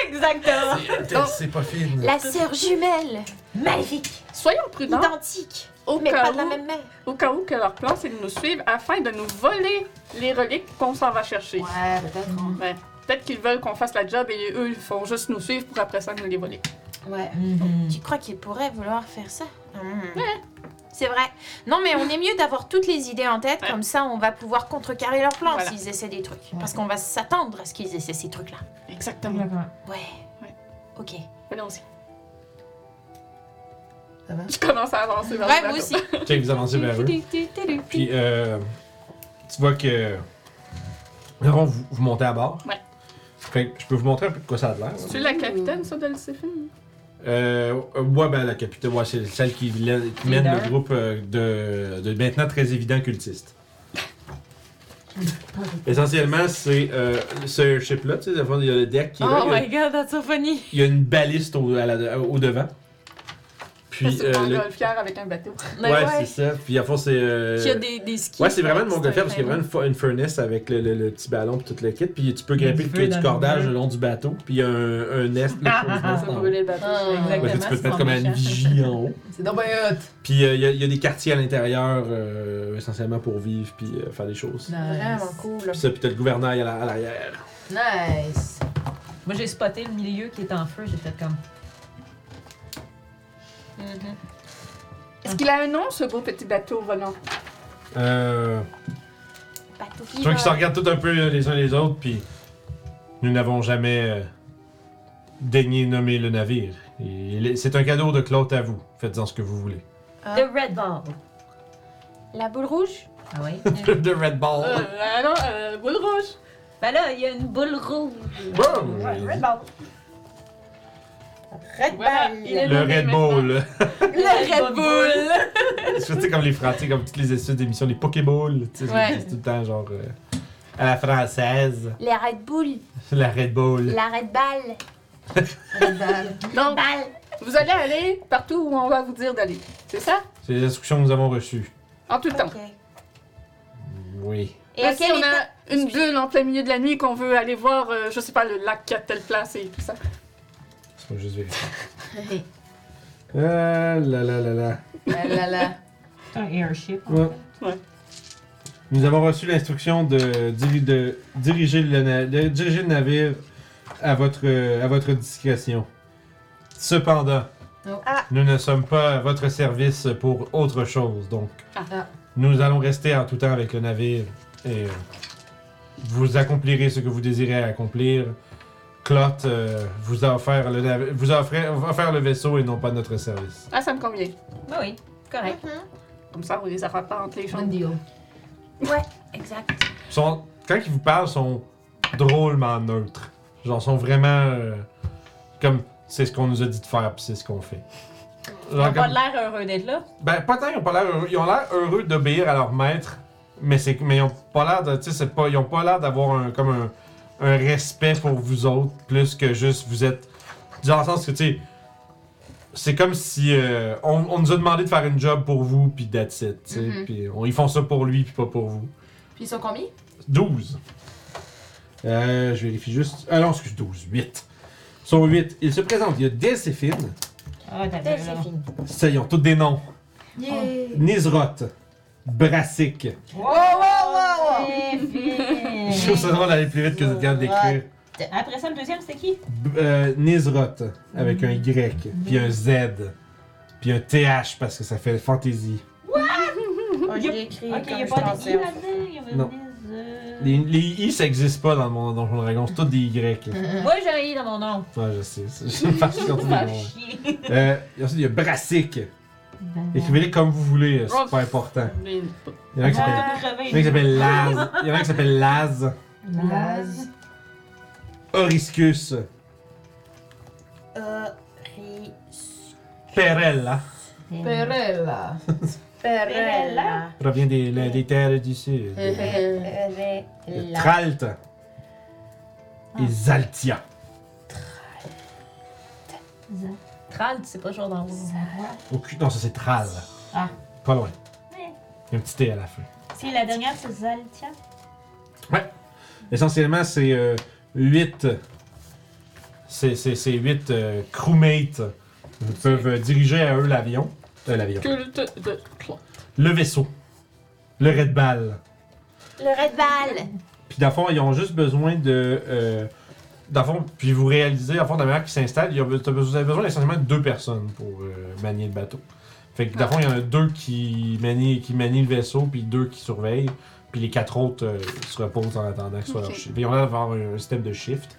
Exactement.
Tel, C'est pas fine.
La sœur jumelle,
Maléfique.
Soyons prudents,
identique,
au
mais pas
cas,
de la
où,
même mère.
au cas où que leur plan c'est de nous suivre afin de nous voler les reliques qu'on s'en va chercher.
Ouais, Euh, peut-être. on-
Ouais. Peut-être qu'ils veulent qu'on fasse la job et eux, ils font juste nous suivre pour après ça nous les voler.
Ouais.
Mm-hmm.
Tu crois qu'il pourrait vouloir faire ça Hmm. C'est vrai. Non, mais on est mieux d'avoir toutes les idées en tête,
Ouais.
comme ça on va pouvoir contrecarrer leur plan
Voilà.
s'ils essaient des trucs. Parce qu'on va s'attendre à ce qu'ils essaient ces trucs-là.
Exactement.
Ouais.
Ouais.
Ok.
Allons-y.
Ça va?
Je commence à avancer vers
Ouais,
le
moi
bateau.
aussi.
Check, vous avancez vers eux. Puis, euh, tu vois que. Laurent, vous, vous montez à bord.
Ouais.
Fait que je peux vous montrer un peu de quoi ça a l'air. là.
C'est la capitaine, ça, de l'Elséphine?
Euh, euh, ouais, ben la capitaine, ouais, c'est celle qui, l'a- qui mène
Leader.
le groupe euh, de, de maintenant très évident cultiste. Essentiellement, c'est euh, ce ship-là, tu sais, des fois, il y a le deck qui est là, il y a-
Oh god, that's so funny.
il y a une baliste au, à la- au devant. Puis,
C'est
euh,
une
le-
golfière avec un bateau.
ouais, c'est ça. Puis à fond, c'est. euh,
Qu'il y a des, des skis.
Ouais, c'est vraiment de
mon
mon golfière parce qu'il y a vraiment une, fo- une furnace avec le, le- le petit ballon puis tout le kit. Puis tu peux
Il y a
grimper
du
du,
feu dans
du
le
cordage
milieu.
le long du bateau. Puis il y a un, un nest. là, pour
Ah,
se
ça
mettre en haut.
brûler le bateau.
Ah.
Ouais, fait que tu peux te mettre comme à une vigie en haut.
C'est donc bien hot.
Puis euh, il y, a- il y a des quartiers à l'intérieur, euh, essentiellement pour vivre puis euh, faire des choses.
Vraiment cool.
Puis ça, puis t'as le gouvernail à la- à l'arrière.
Nice.
Moi, j'ai spoté le milieu qui est en feu. J'ai fait comme.
Est-ce qu'il a un nom, ce beau petit bateau volant?
Euh,
Bateau qui
tu vois qu'ils se
vole.
regardent tout un peu euh, les uns les autres, puis nous n'avons jamais euh, daigné nommer le navire. Et il est- C'est un cadeau de Claude à vous. Faites-en ce que vous voulez.
Ah.
The Red Ball.
La boule rouge
Ah oui?
de Red Ball.
Euh, ah non, euh, boule rouge!
ben là, il y a une boule rouge.
Bon.
Red Ball.
Red
Voilà,
Ball.
il est
Le
nommé
Red
maintenant.
Bull.
La Red Bull.
tu sais, c'est comme les Français, comme toutes les études d'émissions, les Pokéballs. Tu sais,
Ouais.
c'est tout le temps genre euh, à la française.
Les Red Bull,
La Red Bull.
la Red Ball.
Donc, vous allez aller partout où on va vous dire d'aller. C'est ça?
C'est les instructions que nous avons reçues.
En tout temps.
Ok.
Oui.
Et
Là,
à
si
quel
on
état-
a une bulle en plein milieu de la nuit qu'on veut aller voir, euh, je sais pas, le lac à telle place et tout ça.
C'est juste vérifier. Ah là là là là.
Ah là là.
C'est un airship.
Ouais.
Ouais.
Nous avons reçu l'instruction de, diri- de diriger le na- de diriger le navire à votre, euh, à votre discrétion. Cependant,
Oh.
Ah.
nous ne sommes pas à votre service pour autre chose, donc
Ah.
Ah.
nous allons rester en tout temps avec le navire et euh, vous accomplirez ce que vous désirez accomplir. Clot euh, vous a offert le navi- vous a offert- offert le vaisseau et non pas notre service.
Ah, ça me convient.
Bah oui, correct.
Comme ça, on les aura pas entre les
Bonne
jambes.
deal.
Exact.
sont, quand ils vous parlent, sont drôlement neutres. Genre, sont vraiment euh, comme c'est ce qu'on nous a dit de faire, puis c'est ce qu'on fait.
Ils
Genre,
ont pas
comme,
l'air heureux d'être là.
ben, pas tant, ils ont pas l'air heureux. Ils ont l'air heureux d'obéir à leur maître, mais, c'est, mais ils ont pas l'air de. Tu sais, c'est pas- ils ont pas l'air d'avoir un, comme un, un respect pour vous autres, plus que juste vous êtes. Dans le sens que, tu sais, c'est comme si euh, on, on nous a demandé de faire une job pour vous, puis that's it. tu sais.
Mm-hmm.
Mhm.
Puis on- ils font ça pour lui, puis pas pour vous.
Puis ils sont combien?
12. Euh, je vérifie juste. Ah non, excuse, 12, 8. Ils sont 8. Ils se présentent. Il y a Delcéphine.
Ah, t'as
Tel,
là.
c'est fini.
Ça, ils ont tous des noms. Nisroth. Brassic.
Wow, wow, wow! Delphine.
Je trouve ça drôle d'aller plus vite que de garde d'écrire.
Après ça, le deuxième, c'était qui?
B- euh, Nisroth. Avec un Y. Puis un Z. Puis un TH parce que ça fait fantasy.
Ok,
Yep.
écrit
Ok, il n'y a
comme
pas
je
de I
pensais, en
là-dedans. Il y avait
Non.
des, euh,
Les, les I, ça n'existe pas dans le monde Donjon Dragon. C'est tous des Y. là.
Moi, j'ai un I dans mon nom.
Ouais, je sais. C'est juste parce qu'ils ont tous des
Ah,
noms.
chier.
Euh, et ensuite, il y a Brassic. Écrivez-les comme vous voulez. C'est pas important.
Mais-
Il y en a qui s'appellent
Ah,
Il y en a qui
crevé.
s'appelle Laz. Il y en a qui s'appelle Laz.
Laz.
Oriscus. Perella.
Perella.
Perella.
Provient des, le- des terres du sud.
Euh,
Perella.
Le Tralt.
Ah.
Et Zaltia.
Tralt, c'est pas genre dans
Aucune- Non, ça c'est Tral.
Ah.
Pas loin.
Ouais.
Il y a un petit T à la fin.
C'est la dernière, c'est Zaltia.
Essentiellement, c'est 8. C'est 8 crewmates Ils peuvent euh, diriger à eux l'avion. Euh, l'avion.
Culte de Clot.
Le vaisseau. Le Red Ball.
Le Red Ball.
Puis dans le fond, ils ont juste besoin de. Euh, dans le fond, puis vous réalisez, dans le fond, de la manière qu'ils s'installent, ils ont be- t'as be- vous avez besoin essentiellement de deux personnes pour euh, manier le bateau. Fait que dans le fond, il y en a deux qui manient, qui manient le vaisseau, puis deux qui surveillent, puis les quatre autres euh, se reposent en attendant que ce soit
Ok.
leur shift. Puis ils ont l'air d'avoir un, un système de shift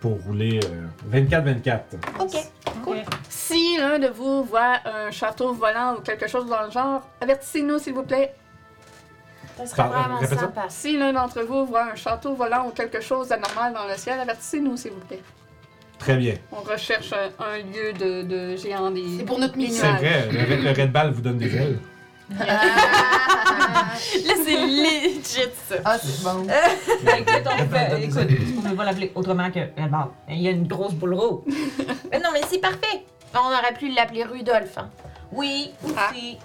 pour rouler euh, 24-24.
Ok.
Si l'un de vous voit un château volant ou quelque chose dans le genre, avertissez-nous s'il vous plaît.
Ça serait
Pardon,
vraiment
répète ça.
sympa.
Si l'un d'entre vous voit un château volant ou quelque chose d'anormal dans le ciel, avertissez-nous s'il vous plaît.
Très bien.
On recherche un, un lieu de, de géant des.
C'est pour notre
des
mission.
C'est
nuages.
vrai, le, Red- le Red Ball vous donne des ailes.
Là, c'est legit ça.
Ah, c'est bon.
Écoute, on peut, écoute, on peut pas l'appeler autrement que elle barbe. Il y a une grosse boule rouge.
Mais non, mais c'est parfait. On aurait pu l'appeler Rudolph. hein.
Oui,
Ah.
aussi.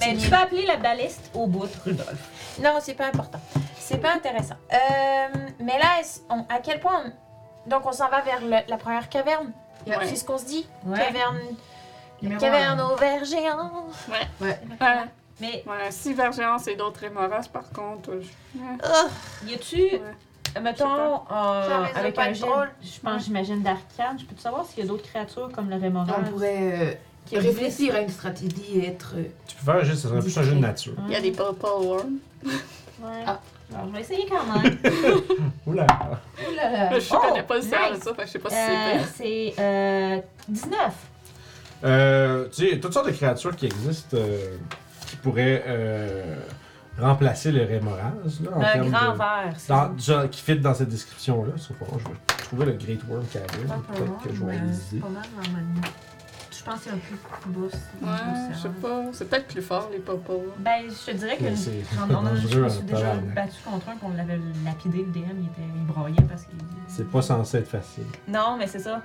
Mais tu peux appeler la baliste au bout, Rudolf.
Non, c'est pas important. C'est pas intéressant. Euh, mais là, est-ce- on- à quel point on- Donc, on s'en va vers le- la première caverne.
Ouais.
C'est ce qu'on se dit.
Ouais.
Caverne,
Numéro
caverne
un.
au hein. verre géant.
Ouais,
Mais
ouais, si Vergéance et d'autres Rémoras, par contre. euh, je- euh,
Oh,
y a-tu,
Ouais.
mettons, euh,
Ça risque
avec
pas
un
d'être
jet,
drôle.
je pense, j'imagine d'arcane, je peux te savoir s'il y a d'autres créatures comme le rémoral
On pourrait
qui
euh,
existent?
réfléchir à une stratégie et être. euh,
Tu peux faire un jeu, ça serait plus un jeu de nature.
Il y a des purple worms.
Ouais.
Ah.
Alors, je vais essayer quand même.
Oula!
Ouh là là.
Je
Oh,
connais pas le cerf de
nice.
ça, fait que je sais pas si c'est
Euh,
bien.
c'est euh, 19.
Euh, tu sais, toutes sortes de créatures qui existent euh, qui pourraient euh, remplacer le Rémoraz. Là, en
Un
termes
Euh, grand
de-
verre. c'est
dans- genre, qui fit dans cette description-là. Je sais pas, je vais trouver le Great Worm Cavern. Peut-être que je vais réaliser.
pas mal, normalement.
Je
Je pense que c'est un peu plus
Ouais, je sais pas. C'est peut-être plus fort, les papas.
Ben, je te dirais que
Mais c'est-
quand on a- je
dangereux,
me suis
hein,
déjà
tabarnak.
battu contre un qu'on l'avait lapidé, le DM, il, était, il broyait parce qu'il...
C'est pas censé être facile.
Non, mais c'est ça.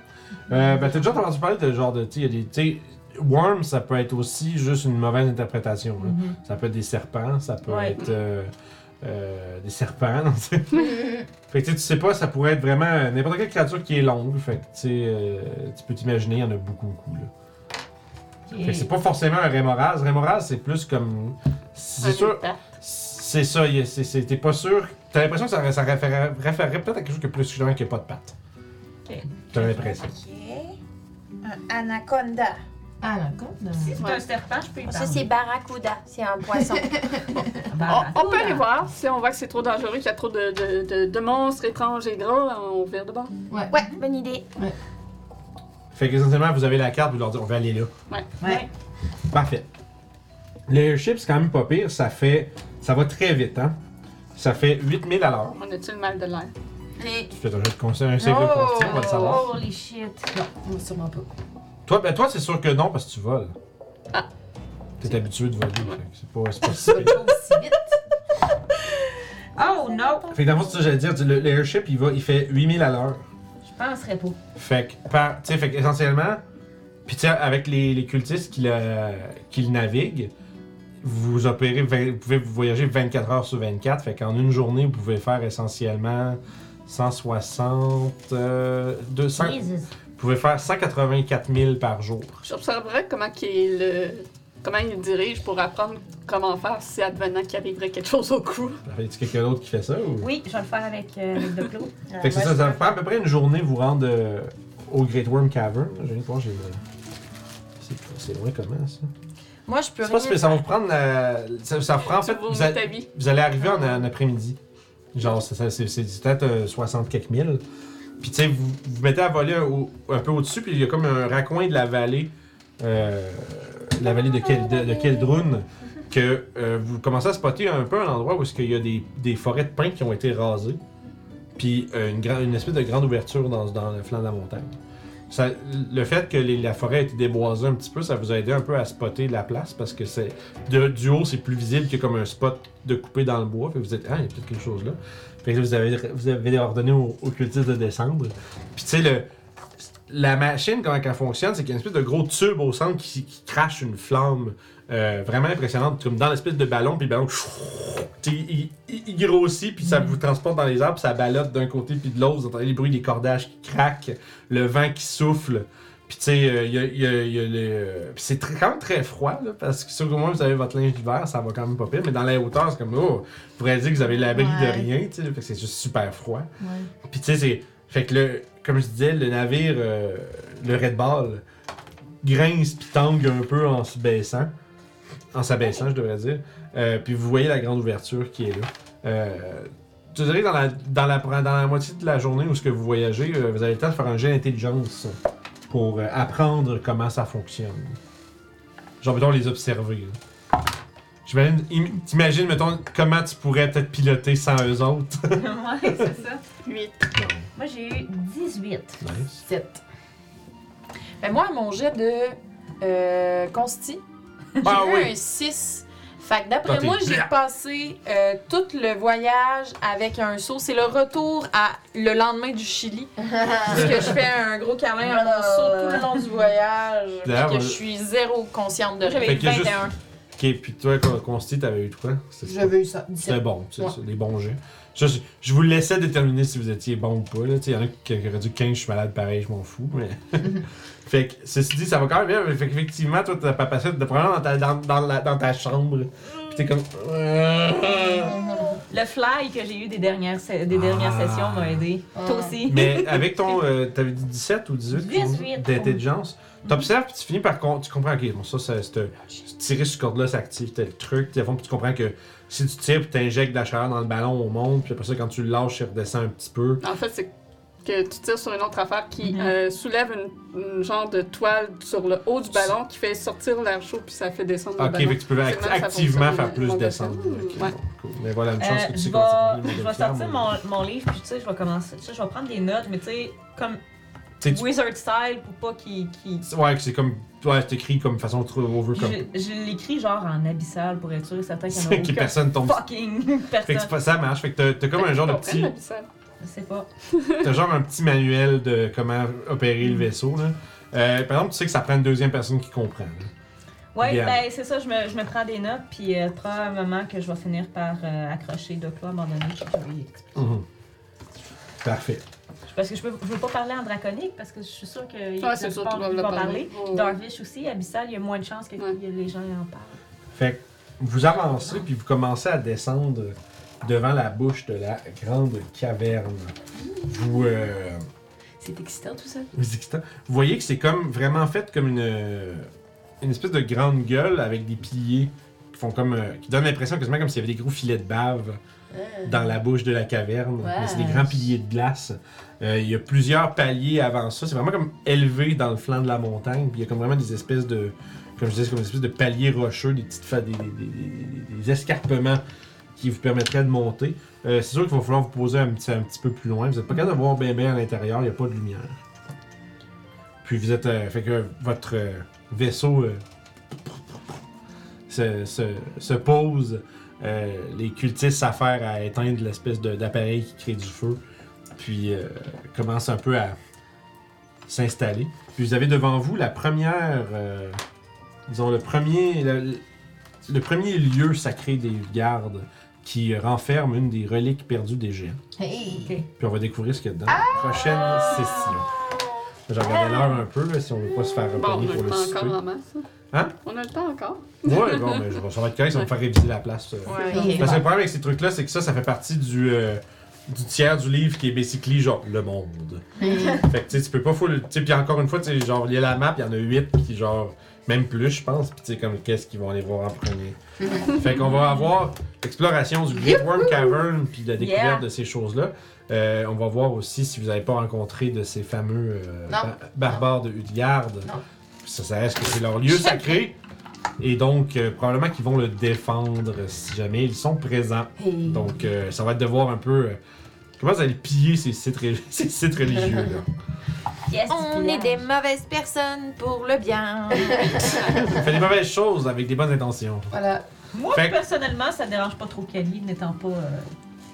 Euh, ben, t'as déjà entendu parler de genre de. Tu sais, il y a des. tu sais, Worm, ça peut être aussi juste une mauvaise interprétation. hein. là.
Mhm.
Ça peut être des serpents, ça peut
Ouais.
être euh, euh, des serpents. non, tu sais. fait que tu sais, tu sais pas, ça pourrait être vraiment euh, n'importe quelle créature qui est longue. Fait que tu sais, euh, tu peux t'imaginer, il y en a beaucoup, beaucoup. Là. Fait que c'est pas forcément un Rémoraz. Rémoraz, c'est plus comme. C'est sûr.
Ah,
C'est ça, il y a- c'est- c'est- t'es pas sûr. T'as l'impression que ça, ça référerait, référerait peut-être à quelque chose qui est plus justement qui a pas de pattes.
Ok.
T'as l'impression.
Ok. Un anaconda.
Ah, la con, non.
Si c'est un serpent, je peux y parler.
Ça, c'est barracuda. C'est un poisson.
On,
Bah,
on peut aller voir. Si on voit que c'est trop dangereux, qu'il y a trop de, de- de- de monstres étranges et grands, on vire de bord.
ouais, bonne idée.
Fait que essentiellement, vous avez la carte, vous leur dites on va aller là.
Ouais.
Parfait. Le airship, c'est quand même pas pire. Ça fait. Ça va très vite, hein. Ça fait 8000 à l'heure.
On a-tu le mal de l'air?
Tu fais un jeu de conseil, un save de
Oh!
constitution, on va le savoir.
Holy shit.
Moi, sûrement pas.
Toi, ben, toi c'est sûr que non, parce que tu voles.
Ah.
T'es habitué de voler. fait que C'est pas, c'est pas si pire.
Aussi vite.
Oh no!
Fait que dans le fond, c'est ça que j'allais dire. Le, le airship, il, va, il fait 8000 à l'heure.
Je penserais pas.
Fait que, par, tu sais, fait que essentiellement, puis tu sais, avec les, les cultistes qui le, qui le naviguent, vous opérez, vingt- vous pouvez voyager 24 heures sur 24. Fait qu'en une journée, vous pouvez faire essentiellement 160, euh, 200.
Jesus.
Vous pouvez faire 184 000 par jour.
J'observerais comment qu'il euh, comment il dirige pour apprendre comment faire si advenant qu'il arriverait quelque chose au cou.
Est-ce quelqu'un d'autre qui fait ça ou?
Oui, je vais le faire avec, euh, avec de l'eau.
Fait que c'est ça, ça va faire à peu près une journée vous rendre euh, au Great Worm Cavern. J'ai une fois, j'ai. c'est- C'est loin comment ça?
Moi, je peux
C'est pas si- mais ça va vous prendre la. Ça, ça prend en fait.
Tu
vous
vomis
allez-
ta vie.
Vous allez arriver en, en après-midi. Genre, ça- ça- c'est c'est peut-être euh, 60 quelques mille. Puis, tu sais, vous vous mettez à voler au- un peu au-dessus, puis il y a comme un raccoin de la vallée, euh, la vallée de, Kel- de- de Keldrun, que euh, vous commencez à spotter un peu un endroit où est-ce qu'il y a des, des forêts de pins qui ont été rasées, puis euh, une, gran- une espèce de grande ouverture dans, dans le flanc de la montagne. Ça- le fait que les- la forêt a été déboisée un petit peu, ça vous a aidé un peu à spotter la place parce que c'est de- du haut, c'est plus visible que comme un spot de coupé dans le bois. Fait que vous dites, ah, il y a peut-être quelque chose là. Fait que là, vous avez, vous avez ordonné au, au cultiste de descendre. Puis tu sais, le- la machine, comment elle fonctionne, c'est qu'il y a une espèce de gros tube au centre qui, qui crache une flamme euh, vraiment impressionnante, comme dans l'espèce de ballon, puis le ballon, tu sais, il, il- il grossit, puis ça vous transporte dans les arbres, puis ça balotte d'un côté puis de l'autre. Vous entendez les bruits des cordages qui craquent, le vent qui souffle. Puis tu sais, euh, il y a, il y a- il y a les, euh, puis c'est très- quand même très froid, là, parce que si au moins vous avez votre linge d'hiver, ça va quand même pas pire, mais dans les hauteurs, c'est comme, oh, vous pourriez dire que vous avez l'abri
Ouais.
de rien, tu sais, fait que c'est juste super froid.
Ouais.
Puis tu sais, c'est. Fait que le, comme je disais, le navire, euh, le Red Ball, grince puis tangue un peu en se baissant. En s'abaissant, je devrais dire. Euh, puis vous voyez la grande ouverture qui est là. Euh, tu dirais que dans la, dans, la, dans la moitié de la journée où ce que vous voyagez, euh, vous avez le temps de faire un jet d'intelligence pour euh, apprendre comment ça fonctionne. Genre, mettons, les observer. là. J'imagine, im- t'imagines, mettons, comment tu pourrais peut-être piloter sans eux autres.
ouais, c'est ça.
Huit.
Moi, j'ai eu
Non.
18.
Nice.
Sept.
Ben moi, mon jet de euh, consti, j'ai
Ah
eu
oui.
un 6. Fait que d'après
Quand t'es
moi, j'ai
bien.
passé euh, tout le voyage avec un saut. C'est le retour à le lendemain du Chili. puisque je fais un gros câlin à mon saut tout le long du voyage. puis
D'ailleurs, euh,
que
on-
je suis zéro consciente de rien.
Fait
J'avais
qu'il y a juste-
21.
Ok, puis toi, Con- Consti, t'avais eu quoi? C'est-
J'avais eu ça.
C'était
17.
bon, tu sais,
Ouais.
c'est des bons jets. Ça, c'est- je vous laissais déterminer si vous étiez bon ou pas. là, tu sais, Il y en a qui qui auraient dit 15, je suis malade, pareil, je m'en fous. Mais... fait que, ceci dit, ça va quand même bien. mais Fait qu'effectivement, toi, t'as pas passé de problème dans ta, dans, dans la- dans ta chambre. Puis t'es comme. euh,
Le fly que j'ai eu des dernières, se- des dernières
Ah.
sessions m'a aidé. Toi aussi.
Mais avec ton. euh, T'avais dit 17 ou 18
18.
d'intelligence. T'observes, puis tu finis par. con- Tu comprends, ok, bon, ça, ça c'est. un- Tirer sur ce corde-là, ça active tel truc. Puis à fond, puis tu comprends que si tu tires, puis t'injectes de la chaleur dans le ballon au monde, puis après ça, quand tu le lâches, il redescend un petit peu.
En fait, c'est que tu tires sur une autre affaire qui
Mhm.
euh, soulève une, une genre de toile sur le haut du ballon qui fait sortir l'air chaud puis ça fait descendre le
Ok,
ballon.
fait que tu peux
C'est
act-
même, ben ça
activement
fonctionne,
faire
mon
plus
ballon.
descendre. Ok,
Ouais.
bon, cool. Mais voilà, une
Euh,
chance que tu
je
sais
vais,
comment ça fonctionne,
je
mon
vais
Pierre,
sortir
mais-
mon, mon livre, puis tu sais, je vais commencer. Tu sais, je vais prendre des notes, mais tu sais, comme
Tu sais, tu-
Wizard style pour pas qu'il. qu'il-
Ouais, que c'est comme. Toi, c'est écrit comme façon trop over comme.
Je, je l'écris genre en abyssal pour être sûr et certain qu'il y en a
que
aucun
personne tombe. Fait
fucking
que c'est
personne.
pas- ça marche. Fait que t'as- t'as comme un genre de petit.
Je sais pas.
T'as genre un petit manuel de comment opérer le vaisseau, là. Euh, par exemple, tu sais que ça prend une deuxième personne qui comprend. là.
Ouais,
Bien.
ben c'est ça, je me, je me prends des notes, puis euh, probablement que je vais finir par euh, accrocher deux clous à un moment donné. que je vais y expliquer.
Mhm. Parfait.
Parce que je peux, je veux pas parler en draconique, parce que je suis sûre qu'il y a
Ouais, c'est
du
sûr
sport
qu'ils doivent
qui
le
va
parler.
parler.
Oh, ouais.
Darvish aussi, Abyssal, il y a moins de chances que
Ouais.
que les gens en parlent.
Fait que vous avancez, puis vous commencez à descendre devant la bouche de la grande caverne. Vous. euh,
C'est excitant tout ça.
vous excitant. Vous voyez que c'est comme vraiment fait comme une, une espèce de grande gueule avec des piliers qui font comme euh, qui donnent l'impression quasiment comme s'il y avait des gros filets de bave dans la bouche de la caverne. Mais C'est des grands piliers de glace. Euh, Il y a plusieurs paliers avant ça. C'est vraiment comme élevé dans le flanc de la montagne. Puis il y a comme vraiment des espèces de comme je disais, c'est comme des espèces de paliers rocheux, des petites fa- des, des- des- des- des escarpements qui vous permettraient de monter. Euh, c'est sûr qu'il va falloir vous poser un petit, un petit peu plus loin. Vous n'êtes pas capable de voir bien bien à l'intérieur, il n'y a pas de lumière. Puis vous êtes. euh, fait que votre euh, vaisseau euh, se, se, se pose. Euh, les cultistes s'affairent à éteindre l'espèce de- d'appareil qui crée du feu. Puis euh, commencent un peu à s'installer. Puis vous avez devant vous la première. euh, disons, le premier. Le, le premier lieu sacré des gardes qui renferme une des reliques perdues des géants.
Ok.
Puis on va découvrir ce qu'il y a dedans. Prochaine session. J'ai regardé l'heure un peu, là, si on veut pas se faire
Bon,
repogner
on a
pour
le
le
temps
souper.
encore en masse. hein.
Hein?
On a le temps encore.
Ouais, bon, mais je vais- ça va être correct, ça va me faire réviser la place. euh. Parce que le problème avec ces trucs-là, c'est que ça, ça fait partie du, euh, du tiers du livre qui est basically genre le monde. fait que tu sais, tu peux pas full. Tu sais, puis encore une fois, tu sais, genre, il y a la map, il y en a 8 qui, genre, même plus, je pense. Puis tu sais, comme qu'est-ce qu'ils vont aller voir en premier. fait qu'on va avoir l'exploration du Great Worm Cavern, puis la découverte
Yeah.
de ces choses-là. Euh, on va voir aussi si vous n'avez pas rencontré de ces fameux euh, ba- barbares de Udgard. Ça, ça reste que c'est leur lieu sacré. Et donc, euh, probablement qu'ils vont le défendre si jamais ils sont présents. Donc, euh, ça va être de voir un peu euh, comment vous allez piller ces sites, ré- ces sites religieux. Là.
Yes,
On
Dylan.
est des mauvaises personnes pour le bien.
Ben
Faites des mauvaises choses avec des bonnes intentions.
Voilà.
Moi,
Fait que-
personnellement, ça dérange pas trop Cali, n'étant pas. euh,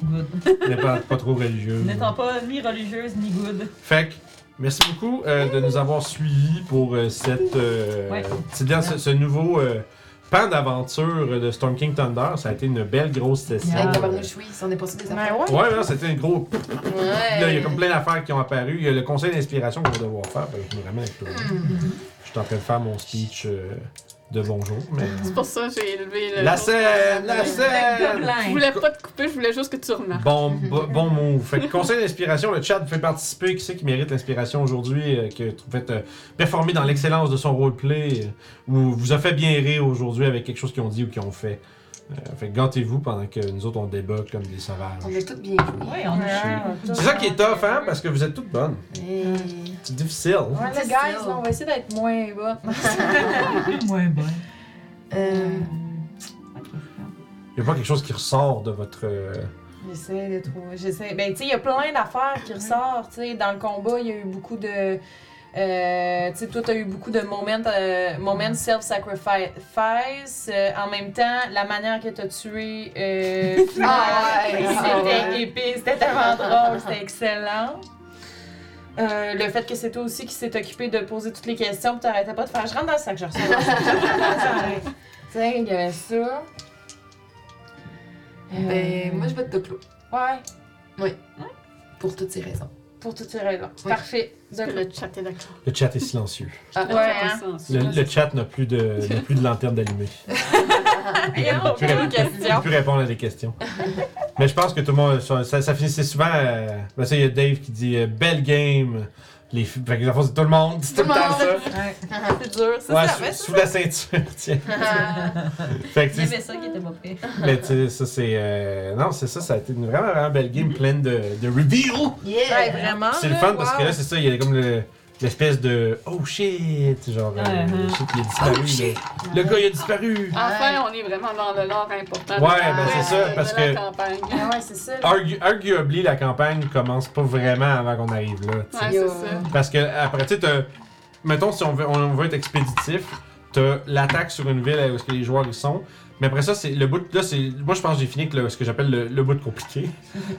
Good.
N'est pas, pas trop religieux.
N'étant pas ni religieuse ni good.
Fait que, merci beaucoup euh, de nous avoir suivis pour euh, cette, euh,
Ouais.
c'est bien ce, ce nouveau euh, pan d'aventure de Storm King Thunder. Ça a été une belle grosse session.
Yeah.
Hey, tabarnouche, oui, ça, on est passé
Ben
des affaires.
Ah. Ouais, là, c'était un gros.
Ouais.
Là, il y a comme plein d'affaires qui ont apparu. Il y a le conseil d'inspiration qu'on va devoir faire. parce que je me ramène avec toi. Je suis en train de faire mon speech euh, de bonjour. Mais...
C'est pour ça que j'ai élevé le.
La
jour.
scène! La scène!
Je voulais pas te couper, je voulais juste que tu remarques.
Bon, bo- bon move. Fait que conseil d'inspiration, le chat fait participer. Qui c'est qui mérite l'inspiration aujourd'hui, euh, qui a trou- fait euh, performer dans l'excellence de son roleplay, euh, ou vous a fait bien rire aujourd'hui avec quelque chose qu'ils ont dit ou qu'ils ont fait. Euh, fait que gâtez-vous pendant que nous autres on débat comme des sauvages.
On a tout bien joué.
Ouais,
euh,
on est chez.
C'est ça qui est tough, hein, parce que vous êtes toutes bonnes.
Hey.
C'est difficile.
Ouais, là, guys, là, on va essayer d'être moins bas.
moins bon.
Euh,
Il n'y a pas quelque chose qui ressort de votre. euh,
J'essaie de trouver. J'essaie. Ben, tu sais, il y a plein d'affaires qui ressortent. Tu sais, dans le combat, il y a eu beaucoup de. euh, tu sais, toi, t'as eu beaucoup de moments, euh, moments self-sacrifice. Euh, en même temps, la manière que t'as tué. Euh,
Ah, ouais.
c'était épais, c'était tellement drôle, c'était excellent. Euh, le fait que c'est toi aussi qui s'est occupé de poser toutes les questions, tu t'arrêtais pas de faire. Je rentre dans le sac, je ressors. dans le sac, je rentre dans le sac. Tu sais, il y avait ça.
Ben, moi, je vote de clos.
Ouais.
Pour toutes ces raisons.
Pour toutes ces raisons.
Oui.
Parfait.
Parce que le chat est d'accord.
Le chat est silencieux.
Ah,
Le
ouais,
chat est
hein.
silencieux.
Le, le chat n'a plus de, n'a plus de lanterne d'allumée.
Il y a
Il peut-
aucune
il peut plus répondre à des questions. Mais je pense que tout le monde. Ça, ça, ça finissait souvent. euh, ben ça, il y a Dave qui dit euh, Belle game. Les, filles- fait que, dans le fond, c'est tout le monde. C'est tout le temps ça.
C'est dur, ça.
Ouais, sous, sous la ceinture, tiens. fait que, tu sais,
J'aimais ça qui était pas prêt.
mais tu sais, ça, c'est. euh, non, c'est ça, ça a été une vraiment, vraiment belle game pleine de, de reveal.
Yeah!
Ouais, vraiment.
C'est le fun parce que là, c'est ça, il y a comme le. l'espèce de oh shit, genre euh,
Mhm.
le shit, il a disparu. là. le gars il a disparu.
Enfin, on est vraiment dans le lore important.
Ouais,
de la-
ben, c'est ça,
de
parce
la
que-
campagne.
Ah ouais, c'est ça. là.
Argu- arguably, la campagne commence pas vraiment avant qu'on arrive là. tu sais.
Ouais,
Yo.
c'est ça.
Parce que après, tu sais, t'as- mettons si on veut, on veut être expéditif, t'as l'attaque sur une ville où est-ce que les joueurs ils sont. Mais après ça, c'est le bout de- là, c'est moi je pense que j'ai fini avec le- ce que j'appelle le, le bout de compliqué.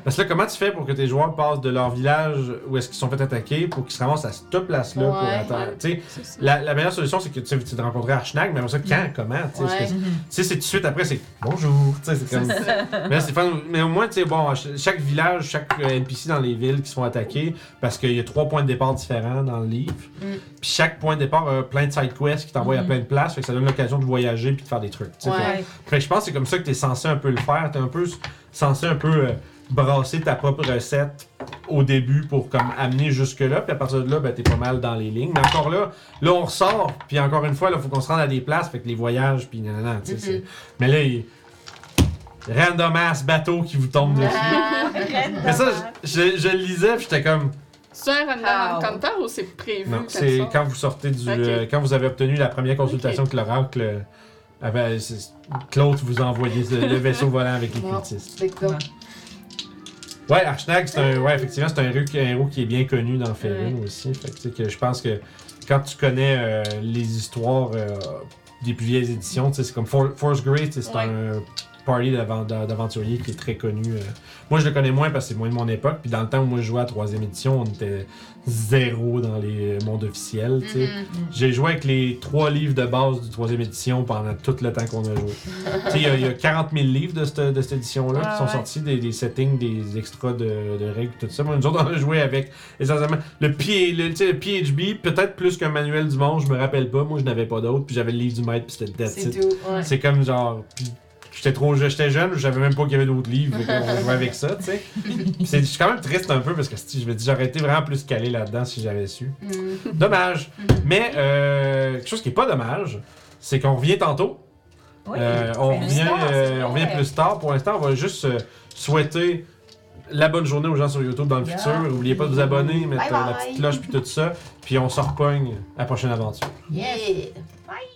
Parce que là, comment tu fais pour que tes joueurs passent de leur village où est-ce qu'ils sont fait attaquer pour qu'ils se ramassent à cette place là pour
Ouais,
attendre.
ouais.
Tu sais,
C'est ça.
la, la meilleure solution c'est que tu sais, tu te rencontres à Archnag, mais après ça, quand, comment, tu sais,
Ouais. Mm-hmm.
parce que-
Mhm.
tu sais, c'est tout de suite après, c'est bonjour. Tu sais, c'est comme. mais, là, c'est fun. mais au moins, tu sais, bon, ch- chaque village, chaque euh, NPC dans les villes qui sont attaqués, parce qu'il y a trois points de départ différents dans le livre.
Mm.
Puis chaque point de départ a plein de side quests qui t'envoient à plein de places, fait que ça donne l'occasion de voyager puis de faire des trucs. tu sais.
Mm-hmm. Ouais.
Fait- Fait que je pense que c'est comme ça que t'es censé un peu le faire. T'es un peu s- censé un peu euh, brasser ta propre recette au début pour comme amener jusque-là. Puis à partir de là, ben, t'es pas mal dans les lignes. Mais encore là, là on ressort. Puis encore une fois, là, faut qu'on se rende à des places. Fait que les voyages, puis nanana, tu sais, c'est- Mais là, il... random ass bateau qui vous tombe dessus. Mais ça, je, je- je le lisais, puis j'étais comme...
C'est un random
How?
encounter ou c'est prévu?
Non,
comme
c'est
ça?
quand vous sortez du.
Ok.
euh, quand vous avez obtenu la première consultation que l'oracle avait. c'est- Claude vous a envoyé le, le vaisseau volant avec les
Bon.
cultistes.
Big Bill.
Ouais, Archnag, c'est un. Ouais, effectivement, c'est un héros, qui- un héros qui est bien connu dans Faerun aussi. Fait que, tu sais, que je pense que quand tu connais euh, les histoires euh, des plus vieilles éditions, tu sais, c'est comme For- Force Grey, tu sais, c'est
Ouais.
un party d'avent- d'a- d'aventuriers qui est très connu. euh. Moi, je le connais moins parce que c'est moins de mon époque. Puis dans le temps où moi je jouais à la troisième édition, on était zéro dans les mondes officiels. tu sais.
Mm-hmm.
Mhm.
J'ai joué avec les trois livres de base du troisième édition pendant tout le temps qu'on a joué. Tu sais, Il y, a- il y a 40 000 livres de cette, de cette édition-là qui
Ah
sont
ouais.
sortis, des, des settings, des extras de, de règles, tout ça. Moi, nous autres, on a joué avec essentiellement le, P- le, tu sais, le PHB, peut-être plus qu'un manuel du monde, je me rappelle pas. Moi, je n'avais pas d'autre, puis j'avais le livre du maître, puis c'était that's
C'est
it.
tout. Ouais.
C'est comme genre. puis J'étais trop j'étais jeune, je savais même pas qu'il y avait d'autres livres, donc on jouait avec ça, tu sais. Puis c'est- Je suis quand même triste un peu parce que si, je me dis, j'aurais été vraiment plus calé là-dedans si j'avais su.
Mhm.
Dommage.
Mm-hmm.
Mais euh, quelque chose qui est pas dommage, c'est qu'on revient tantôt.
Oui.
Euh, on,
Plus
revient,
tard,
euh,
c'est vrai.
on revient plus tard. Pour l'instant, on va juste euh, souhaiter la bonne journée aux gens sur YouTube dans le
Yeah.
futur. N'oubliez pas de vous abonner, mettre euh,
Bye
la
bye.
petite cloche puis tout ça. Puis on se repogne à la prochaine aventure.
Yeah.
Yeah.
Bye.